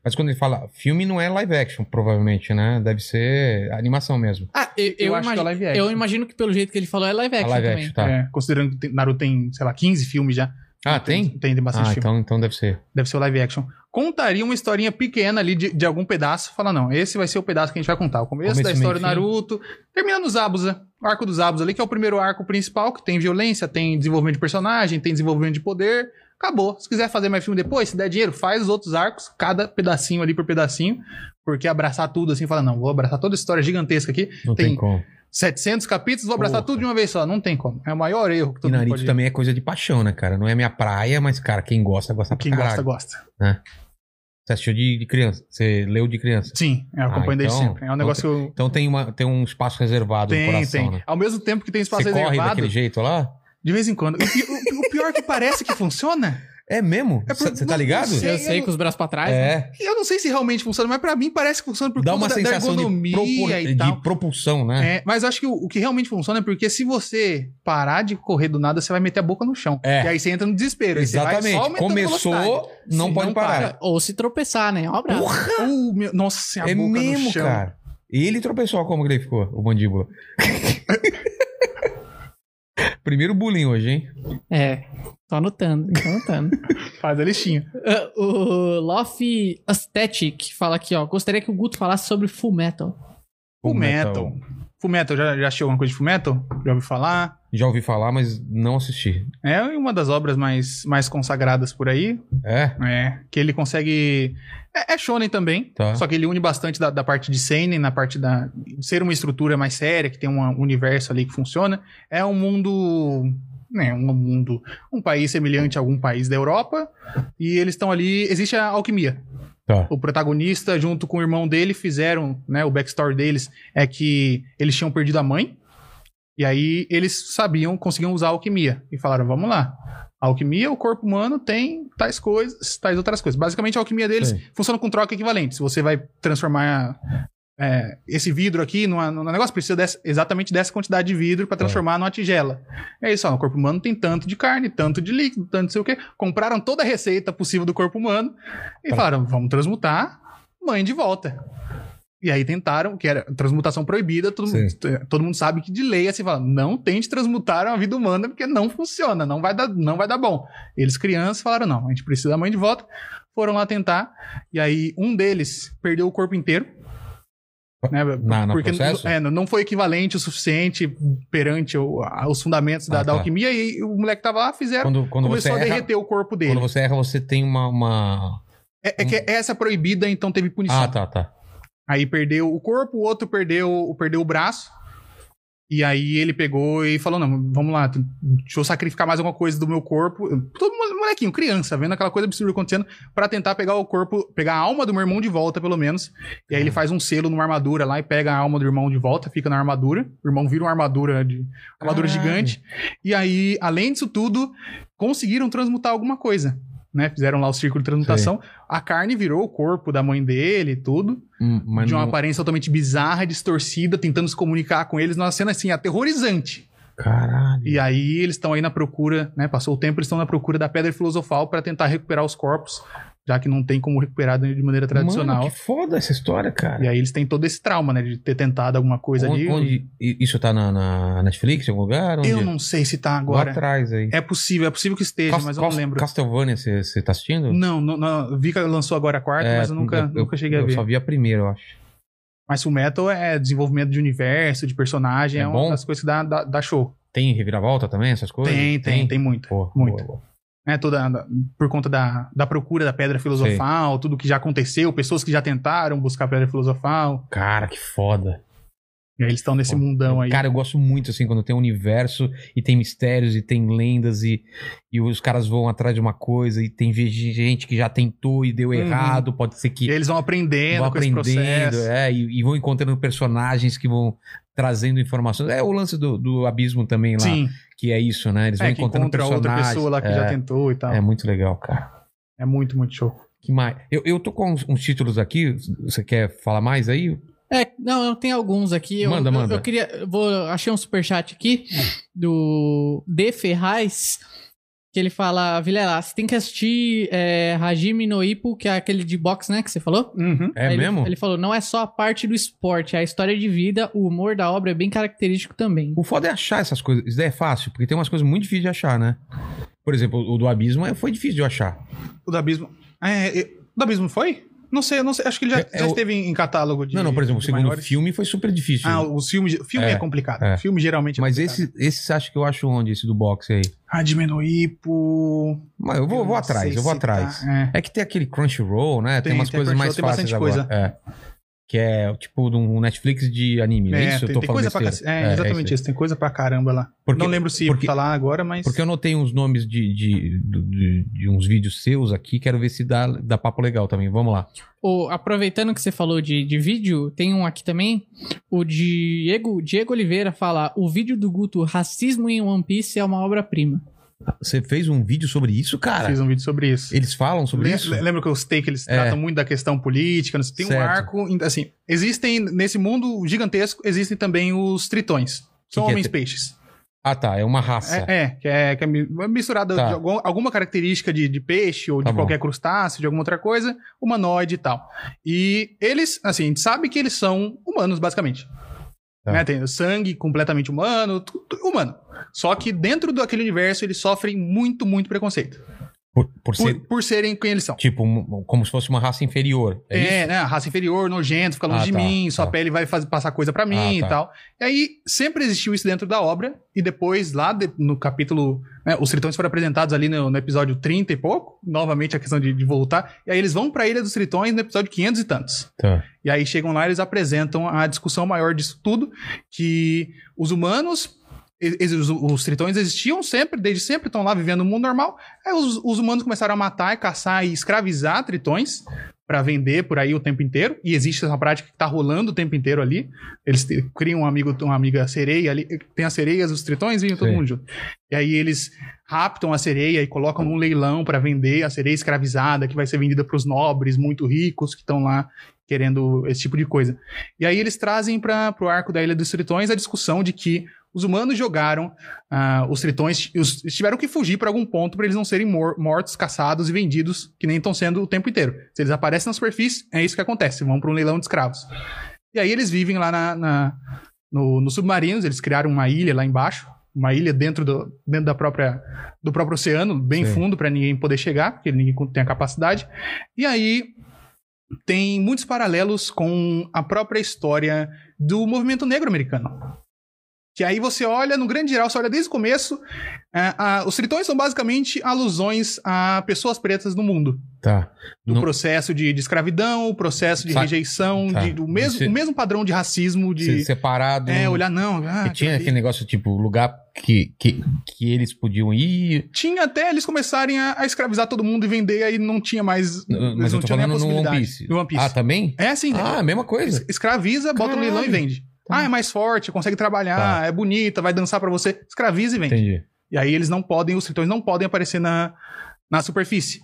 [SPEAKER 1] Mas quando ele fala filme, não é live action, provavelmente, né? Deve ser animação mesmo.
[SPEAKER 3] Ah, eu, eu
[SPEAKER 2] acho que é
[SPEAKER 3] imagi-
[SPEAKER 2] live action.
[SPEAKER 3] eu imagino que pelo jeito que ele falou é live
[SPEAKER 1] A
[SPEAKER 3] action
[SPEAKER 1] live
[SPEAKER 3] também.
[SPEAKER 1] action, tá.
[SPEAKER 2] É, considerando que tem- Naruto tem, sei lá, 15 filmes já.
[SPEAKER 1] Ah, tem?
[SPEAKER 2] Tem, tem bastante
[SPEAKER 1] Ah,
[SPEAKER 2] filme.
[SPEAKER 1] então, então deve ser.
[SPEAKER 2] Deve ser o live action. Contaria uma historinha pequena ali de, de algum pedaço. Fala, não, esse vai ser o pedaço que a gente vai contar. O começo,
[SPEAKER 1] Começo,
[SPEAKER 2] da história do
[SPEAKER 1] meio e fim.
[SPEAKER 2] Naruto. Termina no Zabuza. O arco do Zabuza ali, que é o primeiro arco principal, que tem violência, tem desenvolvimento de personagem, tem desenvolvimento de poder. Acabou. Se quiser fazer mais filme depois, se der dinheiro, faz os outros arcos, cada pedacinho ali por pedacinho. Porque abraçar tudo assim, fala, não, vou abraçar toda a história gigantesca aqui.
[SPEAKER 1] Não tem,
[SPEAKER 2] Tem-
[SPEAKER 1] como.
[SPEAKER 2] 700 capítulos, vou abraçar
[SPEAKER 1] Porra.
[SPEAKER 2] tudo de uma vez só. Não tem como. É o maior erro que
[SPEAKER 1] E
[SPEAKER 2] todo mundo
[SPEAKER 1] Naruto
[SPEAKER 2] pode...
[SPEAKER 1] também é coisa de paixão, né, cara? Não é minha praia, mas, cara, quem gosta, gosta
[SPEAKER 2] Quem
[SPEAKER 1] pra
[SPEAKER 2] gosta,
[SPEAKER 1] caralho.
[SPEAKER 2] gosta.
[SPEAKER 1] Você assistiu de, de criança, você leu de criança.
[SPEAKER 2] Sim, eu acompanho desde
[SPEAKER 1] então-
[SPEAKER 2] sempre. É um negócio que eu...
[SPEAKER 1] Então tem, uma, tem um espaço reservado
[SPEAKER 2] Tem,
[SPEAKER 1] no coração,
[SPEAKER 2] tem.
[SPEAKER 1] né?
[SPEAKER 2] Ao mesmo tempo que tem espaço
[SPEAKER 1] Você corre
[SPEAKER 2] reservado,
[SPEAKER 1] daquele jeito lá?
[SPEAKER 2] de vez em quando. O, pi- o- o pior é que parece que funciona.
[SPEAKER 1] É mesmo?
[SPEAKER 2] É por-
[SPEAKER 1] Você tá
[SPEAKER 2] não-
[SPEAKER 1] ligado?
[SPEAKER 2] não
[SPEAKER 3] Eu
[SPEAKER 2] Eu
[SPEAKER 3] sei,
[SPEAKER 2] não-
[SPEAKER 3] com os braços pra trás. né?
[SPEAKER 1] É,
[SPEAKER 2] E eu não sei se realmente funciona, mas pra mim parece que funciona por
[SPEAKER 1] dá
[SPEAKER 2] conta
[SPEAKER 1] uma
[SPEAKER 2] da, da
[SPEAKER 1] sensação de,
[SPEAKER 2] ergonomia
[SPEAKER 1] propor-
[SPEAKER 2] e
[SPEAKER 1] de
[SPEAKER 2] tal.
[SPEAKER 1] propulsão, né?
[SPEAKER 2] É, mas eu acho que o, o que realmente funciona é porque se você parar de correr do nada, você vai meter a boca no chão.
[SPEAKER 1] É.
[SPEAKER 2] E aí você entra no desespero. aí você vai só
[SPEAKER 1] Exatamente.
[SPEAKER 2] aumentando a velocidade.
[SPEAKER 1] Começou, não
[SPEAKER 2] Sim,
[SPEAKER 1] pode
[SPEAKER 2] não
[SPEAKER 1] parar.
[SPEAKER 3] Ou se tropeçar, né? Obra.
[SPEAKER 2] Uh, meu- nossa, a
[SPEAKER 1] É
[SPEAKER 2] boca
[SPEAKER 1] mesmo,
[SPEAKER 2] no chão.
[SPEAKER 1] cara. Ele tropeçou, como que ele ficou, o mandíbula. Primeiro bullying hoje, hein?
[SPEAKER 3] É. Tô anotando, tô anotando.
[SPEAKER 2] Faz a listinha.
[SPEAKER 3] Ah, o Lofi Aesthetic fala aqui, ó. Gostaria que o Guto falasse sobre Full Metal.
[SPEAKER 2] Full Metal. Full Metal, já, já achou alguma coisa de Full Metal? Já ouviu falar?
[SPEAKER 1] Já ouvi falar, mas não assisti.
[SPEAKER 2] É uma das obras mais, mais consagradas por aí.
[SPEAKER 1] É?
[SPEAKER 2] É, que ele consegue. É, é shonen também,
[SPEAKER 1] Tá.
[SPEAKER 2] só que ele une bastante da, da parte de seinen, na parte da de ser uma estrutura mais séria, que tem um universo ali que funciona. É um mundo, né, um mundo, um país semelhante a algum país da Europa, e eles estão ali. Existe a alquimia.
[SPEAKER 1] Tá.
[SPEAKER 2] O protagonista junto com o irmão dele fizeram, né, o backstory deles é que eles tinham perdido a mãe. E aí eles sabiam, conseguiam usar a alquimia. E falaram, vamos lá. A alquimia, o corpo humano tem tais coisas, tais outras coisas. Basicamente, a alquimia deles
[SPEAKER 1] Sim.
[SPEAKER 2] funciona com troca equivalente. Se você vai transformar é, esse vidro aqui numa- num negócio, precisa dessa- exatamente dessa quantidade de vidro para transformar numa tigela. É isso, ó, o corpo humano tem tanto de carne, tanto de líquido, tanto não sei o quê. Compraram toda a receita possível do corpo humano e
[SPEAKER 1] Pra-
[SPEAKER 2] falaram, vamos transmutar, mãe de volta. E aí tentaram, que era transmutação proibida, todo,
[SPEAKER 1] Sim.
[SPEAKER 2] t- todo mundo sabe que de lei assim fala, não tente transmutar uma vida humana porque não funciona, não vai dar, não vai dar bom. Eles crianças falaram, não, a gente precisa da mãe de volta. Foram lá tentar, e aí um deles perdeu o corpo inteiro. Né,
[SPEAKER 1] Na- no
[SPEAKER 2] porque
[SPEAKER 1] processo?
[SPEAKER 2] é, não foi equivalente o suficiente perante o- a- os fundamentos da,
[SPEAKER 1] Ah,
[SPEAKER 2] da
[SPEAKER 1] tá.
[SPEAKER 2] alquimia, e o moleque tava lá, fizeram,
[SPEAKER 1] Quando, quando você
[SPEAKER 2] É, começou a
[SPEAKER 1] erra,
[SPEAKER 2] derreter o corpo dele.
[SPEAKER 1] quando você erra, você tem uma... uma-
[SPEAKER 2] É, é que essa é proibida, então teve punição.
[SPEAKER 1] Ah, tá, tá.
[SPEAKER 2] Aí perdeu o corpo, o outro perdeu, perdeu o braço. E aí ele pegou e falou: Não, vamos lá, tu- deixa eu sacrificar mais alguma coisa do meu corpo. Todo mo- molequinho, criança, vendo aquela coisa absurda acontecendo, pra tentar pegar o corpo, pegar a alma do meu irmão de volta, pelo menos. E aí ele faz um selo numa armadura lá e pega a alma do irmão de volta, fica na armadura. O irmão vira uma armadura de.
[SPEAKER 1] Caralho.
[SPEAKER 2] Armadura gigante. E aí, além disso tudo, conseguiram transmutar alguma coisa. Né? Fizeram lá o círculo de transmutação. A carne virou o corpo da mãe dele e tudo
[SPEAKER 1] Hum, Mas
[SPEAKER 2] de uma
[SPEAKER 1] não...
[SPEAKER 2] aparência totalmente bizarra, distorcida, tentando se comunicar com eles numa cena assim, aterrorizante.
[SPEAKER 1] Caralho.
[SPEAKER 2] E aí eles estão aí na procura, né? Passou o tempo, eles estão na procura da pedra filosofal para tentar recuperar os corpos, já que não tem como recuperar de maneira tradicional.
[SPEAKER 1] Mano, que foda essa história, cara.
[SPEAKER 2] E aí eles têm todo esse trauma, né? De ter tentado alguma coisa
[SPEAKER 1] onde,
[SPEAKER 2] ali.
[SPEAKER 1] onde- i- isso tá na, na Netflix em algum lugar? Onde?
[SPEAKER 2] Eu não sei se tá
[SPEAKER 1] Lá
[SPEAKER 2] agora.
[SPEAKER 1] atrás aí.
[SPEAKER 2] É possível, é possível que esteja,
[SPEAKER 1] Cas-
[SPEAKER 2] mas eu não
[SPEAKER 1] Cas-
[SPEAKER 2] lembro.
[SPEAKER 1] Castlevania, você você tá assistindo?
[SPEAKER 2] Não, não, não, Vika lançou agora a quarta, mas eu nunca, nunca cheguei a
[SPEAKER 1] É, eu
[SPEAKER 2] ver.
[SPEAKER 1] só vi a primeira, eu acho.
[SPEAKER 2] Mas o Metal é desenvolvimento de universo, de personagem,
[SPEAKER 1] É
[SPEAKER 2] é, uma
[SPEAKER 1] bom?
[SPEAKER 2] das coisas que dá, dá, dá show.
[SPEAKER 1] Tem reviravolta também, essas coisas?
[SPEAKER 2] Tem, tem, tem muito.
[SPEAKER 1] Porra,
[SPEAKER 2] muito.
[SPEAKER 1] boa, boa.
[SPEAKER 2] né, toda da- por conta da, da procura da pedra filosofal, tudo que já aconteceu, pessoas que já tentaram buscar a pedra filosofal,
[SPEAKER 1] Cara, que foda.
[SPEAKER 2] e aí eles estão nesse mundão Então, aí.
[SPEAKER 1] Cara, eu gosto muito, assim, quando tem universo e tem mistérios e tem lendas e, e os caras vão atrás de uma coisa e tem ge- gente que já tentou e deu
[SPEAKER 2] Uhum.
[SPEAKER 1] errado, pode ser que
[SPEAKER 2] e aí eles vão aprendendo
[SPEAKER 1] vão
[SPEAKER 2] com esse
[SPEAKER 1] aprendendo,
[SPEAKER 2] processo.
[SPEAKER 1] é, e, e vão encontrando personagens que vão trazendo informações. É o lance do, do abismo também lá,
[SPEAKER 2] Sim,
[SPEAKER 1] que é isso, né? Eles vão
[SPEAKER 2] é que
[SPEAKER 1] encontrando
[SPEAKER 2] encontra outra
[SPEAKER 1] personagens.
[SPEAKER 2] pessoa lá que
[SPEAKER 1] é,
[SPEAKER 2] já tentou e tal.
[SPEAKER 1] É
[SPEAKER 2] É,
[SPEAKER 1] muito legal, cara.
[SPEAKER 2] muito, muito show.
[SPEAKER 1] Que mais? Eu, eu tô com uns, uns títulos aqui. Você quer falar mais aí?
[SPEAKER 3] É, não, eu tenho alguns aqui. Eu,
[SPEAKER 1] Manda,
[SPEAKER 3] eu,
[SPEAKER 1] manda.
[SPEAKER 3] Eu queria. eu Vou, achei um superchat aqui do D. Ferraz. Que ele fala, Vilela, você tem que assistir é, Hajime no Ippo, que é aquele de boxe, né, que você falou?
[SPEAKER 2] Uhum.
[SPEAKER 1] É
[SPEAKER 3] Aí ele-
[SPEAKER 1] mesmo?
[SPEAKER 3] Ele, falou, não é só a parte do esporte, é a história de vida, o humor da obra é bem característico também.
[SPEAKER 1] O foda é achar essas coisas. Isso daí é fácil, porque tem umas coisas muito difíceis de achar, né? Por exemplo, o do abismo é- foi difícil de eu achar.
[SPEAKER 2] O do Abismo. É, é, o do Abismo foi? Não sei, eu não sei. Acho que ele já,
[SPEAKER 1] É, é
[SPEAKER 2] já
[SPEAKER 1] o-
[SPEAKER 2] esteve em em catálogo de.
[SPEAKER 1] não, não, por exemplo, o
[SPEAKER 2] de
[SPEAKER 1] segundo
[SPEAKER 2] maiores.
[SPEAKER 1] filme foi super difícil.
[SPEAKER 2] Ah, os filmes. Filme é,
[SPEAKER 1] É,
[SPEAKER 2] complicado.
[SPEAKER 1] é.
[SPEAKER 2] Filme geralmente é
[SPEAKER 1] Mas
[SPEAKER 2] complicado.
[SPEAKER 1] esse, esse você acha que eu acho onde, esse do boxe aí?
[SPEAKER 2] Ah, diminuir por.
[SPEAKER 1] Mas eu vou,
[SPEAKER 2] Eu
[SPEAKER 1] vou
[SPEAKER 2] não
[SPEAKER 1] atrás,
[SPEAKER 2] sei
[SPEAKER 1] eu vou
[SPEAKER 2] se
[SPEAKER 1] atrás.
[SPEAKER 2] tá- é.
[SPEAKER 1] É que tem aquele Crunchyroll, né? Tem,
[SPEAKER 2] Tem-
[SPEAKER 1] umas
[SPEAKER 2] tem
[SPEAKER 1] coisas mais
[SPEAKER 2] Crunchyroll,
[SPEAKER 1] fáceis
[SPEAKER 2] tem
[SPEAKER 1] agora.
[SPEAKER 2] bastante
[SPEAKER 1] É. Que é tipo de um Netflix de anime, é,
[SPEAKER 2] É,
[SPEAKER 1] isso?
[SPEAKER 2] tem,
[SPEAKER 1] eu tô
[SPEAKER 2] tem
[SPEAKER 1] falando
[SPEAKER 2] coisa pra
[SPEAKER 1] besteira.
[SPEAKER 2] cacete. É, exatamente
[SPEAKER 1] isso aí.
[SPEAKER 2] isso. Tem coisa pra caramba lá.
[SPEAKER 1] Porque-
[SPEAKER 2] não lembro se
[SPEAKER 1] porque-
[SPEAKER 2] tá lá agora, mas.
[SPEAKER 1] Porque eu anotei uns nomes de, de, do- de- de uns vídeos seus aqui, quero ver se dá, dá papo legal também. Vamos lá.
[SPEAKER 3] O- aproveitando que você falou de, de vídeo, tem um aqui também. O Diego, Diego Oliveira fala: o vídeo do Guto, Racismo em One Piece, é uma obra-prima.
[SPEAKER 1] Você fez um vídeo sobre isso, cara?
[SPEAKER 2] Fiz um vídeo sobre isso.
[SPEAKER 1] Eles falam sobre
[SPEAKER 2] Le-
[SPEAKER 1] isso?
[SPEAKER 2] le- Lembra que os take eles
[SPEAKER 1] É.
[SPEAKER 2] tratam muito da questão política, não sei, tem um
[SPEAKER 1] Certo.
[SPEAKER 2] arco, assim, existem nesse mundo gigantesco, existem também os tritões. São
[SPEAKER 1] Que que é
[SPEAKER 2] homens
[SPEAKER 1] tri-
[SPEAKER 2] peixes.
[SPEAKER 1] Ah, tá. É uma raça.
[SPEAKER 2] É, é, que é, que é mi- misturado
[SPEAKER 1] Tá.
[SPEAKER 2] de algum- alguma característica de, de peixe ou
[SPEAKER 1] Tá
[SPEAKER 2] de
[SPEAKER 1] bom.
[SPEAKER 2] qualquer crustáceo, de alguma outra coisa, humanoide e tal. E eles, assim, a gente sabe que eles são humanos, basicamente.
[SPEAKER 1] Tá.
[SPEAKER 2] Né, tem sangue completamente humano, tu- tu- humano. Só que dentro daquele universo eles sofrem muito, muito preconceito.
[SPEAKER 1] Por, por
[SPEAKER 2] Por,
[SPEAKER 1] ser,
[SPEAKER 2] por serem quem eles são.
[SPEAKER 1] tipo, um- como se fosse uma raça inferior. É, isso?
[SPEAKER 2] É, né? Raça inferior, nojento, fica longe
[SPEAKER 1] Ah,
[SPEAKER 2] de
[SPEAKER 1] tá,
[SPEAKER 2] mim, sua
[SPEAKER 1] tá.
[SPEAKER 2] pele vai fazer, passar coisa pra mim
[SPEAKER 1] Ah,
[SPEAKER 2] e
[SPEAKER 1] tá.
[SPEAKER 2] tal. E aí, sempre existiu isso dentro da obra, e depois, lá de- no capítulo. né, os tritões foram apresentados ali no, no episódio 30 e pouco, novamente a questão de, de voltar. E aí eles vão pra Ilha dos Tritões no episódio 500 e tantos.
[SPEAKER 1] Tá.
[SPEAKER 2] E aí chegam lá, eles apresentam a discussão maior disso tudo, que os humanos. e- e- Os, os tritões existiam sempre, desde sempre, estão lá vivendo no mundo normal. Aí os, os humanos começaram a matar, e caçar e escravizar tritões para vender por aí o tempo inteiro. E existe essa prática que tá rolando o tempo inteiro ali. Eles te- criam um amigo, uma amiga sereia ali. Tem as sereias, os tritões, vêm todo
[SPEAKER 1] Sim.
[SPEAKER 2] mundo junto. E aí eles raptam a sereia e colocam num leilão para vender a sereia escravizada, que vai ser vendida para os nobres muito ricos que estão lá querendo esse tipo de coisa. E aí eles trazem para o arco da Ilha dos Tritões a discussão de que os humanos jogaram ah, os tritões, os- eles tiveram que fugir para algum ponto para eles não serem mor- mortos, caçados e vendidos, que nem estão sendo o tempo inteiro. Se eles aparecem na superfície, é isso que acontece, vão para um leilão de escravos. E aí eles vivem lá na, na- no, nos submarinos, eles criaram uma ilha lá embaixo, uma ilha dentro do, dentro da própria, do próprio oceano, bem
[SPEAKER 1] Sim.
[SPEAKER 2] fundo para ninguém poder chegar, porque ninguém tem a capacidade. E aí tem muitos paralelos com a própria história do movimento negro americano. Que aí você olha, no grande geral, você olha desde o começo, é, a- os tritões são basicamente alusões a pessoas pretas no mundo.
[SPEAKER 1] Tá.
[SPEAKER 2] Do
[SPEAKER 1] Não-
[SPEAKER 2] processo de, de escravidão, o processo de
[SPEAKER 1] Sa-
[SPEAKER 2] rejeição,
[SPEAKER 1] Tá.
[SPEAKER 2] de- do mesmo,
[SPEAKER 1] Você-
[SPEAKER 2] o mesmo padrão de racismo,
[SPEAKER 1] Se-
[SPEAKER 2] de
[SPEAKER 1] Separado.
[SPEAKER 2] é, olhar não. ah,
[SPEAKER 1] E tinha
[SPEAKER 2] aquilo ali.
[SPEAKER 1] aquele negócio, tipo, lugar que, que, que eles podiam ir.
[SPEAKER 2] Tinha até eles começarem a, a escravizar todo mundo e vender, aí não tinha mais. eles
[SPEAKER 1] Mas eu
[SPEAKER 2] não
[SPEAKER 1] tô
[SPEAKER 2] tinham nem a
[SPEAKER 1] falando no One
[SPEAKER 2] possibilidade.
[SPEAKER 1] Piece.
[SPEAKER 2] No One Piece.
[SPEAKER 1] Ah, também?
[SPEAKER 2] É assim,
[SPEAKER 1] Ah, a mesma coisa.
[SPEAKER 2] Es- escraviza, bota no
[SPEAKER 1] Caralho.
[SPEAKER 2] leilão e vende.
[SPEAKER 1] Tá.
[SPEAKER 2] Ah, é mais forte, consegue trabalhar, é bonita, vai dançar pra você. Escraviza e vende.
[SPEAKER 1] Entendi.
[SPEAKER 2] E aí eles não podem, os tritões não podem aparecer na, na superfície.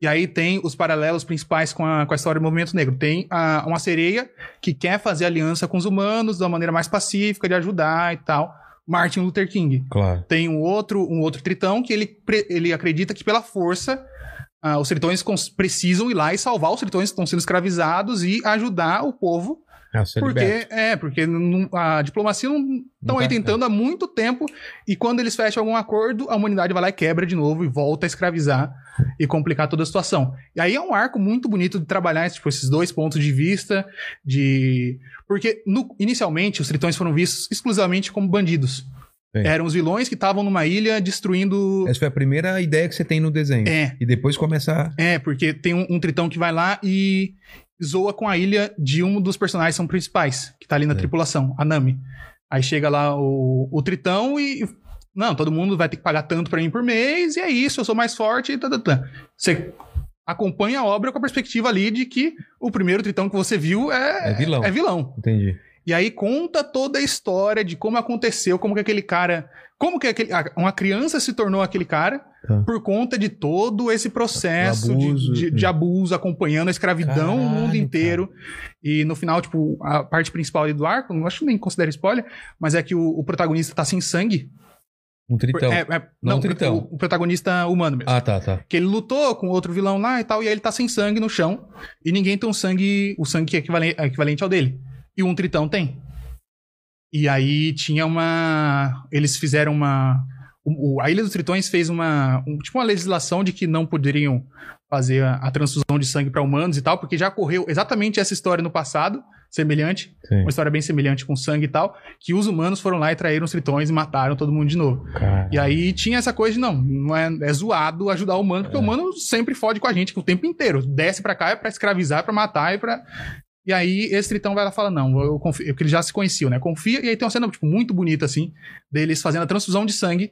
[SPEAKER 2] E aí tem os paralelos principais com a, com a história do movimento negro. Tem a- uma sereia que quer fazer aliança com os humanos de uma maneira mais pacífica, de ajudar e tal. Martin Luther King.
[SPEAKER 1] Claro.
[SPEAKER 2] Tem um outro, um outro tritão que ele, pre- ele acredita que pela força ah, os tritões cons- precisam ir lá e salvar os tritões que estão sendo escravizados e ajudar o povo.
[SPEAKER 1] É, você liberta.
[SPEAKER 2] Porque, é, porque não- a diplomacia não é. estão
[SPEAKER 1] Não
[SPEAKER 2] aí
[SPEAKER 1] tá-
[SPEAKER 2] tentando há muito tempo e quando eles fecham algum acordo, a humanidade vai lá e quebra de novo e volta a escravizar e complicar toda a situação. E aí é um arco muito bonito de trabalhar tipo, esses dois pontos de vista de... Porque no- inicialmente os tritões foram vistos exclusivamente como bandidos.
[SPEAKER 1] Sim.
[SPEAKER 2] Eram os vilões que estavam numa ilha destruindo...
[SPEAKER 1] Essa foi a primeira ideia que você tem no desenho.
[SPEAKER 2] É,
[SPEAKER 1] E depois começa.
[SPEAKER 2] é, porque tem um, um tritão que vai lá e zoa com a ilha de um dos personagens que são principais, que tá ali na
[SPEAKER 1] É.
[SPEAKER 2] tripulação, a Nami. Aí chega lá o, o tritão e. e- Não, todo mundo vai ter que pagar tanto pra mim por mês, e é isso, eu sou mais forte, e tá, tá, tá. Você acompanha a obra com a perspectiva ali de que o primeiro tritão que você viu
[SPEAKER 1] É,
[SPEAKER 2] é,
[SPEAKER 1] vilão.
[SPEAKER 2] é vilão.
[SPEAKER 1] Entendi.
[SPEAKER 2] E aí conta toda a história de como aconteceu, como que aquele cara. Como que aquele, a- uma criança se tornou aquele cara
[SPEAKER 1] Tá.
[SPEAKER 2] por conta de todo esse processo
[SPEAKER 1] Do
[SPEAKER 2] de-
[SPEAKER 1] abuso,
[SPEAKER 2] de, de,
[SPEAKER 1] sim.
[SPEAKER 2] abuso, acompanhando a escravidão o mundo
[SPEAKER 1] Caralho,
[SPEAKER 2] inteiro. E no final, tipo, a parte principal ali do arco, não acho que nem considero spoiler, mas é que o, o protagonista tá sem sangue.
[SPEAKER 1] Um tritão.
[SPEAKER 2] É- é- não, o-
[SPEAKER 1] tritão.
[SPEAKER 2] O, protagonista humano mesmo.
[SPEAKER 1] Ah, tá, tá.
[SPEAKER 2] Que ele lutou com outro vilão lá e tal, e aí ele tá sem sangue no chão. E ninguém tem um sangue, o sangue que é equivalen- é equivalente ao dele. E um tritão tem. E aí tinha uma. Eles fizeram uma. o- o- a Ilha dos Tritões fez uma. um- tipo uma legislação de que não poderiam fazer a, a transfusão de sangue pra humanos e tal, porque já ocorreu exatamente essa história no passado, semelhante,
[SPEAKER 1] Sim.
[SPEAKER 2] uma história bem semelhante com sangue e tal, que os humanos foram lá e traíram os tritões e mataram todo mundo de novo.
[SPEAKER 1] Cara.
[SPEAKER 2] E aí tinha essa coisa de não, não é, é zoado ajudar o humano, porque o humano sempre fode com a gente o tempo inteiro. Desce pra cá é pra escravizar, pra matar e pra. E aí esse tritão vai lá e fala: não, eu confio, porque eles já se conheciam, né? Confia. E aí tem uma cena tipo, muito bonita, assim, deles fazendo a transfusão de sangue.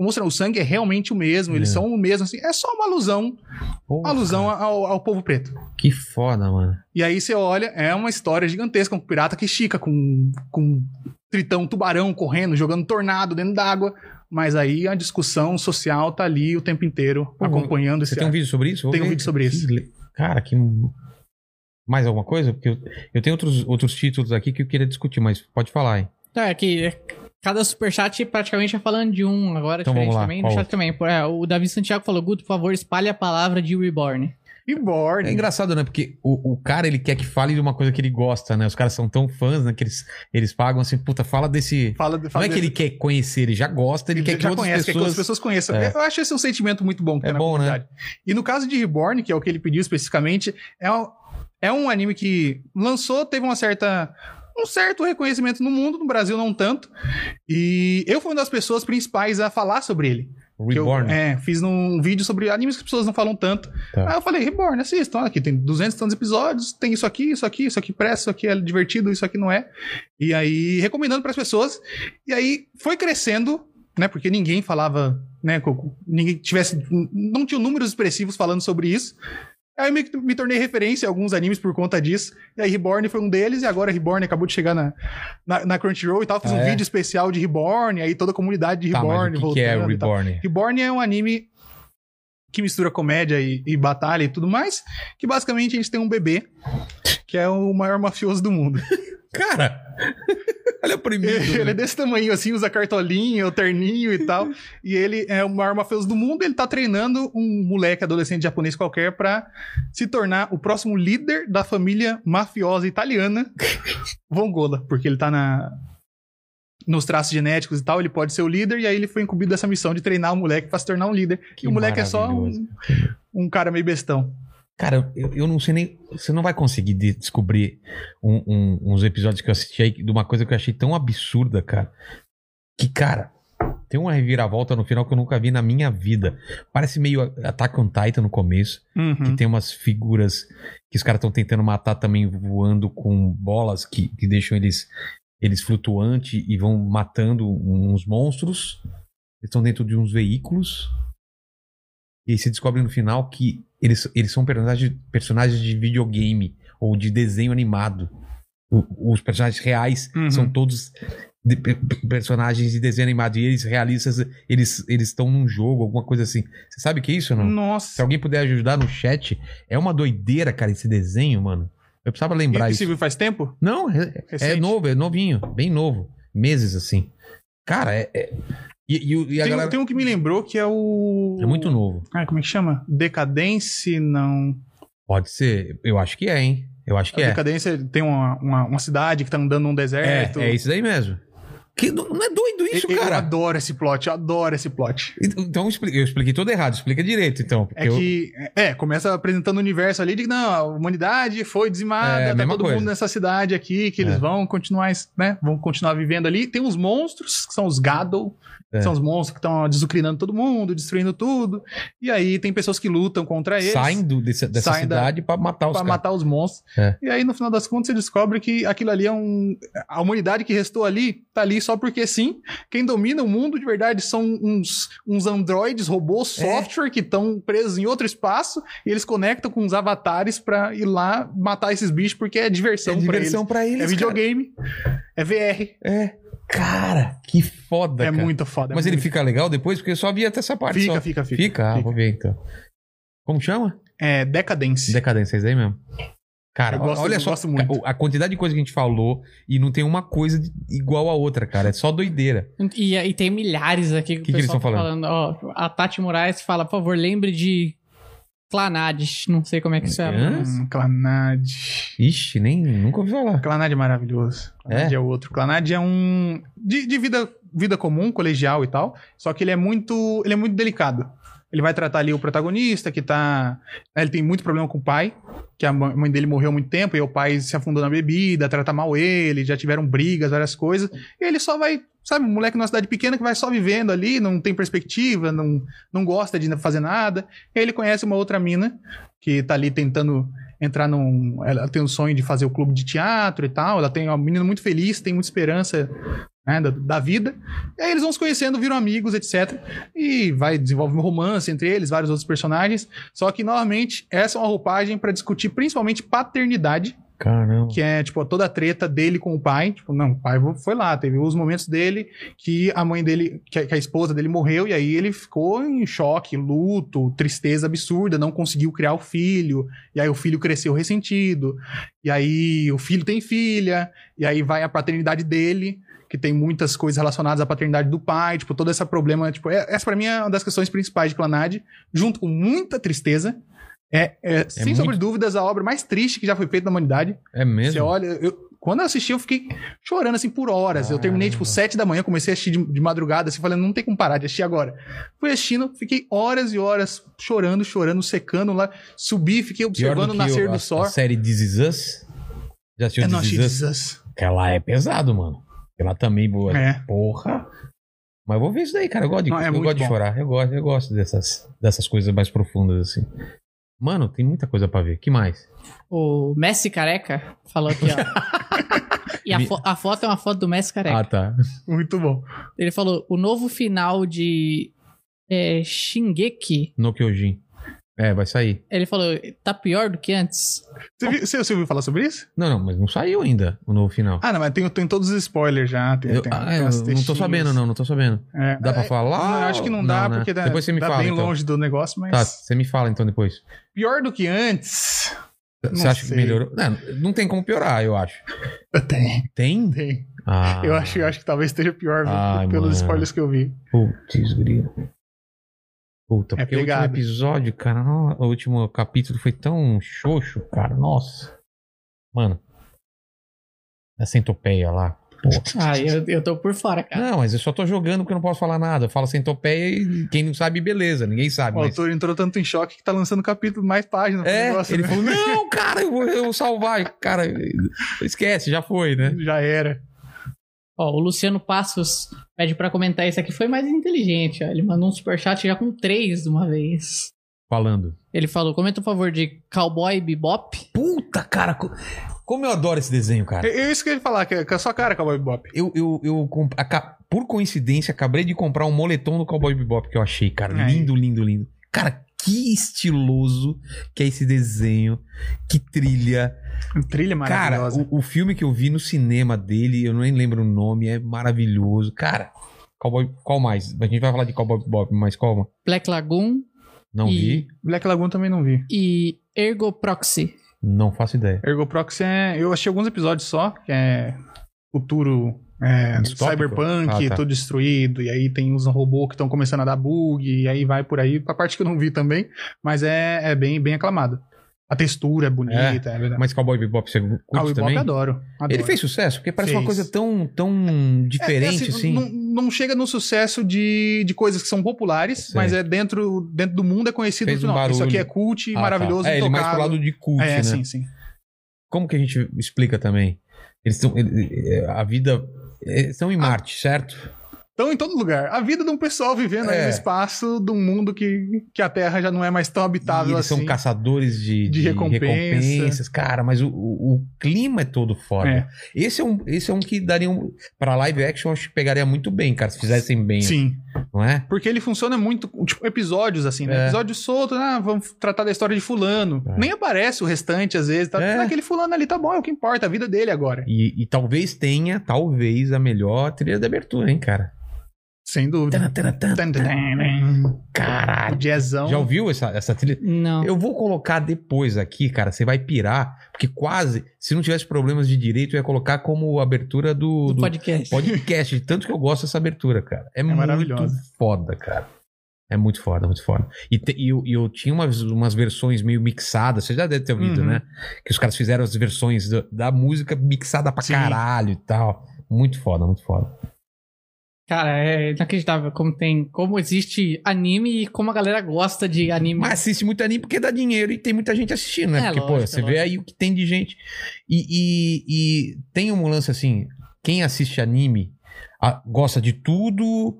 [SPEAKER 2] Mostrando, o sangue é realmente o mesmo, eles
[SPEAKER 1] É.
[SPEAKER 2] são o mesmo, assim. É só uma alusão,
[SPEAKER 1] Porra,
[SPEAKER 2] uma alusão ao, ao povo preto.
[SPEAKER 1] Que foda, mano.
[SPEAKER 2] E aí você olha, é uma história gigantesca, um pirata que estica com, com tritão, tubarão correndo, jogando tornado dentro d'água. Mas aí a discussão social tá ali o tempo inteiro,
[SPEAKER 1] Pô,
[SPEAKER 2] acompanhando
[SPEAKER 1] Você
[SPEAKER 2] esse
[SPEAKER 1] tem um
[SPEAKER 2] ar.
[SPEAKER 1] vídeo sobre isso? Vou
[SPEAKER 2] Tem um
[SPEAKER 1] ver.
[SPEAKER 2] vídeo sobre isso.
[SPEAKER 1] Que le- Cara, que. Mais alguma coisa? Porque eu, eu tenho outros, outros títulos aqui que eu queria discutir, mas pode falar, hein?
[SPEAKER 3] Tá, é que é- cada superchat praticamente é falando de um agora,
[SPEAKER 1] Então
[SPEAKER 3] diferente
[SPEAKER 1] vamos lá,
[SPEAKER 3] também.
[SPEAKER 1] qual
[SPEAKER 3] No chat também. É, o Davi Santiago falou, Guto, por favor, espalhe a palavra de Reborn.
[SPEAKER 2] E
[SPEAKER 1] É
[SPEAKER 2] Borne.
[SPEAKER 1] engraçado, né? Porque o, o cara, ele quer que fale de uma coisa que ele gosta, né? Os caras são tão fãs, né? Que eles, eles pagam assim, puta, fala desse.
[SPEAKER 2] Fala,
[SPEAKER 1] Não
[SPEAKER 2] fala
[SPEAKER 1] é que ele quer conhecer, ele já gosta, ele,
[SPEAKER 2] Ele
[SPEAKER 1] quer que
[SPEAKER 2] já
[SPEAKER 1] outras
[SPEAKER 2] conhece, quer que
[SPEAKER 1] pessoas.
[SPEAKER 2] outras pessoas conheçam.
[SPEAKER 1] É.
[SPEAKER 2] Eu acho esse um sentimento muito bom que
[SPEAKER 1] É
[SPEAKER 2] tem na
[SPEAKER 1] bom, né?
[SPEAKER 2] comunidade. E no caso de Reborn, que é o que ele pediu especificamente, é um, é um anime que lançou, teve uma certa. um certo reconhecimento no mundo, no Brasil não tanto. E eu fui uma das pessoas principais a falar sobre ele. Que eu,
[SPEAKER 1] Reborn.
[SPEAKER 2] é, fiz um vídeo sobre animes que as pessoas não falam tanto.
[SPEAKER 1] Tá.
[SPEAKER 2] Aí eu falei, Reborn, assistam, olha aqui, tem 200 e tantos episódios, tem isso aqui, isso aqui, isso aqui presta, isso aqui é divertido, isso aqui não é. E aí, recomendando para as pessoas. E aí, foi crescendo, né, porque ninguém falava, né, co- ninguém tivesse, não tinha números expressivos falando sobre isso. Aí eu me, me tornei referência a alguns animes por conta disso. E aí Reborn foi um deles, e agora Reborn acabou de chegar na, na, na Crunchyroll e tal. Fiz
[SPEAKER 1] Ah,
[SPEAKER 2] um
[SPEAKER 1] é?
[SPEAKER 2] vídeo especial de Reborn, aí toda a comunidade de
[SPEAKER 1] Tá,
[SPEAKER 2] Reborn
[SPEAKER 1] mas o que, que é
[SPEAKER 2] voltando e tal.
[SPEAKER 1] Reborn?
[SPEAKER 2] Reborn é um anime que mistura comédia e, e batalha e tudo mais, que basicamente a gente tem um bebê que é o maior mafioso do mundo.
[SPEAKER 1] Cara! Olha o primeiro.
[SPEAKER 2] Ele é desse tamanho assim, usa cartolinha, o terninho e tal, e ele é o maior mafioso do mundo, ele tá treinando um moleque adolescente japonês qualquer pra se tornar o próximo líder da família mafiosa italiana Vongola, porque ele tá na nos traços genéticos e tal, ele pode ser o líder, e aí ele foi incumbido dessa missão de treinar o moleque pra se tornar um líder.
[SPEAKER 1] Que
[SPEAKER 2] e o moleque é só um,
[SPEAKER 1] maravilhoso.
[SPEAKER 2] um cara meio bestão.
[SPEAKER 1] Cara, eu, eu não sei nem. Você não vai conseguir de- descobrir um- um- uns episódios que eu assisti aí de uma coisa que eu achei tão absurda, cara. Que, cara, tem uma reviravolta no final que eu nunca vi na minha vida. Parece meio Attack on Titan no começo,
[SPEAKER 2] Uhum.
[SPEAKER 1] que tem umas figuras que os caras estão tentando matar também voando com bolas que, que deixam eles, eles flutuantes e vão matando um, uns monstros. Eles estão dentro de uns veículos. E aí se descobre no final que eles, eles são personagens, personagens de videogame ou de desenho animado. O- os personagens reais
[SPEAKER 2] Uhum.
[SPEAKER 1] são todos de- pe- pe- personagens de desenho animado. E eles realistas, eles eles estão num jogo, alguma coisa assim. Você sabe o que é isso ou não? Se
[SPEAKER 2] Nossa.
[SPEAKER 1] alguém puder ajudar no chat, é uma doideira, cara, esse desenho, mano. Eu precisava
[SPEAKER 2] E
[SPEAKER 1] lembrar
[SPEAKER 2] você
[SPEAKER 1] isso.
[SPEAKER 2] viu faz tempo?
[SPEAKER 1] Não, é, é
[SPEAKER 2] Recente?
[SPEAKER 1] novo, é novinho, bem novo. Meses assim. Cara, é. é- E, e o- e a
[SPEAKER 2] Tem,
[SPEAKER 1] galera.
[SPEAKER 2] tem um que me lembrou que é o.
[SPEAKER 1] É muito novo.
[SPEAKER 2] Ah, como é que chama? Decadence, não.
[SPEAKER 1] Pode ser. Eu acho que é, hein? Eu acho que
[SPEAKER 2] A
[SPEAKER 1] é.
[SPEAKER 2] Decadência tem uma, uma, uma cidade que tá andando num
[SPEAKER 1] É,
[SPEAKER 2] deserto.
[SPEAKER 1] é isso daí mesmo. Que, não não é doido isso,
[SPEAKER 2] eu, eu
[SPEAKER 1] cara?
[SPEAKER 2] adoro esse plot, eu adoro esse plot.
[SPEAKER 1] Então eu expli- eu expliquei todo errado, explica direito, então. porque
[SPEAKER 2] É
[SPEAKER 1] eu-
[SPEAKER 2] que, é, começa apresentando o universo ali de que não, a humanidade foi dizimada,
[SPEAKER 1] É,
[SPEAKER 2] tá
[SPEAKER 1] mesma
[SPEAKER 2] todo
[SPEAKER 1] coisa.
[SPEAKER 2] mundo nessa cidade aqui, que eles
[SPEAKER 1] É.
[SPEAKER 2] vão continuar, né, vão continuar vivendo ali. Tem uns monstros, que são os Gadol,
[SPEAKER 1] É.
[SPEAKER 2] que são os monstros que estão desucrinando todo mundo, destruindo tudo. E aí tem pessoas que lutam contra eles.
[SPEAKER 1] saem do- desse- dessa
[SPEAKER 2] saem da-
[SPEAKER 1] cidade pra matar os
[SPEAKER 2] Pra
[SPEAKER 1] caras.
[SPEAKER 2] matar os monstros.
[SPEAKER 1] É.
[SPEAKER 2] E aí, no final das contas, você descobre que aquilo ali é um. A humanidade que restou ali tá ali só porque sim. Quem domina o mundo de verdade são uns, uns androides, robôs,
[SPEAKER 1] É.
[SPEAKER 2] software que estão presos em outro espaço e eles conectam com uns avatares pra ir lá matar esses bichos porque é diversão,
[SPEAKER 1] É
[SPEAKER 2] pra
[SPEAKER 1] diversão pra eles.
[SPEAKER 2] eles. É videogame, é VR.
[SPEAKER 1] Cara. É. Cara, que foda,
[SPEAKER 2] é
[SPEAKER 1] cara.
[SPEAKER 2] muito foda. é
[SPEAKER 1] Mas ele
[SPEAKER 2] muito-
[SPEAKER 1] fica legal depois, porque eu só vi até essa parte.
[SPEAKER 2] Fica,
[SPEAKER 1] só.
[SPEAKER 2] fica, fica.
[SPEAKER 1] Fica? Ah,
[SPEAKER 2] fica.
[SPEAKER 1] vou ver então. Como chama?
[SPEAKER 2] É decadência.
[SPEAKER 1] Decadência, é isso aí mesmo. Cara,
[SPEAKER 2] Eu gosto-
[SPEAKER 1] olha
[SPEAKER 2] eu
[SPEAKER 1] só
[SPEAKER 2] gosto muito.
[SPEAKER 1] a quantidade de coisa que a gente falou e não tem uma coisa de- igual a outra, cara. É só doideira.
[SPEAKER 3] E, e tem milhares aqui
[SPEAKER 1] Que
[SPEAKER 3] que, o
[SPEAKER 1] que eles
[SPEAKER 3] pessoal
[SPEAKER 1] tão
[SPEAKER 3] tá falando. Ó, a Tati Moraes fala, por favor, lembre de Clanades. Não sei como é que isso é.
[SPEAKER 1] Hã?
[SPEAKER 2] Hum, Clanad.
[SPEAKER 1] Ixi, nem nunca ouvi falar.
[SPEAKER 2] Clanad é maravilhoso. Clanad é, outro. Clanad é um. De, de vida, vida comum, colegial e tal. Só que ele é muito. Ele é muito delicado. Ele vai tratar ali o protagonista, que tá. Ele tem muito problema com o pai, que a mã- mãe dele morreu há muito tempo, e o pai se afundou na bebida, trata mal ele, já tiveram brigas, várias coisas. E ele só vai. Sabe, um moleque numa cidade pequena que vai só vivendo ali, não tem perspectiva, não, não gosta de fazer nada. E aí ele conhece uma outra mina que tá ali tentando entrar num. Ela tem um sonho de fazer o clube de teatro e tal. Ela tem uma menina muito feliz, tem muita esperança né, da, da vida. E aí eles vão se conhecendo, viram amigos, etc. E vai, desenvolve um romance entre eles, vários outros personagens. Só que, novamente, essa é uma roupagem pra discutir principalmente paternidade
[SPEAKER 1] Caramba.
[SPEAKER 2] que é tipo toda a treta dele com o pai. Tipo, não, o pai foi lá, teve os momentos dele que a mãe dele, que a, que a esposa dele morreu, e aí ele ficou em choque, luto, tristeza absurda, não conseguiu criar o filho, e aí o filho cresceu ressentido, e aí o filho tem filha, e aí vai a paternidade dele. Que tem muitas coisas relacionadas à paternidade do pai, tipo, todo esse problema. Tipo, é- essa pra mim é uma das questões principais de Clanad, junto com muita tristeza. É, é, sem
[SPEAKER 1] muito-
[SPEAKER 2] sobre dúvidas, a obra mais triste que já foi feita na humanidade.
[SPEAKER 1] É
[SPEAKER 2] Você
[SPEAKER 1] mesmo?
[SPEAKER 2] olha, eu- quando eu assisti, eu fiquei chorando assim por horas. Eu terminei, tipo,
[SPEAKER 1] Caramba.
[SPEAKER 2] sete da manhã, comecei a assistir de, de madrugada, assim, falando, não tem como parar de assistir agora. Fui assistindo, fiquei horas e horas chorando, chorando, secando lá. Subi, fiquei
[SPEAKER 1] Pior do
[SPEAKER 2] observando o
[SPEAKER 1] que
[SPEAKER 2] nascer
[SPEAKER 1] o-
[SPEAKER 2] do
[SPEAKER 1] a-
[SPEAKER 2] sol.
[SPEAKER 1] A série This Is Us? Já assistiu
[SPEAKER 2] É, não,
[SPEAKER 1] This
[SPEAKER 2] achei
[SPEAKER 1] Is Us?
[SPEAKER 2] Jesus.
[SPEAKER 1] Ela é pesado, mano. Ela também, boa.
[SPEAKER 2] É.
[SPEAKER 1] Porra. Mas eu vou ver isso daí, cara. Eu gosto de,
[SPEAKER 2] Não, é
[SPEAKER 1] eu
[SPEAKER 2] muito
[SPEAKER 1] gosto de
[SPEAKER 2] bom.
[SPEAKER 1] chorar. Eu gosto, eu gosto dessas, dessas coisas mais profundas, assim. Mano, tem muita coisa pra ver. que mais?
[SPEAKER 3] O Messi Careca falou aqui, ó. e a,
[SPEAKER 1] Me-
[SPEAKER 3] fo- a foto é uma foto do Messi Careca.
[SPEAKER 1] Ah, tá.
[SPEAKER 2] Muito bom.
[SPEAKER 3] Ele falou, o novo final de é, Shingeki,
[SPEAKER 1] No Kyojin. É, vai sair.
[SPEAKER 3] ele falou, tá pior do que antes.
[SPEAKER 2] Você, viu- você- você ouviu falar sobre isso?
[SPEAKER 1] Não, não, mas não saiu ainda o novo final.
[SPEAKER 2] Ah, não, mas tem, tem todos os spoilers já. Tem,
[SPEAKER 1] eu,
[SPEAKER 2] É, tem-
[SPEAKER 1] ah,
[SPEAKER 2] tem
[SPEAKER 1] eu
[SPEAKER 2] umas
[SPEAKER 1] não tô
[SPEAKER 2] textinhos.
[SPEAKER 1] sabendo, não, não tô sabendo.
[SPEAKER 2] É.
[SPEAKER 1] Dá pra
[SPEAKER 2] É,
[SPEAKER 1] falar?
[SPEAKER 2] não, eu acho que não dá,
[SPEAKER 1] né?
[SPEAKER 2] porque dá,
[SPEAKER 1] Depois você me
[SPEAKER 2] dá
[SPEAKER 1] fala.
[SPEAKER 2] bem
[SPEAKER 1] então.
[SPEAKER 2] longe do negócio, mas
[SPEAKER 1] Tá, você me fala então depois.
[SPEAKER 2] pior do que antes.
[SPEAKER 1] Você
[SPEAKER 2] Não
[SPEAKER 1] acha que
[SPEAKER 2] sei.
[SPEAKER 1] melhorou? Não, não tem como piorar, eu acho.
[SPEAKER 2] Tem,
[SPEAKER 1] Tem?
[SPEAKER 2] tem.
[SPEAKER 1] Ah.
[SPEAKER 2] Eu, acho, eu acho que talvez esteja pior viu,
[SPEAKER 1] Ai,
[SPEAKER 2] pelos
[SPEAKER 1] mano.
[SPEAKER 2] spoilers que eu vi.
[SPEAKER 1] Putz, grilo. Puta,
[SPEAKER 2] É
[SPEAKER 1] porque o último
[SPEAKER 2] pegado.
[SPEAKER 1] episódio, cara, no- o último capítulo foi tão xoxo, cara. Nossa. Mano. A centopeia lá. Porra.
[SPEAKER 3] Ah, eu, eu tô por fora,
[SPEAKER 2] É.
[SPEAKER 3] cara.
[SPEAKER 1] Não, mas eu só tô jogando porque eu não posso falar nada. Eu falo centopeia e quem não sabe, beleza. Ninguém sabe.
[SPEAKER 2] O
[SPEAKER 1] mas-
[SPEAKER 2] autor entrou tanto em choque que tá lançando capítulo mais página pro
[SPEAKER 1] É,
[SPEAKER 2] negócio,
[SPEAKER 1] ele
[SPEAKER 2] né?
[SPEAKER 1] falou, não, cara, eu vou, eu vou salvar. Cara, esquece, já foi, né?
[SPEAKER 2] Já era.
[SPEAKER 3] Ó, o Luciano Passos pede pra comentar isso aqui, foi mais inteligente, ó. Ele mandou um superchat já com três de uma vez.
[SPEAKER 1] Falando.
[SPEAKER 3] Ele falou, comenta por favor de Cowboy Bebop.
[SPEAKER 1] Puta, cara, co- como eu adoro esse desenho, cara.
[SPEAKER 2] Eu, eu isso que eu ia falar, que é com a sua cara, Cowboy Bebop.
[SPEAKER 1] Eu, eu, eu comp- aca- por coincidência, acabei de comprar um moletom do Cowboy Bebop que eu achei, cara.
[SPEAKER 2] Aí.
[SPEAKER 1] Lindo, lindo, lindo. Cara, que estiloso que é esse desenho. Que trilha.
[SPEAKER 2] Trilha
[SPEAKER 1] Cara,
[SPEAKER 2] maravilhosa.
[SPEAKER 1] o, o filme que eu vi no cinema dele, eu nem lembro o nome, é maravilhoso. Cara, Cowboy, qual mais? A gente vai falar de Cowboy Bebop, mas calma.
[SPEAKER 3] Black Lagoon
[SPEAKER 1] Não
[SPEAKER 3] E-
[SPEAKER 1] vi,
[SPEAKER 2] Black Lagoon também não vi.
[SPEAKER 3] e Ergo Proxy.
[SPEAKER 1] não faço ideia.
[SPEAKER 2] Ergo Proxy é. Eu achei alguns episódios só, que é futuro É,
[SPEAKER 1] Distópico?
[SPEAKER 2] cyberpunk,
[SPEAKER 1] Ah, tá.
[SPEAKER 2] tudo destruído, e aí tem uns robôs que estão começando a dar bug, e aí vai por aí, a parte que eu não vi também, mas é, é bem, bem aclamado. A textura é bonita, é, verdade.
[SPEAKER 1] Mas Cowboy Bebop você curte
[SPEAKER 2] Ah, o Bebop
[SPEAKER 1] também?
[SPEAKER 2] eu adoro, adoro.
[SPEAKER 1] Ele fez sucesso, porque parece uma
[SPEAKER 2] Fez.
[SPEAKER 1] coisa tão, tão
[SPEAKER 2] É, é
[SPEAKER 1] diferente, assim.
[SPEAKER 2] Não, não chega no sucesso de, de coisas que são populares,
[SPEAKER 1] Sei.
[SPEAKER 2] mas é dentro, dentro do mundo é conhecido.
[SPEAKER 1] Fez um
[SPEAKER 2] não, isso
[SPEAKER 1] barulho.
[SPEAKER 2] aqui é cult,
[SPEAKER 1] Ah, tá.
[SPEAKER 2] maravilhoso,
[SPEAKER 1] É, ele mais pro
[SPEAKER 2] intocável.
[SPEAKER 1] lado de cult,
[SPEAKER 2] É,
[SPEAKER 1] né?
[SPEAKER 2] sim, sim.
[SPEAKER 1] Como que a gente explica também? Eles estão. A vida. Eles estão em
[SPEAKER 2] Ah,
[SPEAKER 1] Marte, certo?
[SPEAKER 2] Então, em todo lugar. A vida de um pessoal vivendo aí
[SPEAKER 1] É.
[SPEAKER 2] no espaço, de um mundo que, que a Terra já não é mais tão
[SPEAKER 1] E
[SPEAKER 2] habitável
[SPEAKER 1] eles
[SPEAKER 2] assim.
[SPEAKER 1] são caçadores de,
[SPEAKER 2] De recompensa.
[SPEAKER 1] recompensas, cara, mas o, o- o clima é todo foda.
[SPEAKER 2] É.
[SPEAKER 1] Esse, é um, esse é um que daria um. Pra live action, acho que pegaria muito bem, cara, se fizessem bem,
[SPEAKER 2] Sim.
[SPEAKER 1] não é?
[SPEAKER 2] Porque ele funciona muito, tipo, episódios, assim, né?
[SPEAKER 1] É.
[SPEAKER 2] Episódio solto, ah, vamos tratar da história de fulano.
[SPEAKER 1] É.
[SPEAKER 2] Nem aparece o restante, às vezes. Tá,
[SPEAKER 1] É.
[SPEAKER 2] Aquele fulano ali tá bom, é o que importa, a vida dele agora.
[SPEAKER 1] E, e talvez tenha, talvez, a melhor trilha de abertura, hein, cara?
[SPEAKER 2] Sem dúvida.
[SPEAKER 1] Tan, tan, tan,
[SPEAKER 2] Tan, tan,
[SPEAKER 1] tan.
[SPEAKER 2] tan. O
[SPEAKER 1] Caralho.
[SPEAKER 2] Jazzão.
[SPEAKER 1] Já ouviu essa, essa trilha?
[SPEAKER 3] Não.
[SPEAKER 1] Eu vou colocar depois aqui, cara. Você vai pirar, porque quase, se não tivesse problemas de direito, eu ia colocar como abertura do,
[SPEAKER 3] do
[SPEAKER 1] do
[SPEAKER 3] podcast.
[SPEAKER 1] podcast. de Tanto que eu gosto dessa abertura, cara. É, muito
[SPEAKER 2] maravilhosa.
[SPEAKER 1] foda, cara. É muito foda, muito foda. E, te- e eu, e eu tinha umas, umas versões meio mixadas, você já deve ter ouvido,
[SPEAKER 2] Uhum.
[SPEAKER 1] né? Que os caras fizeram as versões do- da música mixada pra
[SPEAKER 2] Sim.
[SPEAKER 1] caralho e tal. Muito foda, muito foda.
[SPEAKER 3] Cara, é inacreditável como tem, como existe anime e como a galera gosta de anime.
[SPEAKER 1] Mas assiste muito anime porque dá dinheiro e tem muita gente assistindo, né?
[SPEAKER 3] É,
[SPEAKER 1] porque, pô,
[SPEAKER 3] lógico,
[SPEAKER 1] você
[SPEAKER 3] é
[SPEAKER 1] vê
[SPEAKER 3] lógico.
[SPEAKER 1] aí o que tem de gente. E, e- e tem um lance assim: quem assiste anime a- gosta de tudo,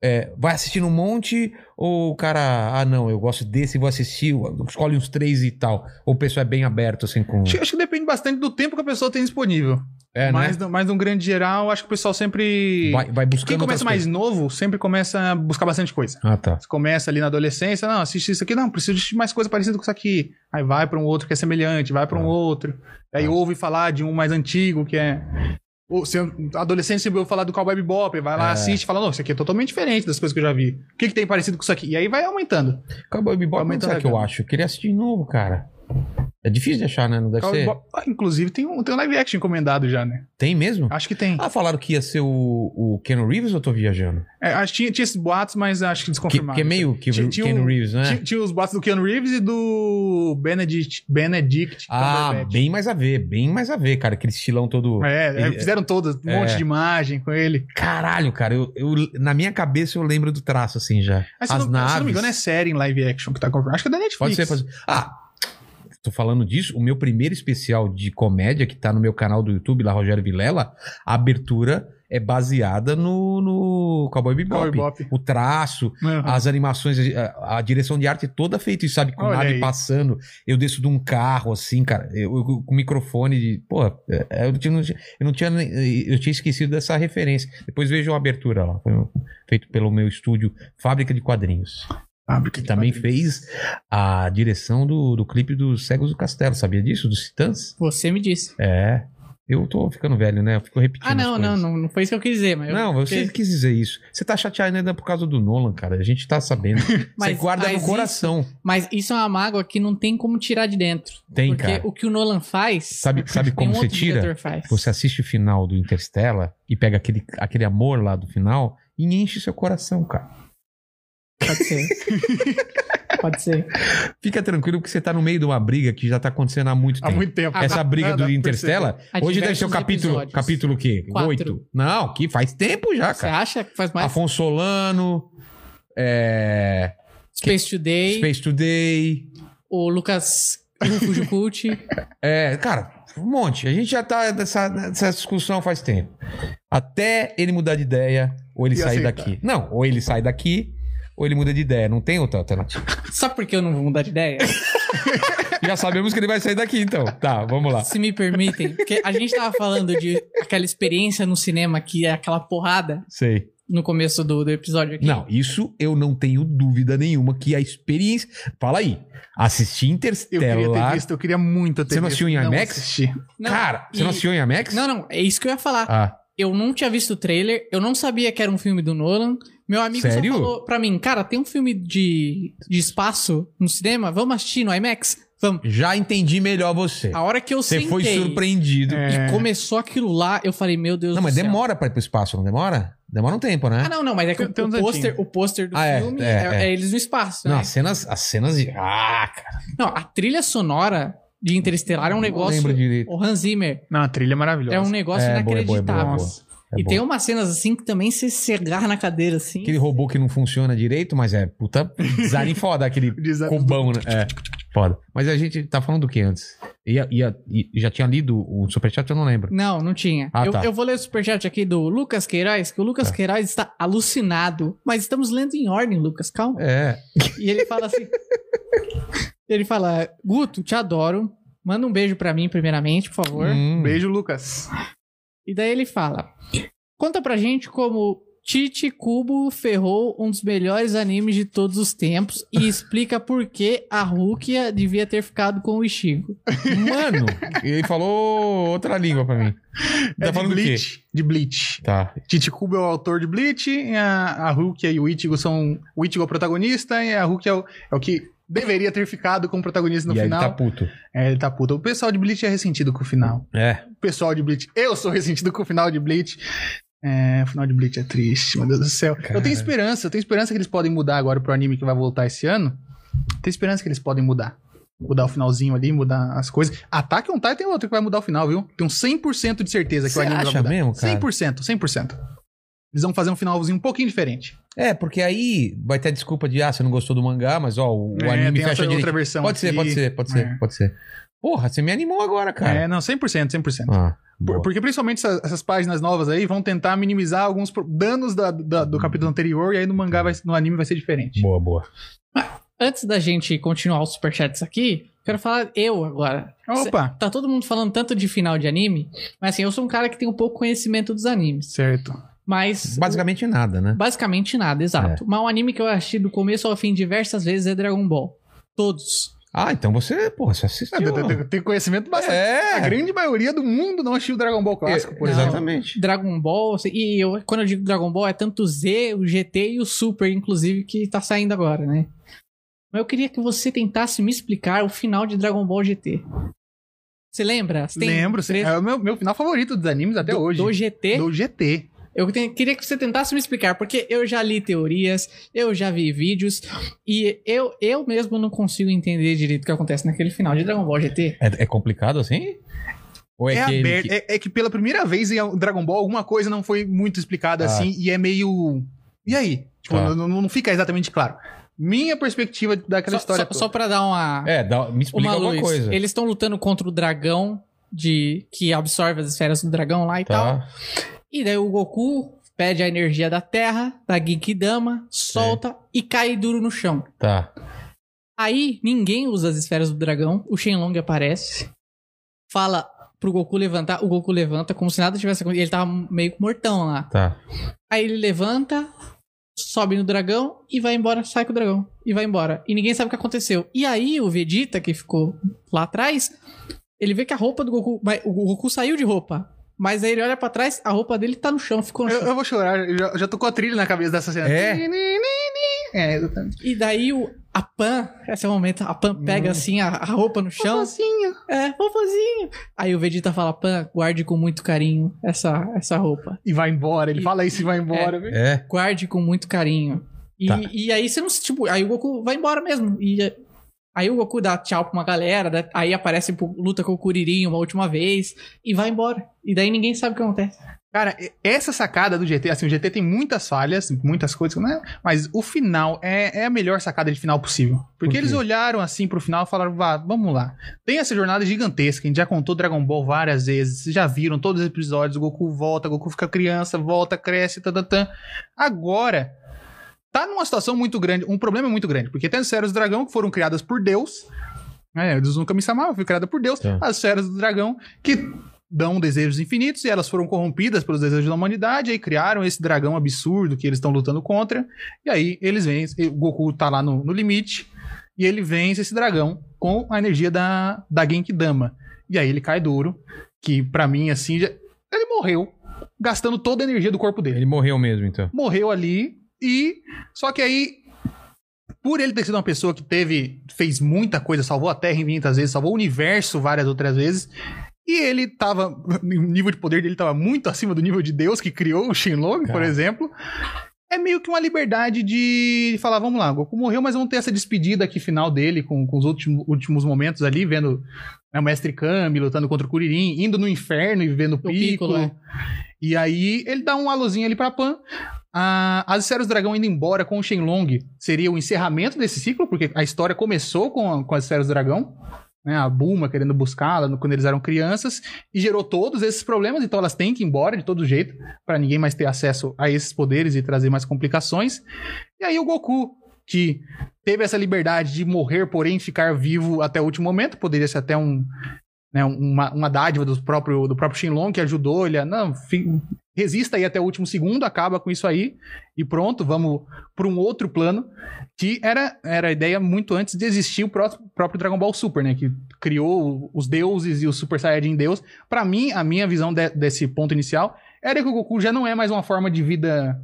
[SPEAKER 1] é, vai assistindo um monte, ou o cara, ah, não, eu gosto desse, vou assistir, escolhe uns três e tal. Ou o pessoal é bem aberto, assim, com.
[SPEAKER 2] Acho, acho que depende bastante do tempo que a pessoa tem disponível.
[SPEAKER 1] É, né?
[SPEAKER 2] mas, no- mas num grande geral, acho que o pessoal sempre.
[SPEAKER 1] Vai, vai buscando.
[SPEAKER 2] Quem começa
[SPEAKER 1] outras
[SPEAKER 2] mais novo sempre começa a buscar bastante coisa.
[SPEAKER 1] coisas. Ah, tá.
[SPEAKER 2] Você começa ali na adolescência, não, assiste isso aqui, não, preciso de mais coisa parecida com isso aqui. Aí vai pra um outro que é semelhante, vai pra um
[SPEAKER 1] Ah.
[SPEAKER 2] outro. Aí
[SPEAKER 1] Ah.
[SPEAKER 2] ouve falar de um mais antigo que é. Ou se adolescente você ouviu falar do Cowboy Bebop, vai lá,
[SPEAKER 1] É.
[SPEAKER 2] assiste e fala, não, isso aqui é totalmente diferente das coisas que eu já vi. O que, que tem parecido com isso aqui? E aí vai aumentando.
[SPEAKER 1] Cowboy Bebop,
[SPEAKER 2] Aumentando
[SPEAKER 1] onde será
[SPEAKER 2] a
[SPEAKER 1] que eu
[SPEAKER 2] grana.
[SPEAKER 1] acho? Eu queria assistir de novo, cara. É difícil de achar, né? Não deve
[SPEAKER 2] Cowboy
[SPEAKER 1] ser.
[SPEAKER 2] Bebop- Ah, inclusive tem um, tem um live action encomendado já, né?
[SPEAKER 1] Tem mesmo?
[SPEAKER 2] Acho que tem.
[SPEAKER 1] Ah, falaram que ia ser o, o Ken Reeves ou eu tô viajando?
[SPEAKER 2] É, acho que tinha, tinha esses boatos, mas acho que
[SPEAKER 1] Que,
[SPEAKER 2] desconfirmaram.
[SPEAKER 1] que é meio que
[SPEAKER 2] né? Tinha-
[SPEAKER 1] o
[SPEAKER 2] tinha
[SPEAKER 1] Ken
[SPEAKER 2] um-
[SPEAKER 1] Reeves, né?
[SPEAKER 2] Tinha, tinha os boatos do Keanu Reeves e do Benedict. Benedict
[SPEAKER 1] Ah,
[SPEAKER 2] Cumberbatch.
[SPEAKER 1] bem mais a ver, bem mais a ver, cara. Aquele estilão todo.
[SPEAKER 2] É, é,
[SPEAKER 1] Ele-
[SPEAKER 2] fizeram todas, um
[SPEAKER 1] é.
[SPEAKER 2] monte de imagem com ele.
[SPEAKER 1] Caralho, cara, eu, eu- na minha cabeça eu lembro do traço, assim, já.
[SPEAKER 2] Mas se,
[SPEAKER 1] As
[SPEAKER 2] não,
[SPEAKER 1] naves.
[SPEAKER 2] se não me engano, é série em live action que tá confirmado. Acho que é da Netflix.
[SPEAKER 1] Pode ser, pode ser. Ah, tô falando disso. O meu primeiro especial de comédia, que tá no meu canal do YouTube, lá, Rogério Vilela, a abertura é baseada no, no Cowboy Bebop. Ah,
[SPEAKER 2] Cowboy Bebop.
[SPEAKER 1] O traço,
[SPEAKER 2] Uhum.
[SPEAKER 3] Ah.
[SPEAKER 1] As animações, a, a direção de arte é toda feita, e sabe, com
[SPEAKER 2] Olha
[SPEAKER 1] nave
[SPEAKER 2] aí.
[SPEAKER 1] passando. Eu desço de um carro, assim, cara, eu, eu- com microfone de. Pô, é, eu, tinha- não tinha- eu não tinha. nem- Eu tinha esquecido dessa referência. Depois vejo a abertura lá. Foi um, feito pelo meu estúdio Fábrica de Quadrinhos.
[SPEAKER 2] Fábrica
[SPEAKER 1] Que
[SPEAKER 2] de
[SPEAKER 1] também
[SPEAKER 2] quadrinhos.
[SPEAKER 1] fez a direção do, do clipe dos Cegos do Castelo, sabia disso? Dos Titãs?
[SPEAKER 3] Você me disse.
[SPEAKER 1] É. Eu tô ficando velho, né? Eu fico repetindo.
[SPEAKER 3] Ah,
[SPEAKER 1] as
[SPEAKER 3] não,
[SPEAKER 1] coisas.
[SPEAKER 3] não, não, não foi isso que eu quis dizer, mas eu-
[SPEAKER 1] Não, você
[SPEAKER 3] porque-
[SPEAKER 1] quis dizer isso. Você tá chateado ainda por causa do Nolan, cara. A gente tá sabendo. você
[SPEAKER 3] Mas-
[SPEAKER 1] guarda
[SPEAKER 3] mas
[SPEAKER 1] no
[SPEAKER 3] isso-
[SPEAKER 1] coração.
[SPEAKER 3] mas isso é uma mágoa que não tem como tirar de dentro.
[SPEAKER 1] Tem,
[SPEAKER 3] porque
[SPEAKER 1] cara.
[SPEAKER 3] o que o Nolan faz,
[SPEAKER 1] Sabe, sabe como
[SPEAKER 3] nenhum
[SPEAKER 1] você
[SPEAKER 3] outro
[SPEAKER 1] tira?
[SPEAKER 3] diretor faz.
[SPEAKER 1] Você assiste o final do Interstellar e pega aquele, aquele amor lá do final e enche seu coração, cara.
[SPEAKER 3] Pode ser. Pode ser.
[SPEAKER 1] Fica tranquilo que você tá no meio de uma briga que já tá acontecendo há muito
[SPEAKER 2] Há
[SPEAKER 1] tempo.
[SPEAKER 2] muito tempo.
[SPEAKER 1] Essa briga
[SPEAKER 2] Dá-
[SPEAKER 1] do
[SPEAKER 2] dá pra
[SPEAKER 1] Interstellar,
[SPEAKER 3] Ah, Há
[SPEAKER 1] hoje deve ser o
[SPEAKER 3] diversos
[SPEAKER 1] capítulo,
[SPEAKER 3] episódios.
[SPEAKER 1] capítulo o quê?
[SPEAKER 3] Quatro.
[SPEAKER 1] Oito? Não, que faz tempo já,
[SPEAKER 3] Você
[SPEAKER 1] cara.
[SPEAKER 3] acha que faz mais?
[SPEAKER 1] Afonso Solano, é,
[SPEAKER 3] Space Today,
[SPEAKER 1] Space Today,
[SPEAKER 3] o Lucas Fujucult.
[SPEAKER 1] É, cara, um monte. A gente já tá nessa, nessa discussão faz tempo. Até ele mudar de ideia, ou ele
[SPEAKER 2] E
[SPEAKER 1] sair
[SPEAKER 2] aceitar.
[SPEAKER 1] daqui. Não, ou ele sai daqui, ou ele muda de ideia. Não tem outra alternativa.
[SPEAKER 3] Sabe por que eu não vou mudar de ideia?
[SPEAKER 1] já sabemos que ele vai sair daqui, então. Tá, vamos lá.
[SPEAKER 3] Se me permitem. Porque a gente tava falando de aquela experiência no cinema que é aquela porrada
[SPEAKER 1] Sei.
[SPEAKER 3] no começo do, do episódio aqui.
[SPEAKER 1] Não, isso eu não tenho dúvida nenhuma que a experiência. Fala aí. Assistir
[SPEAKER 2] Eu queria ter
[SPEAKER 1] Interstellar.
[SPEAKER 2] visto, eu queria muito ter
[SPEAKER 1] Você não
[SPEAKER 2] visto.
[SPEAKER 1] assistiu em IMAX?
[SPEAKER 2] assisti.
[SPEAKER 3] Não,
[SPEAKER 1] Cara, você
[SPEAKER 3] e-
[SPEAKER 1] não assistiu em Amex?
[SPEAKER 3] Não, não, é isso que eu ia falar.
[SPEAKER 1] Ah,
[SPEAKER 3] Eu não tinha visto o trailer, eu não sabia que era um filme do Nolan. Meu amigo
[SPEAKER 1] Sério?
[SPEAKER 3] só falou pra mim, cara, tem um filme de, de espaço no cinema? Vamos assistir no IMAX? Vamos.
[SPEAKER 1] Já entendi melhor você.
[SPEAKER 3] A hora que eu
[SPEAKER 1] Você
[SPEAKER 3] Ah, sentei
[SPEAKER 1] foi surpreendido.
[SPEAKER 2] É.
[SPEAKER 3] e começou aquilo lá, eu falei, meu Deus
[SPEAKER 1] Não,
[SPEAKER 3] do
[SPEAKER 1] mas
[SPEAKER 3] céu.
[SPEAKER 1] demora pra ir pro espaço, não demora? Demora um tempo, né?
[SPEAKER 3] Ah, não, não, mas é que
[SPEAKER 2] Tem- tem
[SPEAKER 3] o,
[SPEAKER 2] um tantinho.
[SPEAKER 3] pôster, o pôster do
[SPEAKER 1] Ah, é,
[SPEAKER 3] filme é,
[SPEAKER 1] é, é.
[SPEAKER 3] é eles no espaço,
[SPEAKER 1] Não,
[SPEAKER 3] né?
[SPEAKER 1] as cenas, as cenas de. Ah, cara.
[SPEAKER 3] Não, a trilha sonora de Interestelar é um
[SPEAKER 1] Não
[SPEAKER 3] negócio...
[SPEAKER 1] lembro direito.
[SPEAKER 3] O Hans Zimmer
[SPEAKER 2] Não, a trilha é maravilhosa.
[SPEAKER 3] é um negócio
[SPEAKER 1] É, boa, é boa, é
[SPEAKER 3] inacreditável.
[SPEAKER 1] boa, é boa. É
[SPEAKER 3] e
[SPEAKER 1] bom.
[SPEAKER 3] tem umas cenas assim que também você se agarra na cadeira,
[SPEAKER 2] um
[SPEAKER 3] assim.
[SPEAKER 1] Aquele robô que não funciona direito, mas é puta design foda, aquele
[SPEAKER 2] Design-
[SPEAKER 1] cubão, né? É, foda. Mas a gente tá falando do que antes? Ia, ia, e já tinha lido o Superchat, eu não lembro.
[SPEAKER 3] Não, não tinha.
[SPEAKER 1] Ah,
[SPEAKER 3] eu,
[SPEAKER 1] tá.
[SPEAKER 3] eu vou ler o superchat aqui do Lucas Queiroz, que o Lucas Queiroz está alucinado. Mas estamos lendo em ordem, Lucas, calma.
[SPEAKER 1] É.
[SPEAKER 3] E ele fala assim... ele fala, Guto, te adoro. Manda um beijo pra mim, primeiramente, por favor.
[SPEAKER 1] Hum.
[SPEAKER 2] Beijo, Lucas.
[SPEAKER 3] E daí ele fala: Conta pra gente como Tite Kubo ferrou um dos melhores animes de todos os tempos e explica por que a Rukia devia ter ficado com o Ichigo.
[SPEAKER 1] Mano, ele falou outra língua pra mim. Tá
[SPEAKER 2] É de
[SPEAKER 1] falando do quê?
[SPEAKER 2] Bleach. De Bleach.
[SPEAKER 1] Tá.
[SPEAKER 2] Tite Kubo é o autor de Bleach, e a, a Rukia e o Ichigo são... O Ichigo é o protagonista, e a Rukia é o, é o que deveria ter ficado como protagonista no
[SPEAKER 1] e aí
[SPEAKER 2] final.
[SPEAKER 1] ele tá puto.
[SPEAKER 2] É, ele tá puto. O pessoal de Bleach é ressentido com o final.
[SPEAKER 1] É.
[SPEAKER 2] O pessoal de Bleach... Eu sou ressentido com o final de Bleach. É, o final de Bleach é triste, meu Deus do céu.
[SPEAKER 1] Cara.
[SPEAKER 2] Eu tenho esperança, eu tenho esperança que eles podem mudar agora pro anime que vai voltar esse ano. Tenho esperança que eles podem mudar. Mudar o finalzinho ali, mudar as coisas. Ataque on Titan é outro que vai mudar o final, viu? Tenho 100% de certeza que
[SPEAKER 1] Você
[SPEAKER 2] o anime
[SPEAKER 1] acha
[SPEAKER 2] vai mudar.
[SPEAKER 1] mesmo, cara?
[SPEAKER 2] 100%, 100%. Eles vão fazer um finalzinho um pouquinho diferente.
[SPEAKER 1] É, porque aí vai ter desculpa de, ah, você não gostou do mangá, mas ó, o, o
[SPEAKER 2] É,
[SPEAKER 1] anime
[SPEAKER 2] tem
[SPEAKER 1] fecha
[SPEAKER 2] outra, outra
[SPEAKER 1] direito.
[SPEAKER 2] versão.
[SPEAKER 1] Pode ser,
[SPEAKER 2] aqui.
[SPEAKER 1] pode ser, pode ser,
[SPEAKER 2] É.
[SPEAKER 1] pode ser. Porra, você me animou agora, cara.
[SPEAKER 2] É, não, 100%, 100%.
[SPEAKER 1] Ah,
[SPEAKER 2] Por-
[SPEAKER 1] boa.
[SPEAKER 2] porque principalmente essa- essas, páginas novas aí vão tentar minimizar alguns pro- danos da- da-
[SPEAKER 3] Hum.
[SPEAKER 2] do capítulo anterior e aí no mangá, vai, no anime vai ser diferente.
[SPEAKER 1] Boa, boa.
[SPEAKER 3] Antes da gente continuar os superchats aqui, quero falar eu agora.
[SPEAKER 2] Opa!
[SPEAKER 3] Tá todo mundo falando tanto de final de anime, mas assim, eu sou um cara que tem um pouco conhecimento dos animes.
[SPEAKER 2] Certo.
[SPEAKER 3] Mas.
[SPEAKER 1] Basicamente nada, né?
[SPEAKER 3] Basicamente nada, exato. Mas um anime que eu assisti do começo ao fim diversas vezes é Dragon Ball. Todos.
[SPEAKER 1] Ah, então você, porra, você
[SPEAKER 2] Ah,
[SPEAKER 1] assistiu.
[SPEAKER 2] tem- tem- Tem conhecimento bastante.
[SPEAKER 1] É,
[SPEAKER 2] A grande maioria do mundo não assistiu Dragon Ball clássico, por
[SPEAKER 3] É, Não.
[SPEAKER 2] exemplo.
[SPEAKER 1] Exatamente.
[SPEAKER 3] Dragon Ball, assim, e eu, quando eu digo Dragon Ball, é tanto o Z, o GT e o Super, inclusive, que tá saindo agora, né? Mas eu queria que você tentasse me explicar o final de Dragon Ball GT. Você lembra? Você tem
[SPEAKER 2] Lembro, sim.
[SPEAKER 3] três-
[SPEAKER 2] é o meu, meu final favorito dos animes até
[SPEAKER 3] do,
[SPEAKER 2] hoje.
[SPEAKER 3] do GT.
[SPEAKER 2] Do GT.
[SPEAKER 3] Eu te- queria que você tentasse me explicar, porque eu já li teorias, eu já vi vídeos, e eu, eu mesmo não consigo entender direito o que acontece naquele final de Dragon Ball GT.
[SPEAKER 1] É, é complicado assim? Ou é,
[SPEAKER 2] É,
[SPEAKER 1] que ele
[SPEAKER 2] aberto.
[SPEAKER 1] que-
[SPEAKER 2] É, é que pela primeira vez em Dragon Ball, alguma coisa não foi muito explicada
[SPEAKER 1] Ah.
[SPEAKER 2] assim e é meio. E aí? Tipo,
[SPEAKER 1] Tá.
[SPEAKER 2] não, não fica exatamente claro. Minha perspectiva daquela
[SPEAKER 3] só,
[SPEAKER 2] história.
[SPEAKER 3] só, só pra dar uma,
[SPEAKER 1] É, dá- me explica
[SPEAKER 3] uma
[SPEAKER 1] alguma
[SPEAKER 3] luz.
[SPEAKER 1] coisa.
[SPEAKER 3] Eles estão lutando contra o dragão de que absorve as esferas do dragão
[SPEAKER 2] é
[SPEAKER 3] lá e tal.
[SPEAKER 1] Tá.
[SPEAKER 3] E daí o Goku pede a energia da Terra, da Genkidama, solta e cai duro no chão.
[SPEAKER 1] Tá.
[SPEAKER 3] Aí ninguém usa as esferas do dragão, o Shenlong aparece, fala pro Goku levantar, o Goku levanta como se nada tivesse acontecido, ele tava meio mortão lá.
[SPEAKER 1] Tá.
[SPEAKER 3] Aí ele levanta, sobe no dragão e vai embora, sai com o dragão e vai embora. E ninguém sabe o que aconteceu. E aí o Vegeta, que ficou lá atrás, ele vê que a roupa do Goku. mas O Goku saiu de roupa. Mas aí ele olha pra trás, a roupa dele tá no chão, ficou no
[SPEAKER 2] Eu,
[SPEAKER 3] chão.
[SPEAKER 2] eu vou chorar, eu já, eu já tô com a trilha na cabeça dessa cena.
[SPEAKER 1] É?
[SPEAKER 2] É, exatamente.
[SPEAKER 3] E daí o, a Pan, esse é o momento, a Pan pega assim a, a roupa no chão.
[SPEAKER 2] Fofinho.
[SPEAKER 3] É, fofozinho. Aí o Vegeta fala, Pan, guarde com muito carinho essa, essa roupa.
[SPEAKER 2] E vai embora, ele fala isso e vai embora. velho.
[SPEAKER 1] É.
[SPEAKER 3] Guarde com muito carinho. E,
[SPEAKER 1] Tá.
[SPEAKER 3] e aí você não se- tipo, aí o Goku vai embora mesmo. E aí o Goku dá tchau pra uma galera, dá- aí aparece, pro- luta com o Kuririn uma última vez e vai embora. E daí ninguém sabe o que acontece.
[SPEAKER 2] Cara, e- essa sacada do GT, assim, o GT tem muitas falhas, muitas coisas, né? mas o final é, é a melhor sacada de final possível. Porque
[SPEAKER 1] quê?
[SPEAKER 2] eles olharam assim pro final e falaram, vá, vamos lá. Tem essa jornada gigantesca, a gente já contou Dragon Ball várias vezes, vocês já viram todos os episódios, o Goku volta, o Goku fica criança, volta, cresce, tatatã. Agora, tá numa situação muito grande, um problema muito grande, porque tem as esferas do dragão que foram criadas por Deus, né? Deus nunca me chamava, foi criada por Deus,
[SPEAKER 1] Tá.
[SPEAKER 2] as esferas do dragão que dão desejos infinitos e elas foram corrompidas pelos desejos da humanidade, aí criaram esse dragão absurdo que eles estão lutando contra, e aí eles vencem, e o Goku tá lá no, no limite, e ele vence esse dragão com a energia da, da Genkidama, e aí ele cai duro, que pra mim, assim, já- ele morreu, gastando toda a energia do corpo dele
[SPEAKER 1] Ele morreu mesmo, então.
[SPEAKER 2] morreu ali e só que aí por ele ter sido uma pessoa que teve, fez muita coisa, salvou a Terra infinitas vezes, salvou o universo várias outras vezes, e ele tava, o nível de poder dele tava muito acima do nível de Deus que criou o Shenlong, por
[SPEAKER 1] Cara.
[SPEAKER 2] exemplo. É meio que uma liberdade de falar, vamos lá, o Goku morreu, mas vamos ter essa despedida aqui final dele, com, com os últimos, últimos momentos ali, vendo né, o Mestre Kami lutando contra o Kuririn, indo no inferno e vendo o
[SPEAKER 3] Piccolo,
[SPEAKER 2] Piccolo.
[SPEAKER 3] é.
[SPEAKER 2] E aí ele dá um alôzinho ali pra Pan. A, as Esferas do Dragão indo embora com o Shenlong seria o encerramento desse ciclo, porque a história começou com, a- com as Esferas do Dragão. Né, a Bulma querendo buscá-la no- quando eles eram crianças e gerou todos esses problemas, então elas têm que ir embora de todo jeito pra ninguém mais ter acesso a esses poderes e trazer mais complicações. E aí o Goku, que teve essa liberdade de morrer, porém ficar vivo até o último momento, poderia ser até um, né, uma, uma dádiva do próprio, do próprio Shenlong que ajudou ele a, não, fi- resista aí até o último segundo, acaba com isso aí e pronto, vamos para um outro plano, que era, era a ideia muito antes de existir o pró- próprio Dragon Ball Super, né, que criou os deuses e o Super Saiyajin Deus. Pra mim, a minha visão de- desse ponto inicial era que o Goku já não é mais uma forma de vida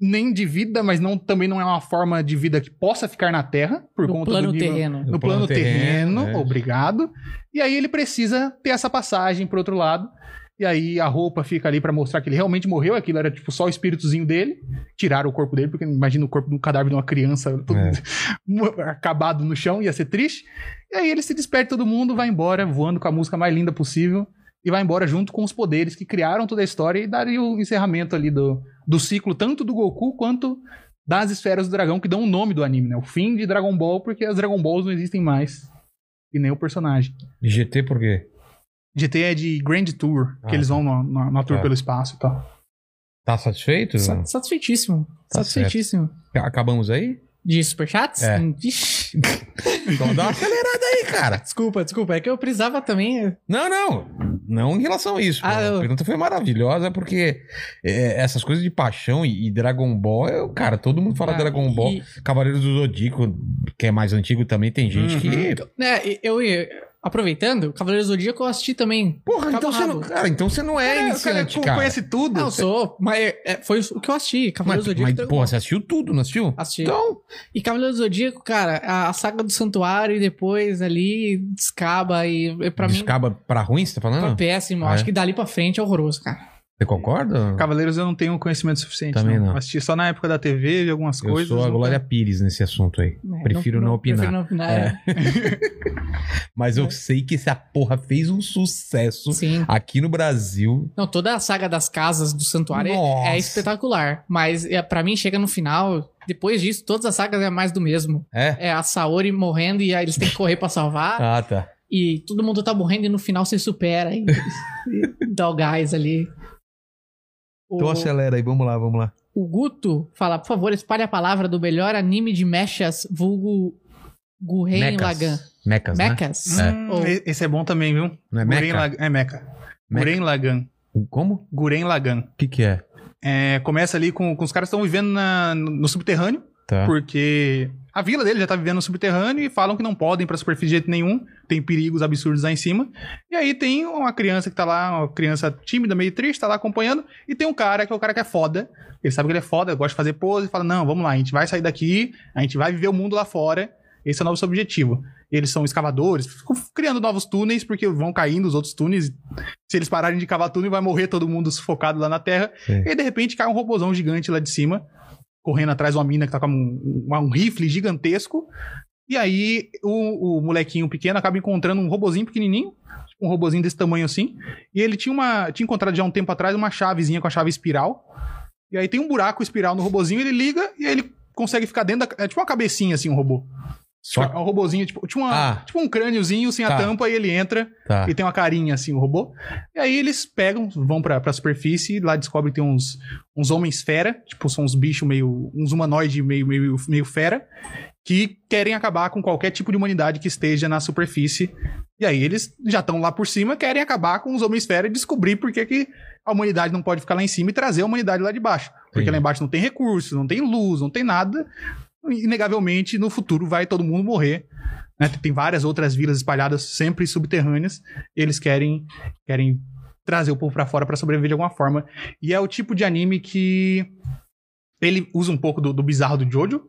[SPEAKER 2] nem de vida, mas não também não é uma forma de vida que possa ficar na Terra por
[SPEAKER 3] no
[SPEAKER 2] conta
[SPEAKER 3] plano
[SPEAKER 2] do nível-
[SPEAKER 3] terreno.
[SPEAKER 2] no plano, terreno,
[SPEAKER 1] é.
[SPEAKER 2] obrigado. E aí ele precisa ter essa passagem pro outro lado. E aí a roupa fica ali pra mostrar que ele realmente morreu, aquilo era tipo só o espíritozinho dele, tiraram o corpo dele, porque imagina o corpo de um cadáver de uma criança todo
[SPEAKER 1] É.
[SPEAKER 2] mo- acabado no chão, ia ser triste. E aí ele se despede todo mundo, vai embora voando com a música mais linda possível e vai embora junto com os poderes que criaram toda a história e daria o encerramento ali do, do ciclo tanto do Goku quanto das esferas do dragão que dão o nome do anime, né? O fim de Dragon Ball, porque as Dragon Balls não existem mais. E nem o personagem.
[SPEAKER 1] GT por quê?
[SPEAKER 2] GT é de Grand Tour, que
[SPEAKER 1] Ah,
[SPEAKER 2] eles
[SPEAKER 1] tá.
[SPEAKER 2] vão na, na- na tour
[SPEAKER 1] Tá.
[SPEAKER 2] pelo espaço e tal.
[SPEAKER 1] Tá satisfeito?
[SPEAKER 3] Sa- Satisfeitíssimo.
[SPEAKER 1] Tá
[SPEAKER 3] satisfeitíssimo.
[SPEAKER 1] Acabamos aí?
[SPEAKER 3] De superchats?
[SPEAKER 1] É.
[SPEAKER 3] Hum, Ixi.
[SPEAKER 1] Então dá uma acelerada aí, cara.
[SPEAKER 3] Desculpa, desculpa. É que eu precisava também. né,
[SPEAKER 1] Não, não. Não em relação a isso. pô.
[SPEAKER 3] Ah, eu-
[SPEAKER 1] A pergunta foi maravilhosa, porque é, essas coisas de paixão e, e Dragon Ball, eu, cara, todo mundo fala
[SPEAKER 3] Ah,
[SPEAKER 1] Dragon Ball.
[SPEAKER 3] e-
[SPEAKER 1] Cavaleiros do Zodíaco, que é mais antigo também, tem gente
[SPEAKER 2] Uhum.
[SPEAKER 1] que.
[SPEAKER 3] né, e- eu ia. Aproveitando, Cavaleiros do Zodíaco eu assisti também.
[SPEAKER 1] Porra,
[SPEAKER 3] Cabo
[SPEAKER 1] então você, não,
[SPEAKER 3] rabo.
[SPEAKER 1] cara, então você não é iniciante, cara.
[SPEAKER 2] conhece tudo.
[SPEAKER 3] Não, Ah, sou. Mas é, foi o que eu assisti. Cavaleiros
[SPEAKER 1] Mas,
[SPEAKER 3] do Zodíaco.
[SPEAKER 1] mas
[SPEAKER 3] Dragon
[SPEAKER 1] porra,
[SPEAKER 3] Ball.
[SPEAKER 1] você assistiu tudo, não assistiu?
[SPEAKER 3] Assisti.
[SPEAKER 1] Então,
[SPEAKER 3] E Cavaleiros do Zodíaco, cara, a, a saga do santuário e depois ali descaba e e pra mim
[SPEAKER 1] descaba pra ruim, você tá
[SPEAKER 3] foi
[SPEAKER 1] falando?
[SPEAKER 3] péssimo.
[SPEAKER 1] Ah,
[SPEAKER 3] Acho
[SPEAKER 1] é?
[SPEAKER 3] que dali pra frente é horroroso, cara.
[SPEAKER 1] Você concorda?
[SPEAKER 2] Cavaleiros eu não tenho conhecimento suficiente.
[SPEAKER 1] Também não.
[SPEAKER 2] Assisti só na época da TV, vi algumas
[SPEAKER 1] Eu
[SPEAKER 2] coisas.
[SPEAKER 1] sou a
[SPEAKER 2] nunca-
[SPEAKER 1] Glória
[SPEAKER 3] tá?
[SPEAKER 1] Pires nesse assunto aí.
[SPEAKER 3] É,
[SPEAKER 1] Prefiro não opinar.
[SPEAKER 3] Prefiro não opinar. é.
[SPEAKER 1] Mas
[SPEAKER 3] Né?
[SPEAKER 1] eu sei que essa porra fez um sucesso
[SPEAKER 3] Sim.
[SPEAKER 1] aqui no Brasil.
[SPEAKER 3] Não, toda a saga das casas do santuário é-
[SPEAKER 1] Nossa.
[SPEAKER 3] é espetacular. Mas é, para mim chega no final. Depois disso, todas as sagas é mais do mesmo.
[SPEAKER 1] É?
[SPEAKER 3] É a Saori morrendo e aí eles têm que correr pra salvar.
[SPEAKER 1] Ah, tá.
[SPEAKER 3] E todo mundo tá morrendo e no final você supera e, e dá o gás ali. O-
[SPEAKER 1] Então acelera aí, vamos lá, vamos lá.
[SPEAKER 3] O Guto fala, por favor, espalhe a palavra do melhor anime de mechas, vulgo Gurren Lagan.
[SPEAKER 1] Mecas, né?
[SPEAKER 3] Mechas?
[SPEAKER 2] Hum,
[SPEAKER 3] Ou-
[SPEAKER 2] e- Esse é bom também, viu?
[SPEAKER 1] Não é
[SPEAKER 2] Guren
[SPEAKER 1] meca?
[SPEAKER 2] Lag- É Mecha.
[SPEAKER 1] Mecha.
[SPEAKER 2] Guren Lagan.
[SPEAKER 1] Como?
[SPEAKER 2] Guren Lagan.
[SPEAKER 1] O que que é?
[SPEAKER 2] É, começa ali com, com os caras que estão vivendo na- no subterrâneo.
[SPEAKER 1] Tá.
[SPEAKER 2] Porque a vila dele já tá vivendo no subterrâneo e falam que não podem ir pra superfície de jeito nenhum, tem perigos absurdos lá em cima. E aí tem uma criança que tá lá, uma criança tímida, meio triste, tá lá acompanhando, e tem um cara que é o cara que é foda. Ele sabe que ele é foda, gosta de fazer pose, e fala: "Não, vamos lá, a gente vai sair daqui, a gente vai viver o mundo lá fora. Esse é o nosso objetivo." Eles são escavadores, ficam criando novos túneis porque vão caindo os outros túneis. Se eles pararem de cavar túnel, vai morrer todo mundo sufocado lá na terra.
[SPEAKER 1] Sim.
[SPEAKER 2] E aí, de repente cai um robozão gigante lá de cima correndo atrás de uma mina que tá com um, um- um rifle gigantesco. E aí o, o molequinho pequeno acaba encontrando um robozinho pequenininho, um robozinho desse tamanho assim. E ele tinha uma tinha encontrado já um tempo atrás uma chavezinha com a chave espiral. E aí tem um buraco espiral no robozinho, ele liga e aí ele consegue ficar dentro da, é tipo uma cabecinha assim, um robô.
[SPEAKER 1] Só
[SPEAKER 2] É um robozinho tipo, tinha uma-
[SPEAKER 1] Ah.
[SPEAKER 2] tipo um crâniozinho sem
[SPEAKER 1] Tá.
[SPEAKER 2] a tampa e ele entra
[SPEAKER 1] tá.
[SPEAKER 2] e tem uma carinha assim, o robô. E aí eles pegam, vão pra, pra superfície, lá descobrem que tem uns, uns homens fera, tipo, são uns bichos meio. uns humanoides meio, meio, meio fera, que querem acabar com qualquer tipo de humanidade que esteja na superfície. E aí eles já estão lá por cima, querem acabar com os homens fera e descobrir por que que a humanidade não pode ficar lá em cima e trazer a humanidade lá de baixo. Porque
[SPEAKER 1] Sim.
[SPEAKER 2] lá embaixo não tem recurso, não tem luz, não tem nada. Inegavelmente, no futuro vai todo mundo morrer. né? Tem várias outras vilas espalhadas, sempre subterrâneas eles querem querem trazer o povo pra fora pra sobreviver de alguma forma. E é o tipo de anime que ele usa um pouco do, do bizarro do Jojo,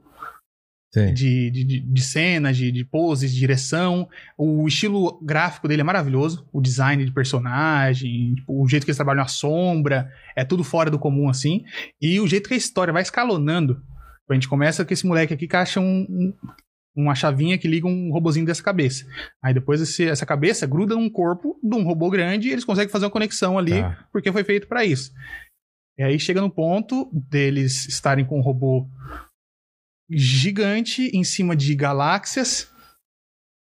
[SPEAKER 1] Sim.
[SPEAKER 2] de, de, de- de cenas, de, de poses, de direção. O estilo gráfico dele é maravilhoso. O design de personagem, tipo, o jeito que eles trabalham a sombra, é tudo fora do comum, assim. E o jeito que a história vai escalonando. A gente começa com esse moleque aqui que acha um- um- uma chavinha que liga um robozinho dessa cabeça. Aí depois esse- essa cabeça gruda num corpo de um robô grande e eles conseguem fazer uma conexão ali
[SPEAKER 1] Tá.
[SPEAKER 2] porque foi feito pra isso. E aí chega no ponto deles estarem com um robô gigante em cima de galáxias,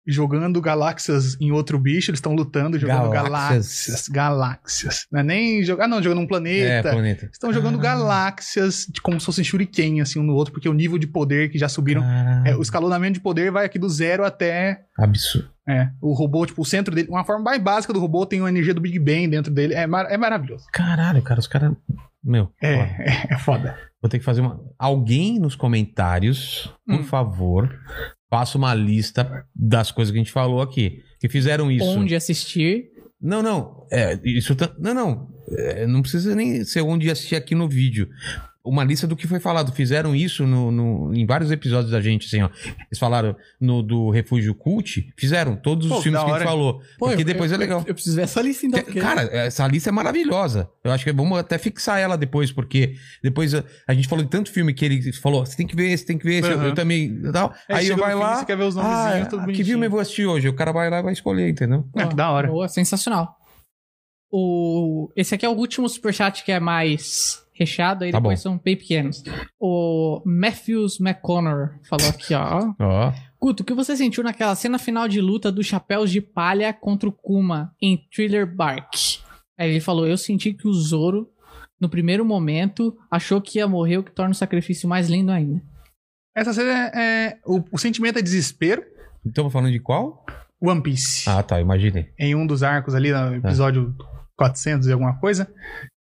[SPEAKER 2] jogando galáxias em outro bicho, eles estão lutando, jogando
[SPEAKER 1] Galáxias.
[SPEAKER 2] galáxias, galáxias. Não é nem jogar, ah, não, jogando um
[SPEAKER 1] É,
[SPEAKER 2] planeta.
[SPEAKER 1] planeta.
[SPEAKER 2] Estão jogando
[SPEAKER 1] Ah.
[SPEAKER 2] galáxias de, como se fossem shuriken, assim, um no outro, porque o nível de poder que já subiram,
[SPEAKER 1] Caralho.
[SPEAKER 2] é, o escalonamento de poder vai aqui do zero até
[SPEAKER 1] Absurdo.
[SPEAKER 2] é, o robô, tipo, o centro dele, uma forma mais básica do robô tem uma energia do Big Bang dentro dele. É, mar- é maravilhoso.
[SPEAKER 1] Caralho, cara, os caras. Meu,
[SPEAKER 2] É,
[SPEAKER 1] foda.
[SPEAKER 2] é, é foda.
[SPEAKER 1] vou ter que fazer uma. Alguém nos comentários, por
[SPEAKER 3] Hum.
[SPEAKER 1] favor, faça uma lista das coisas que a gente falou aqui. Que fizeram isso.
[SPEAKER 3] Onde assistir.
[SPEAKER 1] Não, não. É, isso tá- Não, não. É, não precisa nem ser onde assistir aqui no vídeo. Uma lista do que foi falado. Fizeram isso no, no- em vários episódios da gente, assim, ó. Eles falaram no do Refúgio Cult. Fizeram todos os
[SPEAKER 2] Pô,
[SPEAKER 1] filmes
[SPEAKER 2] da
[SPEAKER 1] que a gente
[SPEAKER 2] hora.
[SPEAKER 1] falou.
[SPEAKER 4] Pô,
[SPEAKER 1] porque
[SPEAKER 4] eu-
[SPEAKER 1] depois
[SPEAKER 4] eu-
[SPEAKER 1] é legal.
[SPEAKER 4] Eu, eu preciso ver essa lista então. porque-
[SPEAKER 1] Cara, essa lista é maravilhosa. Eu acho que vamos até fixar ela depois, porque depois a, a gente falou de tanto filme que ele falou: você tem que ver esse, tem que ver esse, eu-
[SPEAKER 2] Aham.
[SPEAKER 1] eu também. Tal.
[SPEAKER 2] É,
[SPEAKER 1] Aí
[SPEAKER 2] chega
[SPEAKER 1] vai
[SPEAKER 2] no fim,
[SPEAKER 1] lá.
[SPEAKER 2] Você quer ver os
[SPEAKER 1] ah,
[SPEAKER 2] nomezinhos, tudo
[SPEAKER 1] que
[SPEAKER 2] bonitinho.
[SPEAKER 1] filme eu vou assistir hoje? O cara vai lá e vai escolher, entendeu?
[SPEAKER 2] É, que da hora.
[SPEAKER 3] Boa, sensacional. O... Esse aqui é o último superchat que é mais recheado, aí
[SPEAKER 1] Tá
[SPEAKER 3] depois
[SPEAKER 1] bom.
[SPEAKER 3] são bem pequenos. O Matthews McConnor falou aqui, ó.
[SPEAKER 1] Ó.
[SPEAKER 3] Guto, o que você sentiu naquela cena final de luta dos chapéus de palha contra o Kuma em Thriller Bark? Aí ele falou: Eu senti que o Zoro, no primeiro momento, achou que ia morrer, o que torna o sacrifício mais lindo ainda.
[SPEAKER 2] Essa cena é. é- o, o sentimento é desespero.
[SPEAKER 1] Então, falando de qual?
[SPEAKER 2] One Piece.
[SPEAKER 1] Ah, tá, imaginei.
[SPEAKER 2] Em um dos arcos ali, no episódio 400 e alguma coisa.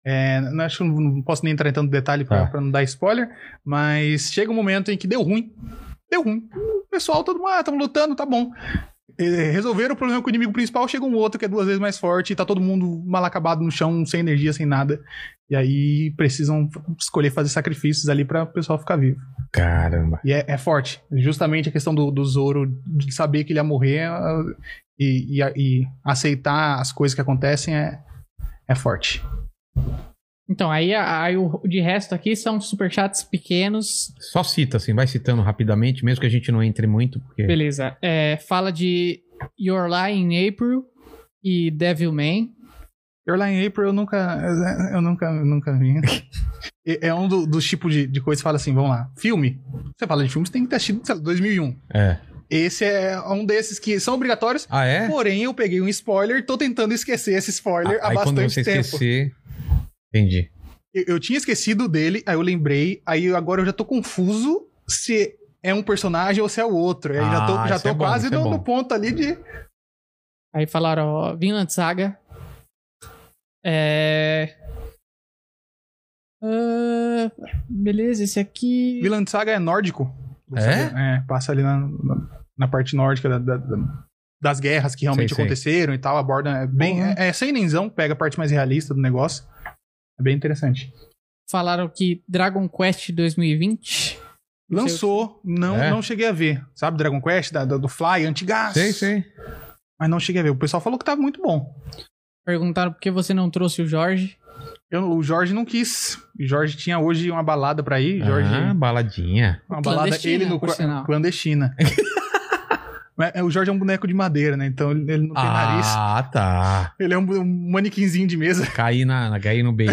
[SPEAKER 2] É, não, acho, que não- não posso nem entrar em tanto detalhe pra,
[SPEAKER 1] Tá.
[SPEAKER 2] pra não dar spoiler. Mas chega um momento em que deu ruim. Deu ruim. O pessoal, todo mundo, ah, tamo lutando, tá bom. Eh, resolveram o problema com o inimigo principal, chega um outro que é duas vezes mais forte e tá todo mundo mal acabado no chão, sem energia, sem nada. E aí precisam f- escolher fazer sacrifícios ali pra o pessoal ficar vivo.
[SPEAKER 1] Caramba.
[SPEAKER 2] E é, é forte. Justamente a questão do, do Zoro, de saber que ele ia morrer ah, e, e- e aceitar as coisas que acontecem é, é forte.
[SPEAKER 3] Então, aí, aí o de resto aqui são superchats pequenos.
[SPEAKER 1] Só cita, assim, vai citando rapidamente, mesmo que a gente não entre muito, porque.
[SPEAKER 3] Beleza. É, fala de Your Lie in April e Devilman.
[SPEAKER 2] Your Lie in April eu nunca. Eu nunca, eu nunca vi. E- É um do- dos tipos de, de coisa que fala assim, vamos lá. Filme. Você fala de filme, você tem que ter assistido, sei lá, 2001.
[SPEAKER 1] É.
[SPEAKER 2] Esse é um desses que são obrigatórios.
[SPEAKER 1] Ah, é?
[SPEAKER 2] Porém, eu peguei um spoiler, tô tentando esquecer esse spoiler
[SPEAKER 1] Ah,
[SPEAKER 2] há
[SPEAKER 1] aí quando
[SPEAKER 2] bastante
[SPEAKER 1] você
[SPEAKER 2] tempo.
[SPEAKER 1] esquecer. Entendi.
[SPEAKER 2] Eu, eu tinha esquecido dele, aí eu lembrei, aí agora eu já tô confuso se é um personagem ou se é o outro. Aí já
[SPEAKER 1] Ah,
[SPEAKER 2] tô, já
[SPEAKER 1] isso é
[SPEAKER 2] tô
[SPEAKER 1] bom,
[SPEAKER 2] quase
[SPEAKER 1] isso é
[SPEAKER 2] no,
[SPEAKER 1] bom.
[SPEAKER 2] no ponto ali de.
[SPEAKER 3] Aí falaram, ó, Vinland Saga. É. Ah, beleza, esse aqui.
[SPEAKER 2] Vinland Saga é nórdico.
[SPEAKER 1] É?
[SPEAKER 2] É, passa ali na, na, na parte nórdica da- da- da- das guerras que realmente
[SPEAKER 1] Sei, sei.
[SPEAKER 2] aconteceram e tal. Aborda é bem.
[SPEAKER 3] Uhum.
[SPEAKER 2] É, é sem nenzão, pega a parte mais realista do negócio. É bem interessante.
[SPEAKER 3] Falaram que Dragon Quest 2020. Não sei
[SPEAKER 2] Lançou, não,
[SPEAKER 1] É?
[SPEAKER 2] não cheguei a ver. Sabe, Dragon Quest, da, da- do Fly, antigaço.
[SPEAKER 1] Sei, sei.
[SPEAKER 2] Mas não cheguei a ver. O pessoal falou que tava muito bom.
[SPEAKER 3] Perguntaram por que você não trouxe o Jorge.
[SPEAKER 2] Eu- o Jorge não quis. O Jorge tinha hoje uma balada pra ir. Jorge,
[SPEAKER 1] Ah, baladinha.
[SPEAKER 2] uma balada
[SPEAKER 3] Clandestina,
[SPEAKER 2] ele no
[SPEAKER 3] por
[SPEAKER 2] qua-
[SPEAKER 3] sinal.
[SPEAKER 2] clandestina. Mas, é, o Jorge é um boneco de madeira, né? Então ele ele não tem nariz.
[SPEAKER 1] Ah, tá.
[SPEAKER 2] Ele é um, um manequinzinho de mesa,
[SPEAKER 1] Caí, na, na- caí no bait.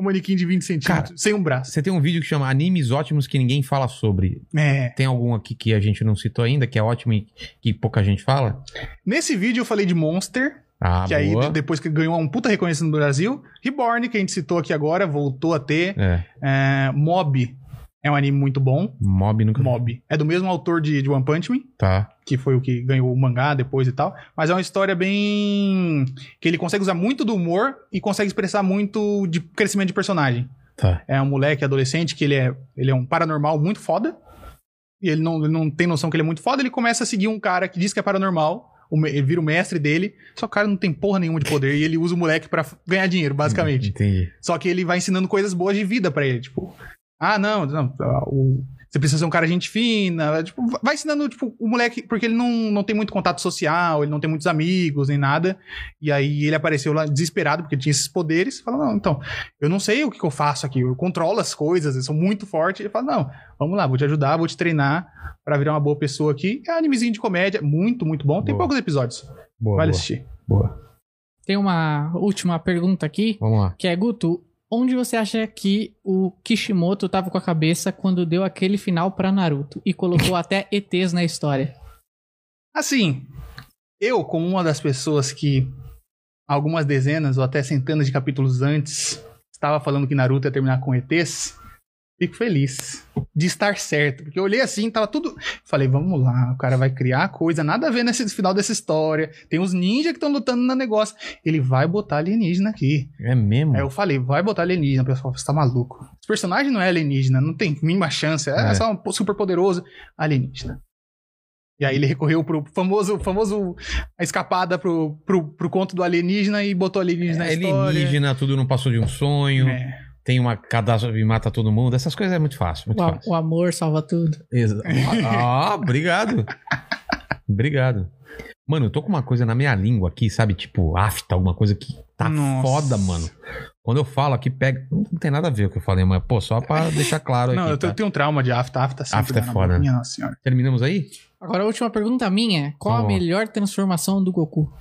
[SPEAKER 2] um manequim de 20 centímetros, sem um braço.
[SPEAKER 1] Você tem um vídeo que chama Animes Ótimos que Ninguém Fala Sobre.
[SPEAKER 2] É.
[SPEAKER 1] Tem algum aqui que a gente não citou ainda, que é ótimo e que pouca gente fala?
[SPEAKER 2] Nesse vídeo eu falei de Monster,
[SPEAKER 1] Ah,
[SPEAKER 2] que aí
[SPEAKER 1] boa.
[SPEAKER 2] de- depois que ganhou um puta reconhecimento no Brasil. Reborn, que a gente citou aqui agora, voltou a ter.
[SPEAKER 1] É.
[SPEAKER 2] É, Mob é um anime muito bom.
[SPEAKER 1] Mob nunca.
[SPEAKER 2] Mob. É do mesmo autor de, de One Punch Man.
[SPEAKER 1] Tá.
[SPEAKER 2] que foi o que ganhou o mangá depois e tal. Mas é uma história bem. que ele consegue usar muito do humor e consegue expressar muito de crescimento de personagem.
[SPEAKER 1] Tá.
[SPEAKER 2] É um moleque adolescente que ele é, ele é um paranormal muito foda. E ele não, ele não tem noção que ele é muito foda. Ele começa a seguir um cara que diz que é paranormal. o me- Ele vira o mestre dele. Só que o cara não tem porra nenhuma de poder. e ele usa o moleque pra f- ganhar dinheiro, basicamente.
[SPEAKER 1] Entendi.
[SPEAKER 2] Só que ele vai ensinando coisas boas de vida pra ele. Tipo, ah, não, não, ah, o- Você precisa ser um cara gente fina. Tipo, vai ensinando, tipo, o moleque, porque ele não, não tem muito contato social, ele não tem muitos amigos nem nada. E aí ele apareceu lá desesperado, porque tinha esses poderes. Fala, não, então, eu não sei o que, que eu faço aqui, eu controlo as coisas, eu sou muito forte. Ele fala, não, vamos lá, vou te ajudar, vou te treinar pra virar uma boa pessoa aqui. É um animezinho de comédia, muito, muito bom. Tem
[SPEAKER 1] Boa.
[SPEAKER 2] poucos episódios.
[SPEAKER 1] Boa, boa,
[SPEAKER 2] vale assistir.
[SPEAKER 1] boa.
[SPEAKER 3] Tem uma última pergunta aqui,
[SPEAKER 1] Vamos lá.
[SPEAKER 3] que é, Guto, onde você acha que o Kishimoto tava com a cabeça quando deu aquele final pra Naruto e colocou até ETs na história?
[SPEAKER 2] Assim, eu, como uma das pessoas que algumas dezenas ou até centenas de capítulos antes estava falando que Naruto ia terminar com ETs, fico feliz de estar certo. Porque eu olhei assim, tava tudo. Falei, vamos lá, o cara vai criar coisa, nada a ver nesse final dessa história. Tem uns ninjas que estão lutando no negócio. Ele vai botar alienígena aqui.
[SPEAKER 1] É mesmo?
[SPEAKER 2] Aí eu falei, vai botar alienígena. O pessoal, você tá maluco. Esse personagem não é alienígena, não tem mínima chance. É,
[SPEAKER 1] É.
[SPEAKER 2] só um super poderoso alienígena. E aí ele recorreu pro famoso, famoso a escapada pro, pro, pro conto do alienígena e botou alienígena na história.
[SPEAKER 1] É alienígena, tudo não passou de um sonho.
[SPEAKER 2] É.
[SPEAKER 1] Tem uma cadastro e mata todo mundo. Essas coisas é muito fácil, muito
[SPEAKER 3] O, a-
[SPEAKER 1] fácil.
[SPEAKER 3] o amor salva tudo.
[SPEAKER 1] Exa- Ah, obrigado. Obrigado. Mano, eu tô com uma coisa na minha língua aqui, sabe? Tipo, afta, alguma coisa que tá
[SPEAKER 2] Nossa.
[SPEAKER 1] foda, mano. Quando eu falo aqui, pega. Não tem nada a ver o que eu falei, mas, pô, só pra deixar claro aqui.
[SPEAKER 2] Não, eu,
[SPEAKER 1] tá?
[SPEAKER 2] tenho- eu tenho um trauma de afta, afta sempre
[SPEAKER 1] Afta é
[SPEAKER 2] dá na
[SPEAKER 1] foda,
[SPEAKER 2] boca. Minha nossa senhora.
[SPEAKER 1] Terminamos aí?
[SPEAKER 3] Agora a última pergunta minha, é, qual a
[SPEAKER 1] Vamos lá.
[SPEAKER 3] melhor transformação do Goku?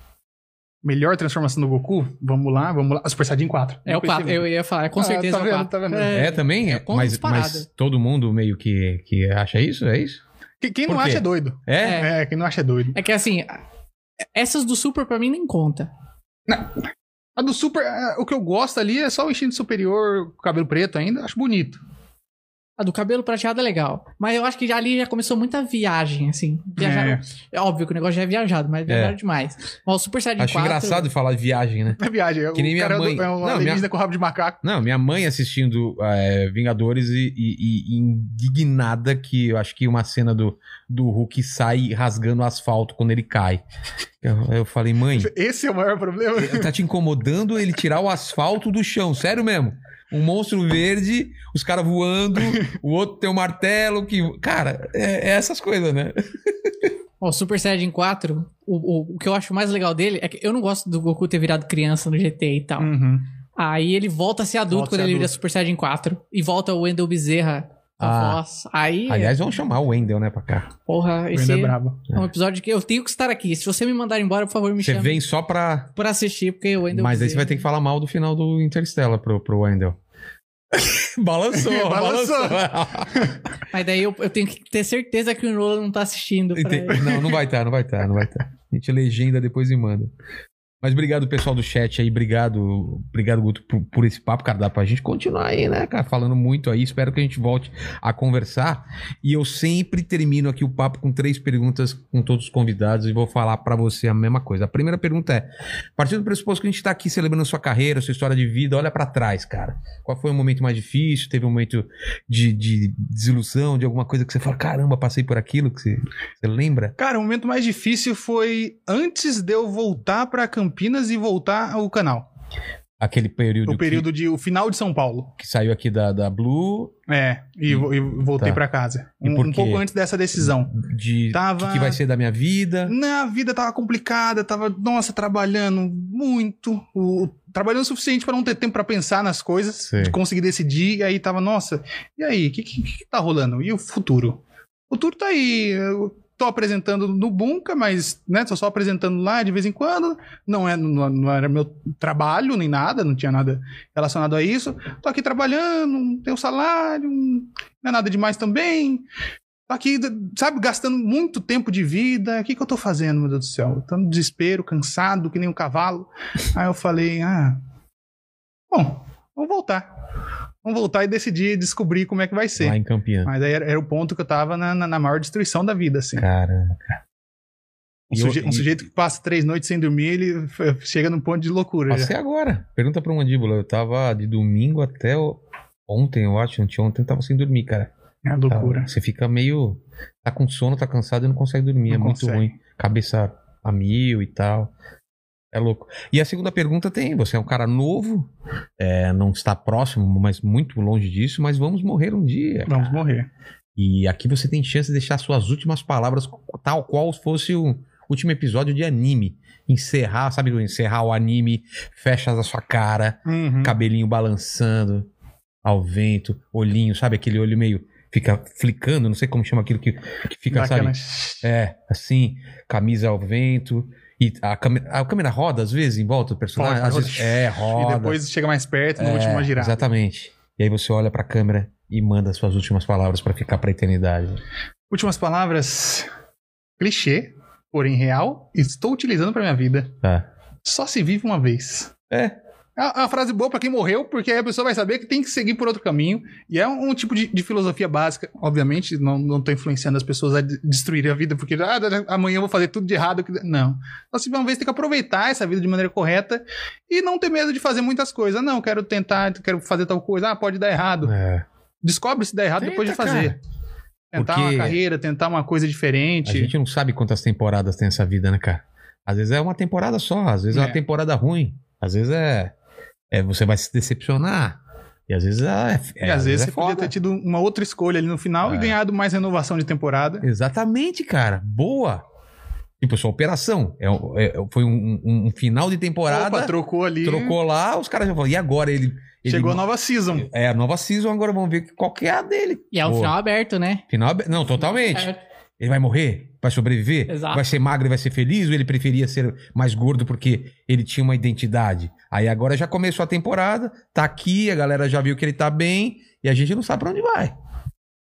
[SPEAKER 2] Melhor transformação do Goku? Vamos lá, vamos lá. Super Saiyajin 4.
[SPEAKER 3] É o 4, eu ia falar, com
[SPEAKER 2] Ah,
[SPEAKER 3] certeza
[SPEAKER 2] tá
[SPEAKER 3] é o
[SPEAKER 2] vendo,
[SPEAKER 3] 4.
[SPEAKER 2] tá vendo?
[SPEAKER 1] É, também?
[SPEAKER 3] é ponto
[SPEAKER 1] mas,
[SPEAKER 3] disparado.
[SPEAKER 1] mas todo mundo meio que, que acha isso? É isso?
[SPEAKER 2] Que- Quem
[SPEAKER 1] Por
[SPEAKER 2] não
[SPEAKER 1] quê?
[SPEAKER 2] acha é doido.
[SPEAKER 1] É?
[SPEAKER 2] É. quem não acha é doido.
[SPEAKER 3] É que assim, essas do Super pra mim nem conta.
[SPEAKER 2] A do Super, é, o que eu gosto ali é só o instinto superior, com cabelo preto ainda, acho bonito.
[SPEAKER 3] A do cabelo prateado é legal. Mas eu acho que já ali já começou muita viagem, assim. Viajaram- É. óbvio que o negócio já é viajado, mas viajaram demais. Mas o Super Saiyajin
[SPEAKER 1] Acho
[SPEAKER 3] 4...
[SPEAKER 1] engraçado falar de viagem, né?
[SPEAKER 2] É viagem.
[SPEAKER 1] Que nem
[SPEAKER 2] o
[SPEAKER 1] minha
[SPEAKER 2] cara é
[SPEAKER 1] mãe.
[SPEAKER 2] do- é um
[SPEAKER 1] Não,
[SPEAKER 2] alienígena
[SPEAKER 1] minha-
[SPEAKER 2] com rabo de macaco.
[SPEAKER 1] Não, minha mãe assistindo é, Vingadores e, e- e indignada que eu acho que uma cena do, do Hulk sai rasgando o asfalto quando ele cai. Eu, eu falei, mãe,
[SPEAKER 2] Esse é o maior problema.
[SPEAKER 1] tá te incomodando ele tirar o asfalto do chão, sério mesmo. Um monstro verde, os caras voando, o outro tem um martelo que. Cara, é, é essas coisas, né?
[SPEAKER 3] Ó, o Super Saiyajin 4, o, o, o que eu acho mais legal dele é que eu não gosto do Goku ter virado criança no GT e tal.
[SPEAKER 2] Uhum.
[SPEAKER 3] Aí ele volta a ser adulto
[SPEAKER 2] Volta a
[SPEAKER 3] quando
[SPEAKER 2] ser
[SPEAKER 3] ele vira
[SPEAKER 2] adulto.
[SPEAKER 3] Super Saiyajin 4. E volta o Wendel Bezerra com a
[SPEAKER 1] Ah.
[SPEAKER 3] voz. Aí,
[SPEAKER 1] Aliás, vamos chamar o Wendel, né, pra cá.
[SPEAKER 3] porra,
[SPEAKER 2] Esse...
[SPEAKER 3] esse
[SPEAKER 2] é
[SPEAKER 3] é
[SPEAKER 2] brabo.
[SPEAKER 3] um episódio que eu tenho que estar aqui. Se você me mandar embora, por favor, me
[SPEAKER 1] Você
[SPEAKER 3] chame
[SPEAKER 1] vem só pra.
[SPEAKER 3] pra assistir, porque o Wendel
[SPEAKER 1] Mas aí você
[SPEAKER 3] Bezerra...
[SPEAKER 1] vai ter que falar mal do final do Interstellar pro, pro Wendell. balançou,
[SPEAKER 2] Balançou.
[SPEAKER 3] Mas daí eu, eu tenho que ter certeza que o Nolan não tá assistindo. pra-
[SPEAKER 1] Ente- Não, não vai estar, não vai estar, não vai estar. A gente legenda depois e manda. Mas obrigado, pessoal do chat aí. Obrigado, obrigado, Guto, por, por esse papo, cara. Dá pra gente continuar aí, né, cara? Falando muito aí. Espero que a gente volte a conversar. E eu sempre termino aqui o papo com três perguntas com todos os convidados e vou falar pra você a mesma coisa. A primeira pergunta é: partindo do pressuposto que a gente tá aqui celebrando a sua carreira, a sua história de vida, olha pra trás, cara. Qual foi o momento mais difícil? Teve um momento de, de desilusão, de alguma coisa que você fala, caramba, passei por aquilo que você, você lembra?
[SPEAKER 2] Cara, o momento mais difícil foi antes de eu voltar pra Campinas e voltar ao canal.
[SPEAKER 1] aquele período,
[SPEAKER 2] O período de o final de São Paulo.
[SPEAKER 1] que, que saiu aqui da, da Blue,
[SPEAKER 2] É, e, vo- e voltei
[SPEAKER 1] Tá.
[SPEAKER 2] pra casa.
[SPEAKER 1] E
[SPEAKER 2] Um,
[SPEAKER 1] por
[SPEAKER 2] um
[SPEAKER 1] quê?
[SPEAKER 2] pouco antes dessa decisão.
[SPEAKER 1] de
[SPEAKER 2] Tava-
[SPEAKER 1] o que, que vai ser da minha vida.
[SPEAKER 2] Na vida tava complicada, tava, nossa, trabalhando muito, o- trabalhando o suficiente pra não ter tempo pra pensar nas coisas,
[SPEAKER 1] Sei.
[SPEAKER 2] de conseguir decidir, e aí tava, nossa, e aí, o que, que, que tá rolando? E o futuro? O futuro tá aí, eu tô apresentando no Bunka, mas, né, tô só apresentando lá de vez em quando, não, é, não, não era meu trabalho nem nada, não tinha nada relacionado a isso, tô aqui trabalhando, tenho salário, não é nada demais também, Tô aqui, sabe, gastando muito tempo de vida. O que, que eu tô fazendo, meu Deus do céu? Eu Tô no desespero, cansado, que nem um cavalo. Aí eu falei, ah. Bom, vamos voltar. Vamos voltar e decidir descobrir como é que vai ser.
[SPEAKER 1] Lá em Campinas.
[SPEAKER 2] Mas aí era, era o ponto que eu tava na, na- na maior destruição da vida, assim.
[SPEAKER 1] Cara,
[SPEAKER 2] Um,
[SPEAKER 1] e eu-
[SPEAKER 2] suje- um
[SPEAKER 1] e-
[SPEAKER 2] sujeito que passa três noites sem dormir, ele f- chega num ponto de loucura. já.
[SPEAKER 1] passei agora. Pergunta pro Mandíbula. Eu tava de domingo até o- ontem, eu acho, anteontem, eu tava sem dormir, cara.
[SPEAKER 2] É loucura.
[SPEAKER 1] Tá- Você fica meio. Tá com sono, tá cansado e não consegue dormir.
[SPEAKER 2] Não
[SPEAKER 1] é muito
[SPEAKER 2] consegue.
[SPEAKER 1] ruim. Cabeça a mil e tal. É louco. E a segunda pergunta tem: você é um cara novo, é, não está próximo, mas muito longe disso, mas vamos morrer um dia.
[SPEAKER 2] Vamos morrer.
[SPEAKER 1] E aqui você tem chance de deixar suas últimas palavras tal qual fosse o último episódio de anime. Encerrar, sabe, encerrar o anime, fecha a sua cara,
[SPEAKER 2] Uhum.
[SPEAKER 1] cabelinho balançando ao vento, olhinho, sabe aquele olho meio fica flicando, não sei como chama aquilo que, que fica,
[SPEAKER 2] Dá
[SPEAKER 1] sabe?
[SPEAKER 2] aquela-
[SPEAKER 1] É, assim, camisa ao vento. E a, câmera- a câmera roda, às vezes, em volta do personagem.
[SPEAKER 2] Roda,
[SPEAKER 1] às
[SPEAKER 2] roda.
[SPEAKER 1] vezes, é, roda.
[SPEAKER 2] E depois chega mais perto, no último a
[SPEAKER 1] é,
[SPEAKER 2] girar.
[SPEAKER 1] Exatamente. E aí você olha pra câmera e manda suas últimas palavras pra ficar pra eternidade.
[SPEAKER 2] Últimas palavras. Clichê, porém real. Estou utilizando pra minha vida.
[SPEAKER 1] Tá.
[SPEAKER 2] Só se vive uma vez.
[SPEAKER 1] É.
[SPEAKER 2] É uma- é uma frase boa pra quem morreu, porque aí a pessoa vai saber que tem que seguir por outro caminho. E é um, um tipo de, de filosofia básica. Obviamente, não, não tô influenciando as pessoas a de- destruir a vida, porque ah, da- amanhã eu vou fazer tudo de errado. que- Não. Só se vive uma vez, tem que aproveitar essa vida de maneira correta e não ter medo de fazer muitas coisas. Ah, Não, quero tentar, quero fazer tal coisa. Ah, pode dar errado.
[SPEAKER 1] É.
[SPEAKER 2] Descobre se dá errado depois de
[SPEAKER 1] Tenta,
[SPEAKER 2] fazer. Tentar
[SPEAKER 1] Porque-
[SPEAKER 2] uma carreira, tentar uma coisa diferente.
[SPEAKER 1] A gente não sabe quantas temporadas tem essa vida, né, cara? Às vezes é uma temporada só, às vezes é, uma
[SPEAKER 2] É.
[SPEAKER 1] temporada ruim, às vezes é, é você vai se decepcionar. E às vezes é, é
[SPEAKER 2] e às vezes
[SPEAKER 1] é
[SPEAKER 2] você podia
[SPEAKER 1] foda.
[SPEAKER 2] ter tido uma outra escolha ali no final
[SPEAKER 1] É.
[SPEAKER 2] e ganhado mais renovação de temporada.
[SPEAKER 1] Exatamente, cara. Boa. Tipo, sua operação. É, um- é- foi um, um- um final de temporada.
[SPEAKER 2] Opa, trocou ali.
[SPEAKER 1] trocou lá, os caras já falaram. E agora ele. ele-
[SPEAKER 2] Chegou a nova season.
[SPEAKER 1] É, a nova season, agora vamos ver qual que é a dele.
[SPEAKER 3] E é um
[SPEAKER 1] Boa.
[SPEAKER 3] final aberto, né?
[SPEAKER 1] Final ab- Não, totalmente.
[SPEAKER 3] É,
[SPEAKER 1] Ele vai morrer? Vai sobreviver?
[SPEAKER 3] Exato.
[SPEAKER 1] Vai ser magro e vai ser feliz? Ou ele preferia ser mais gordo porque ele tinha uma identidade? Aí agora já começou a temporada, tá aqui, a galera já viu que ele tá bem e a gente não sabe pra onde vai.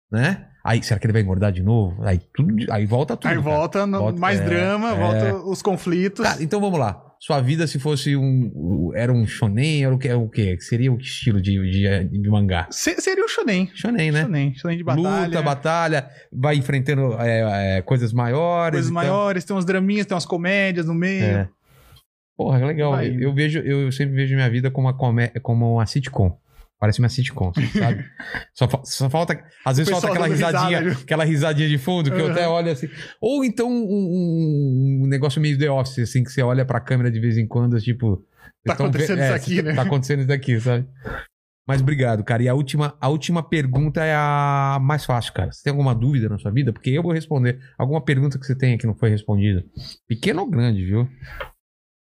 [SPEAKER 1] Né? Aí, será que ele vai engordar de novo? Aí, tudo, de- aí volta tudo.
[SPEAKER 2] Aí
[SPEAKER 1] cara.
[SPEAKER 2] volta, no-
[SPEAKER 1] Volta-
[SPEAKER 2] mais
[SPEAKER 1] é,
[SPEAKER 2] drama,
[SPEAKER 1] é.
[SPEAKER 2] volta os conflitos.
[SPEAKER 1] Cara, então vamos lá. Sua vida se fosse um. o- Era um shonen, era o que? Era o quê? Seria o que estilo de, de, de mangá?
[SPEAKER 2] Se- seria o shonen.
[SPEAKER 1] Shonen, né?
[SPEAKER 2] Shonen, shonen de batalha.
[SPEAKER 1] Luta, batalha, vai enfrentando é, é, coisas maiores. então,
[SPEAKER 2] Coisas
[SPEAKER 1] e tal.
[SPEAKER 2] maiores, tem umas draminhas, tem umas comédias no meio.
[SPEAKER 1] É. Porra, legal.
[SPEAKER 2] Vai
[SPEAKER 1] Eu,
[SPEAKER 2] indo.
[SPEAKER 1] eu vejo, eu sempre vejo minha vida como uma, comé- como uma sitcom. Parece uma sitcom, assim, sabe? só, fa- só falta. Às vezes
[SPEAKER 2] O
[SPEAKER 1] falta
[SPEAKER 2] pessoal
[SPEAKER 1] aquela
[SPEAKER 2] dando risada,
[SPEAKER 1] risadinha,
[SPEAKER 2] viu?
[SPEAKER 1] aquela risadinha de fundo, que eu
[SPEAKER 2] Uhum.
[SPEAKER 1] até olho assim. Ou então um, um- um negócio meio The Office, assim, que você olha pra câmera de vez em quando, tipo.
[SPEAKER 2] Tá
[SPEAKER 1] vocês tão
[SPEAKER 2] acontecendo
[SPEAKER 1] ve-
[SPEAKER 2] isso
[SPEAKER 1] é,
[SPEAKER 2] aqui,
[SPEAKER 1] cê-
[SPEAKER 2] né?
[SPEAKER 1] Tá acontecendo isso aqui, sabe? Mas obrigado, cara. E a última, a última pergunta é a mais fácil, cara. Você tem alguma dúvida na sua vida? Porque eu vou responder. Alguma pergunta que você tenha que não foi respondida? Pequena ou grande, viu?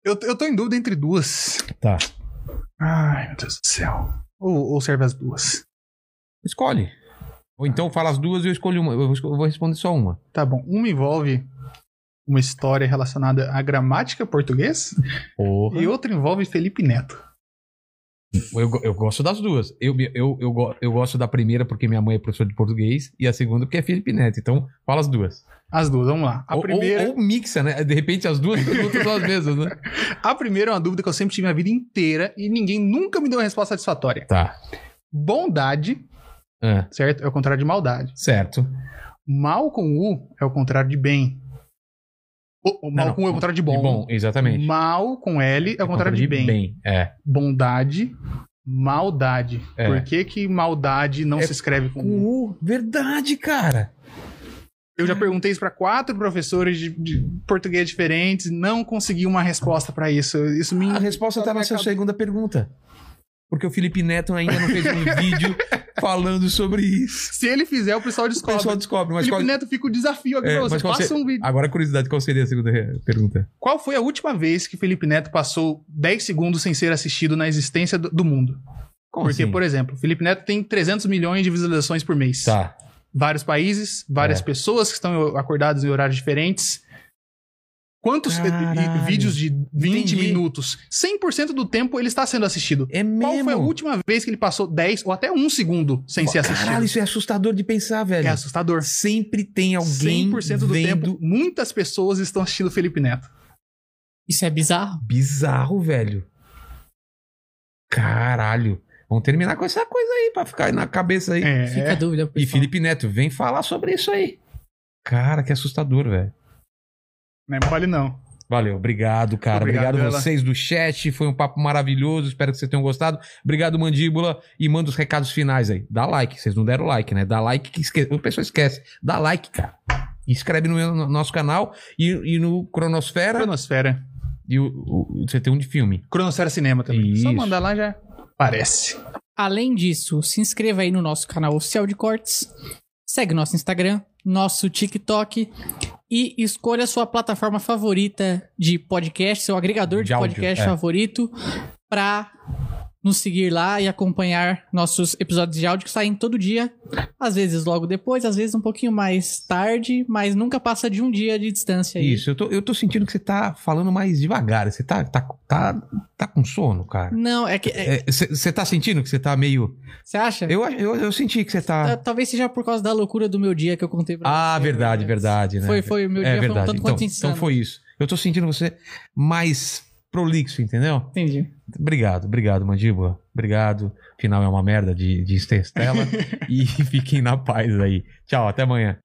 [SPEAKER 2] Eu, eu tô em dúvida entre duas.
[SPEAKER 1] Tá.
[SPEAKER 2] Ai, meu Deus do céu. Ou, ou serve as duas.
[SPEAKER 1] Escolhe. Ou então fala as duas e eu escolho uma. Eu vou esco- eu vou responder só uma.
[SPEAKER 2] Tá bom. Uma envolve uma história relacionada à gramática portuguesa
[SPEAKER 1] Uhum.
[SPEAKER 2] e outra envolve Felipe Neto.
[SPEAKER 1] Eu, go- eu gosto das duas. Eu, me- eu, eu, go- eu gosto da primeira porque minha mãe é professora de português e a segunda porque é Felipe Neto. Então fala as duas.
[SPEAKER 2] As duas, vamos lá. A
[SPEAKER 1] ou,
[SPEAKER 2] primeira,
[SPEAKER 1] ou, ou mixa, né? De repente as duas perguntas são as mesmas, né?
[SPEAKER 2] a primeira é uma dúvida que eu sempre tive a vida inteira e ninguém nunca me deu uma resposta satisfatória.
[SPEAKER 1] Tá.
[SPEAKER 2] Bondade,
[SPEAKER 1] Ah,
[SPEAKER 2] certo? É o contrário de maldade.
[SPEAKER 1] certo.
[SPEAKER 2] Mal com U é o contrário de bem. O, o mal
[SPEAKER 1] não.
[SPEAKER 2] com U é o contrário de bom.
[SPEAKER 1] E bom, exatamente.
[SPEAKER 2] Mal com L é o contrário de bem.
[SPEAKER 1] É.
[SPEAKER 2] Bondade, maldade.
[SPEAKER 1] É.
[SPEAKER 2] Por que, que maldade não
[SPEAKER 1] É
[SPEAKER 2] se escreve com U?
[SPEAKER 1] Com U, verdade, cara.
[SPEAKER 2] Eu
[SPEAKER 1] Uhum.
[SPEAKER 2] já perguntei isso pra quatro professores de, de português diferentes, não consegui uma resposta pra isso. Isso me
[SPEAKER 1] A resposta tá na sua segunda pergunta. Porque o Felipe Neto ainda não fez um vídeo falando sobre isso.
[SPEAKER 2] se ele fizer, o pessoal
[SPEAKER 1] O
[SPEAKER 2] descobre.
[SPEAKER 1] pessoal descobre, mas
[SPEAKER 2] Felipe
[SPEAKER 1] qual...
[SPEAKER 2] Neto fica o desafio aqui
[SPEAKER 1] É,
[SPEAKER 2] pra
[SPEAKER 1] mas
[SPEAKER 2] você.
[SPEAKER 1] qual
[SPEAKER 2] Faça
[SPEAKER 1] se-
[SPEAKER 2] um vídeo.
[SPEAKER 1] Agora, curiosidade, qual seria a segunda re- pergunta?
[SPEAKER 2] Qual foi a última vez que Felipe Neto passou 10 segundos sem ser assistido na existência do, do mundo?
[SPEAKER 1] Como
[SPEAKER 2] Porque,
[SPEAKER 1] assim?
[SPEAKER 2] por exemplo, Felipe Neto tem 300 milhões de visualizações por mês.
[SPEAKER 1] Tá.
[SPEAKER 2] Vários países, várias
[SPEAKER 1] É.
[SPEAKER 2] pessoas que estão acordadas em horários diferentes. Quantos e- e-
[SPEAKER 1] Caralho.
[SPEAKER 2] vídeos de 20
[SPEAKER 1] Entendi.
[SPEAKER 2] minutos? 100% do tempo ele está sendo assistido.
[SPEAKER 1] É
[SPEAKER 2] Qual
[SPEAKER 1] mesmo?
[SPEAKER 2] foi a última vez que ele passou 10 ou até um segundo sem ser assistido?
[SPEAKER 1] Caralho, isso é assustador de pensar, velho.
[SPEAKER 2] é assustador.
[SPEAKER 1] Sempre tem alguém
[SPEAKER 2] 100% do
[SPEAKER 1] vendo...
[SPEAKER 2] tempo, muitas pessoas estão assistindo Felipe Neto.
[SPEAKER 3] Isso é bizarro.
[SPEAKER 1] Bizarro, velho. Caralho. Vamos terminar com essa coisa aí, pra ficar aí na cabeça aí.
[SPEAKER 2] É.
[SPEAKER 3] Fica a dúvida.
[SPEAKER 1] E
[SPEAKER 3] pessoal.
[SPEAKER 1] Felipe Neto, vem falar sobre isso aí. Cara, que assustador, velho.
[SPEAKER 2] Não é mole, não.
[SPEAKER 1] Valeu, obrigado, cara. Obrigado,
[SPEAKER 2] Obrigado, Bela.
[SPEAKER 1] vocês do chat. Foi um papo maravilhoso. Espero que vocês tenham gostado. Obrigado, Mandíbula. E manda os recados finais aí. Dá like. Vocês não deram like, né? Dá like que esque... o pessoal esquece. Dá like, cara. Inscreve no, meu- no nosso canal e, e no Cronosfera.
[SPEAKER 2] Cronosfera.
[SPEAKER 1] E o, o- você tem um de filme.
[SPEAKER 2] Cronosfera Cinema também. Só
[SPEAKER 1] Isso.
[SPEAKER 2] mandar lá já aparece.
[SPEAKER 3] Além disso, se inscreva aí no nosso canal oficial de cortes. Segue nosso Instagram, nosso TikTok e escolha a sua plataforma favorita de podcast, seu agregador de,
[SPEAKER 1] De áudio,
[SPEAKER 3] podcast
[SPEAKER 1] é.
[SPEAKER 3] favorito, pra nos seguir lá e acompanhar nossos episódios de áudio que saem todo dia, às vezes logo depois, às vezes um pouquinho mais tarde, mas nunca passa de um dia de distância. aí.
[SPEAKER 1] Isso, eu tô, eu tô sentindo que você tá falando mais devagar. Você tá, tá, tá, tá com sono, cara.
[SPEAKER 3] Não, é que. é-
[SPEAKER 1] É, Você você tá sentindo que você tá meio.
[SPEAKER 3] você acha?
[SPEAKER 1] Eu, eu, eu senti que você
[SPEAKER 3] Ah,
[SPEAKER 1] tá.
[SPEAKER 3] Talvez seja por causa da loucura do meu dia que eu contei pra
[SPEAKER 1] Ah,
[SPEAKER 3] você.
[SPEAKER 1] verdade, verdade, né?
[SPEAKER 3] Tá. Foi, foi. O meu
[SPEAKER 1] é
[SPEAKER 3] dia foi um
[SPEAKER 1] verdade.
[SPEAKER 3] tanto
[SPEAKER 1] então,
[SPEAKER 3] quanto insano.
[SPEAKER 1] então foi isso. Eu tô sentindo você mais prolixo, entendeu?
[SPEAKER 3] Entendi.
[SPEAKER 1] Obrigado, obrigado, mandíbula. Obrigado. Final é uma merda de, de Interstella. e fiquem na paz aí. Tchau, até amanhã.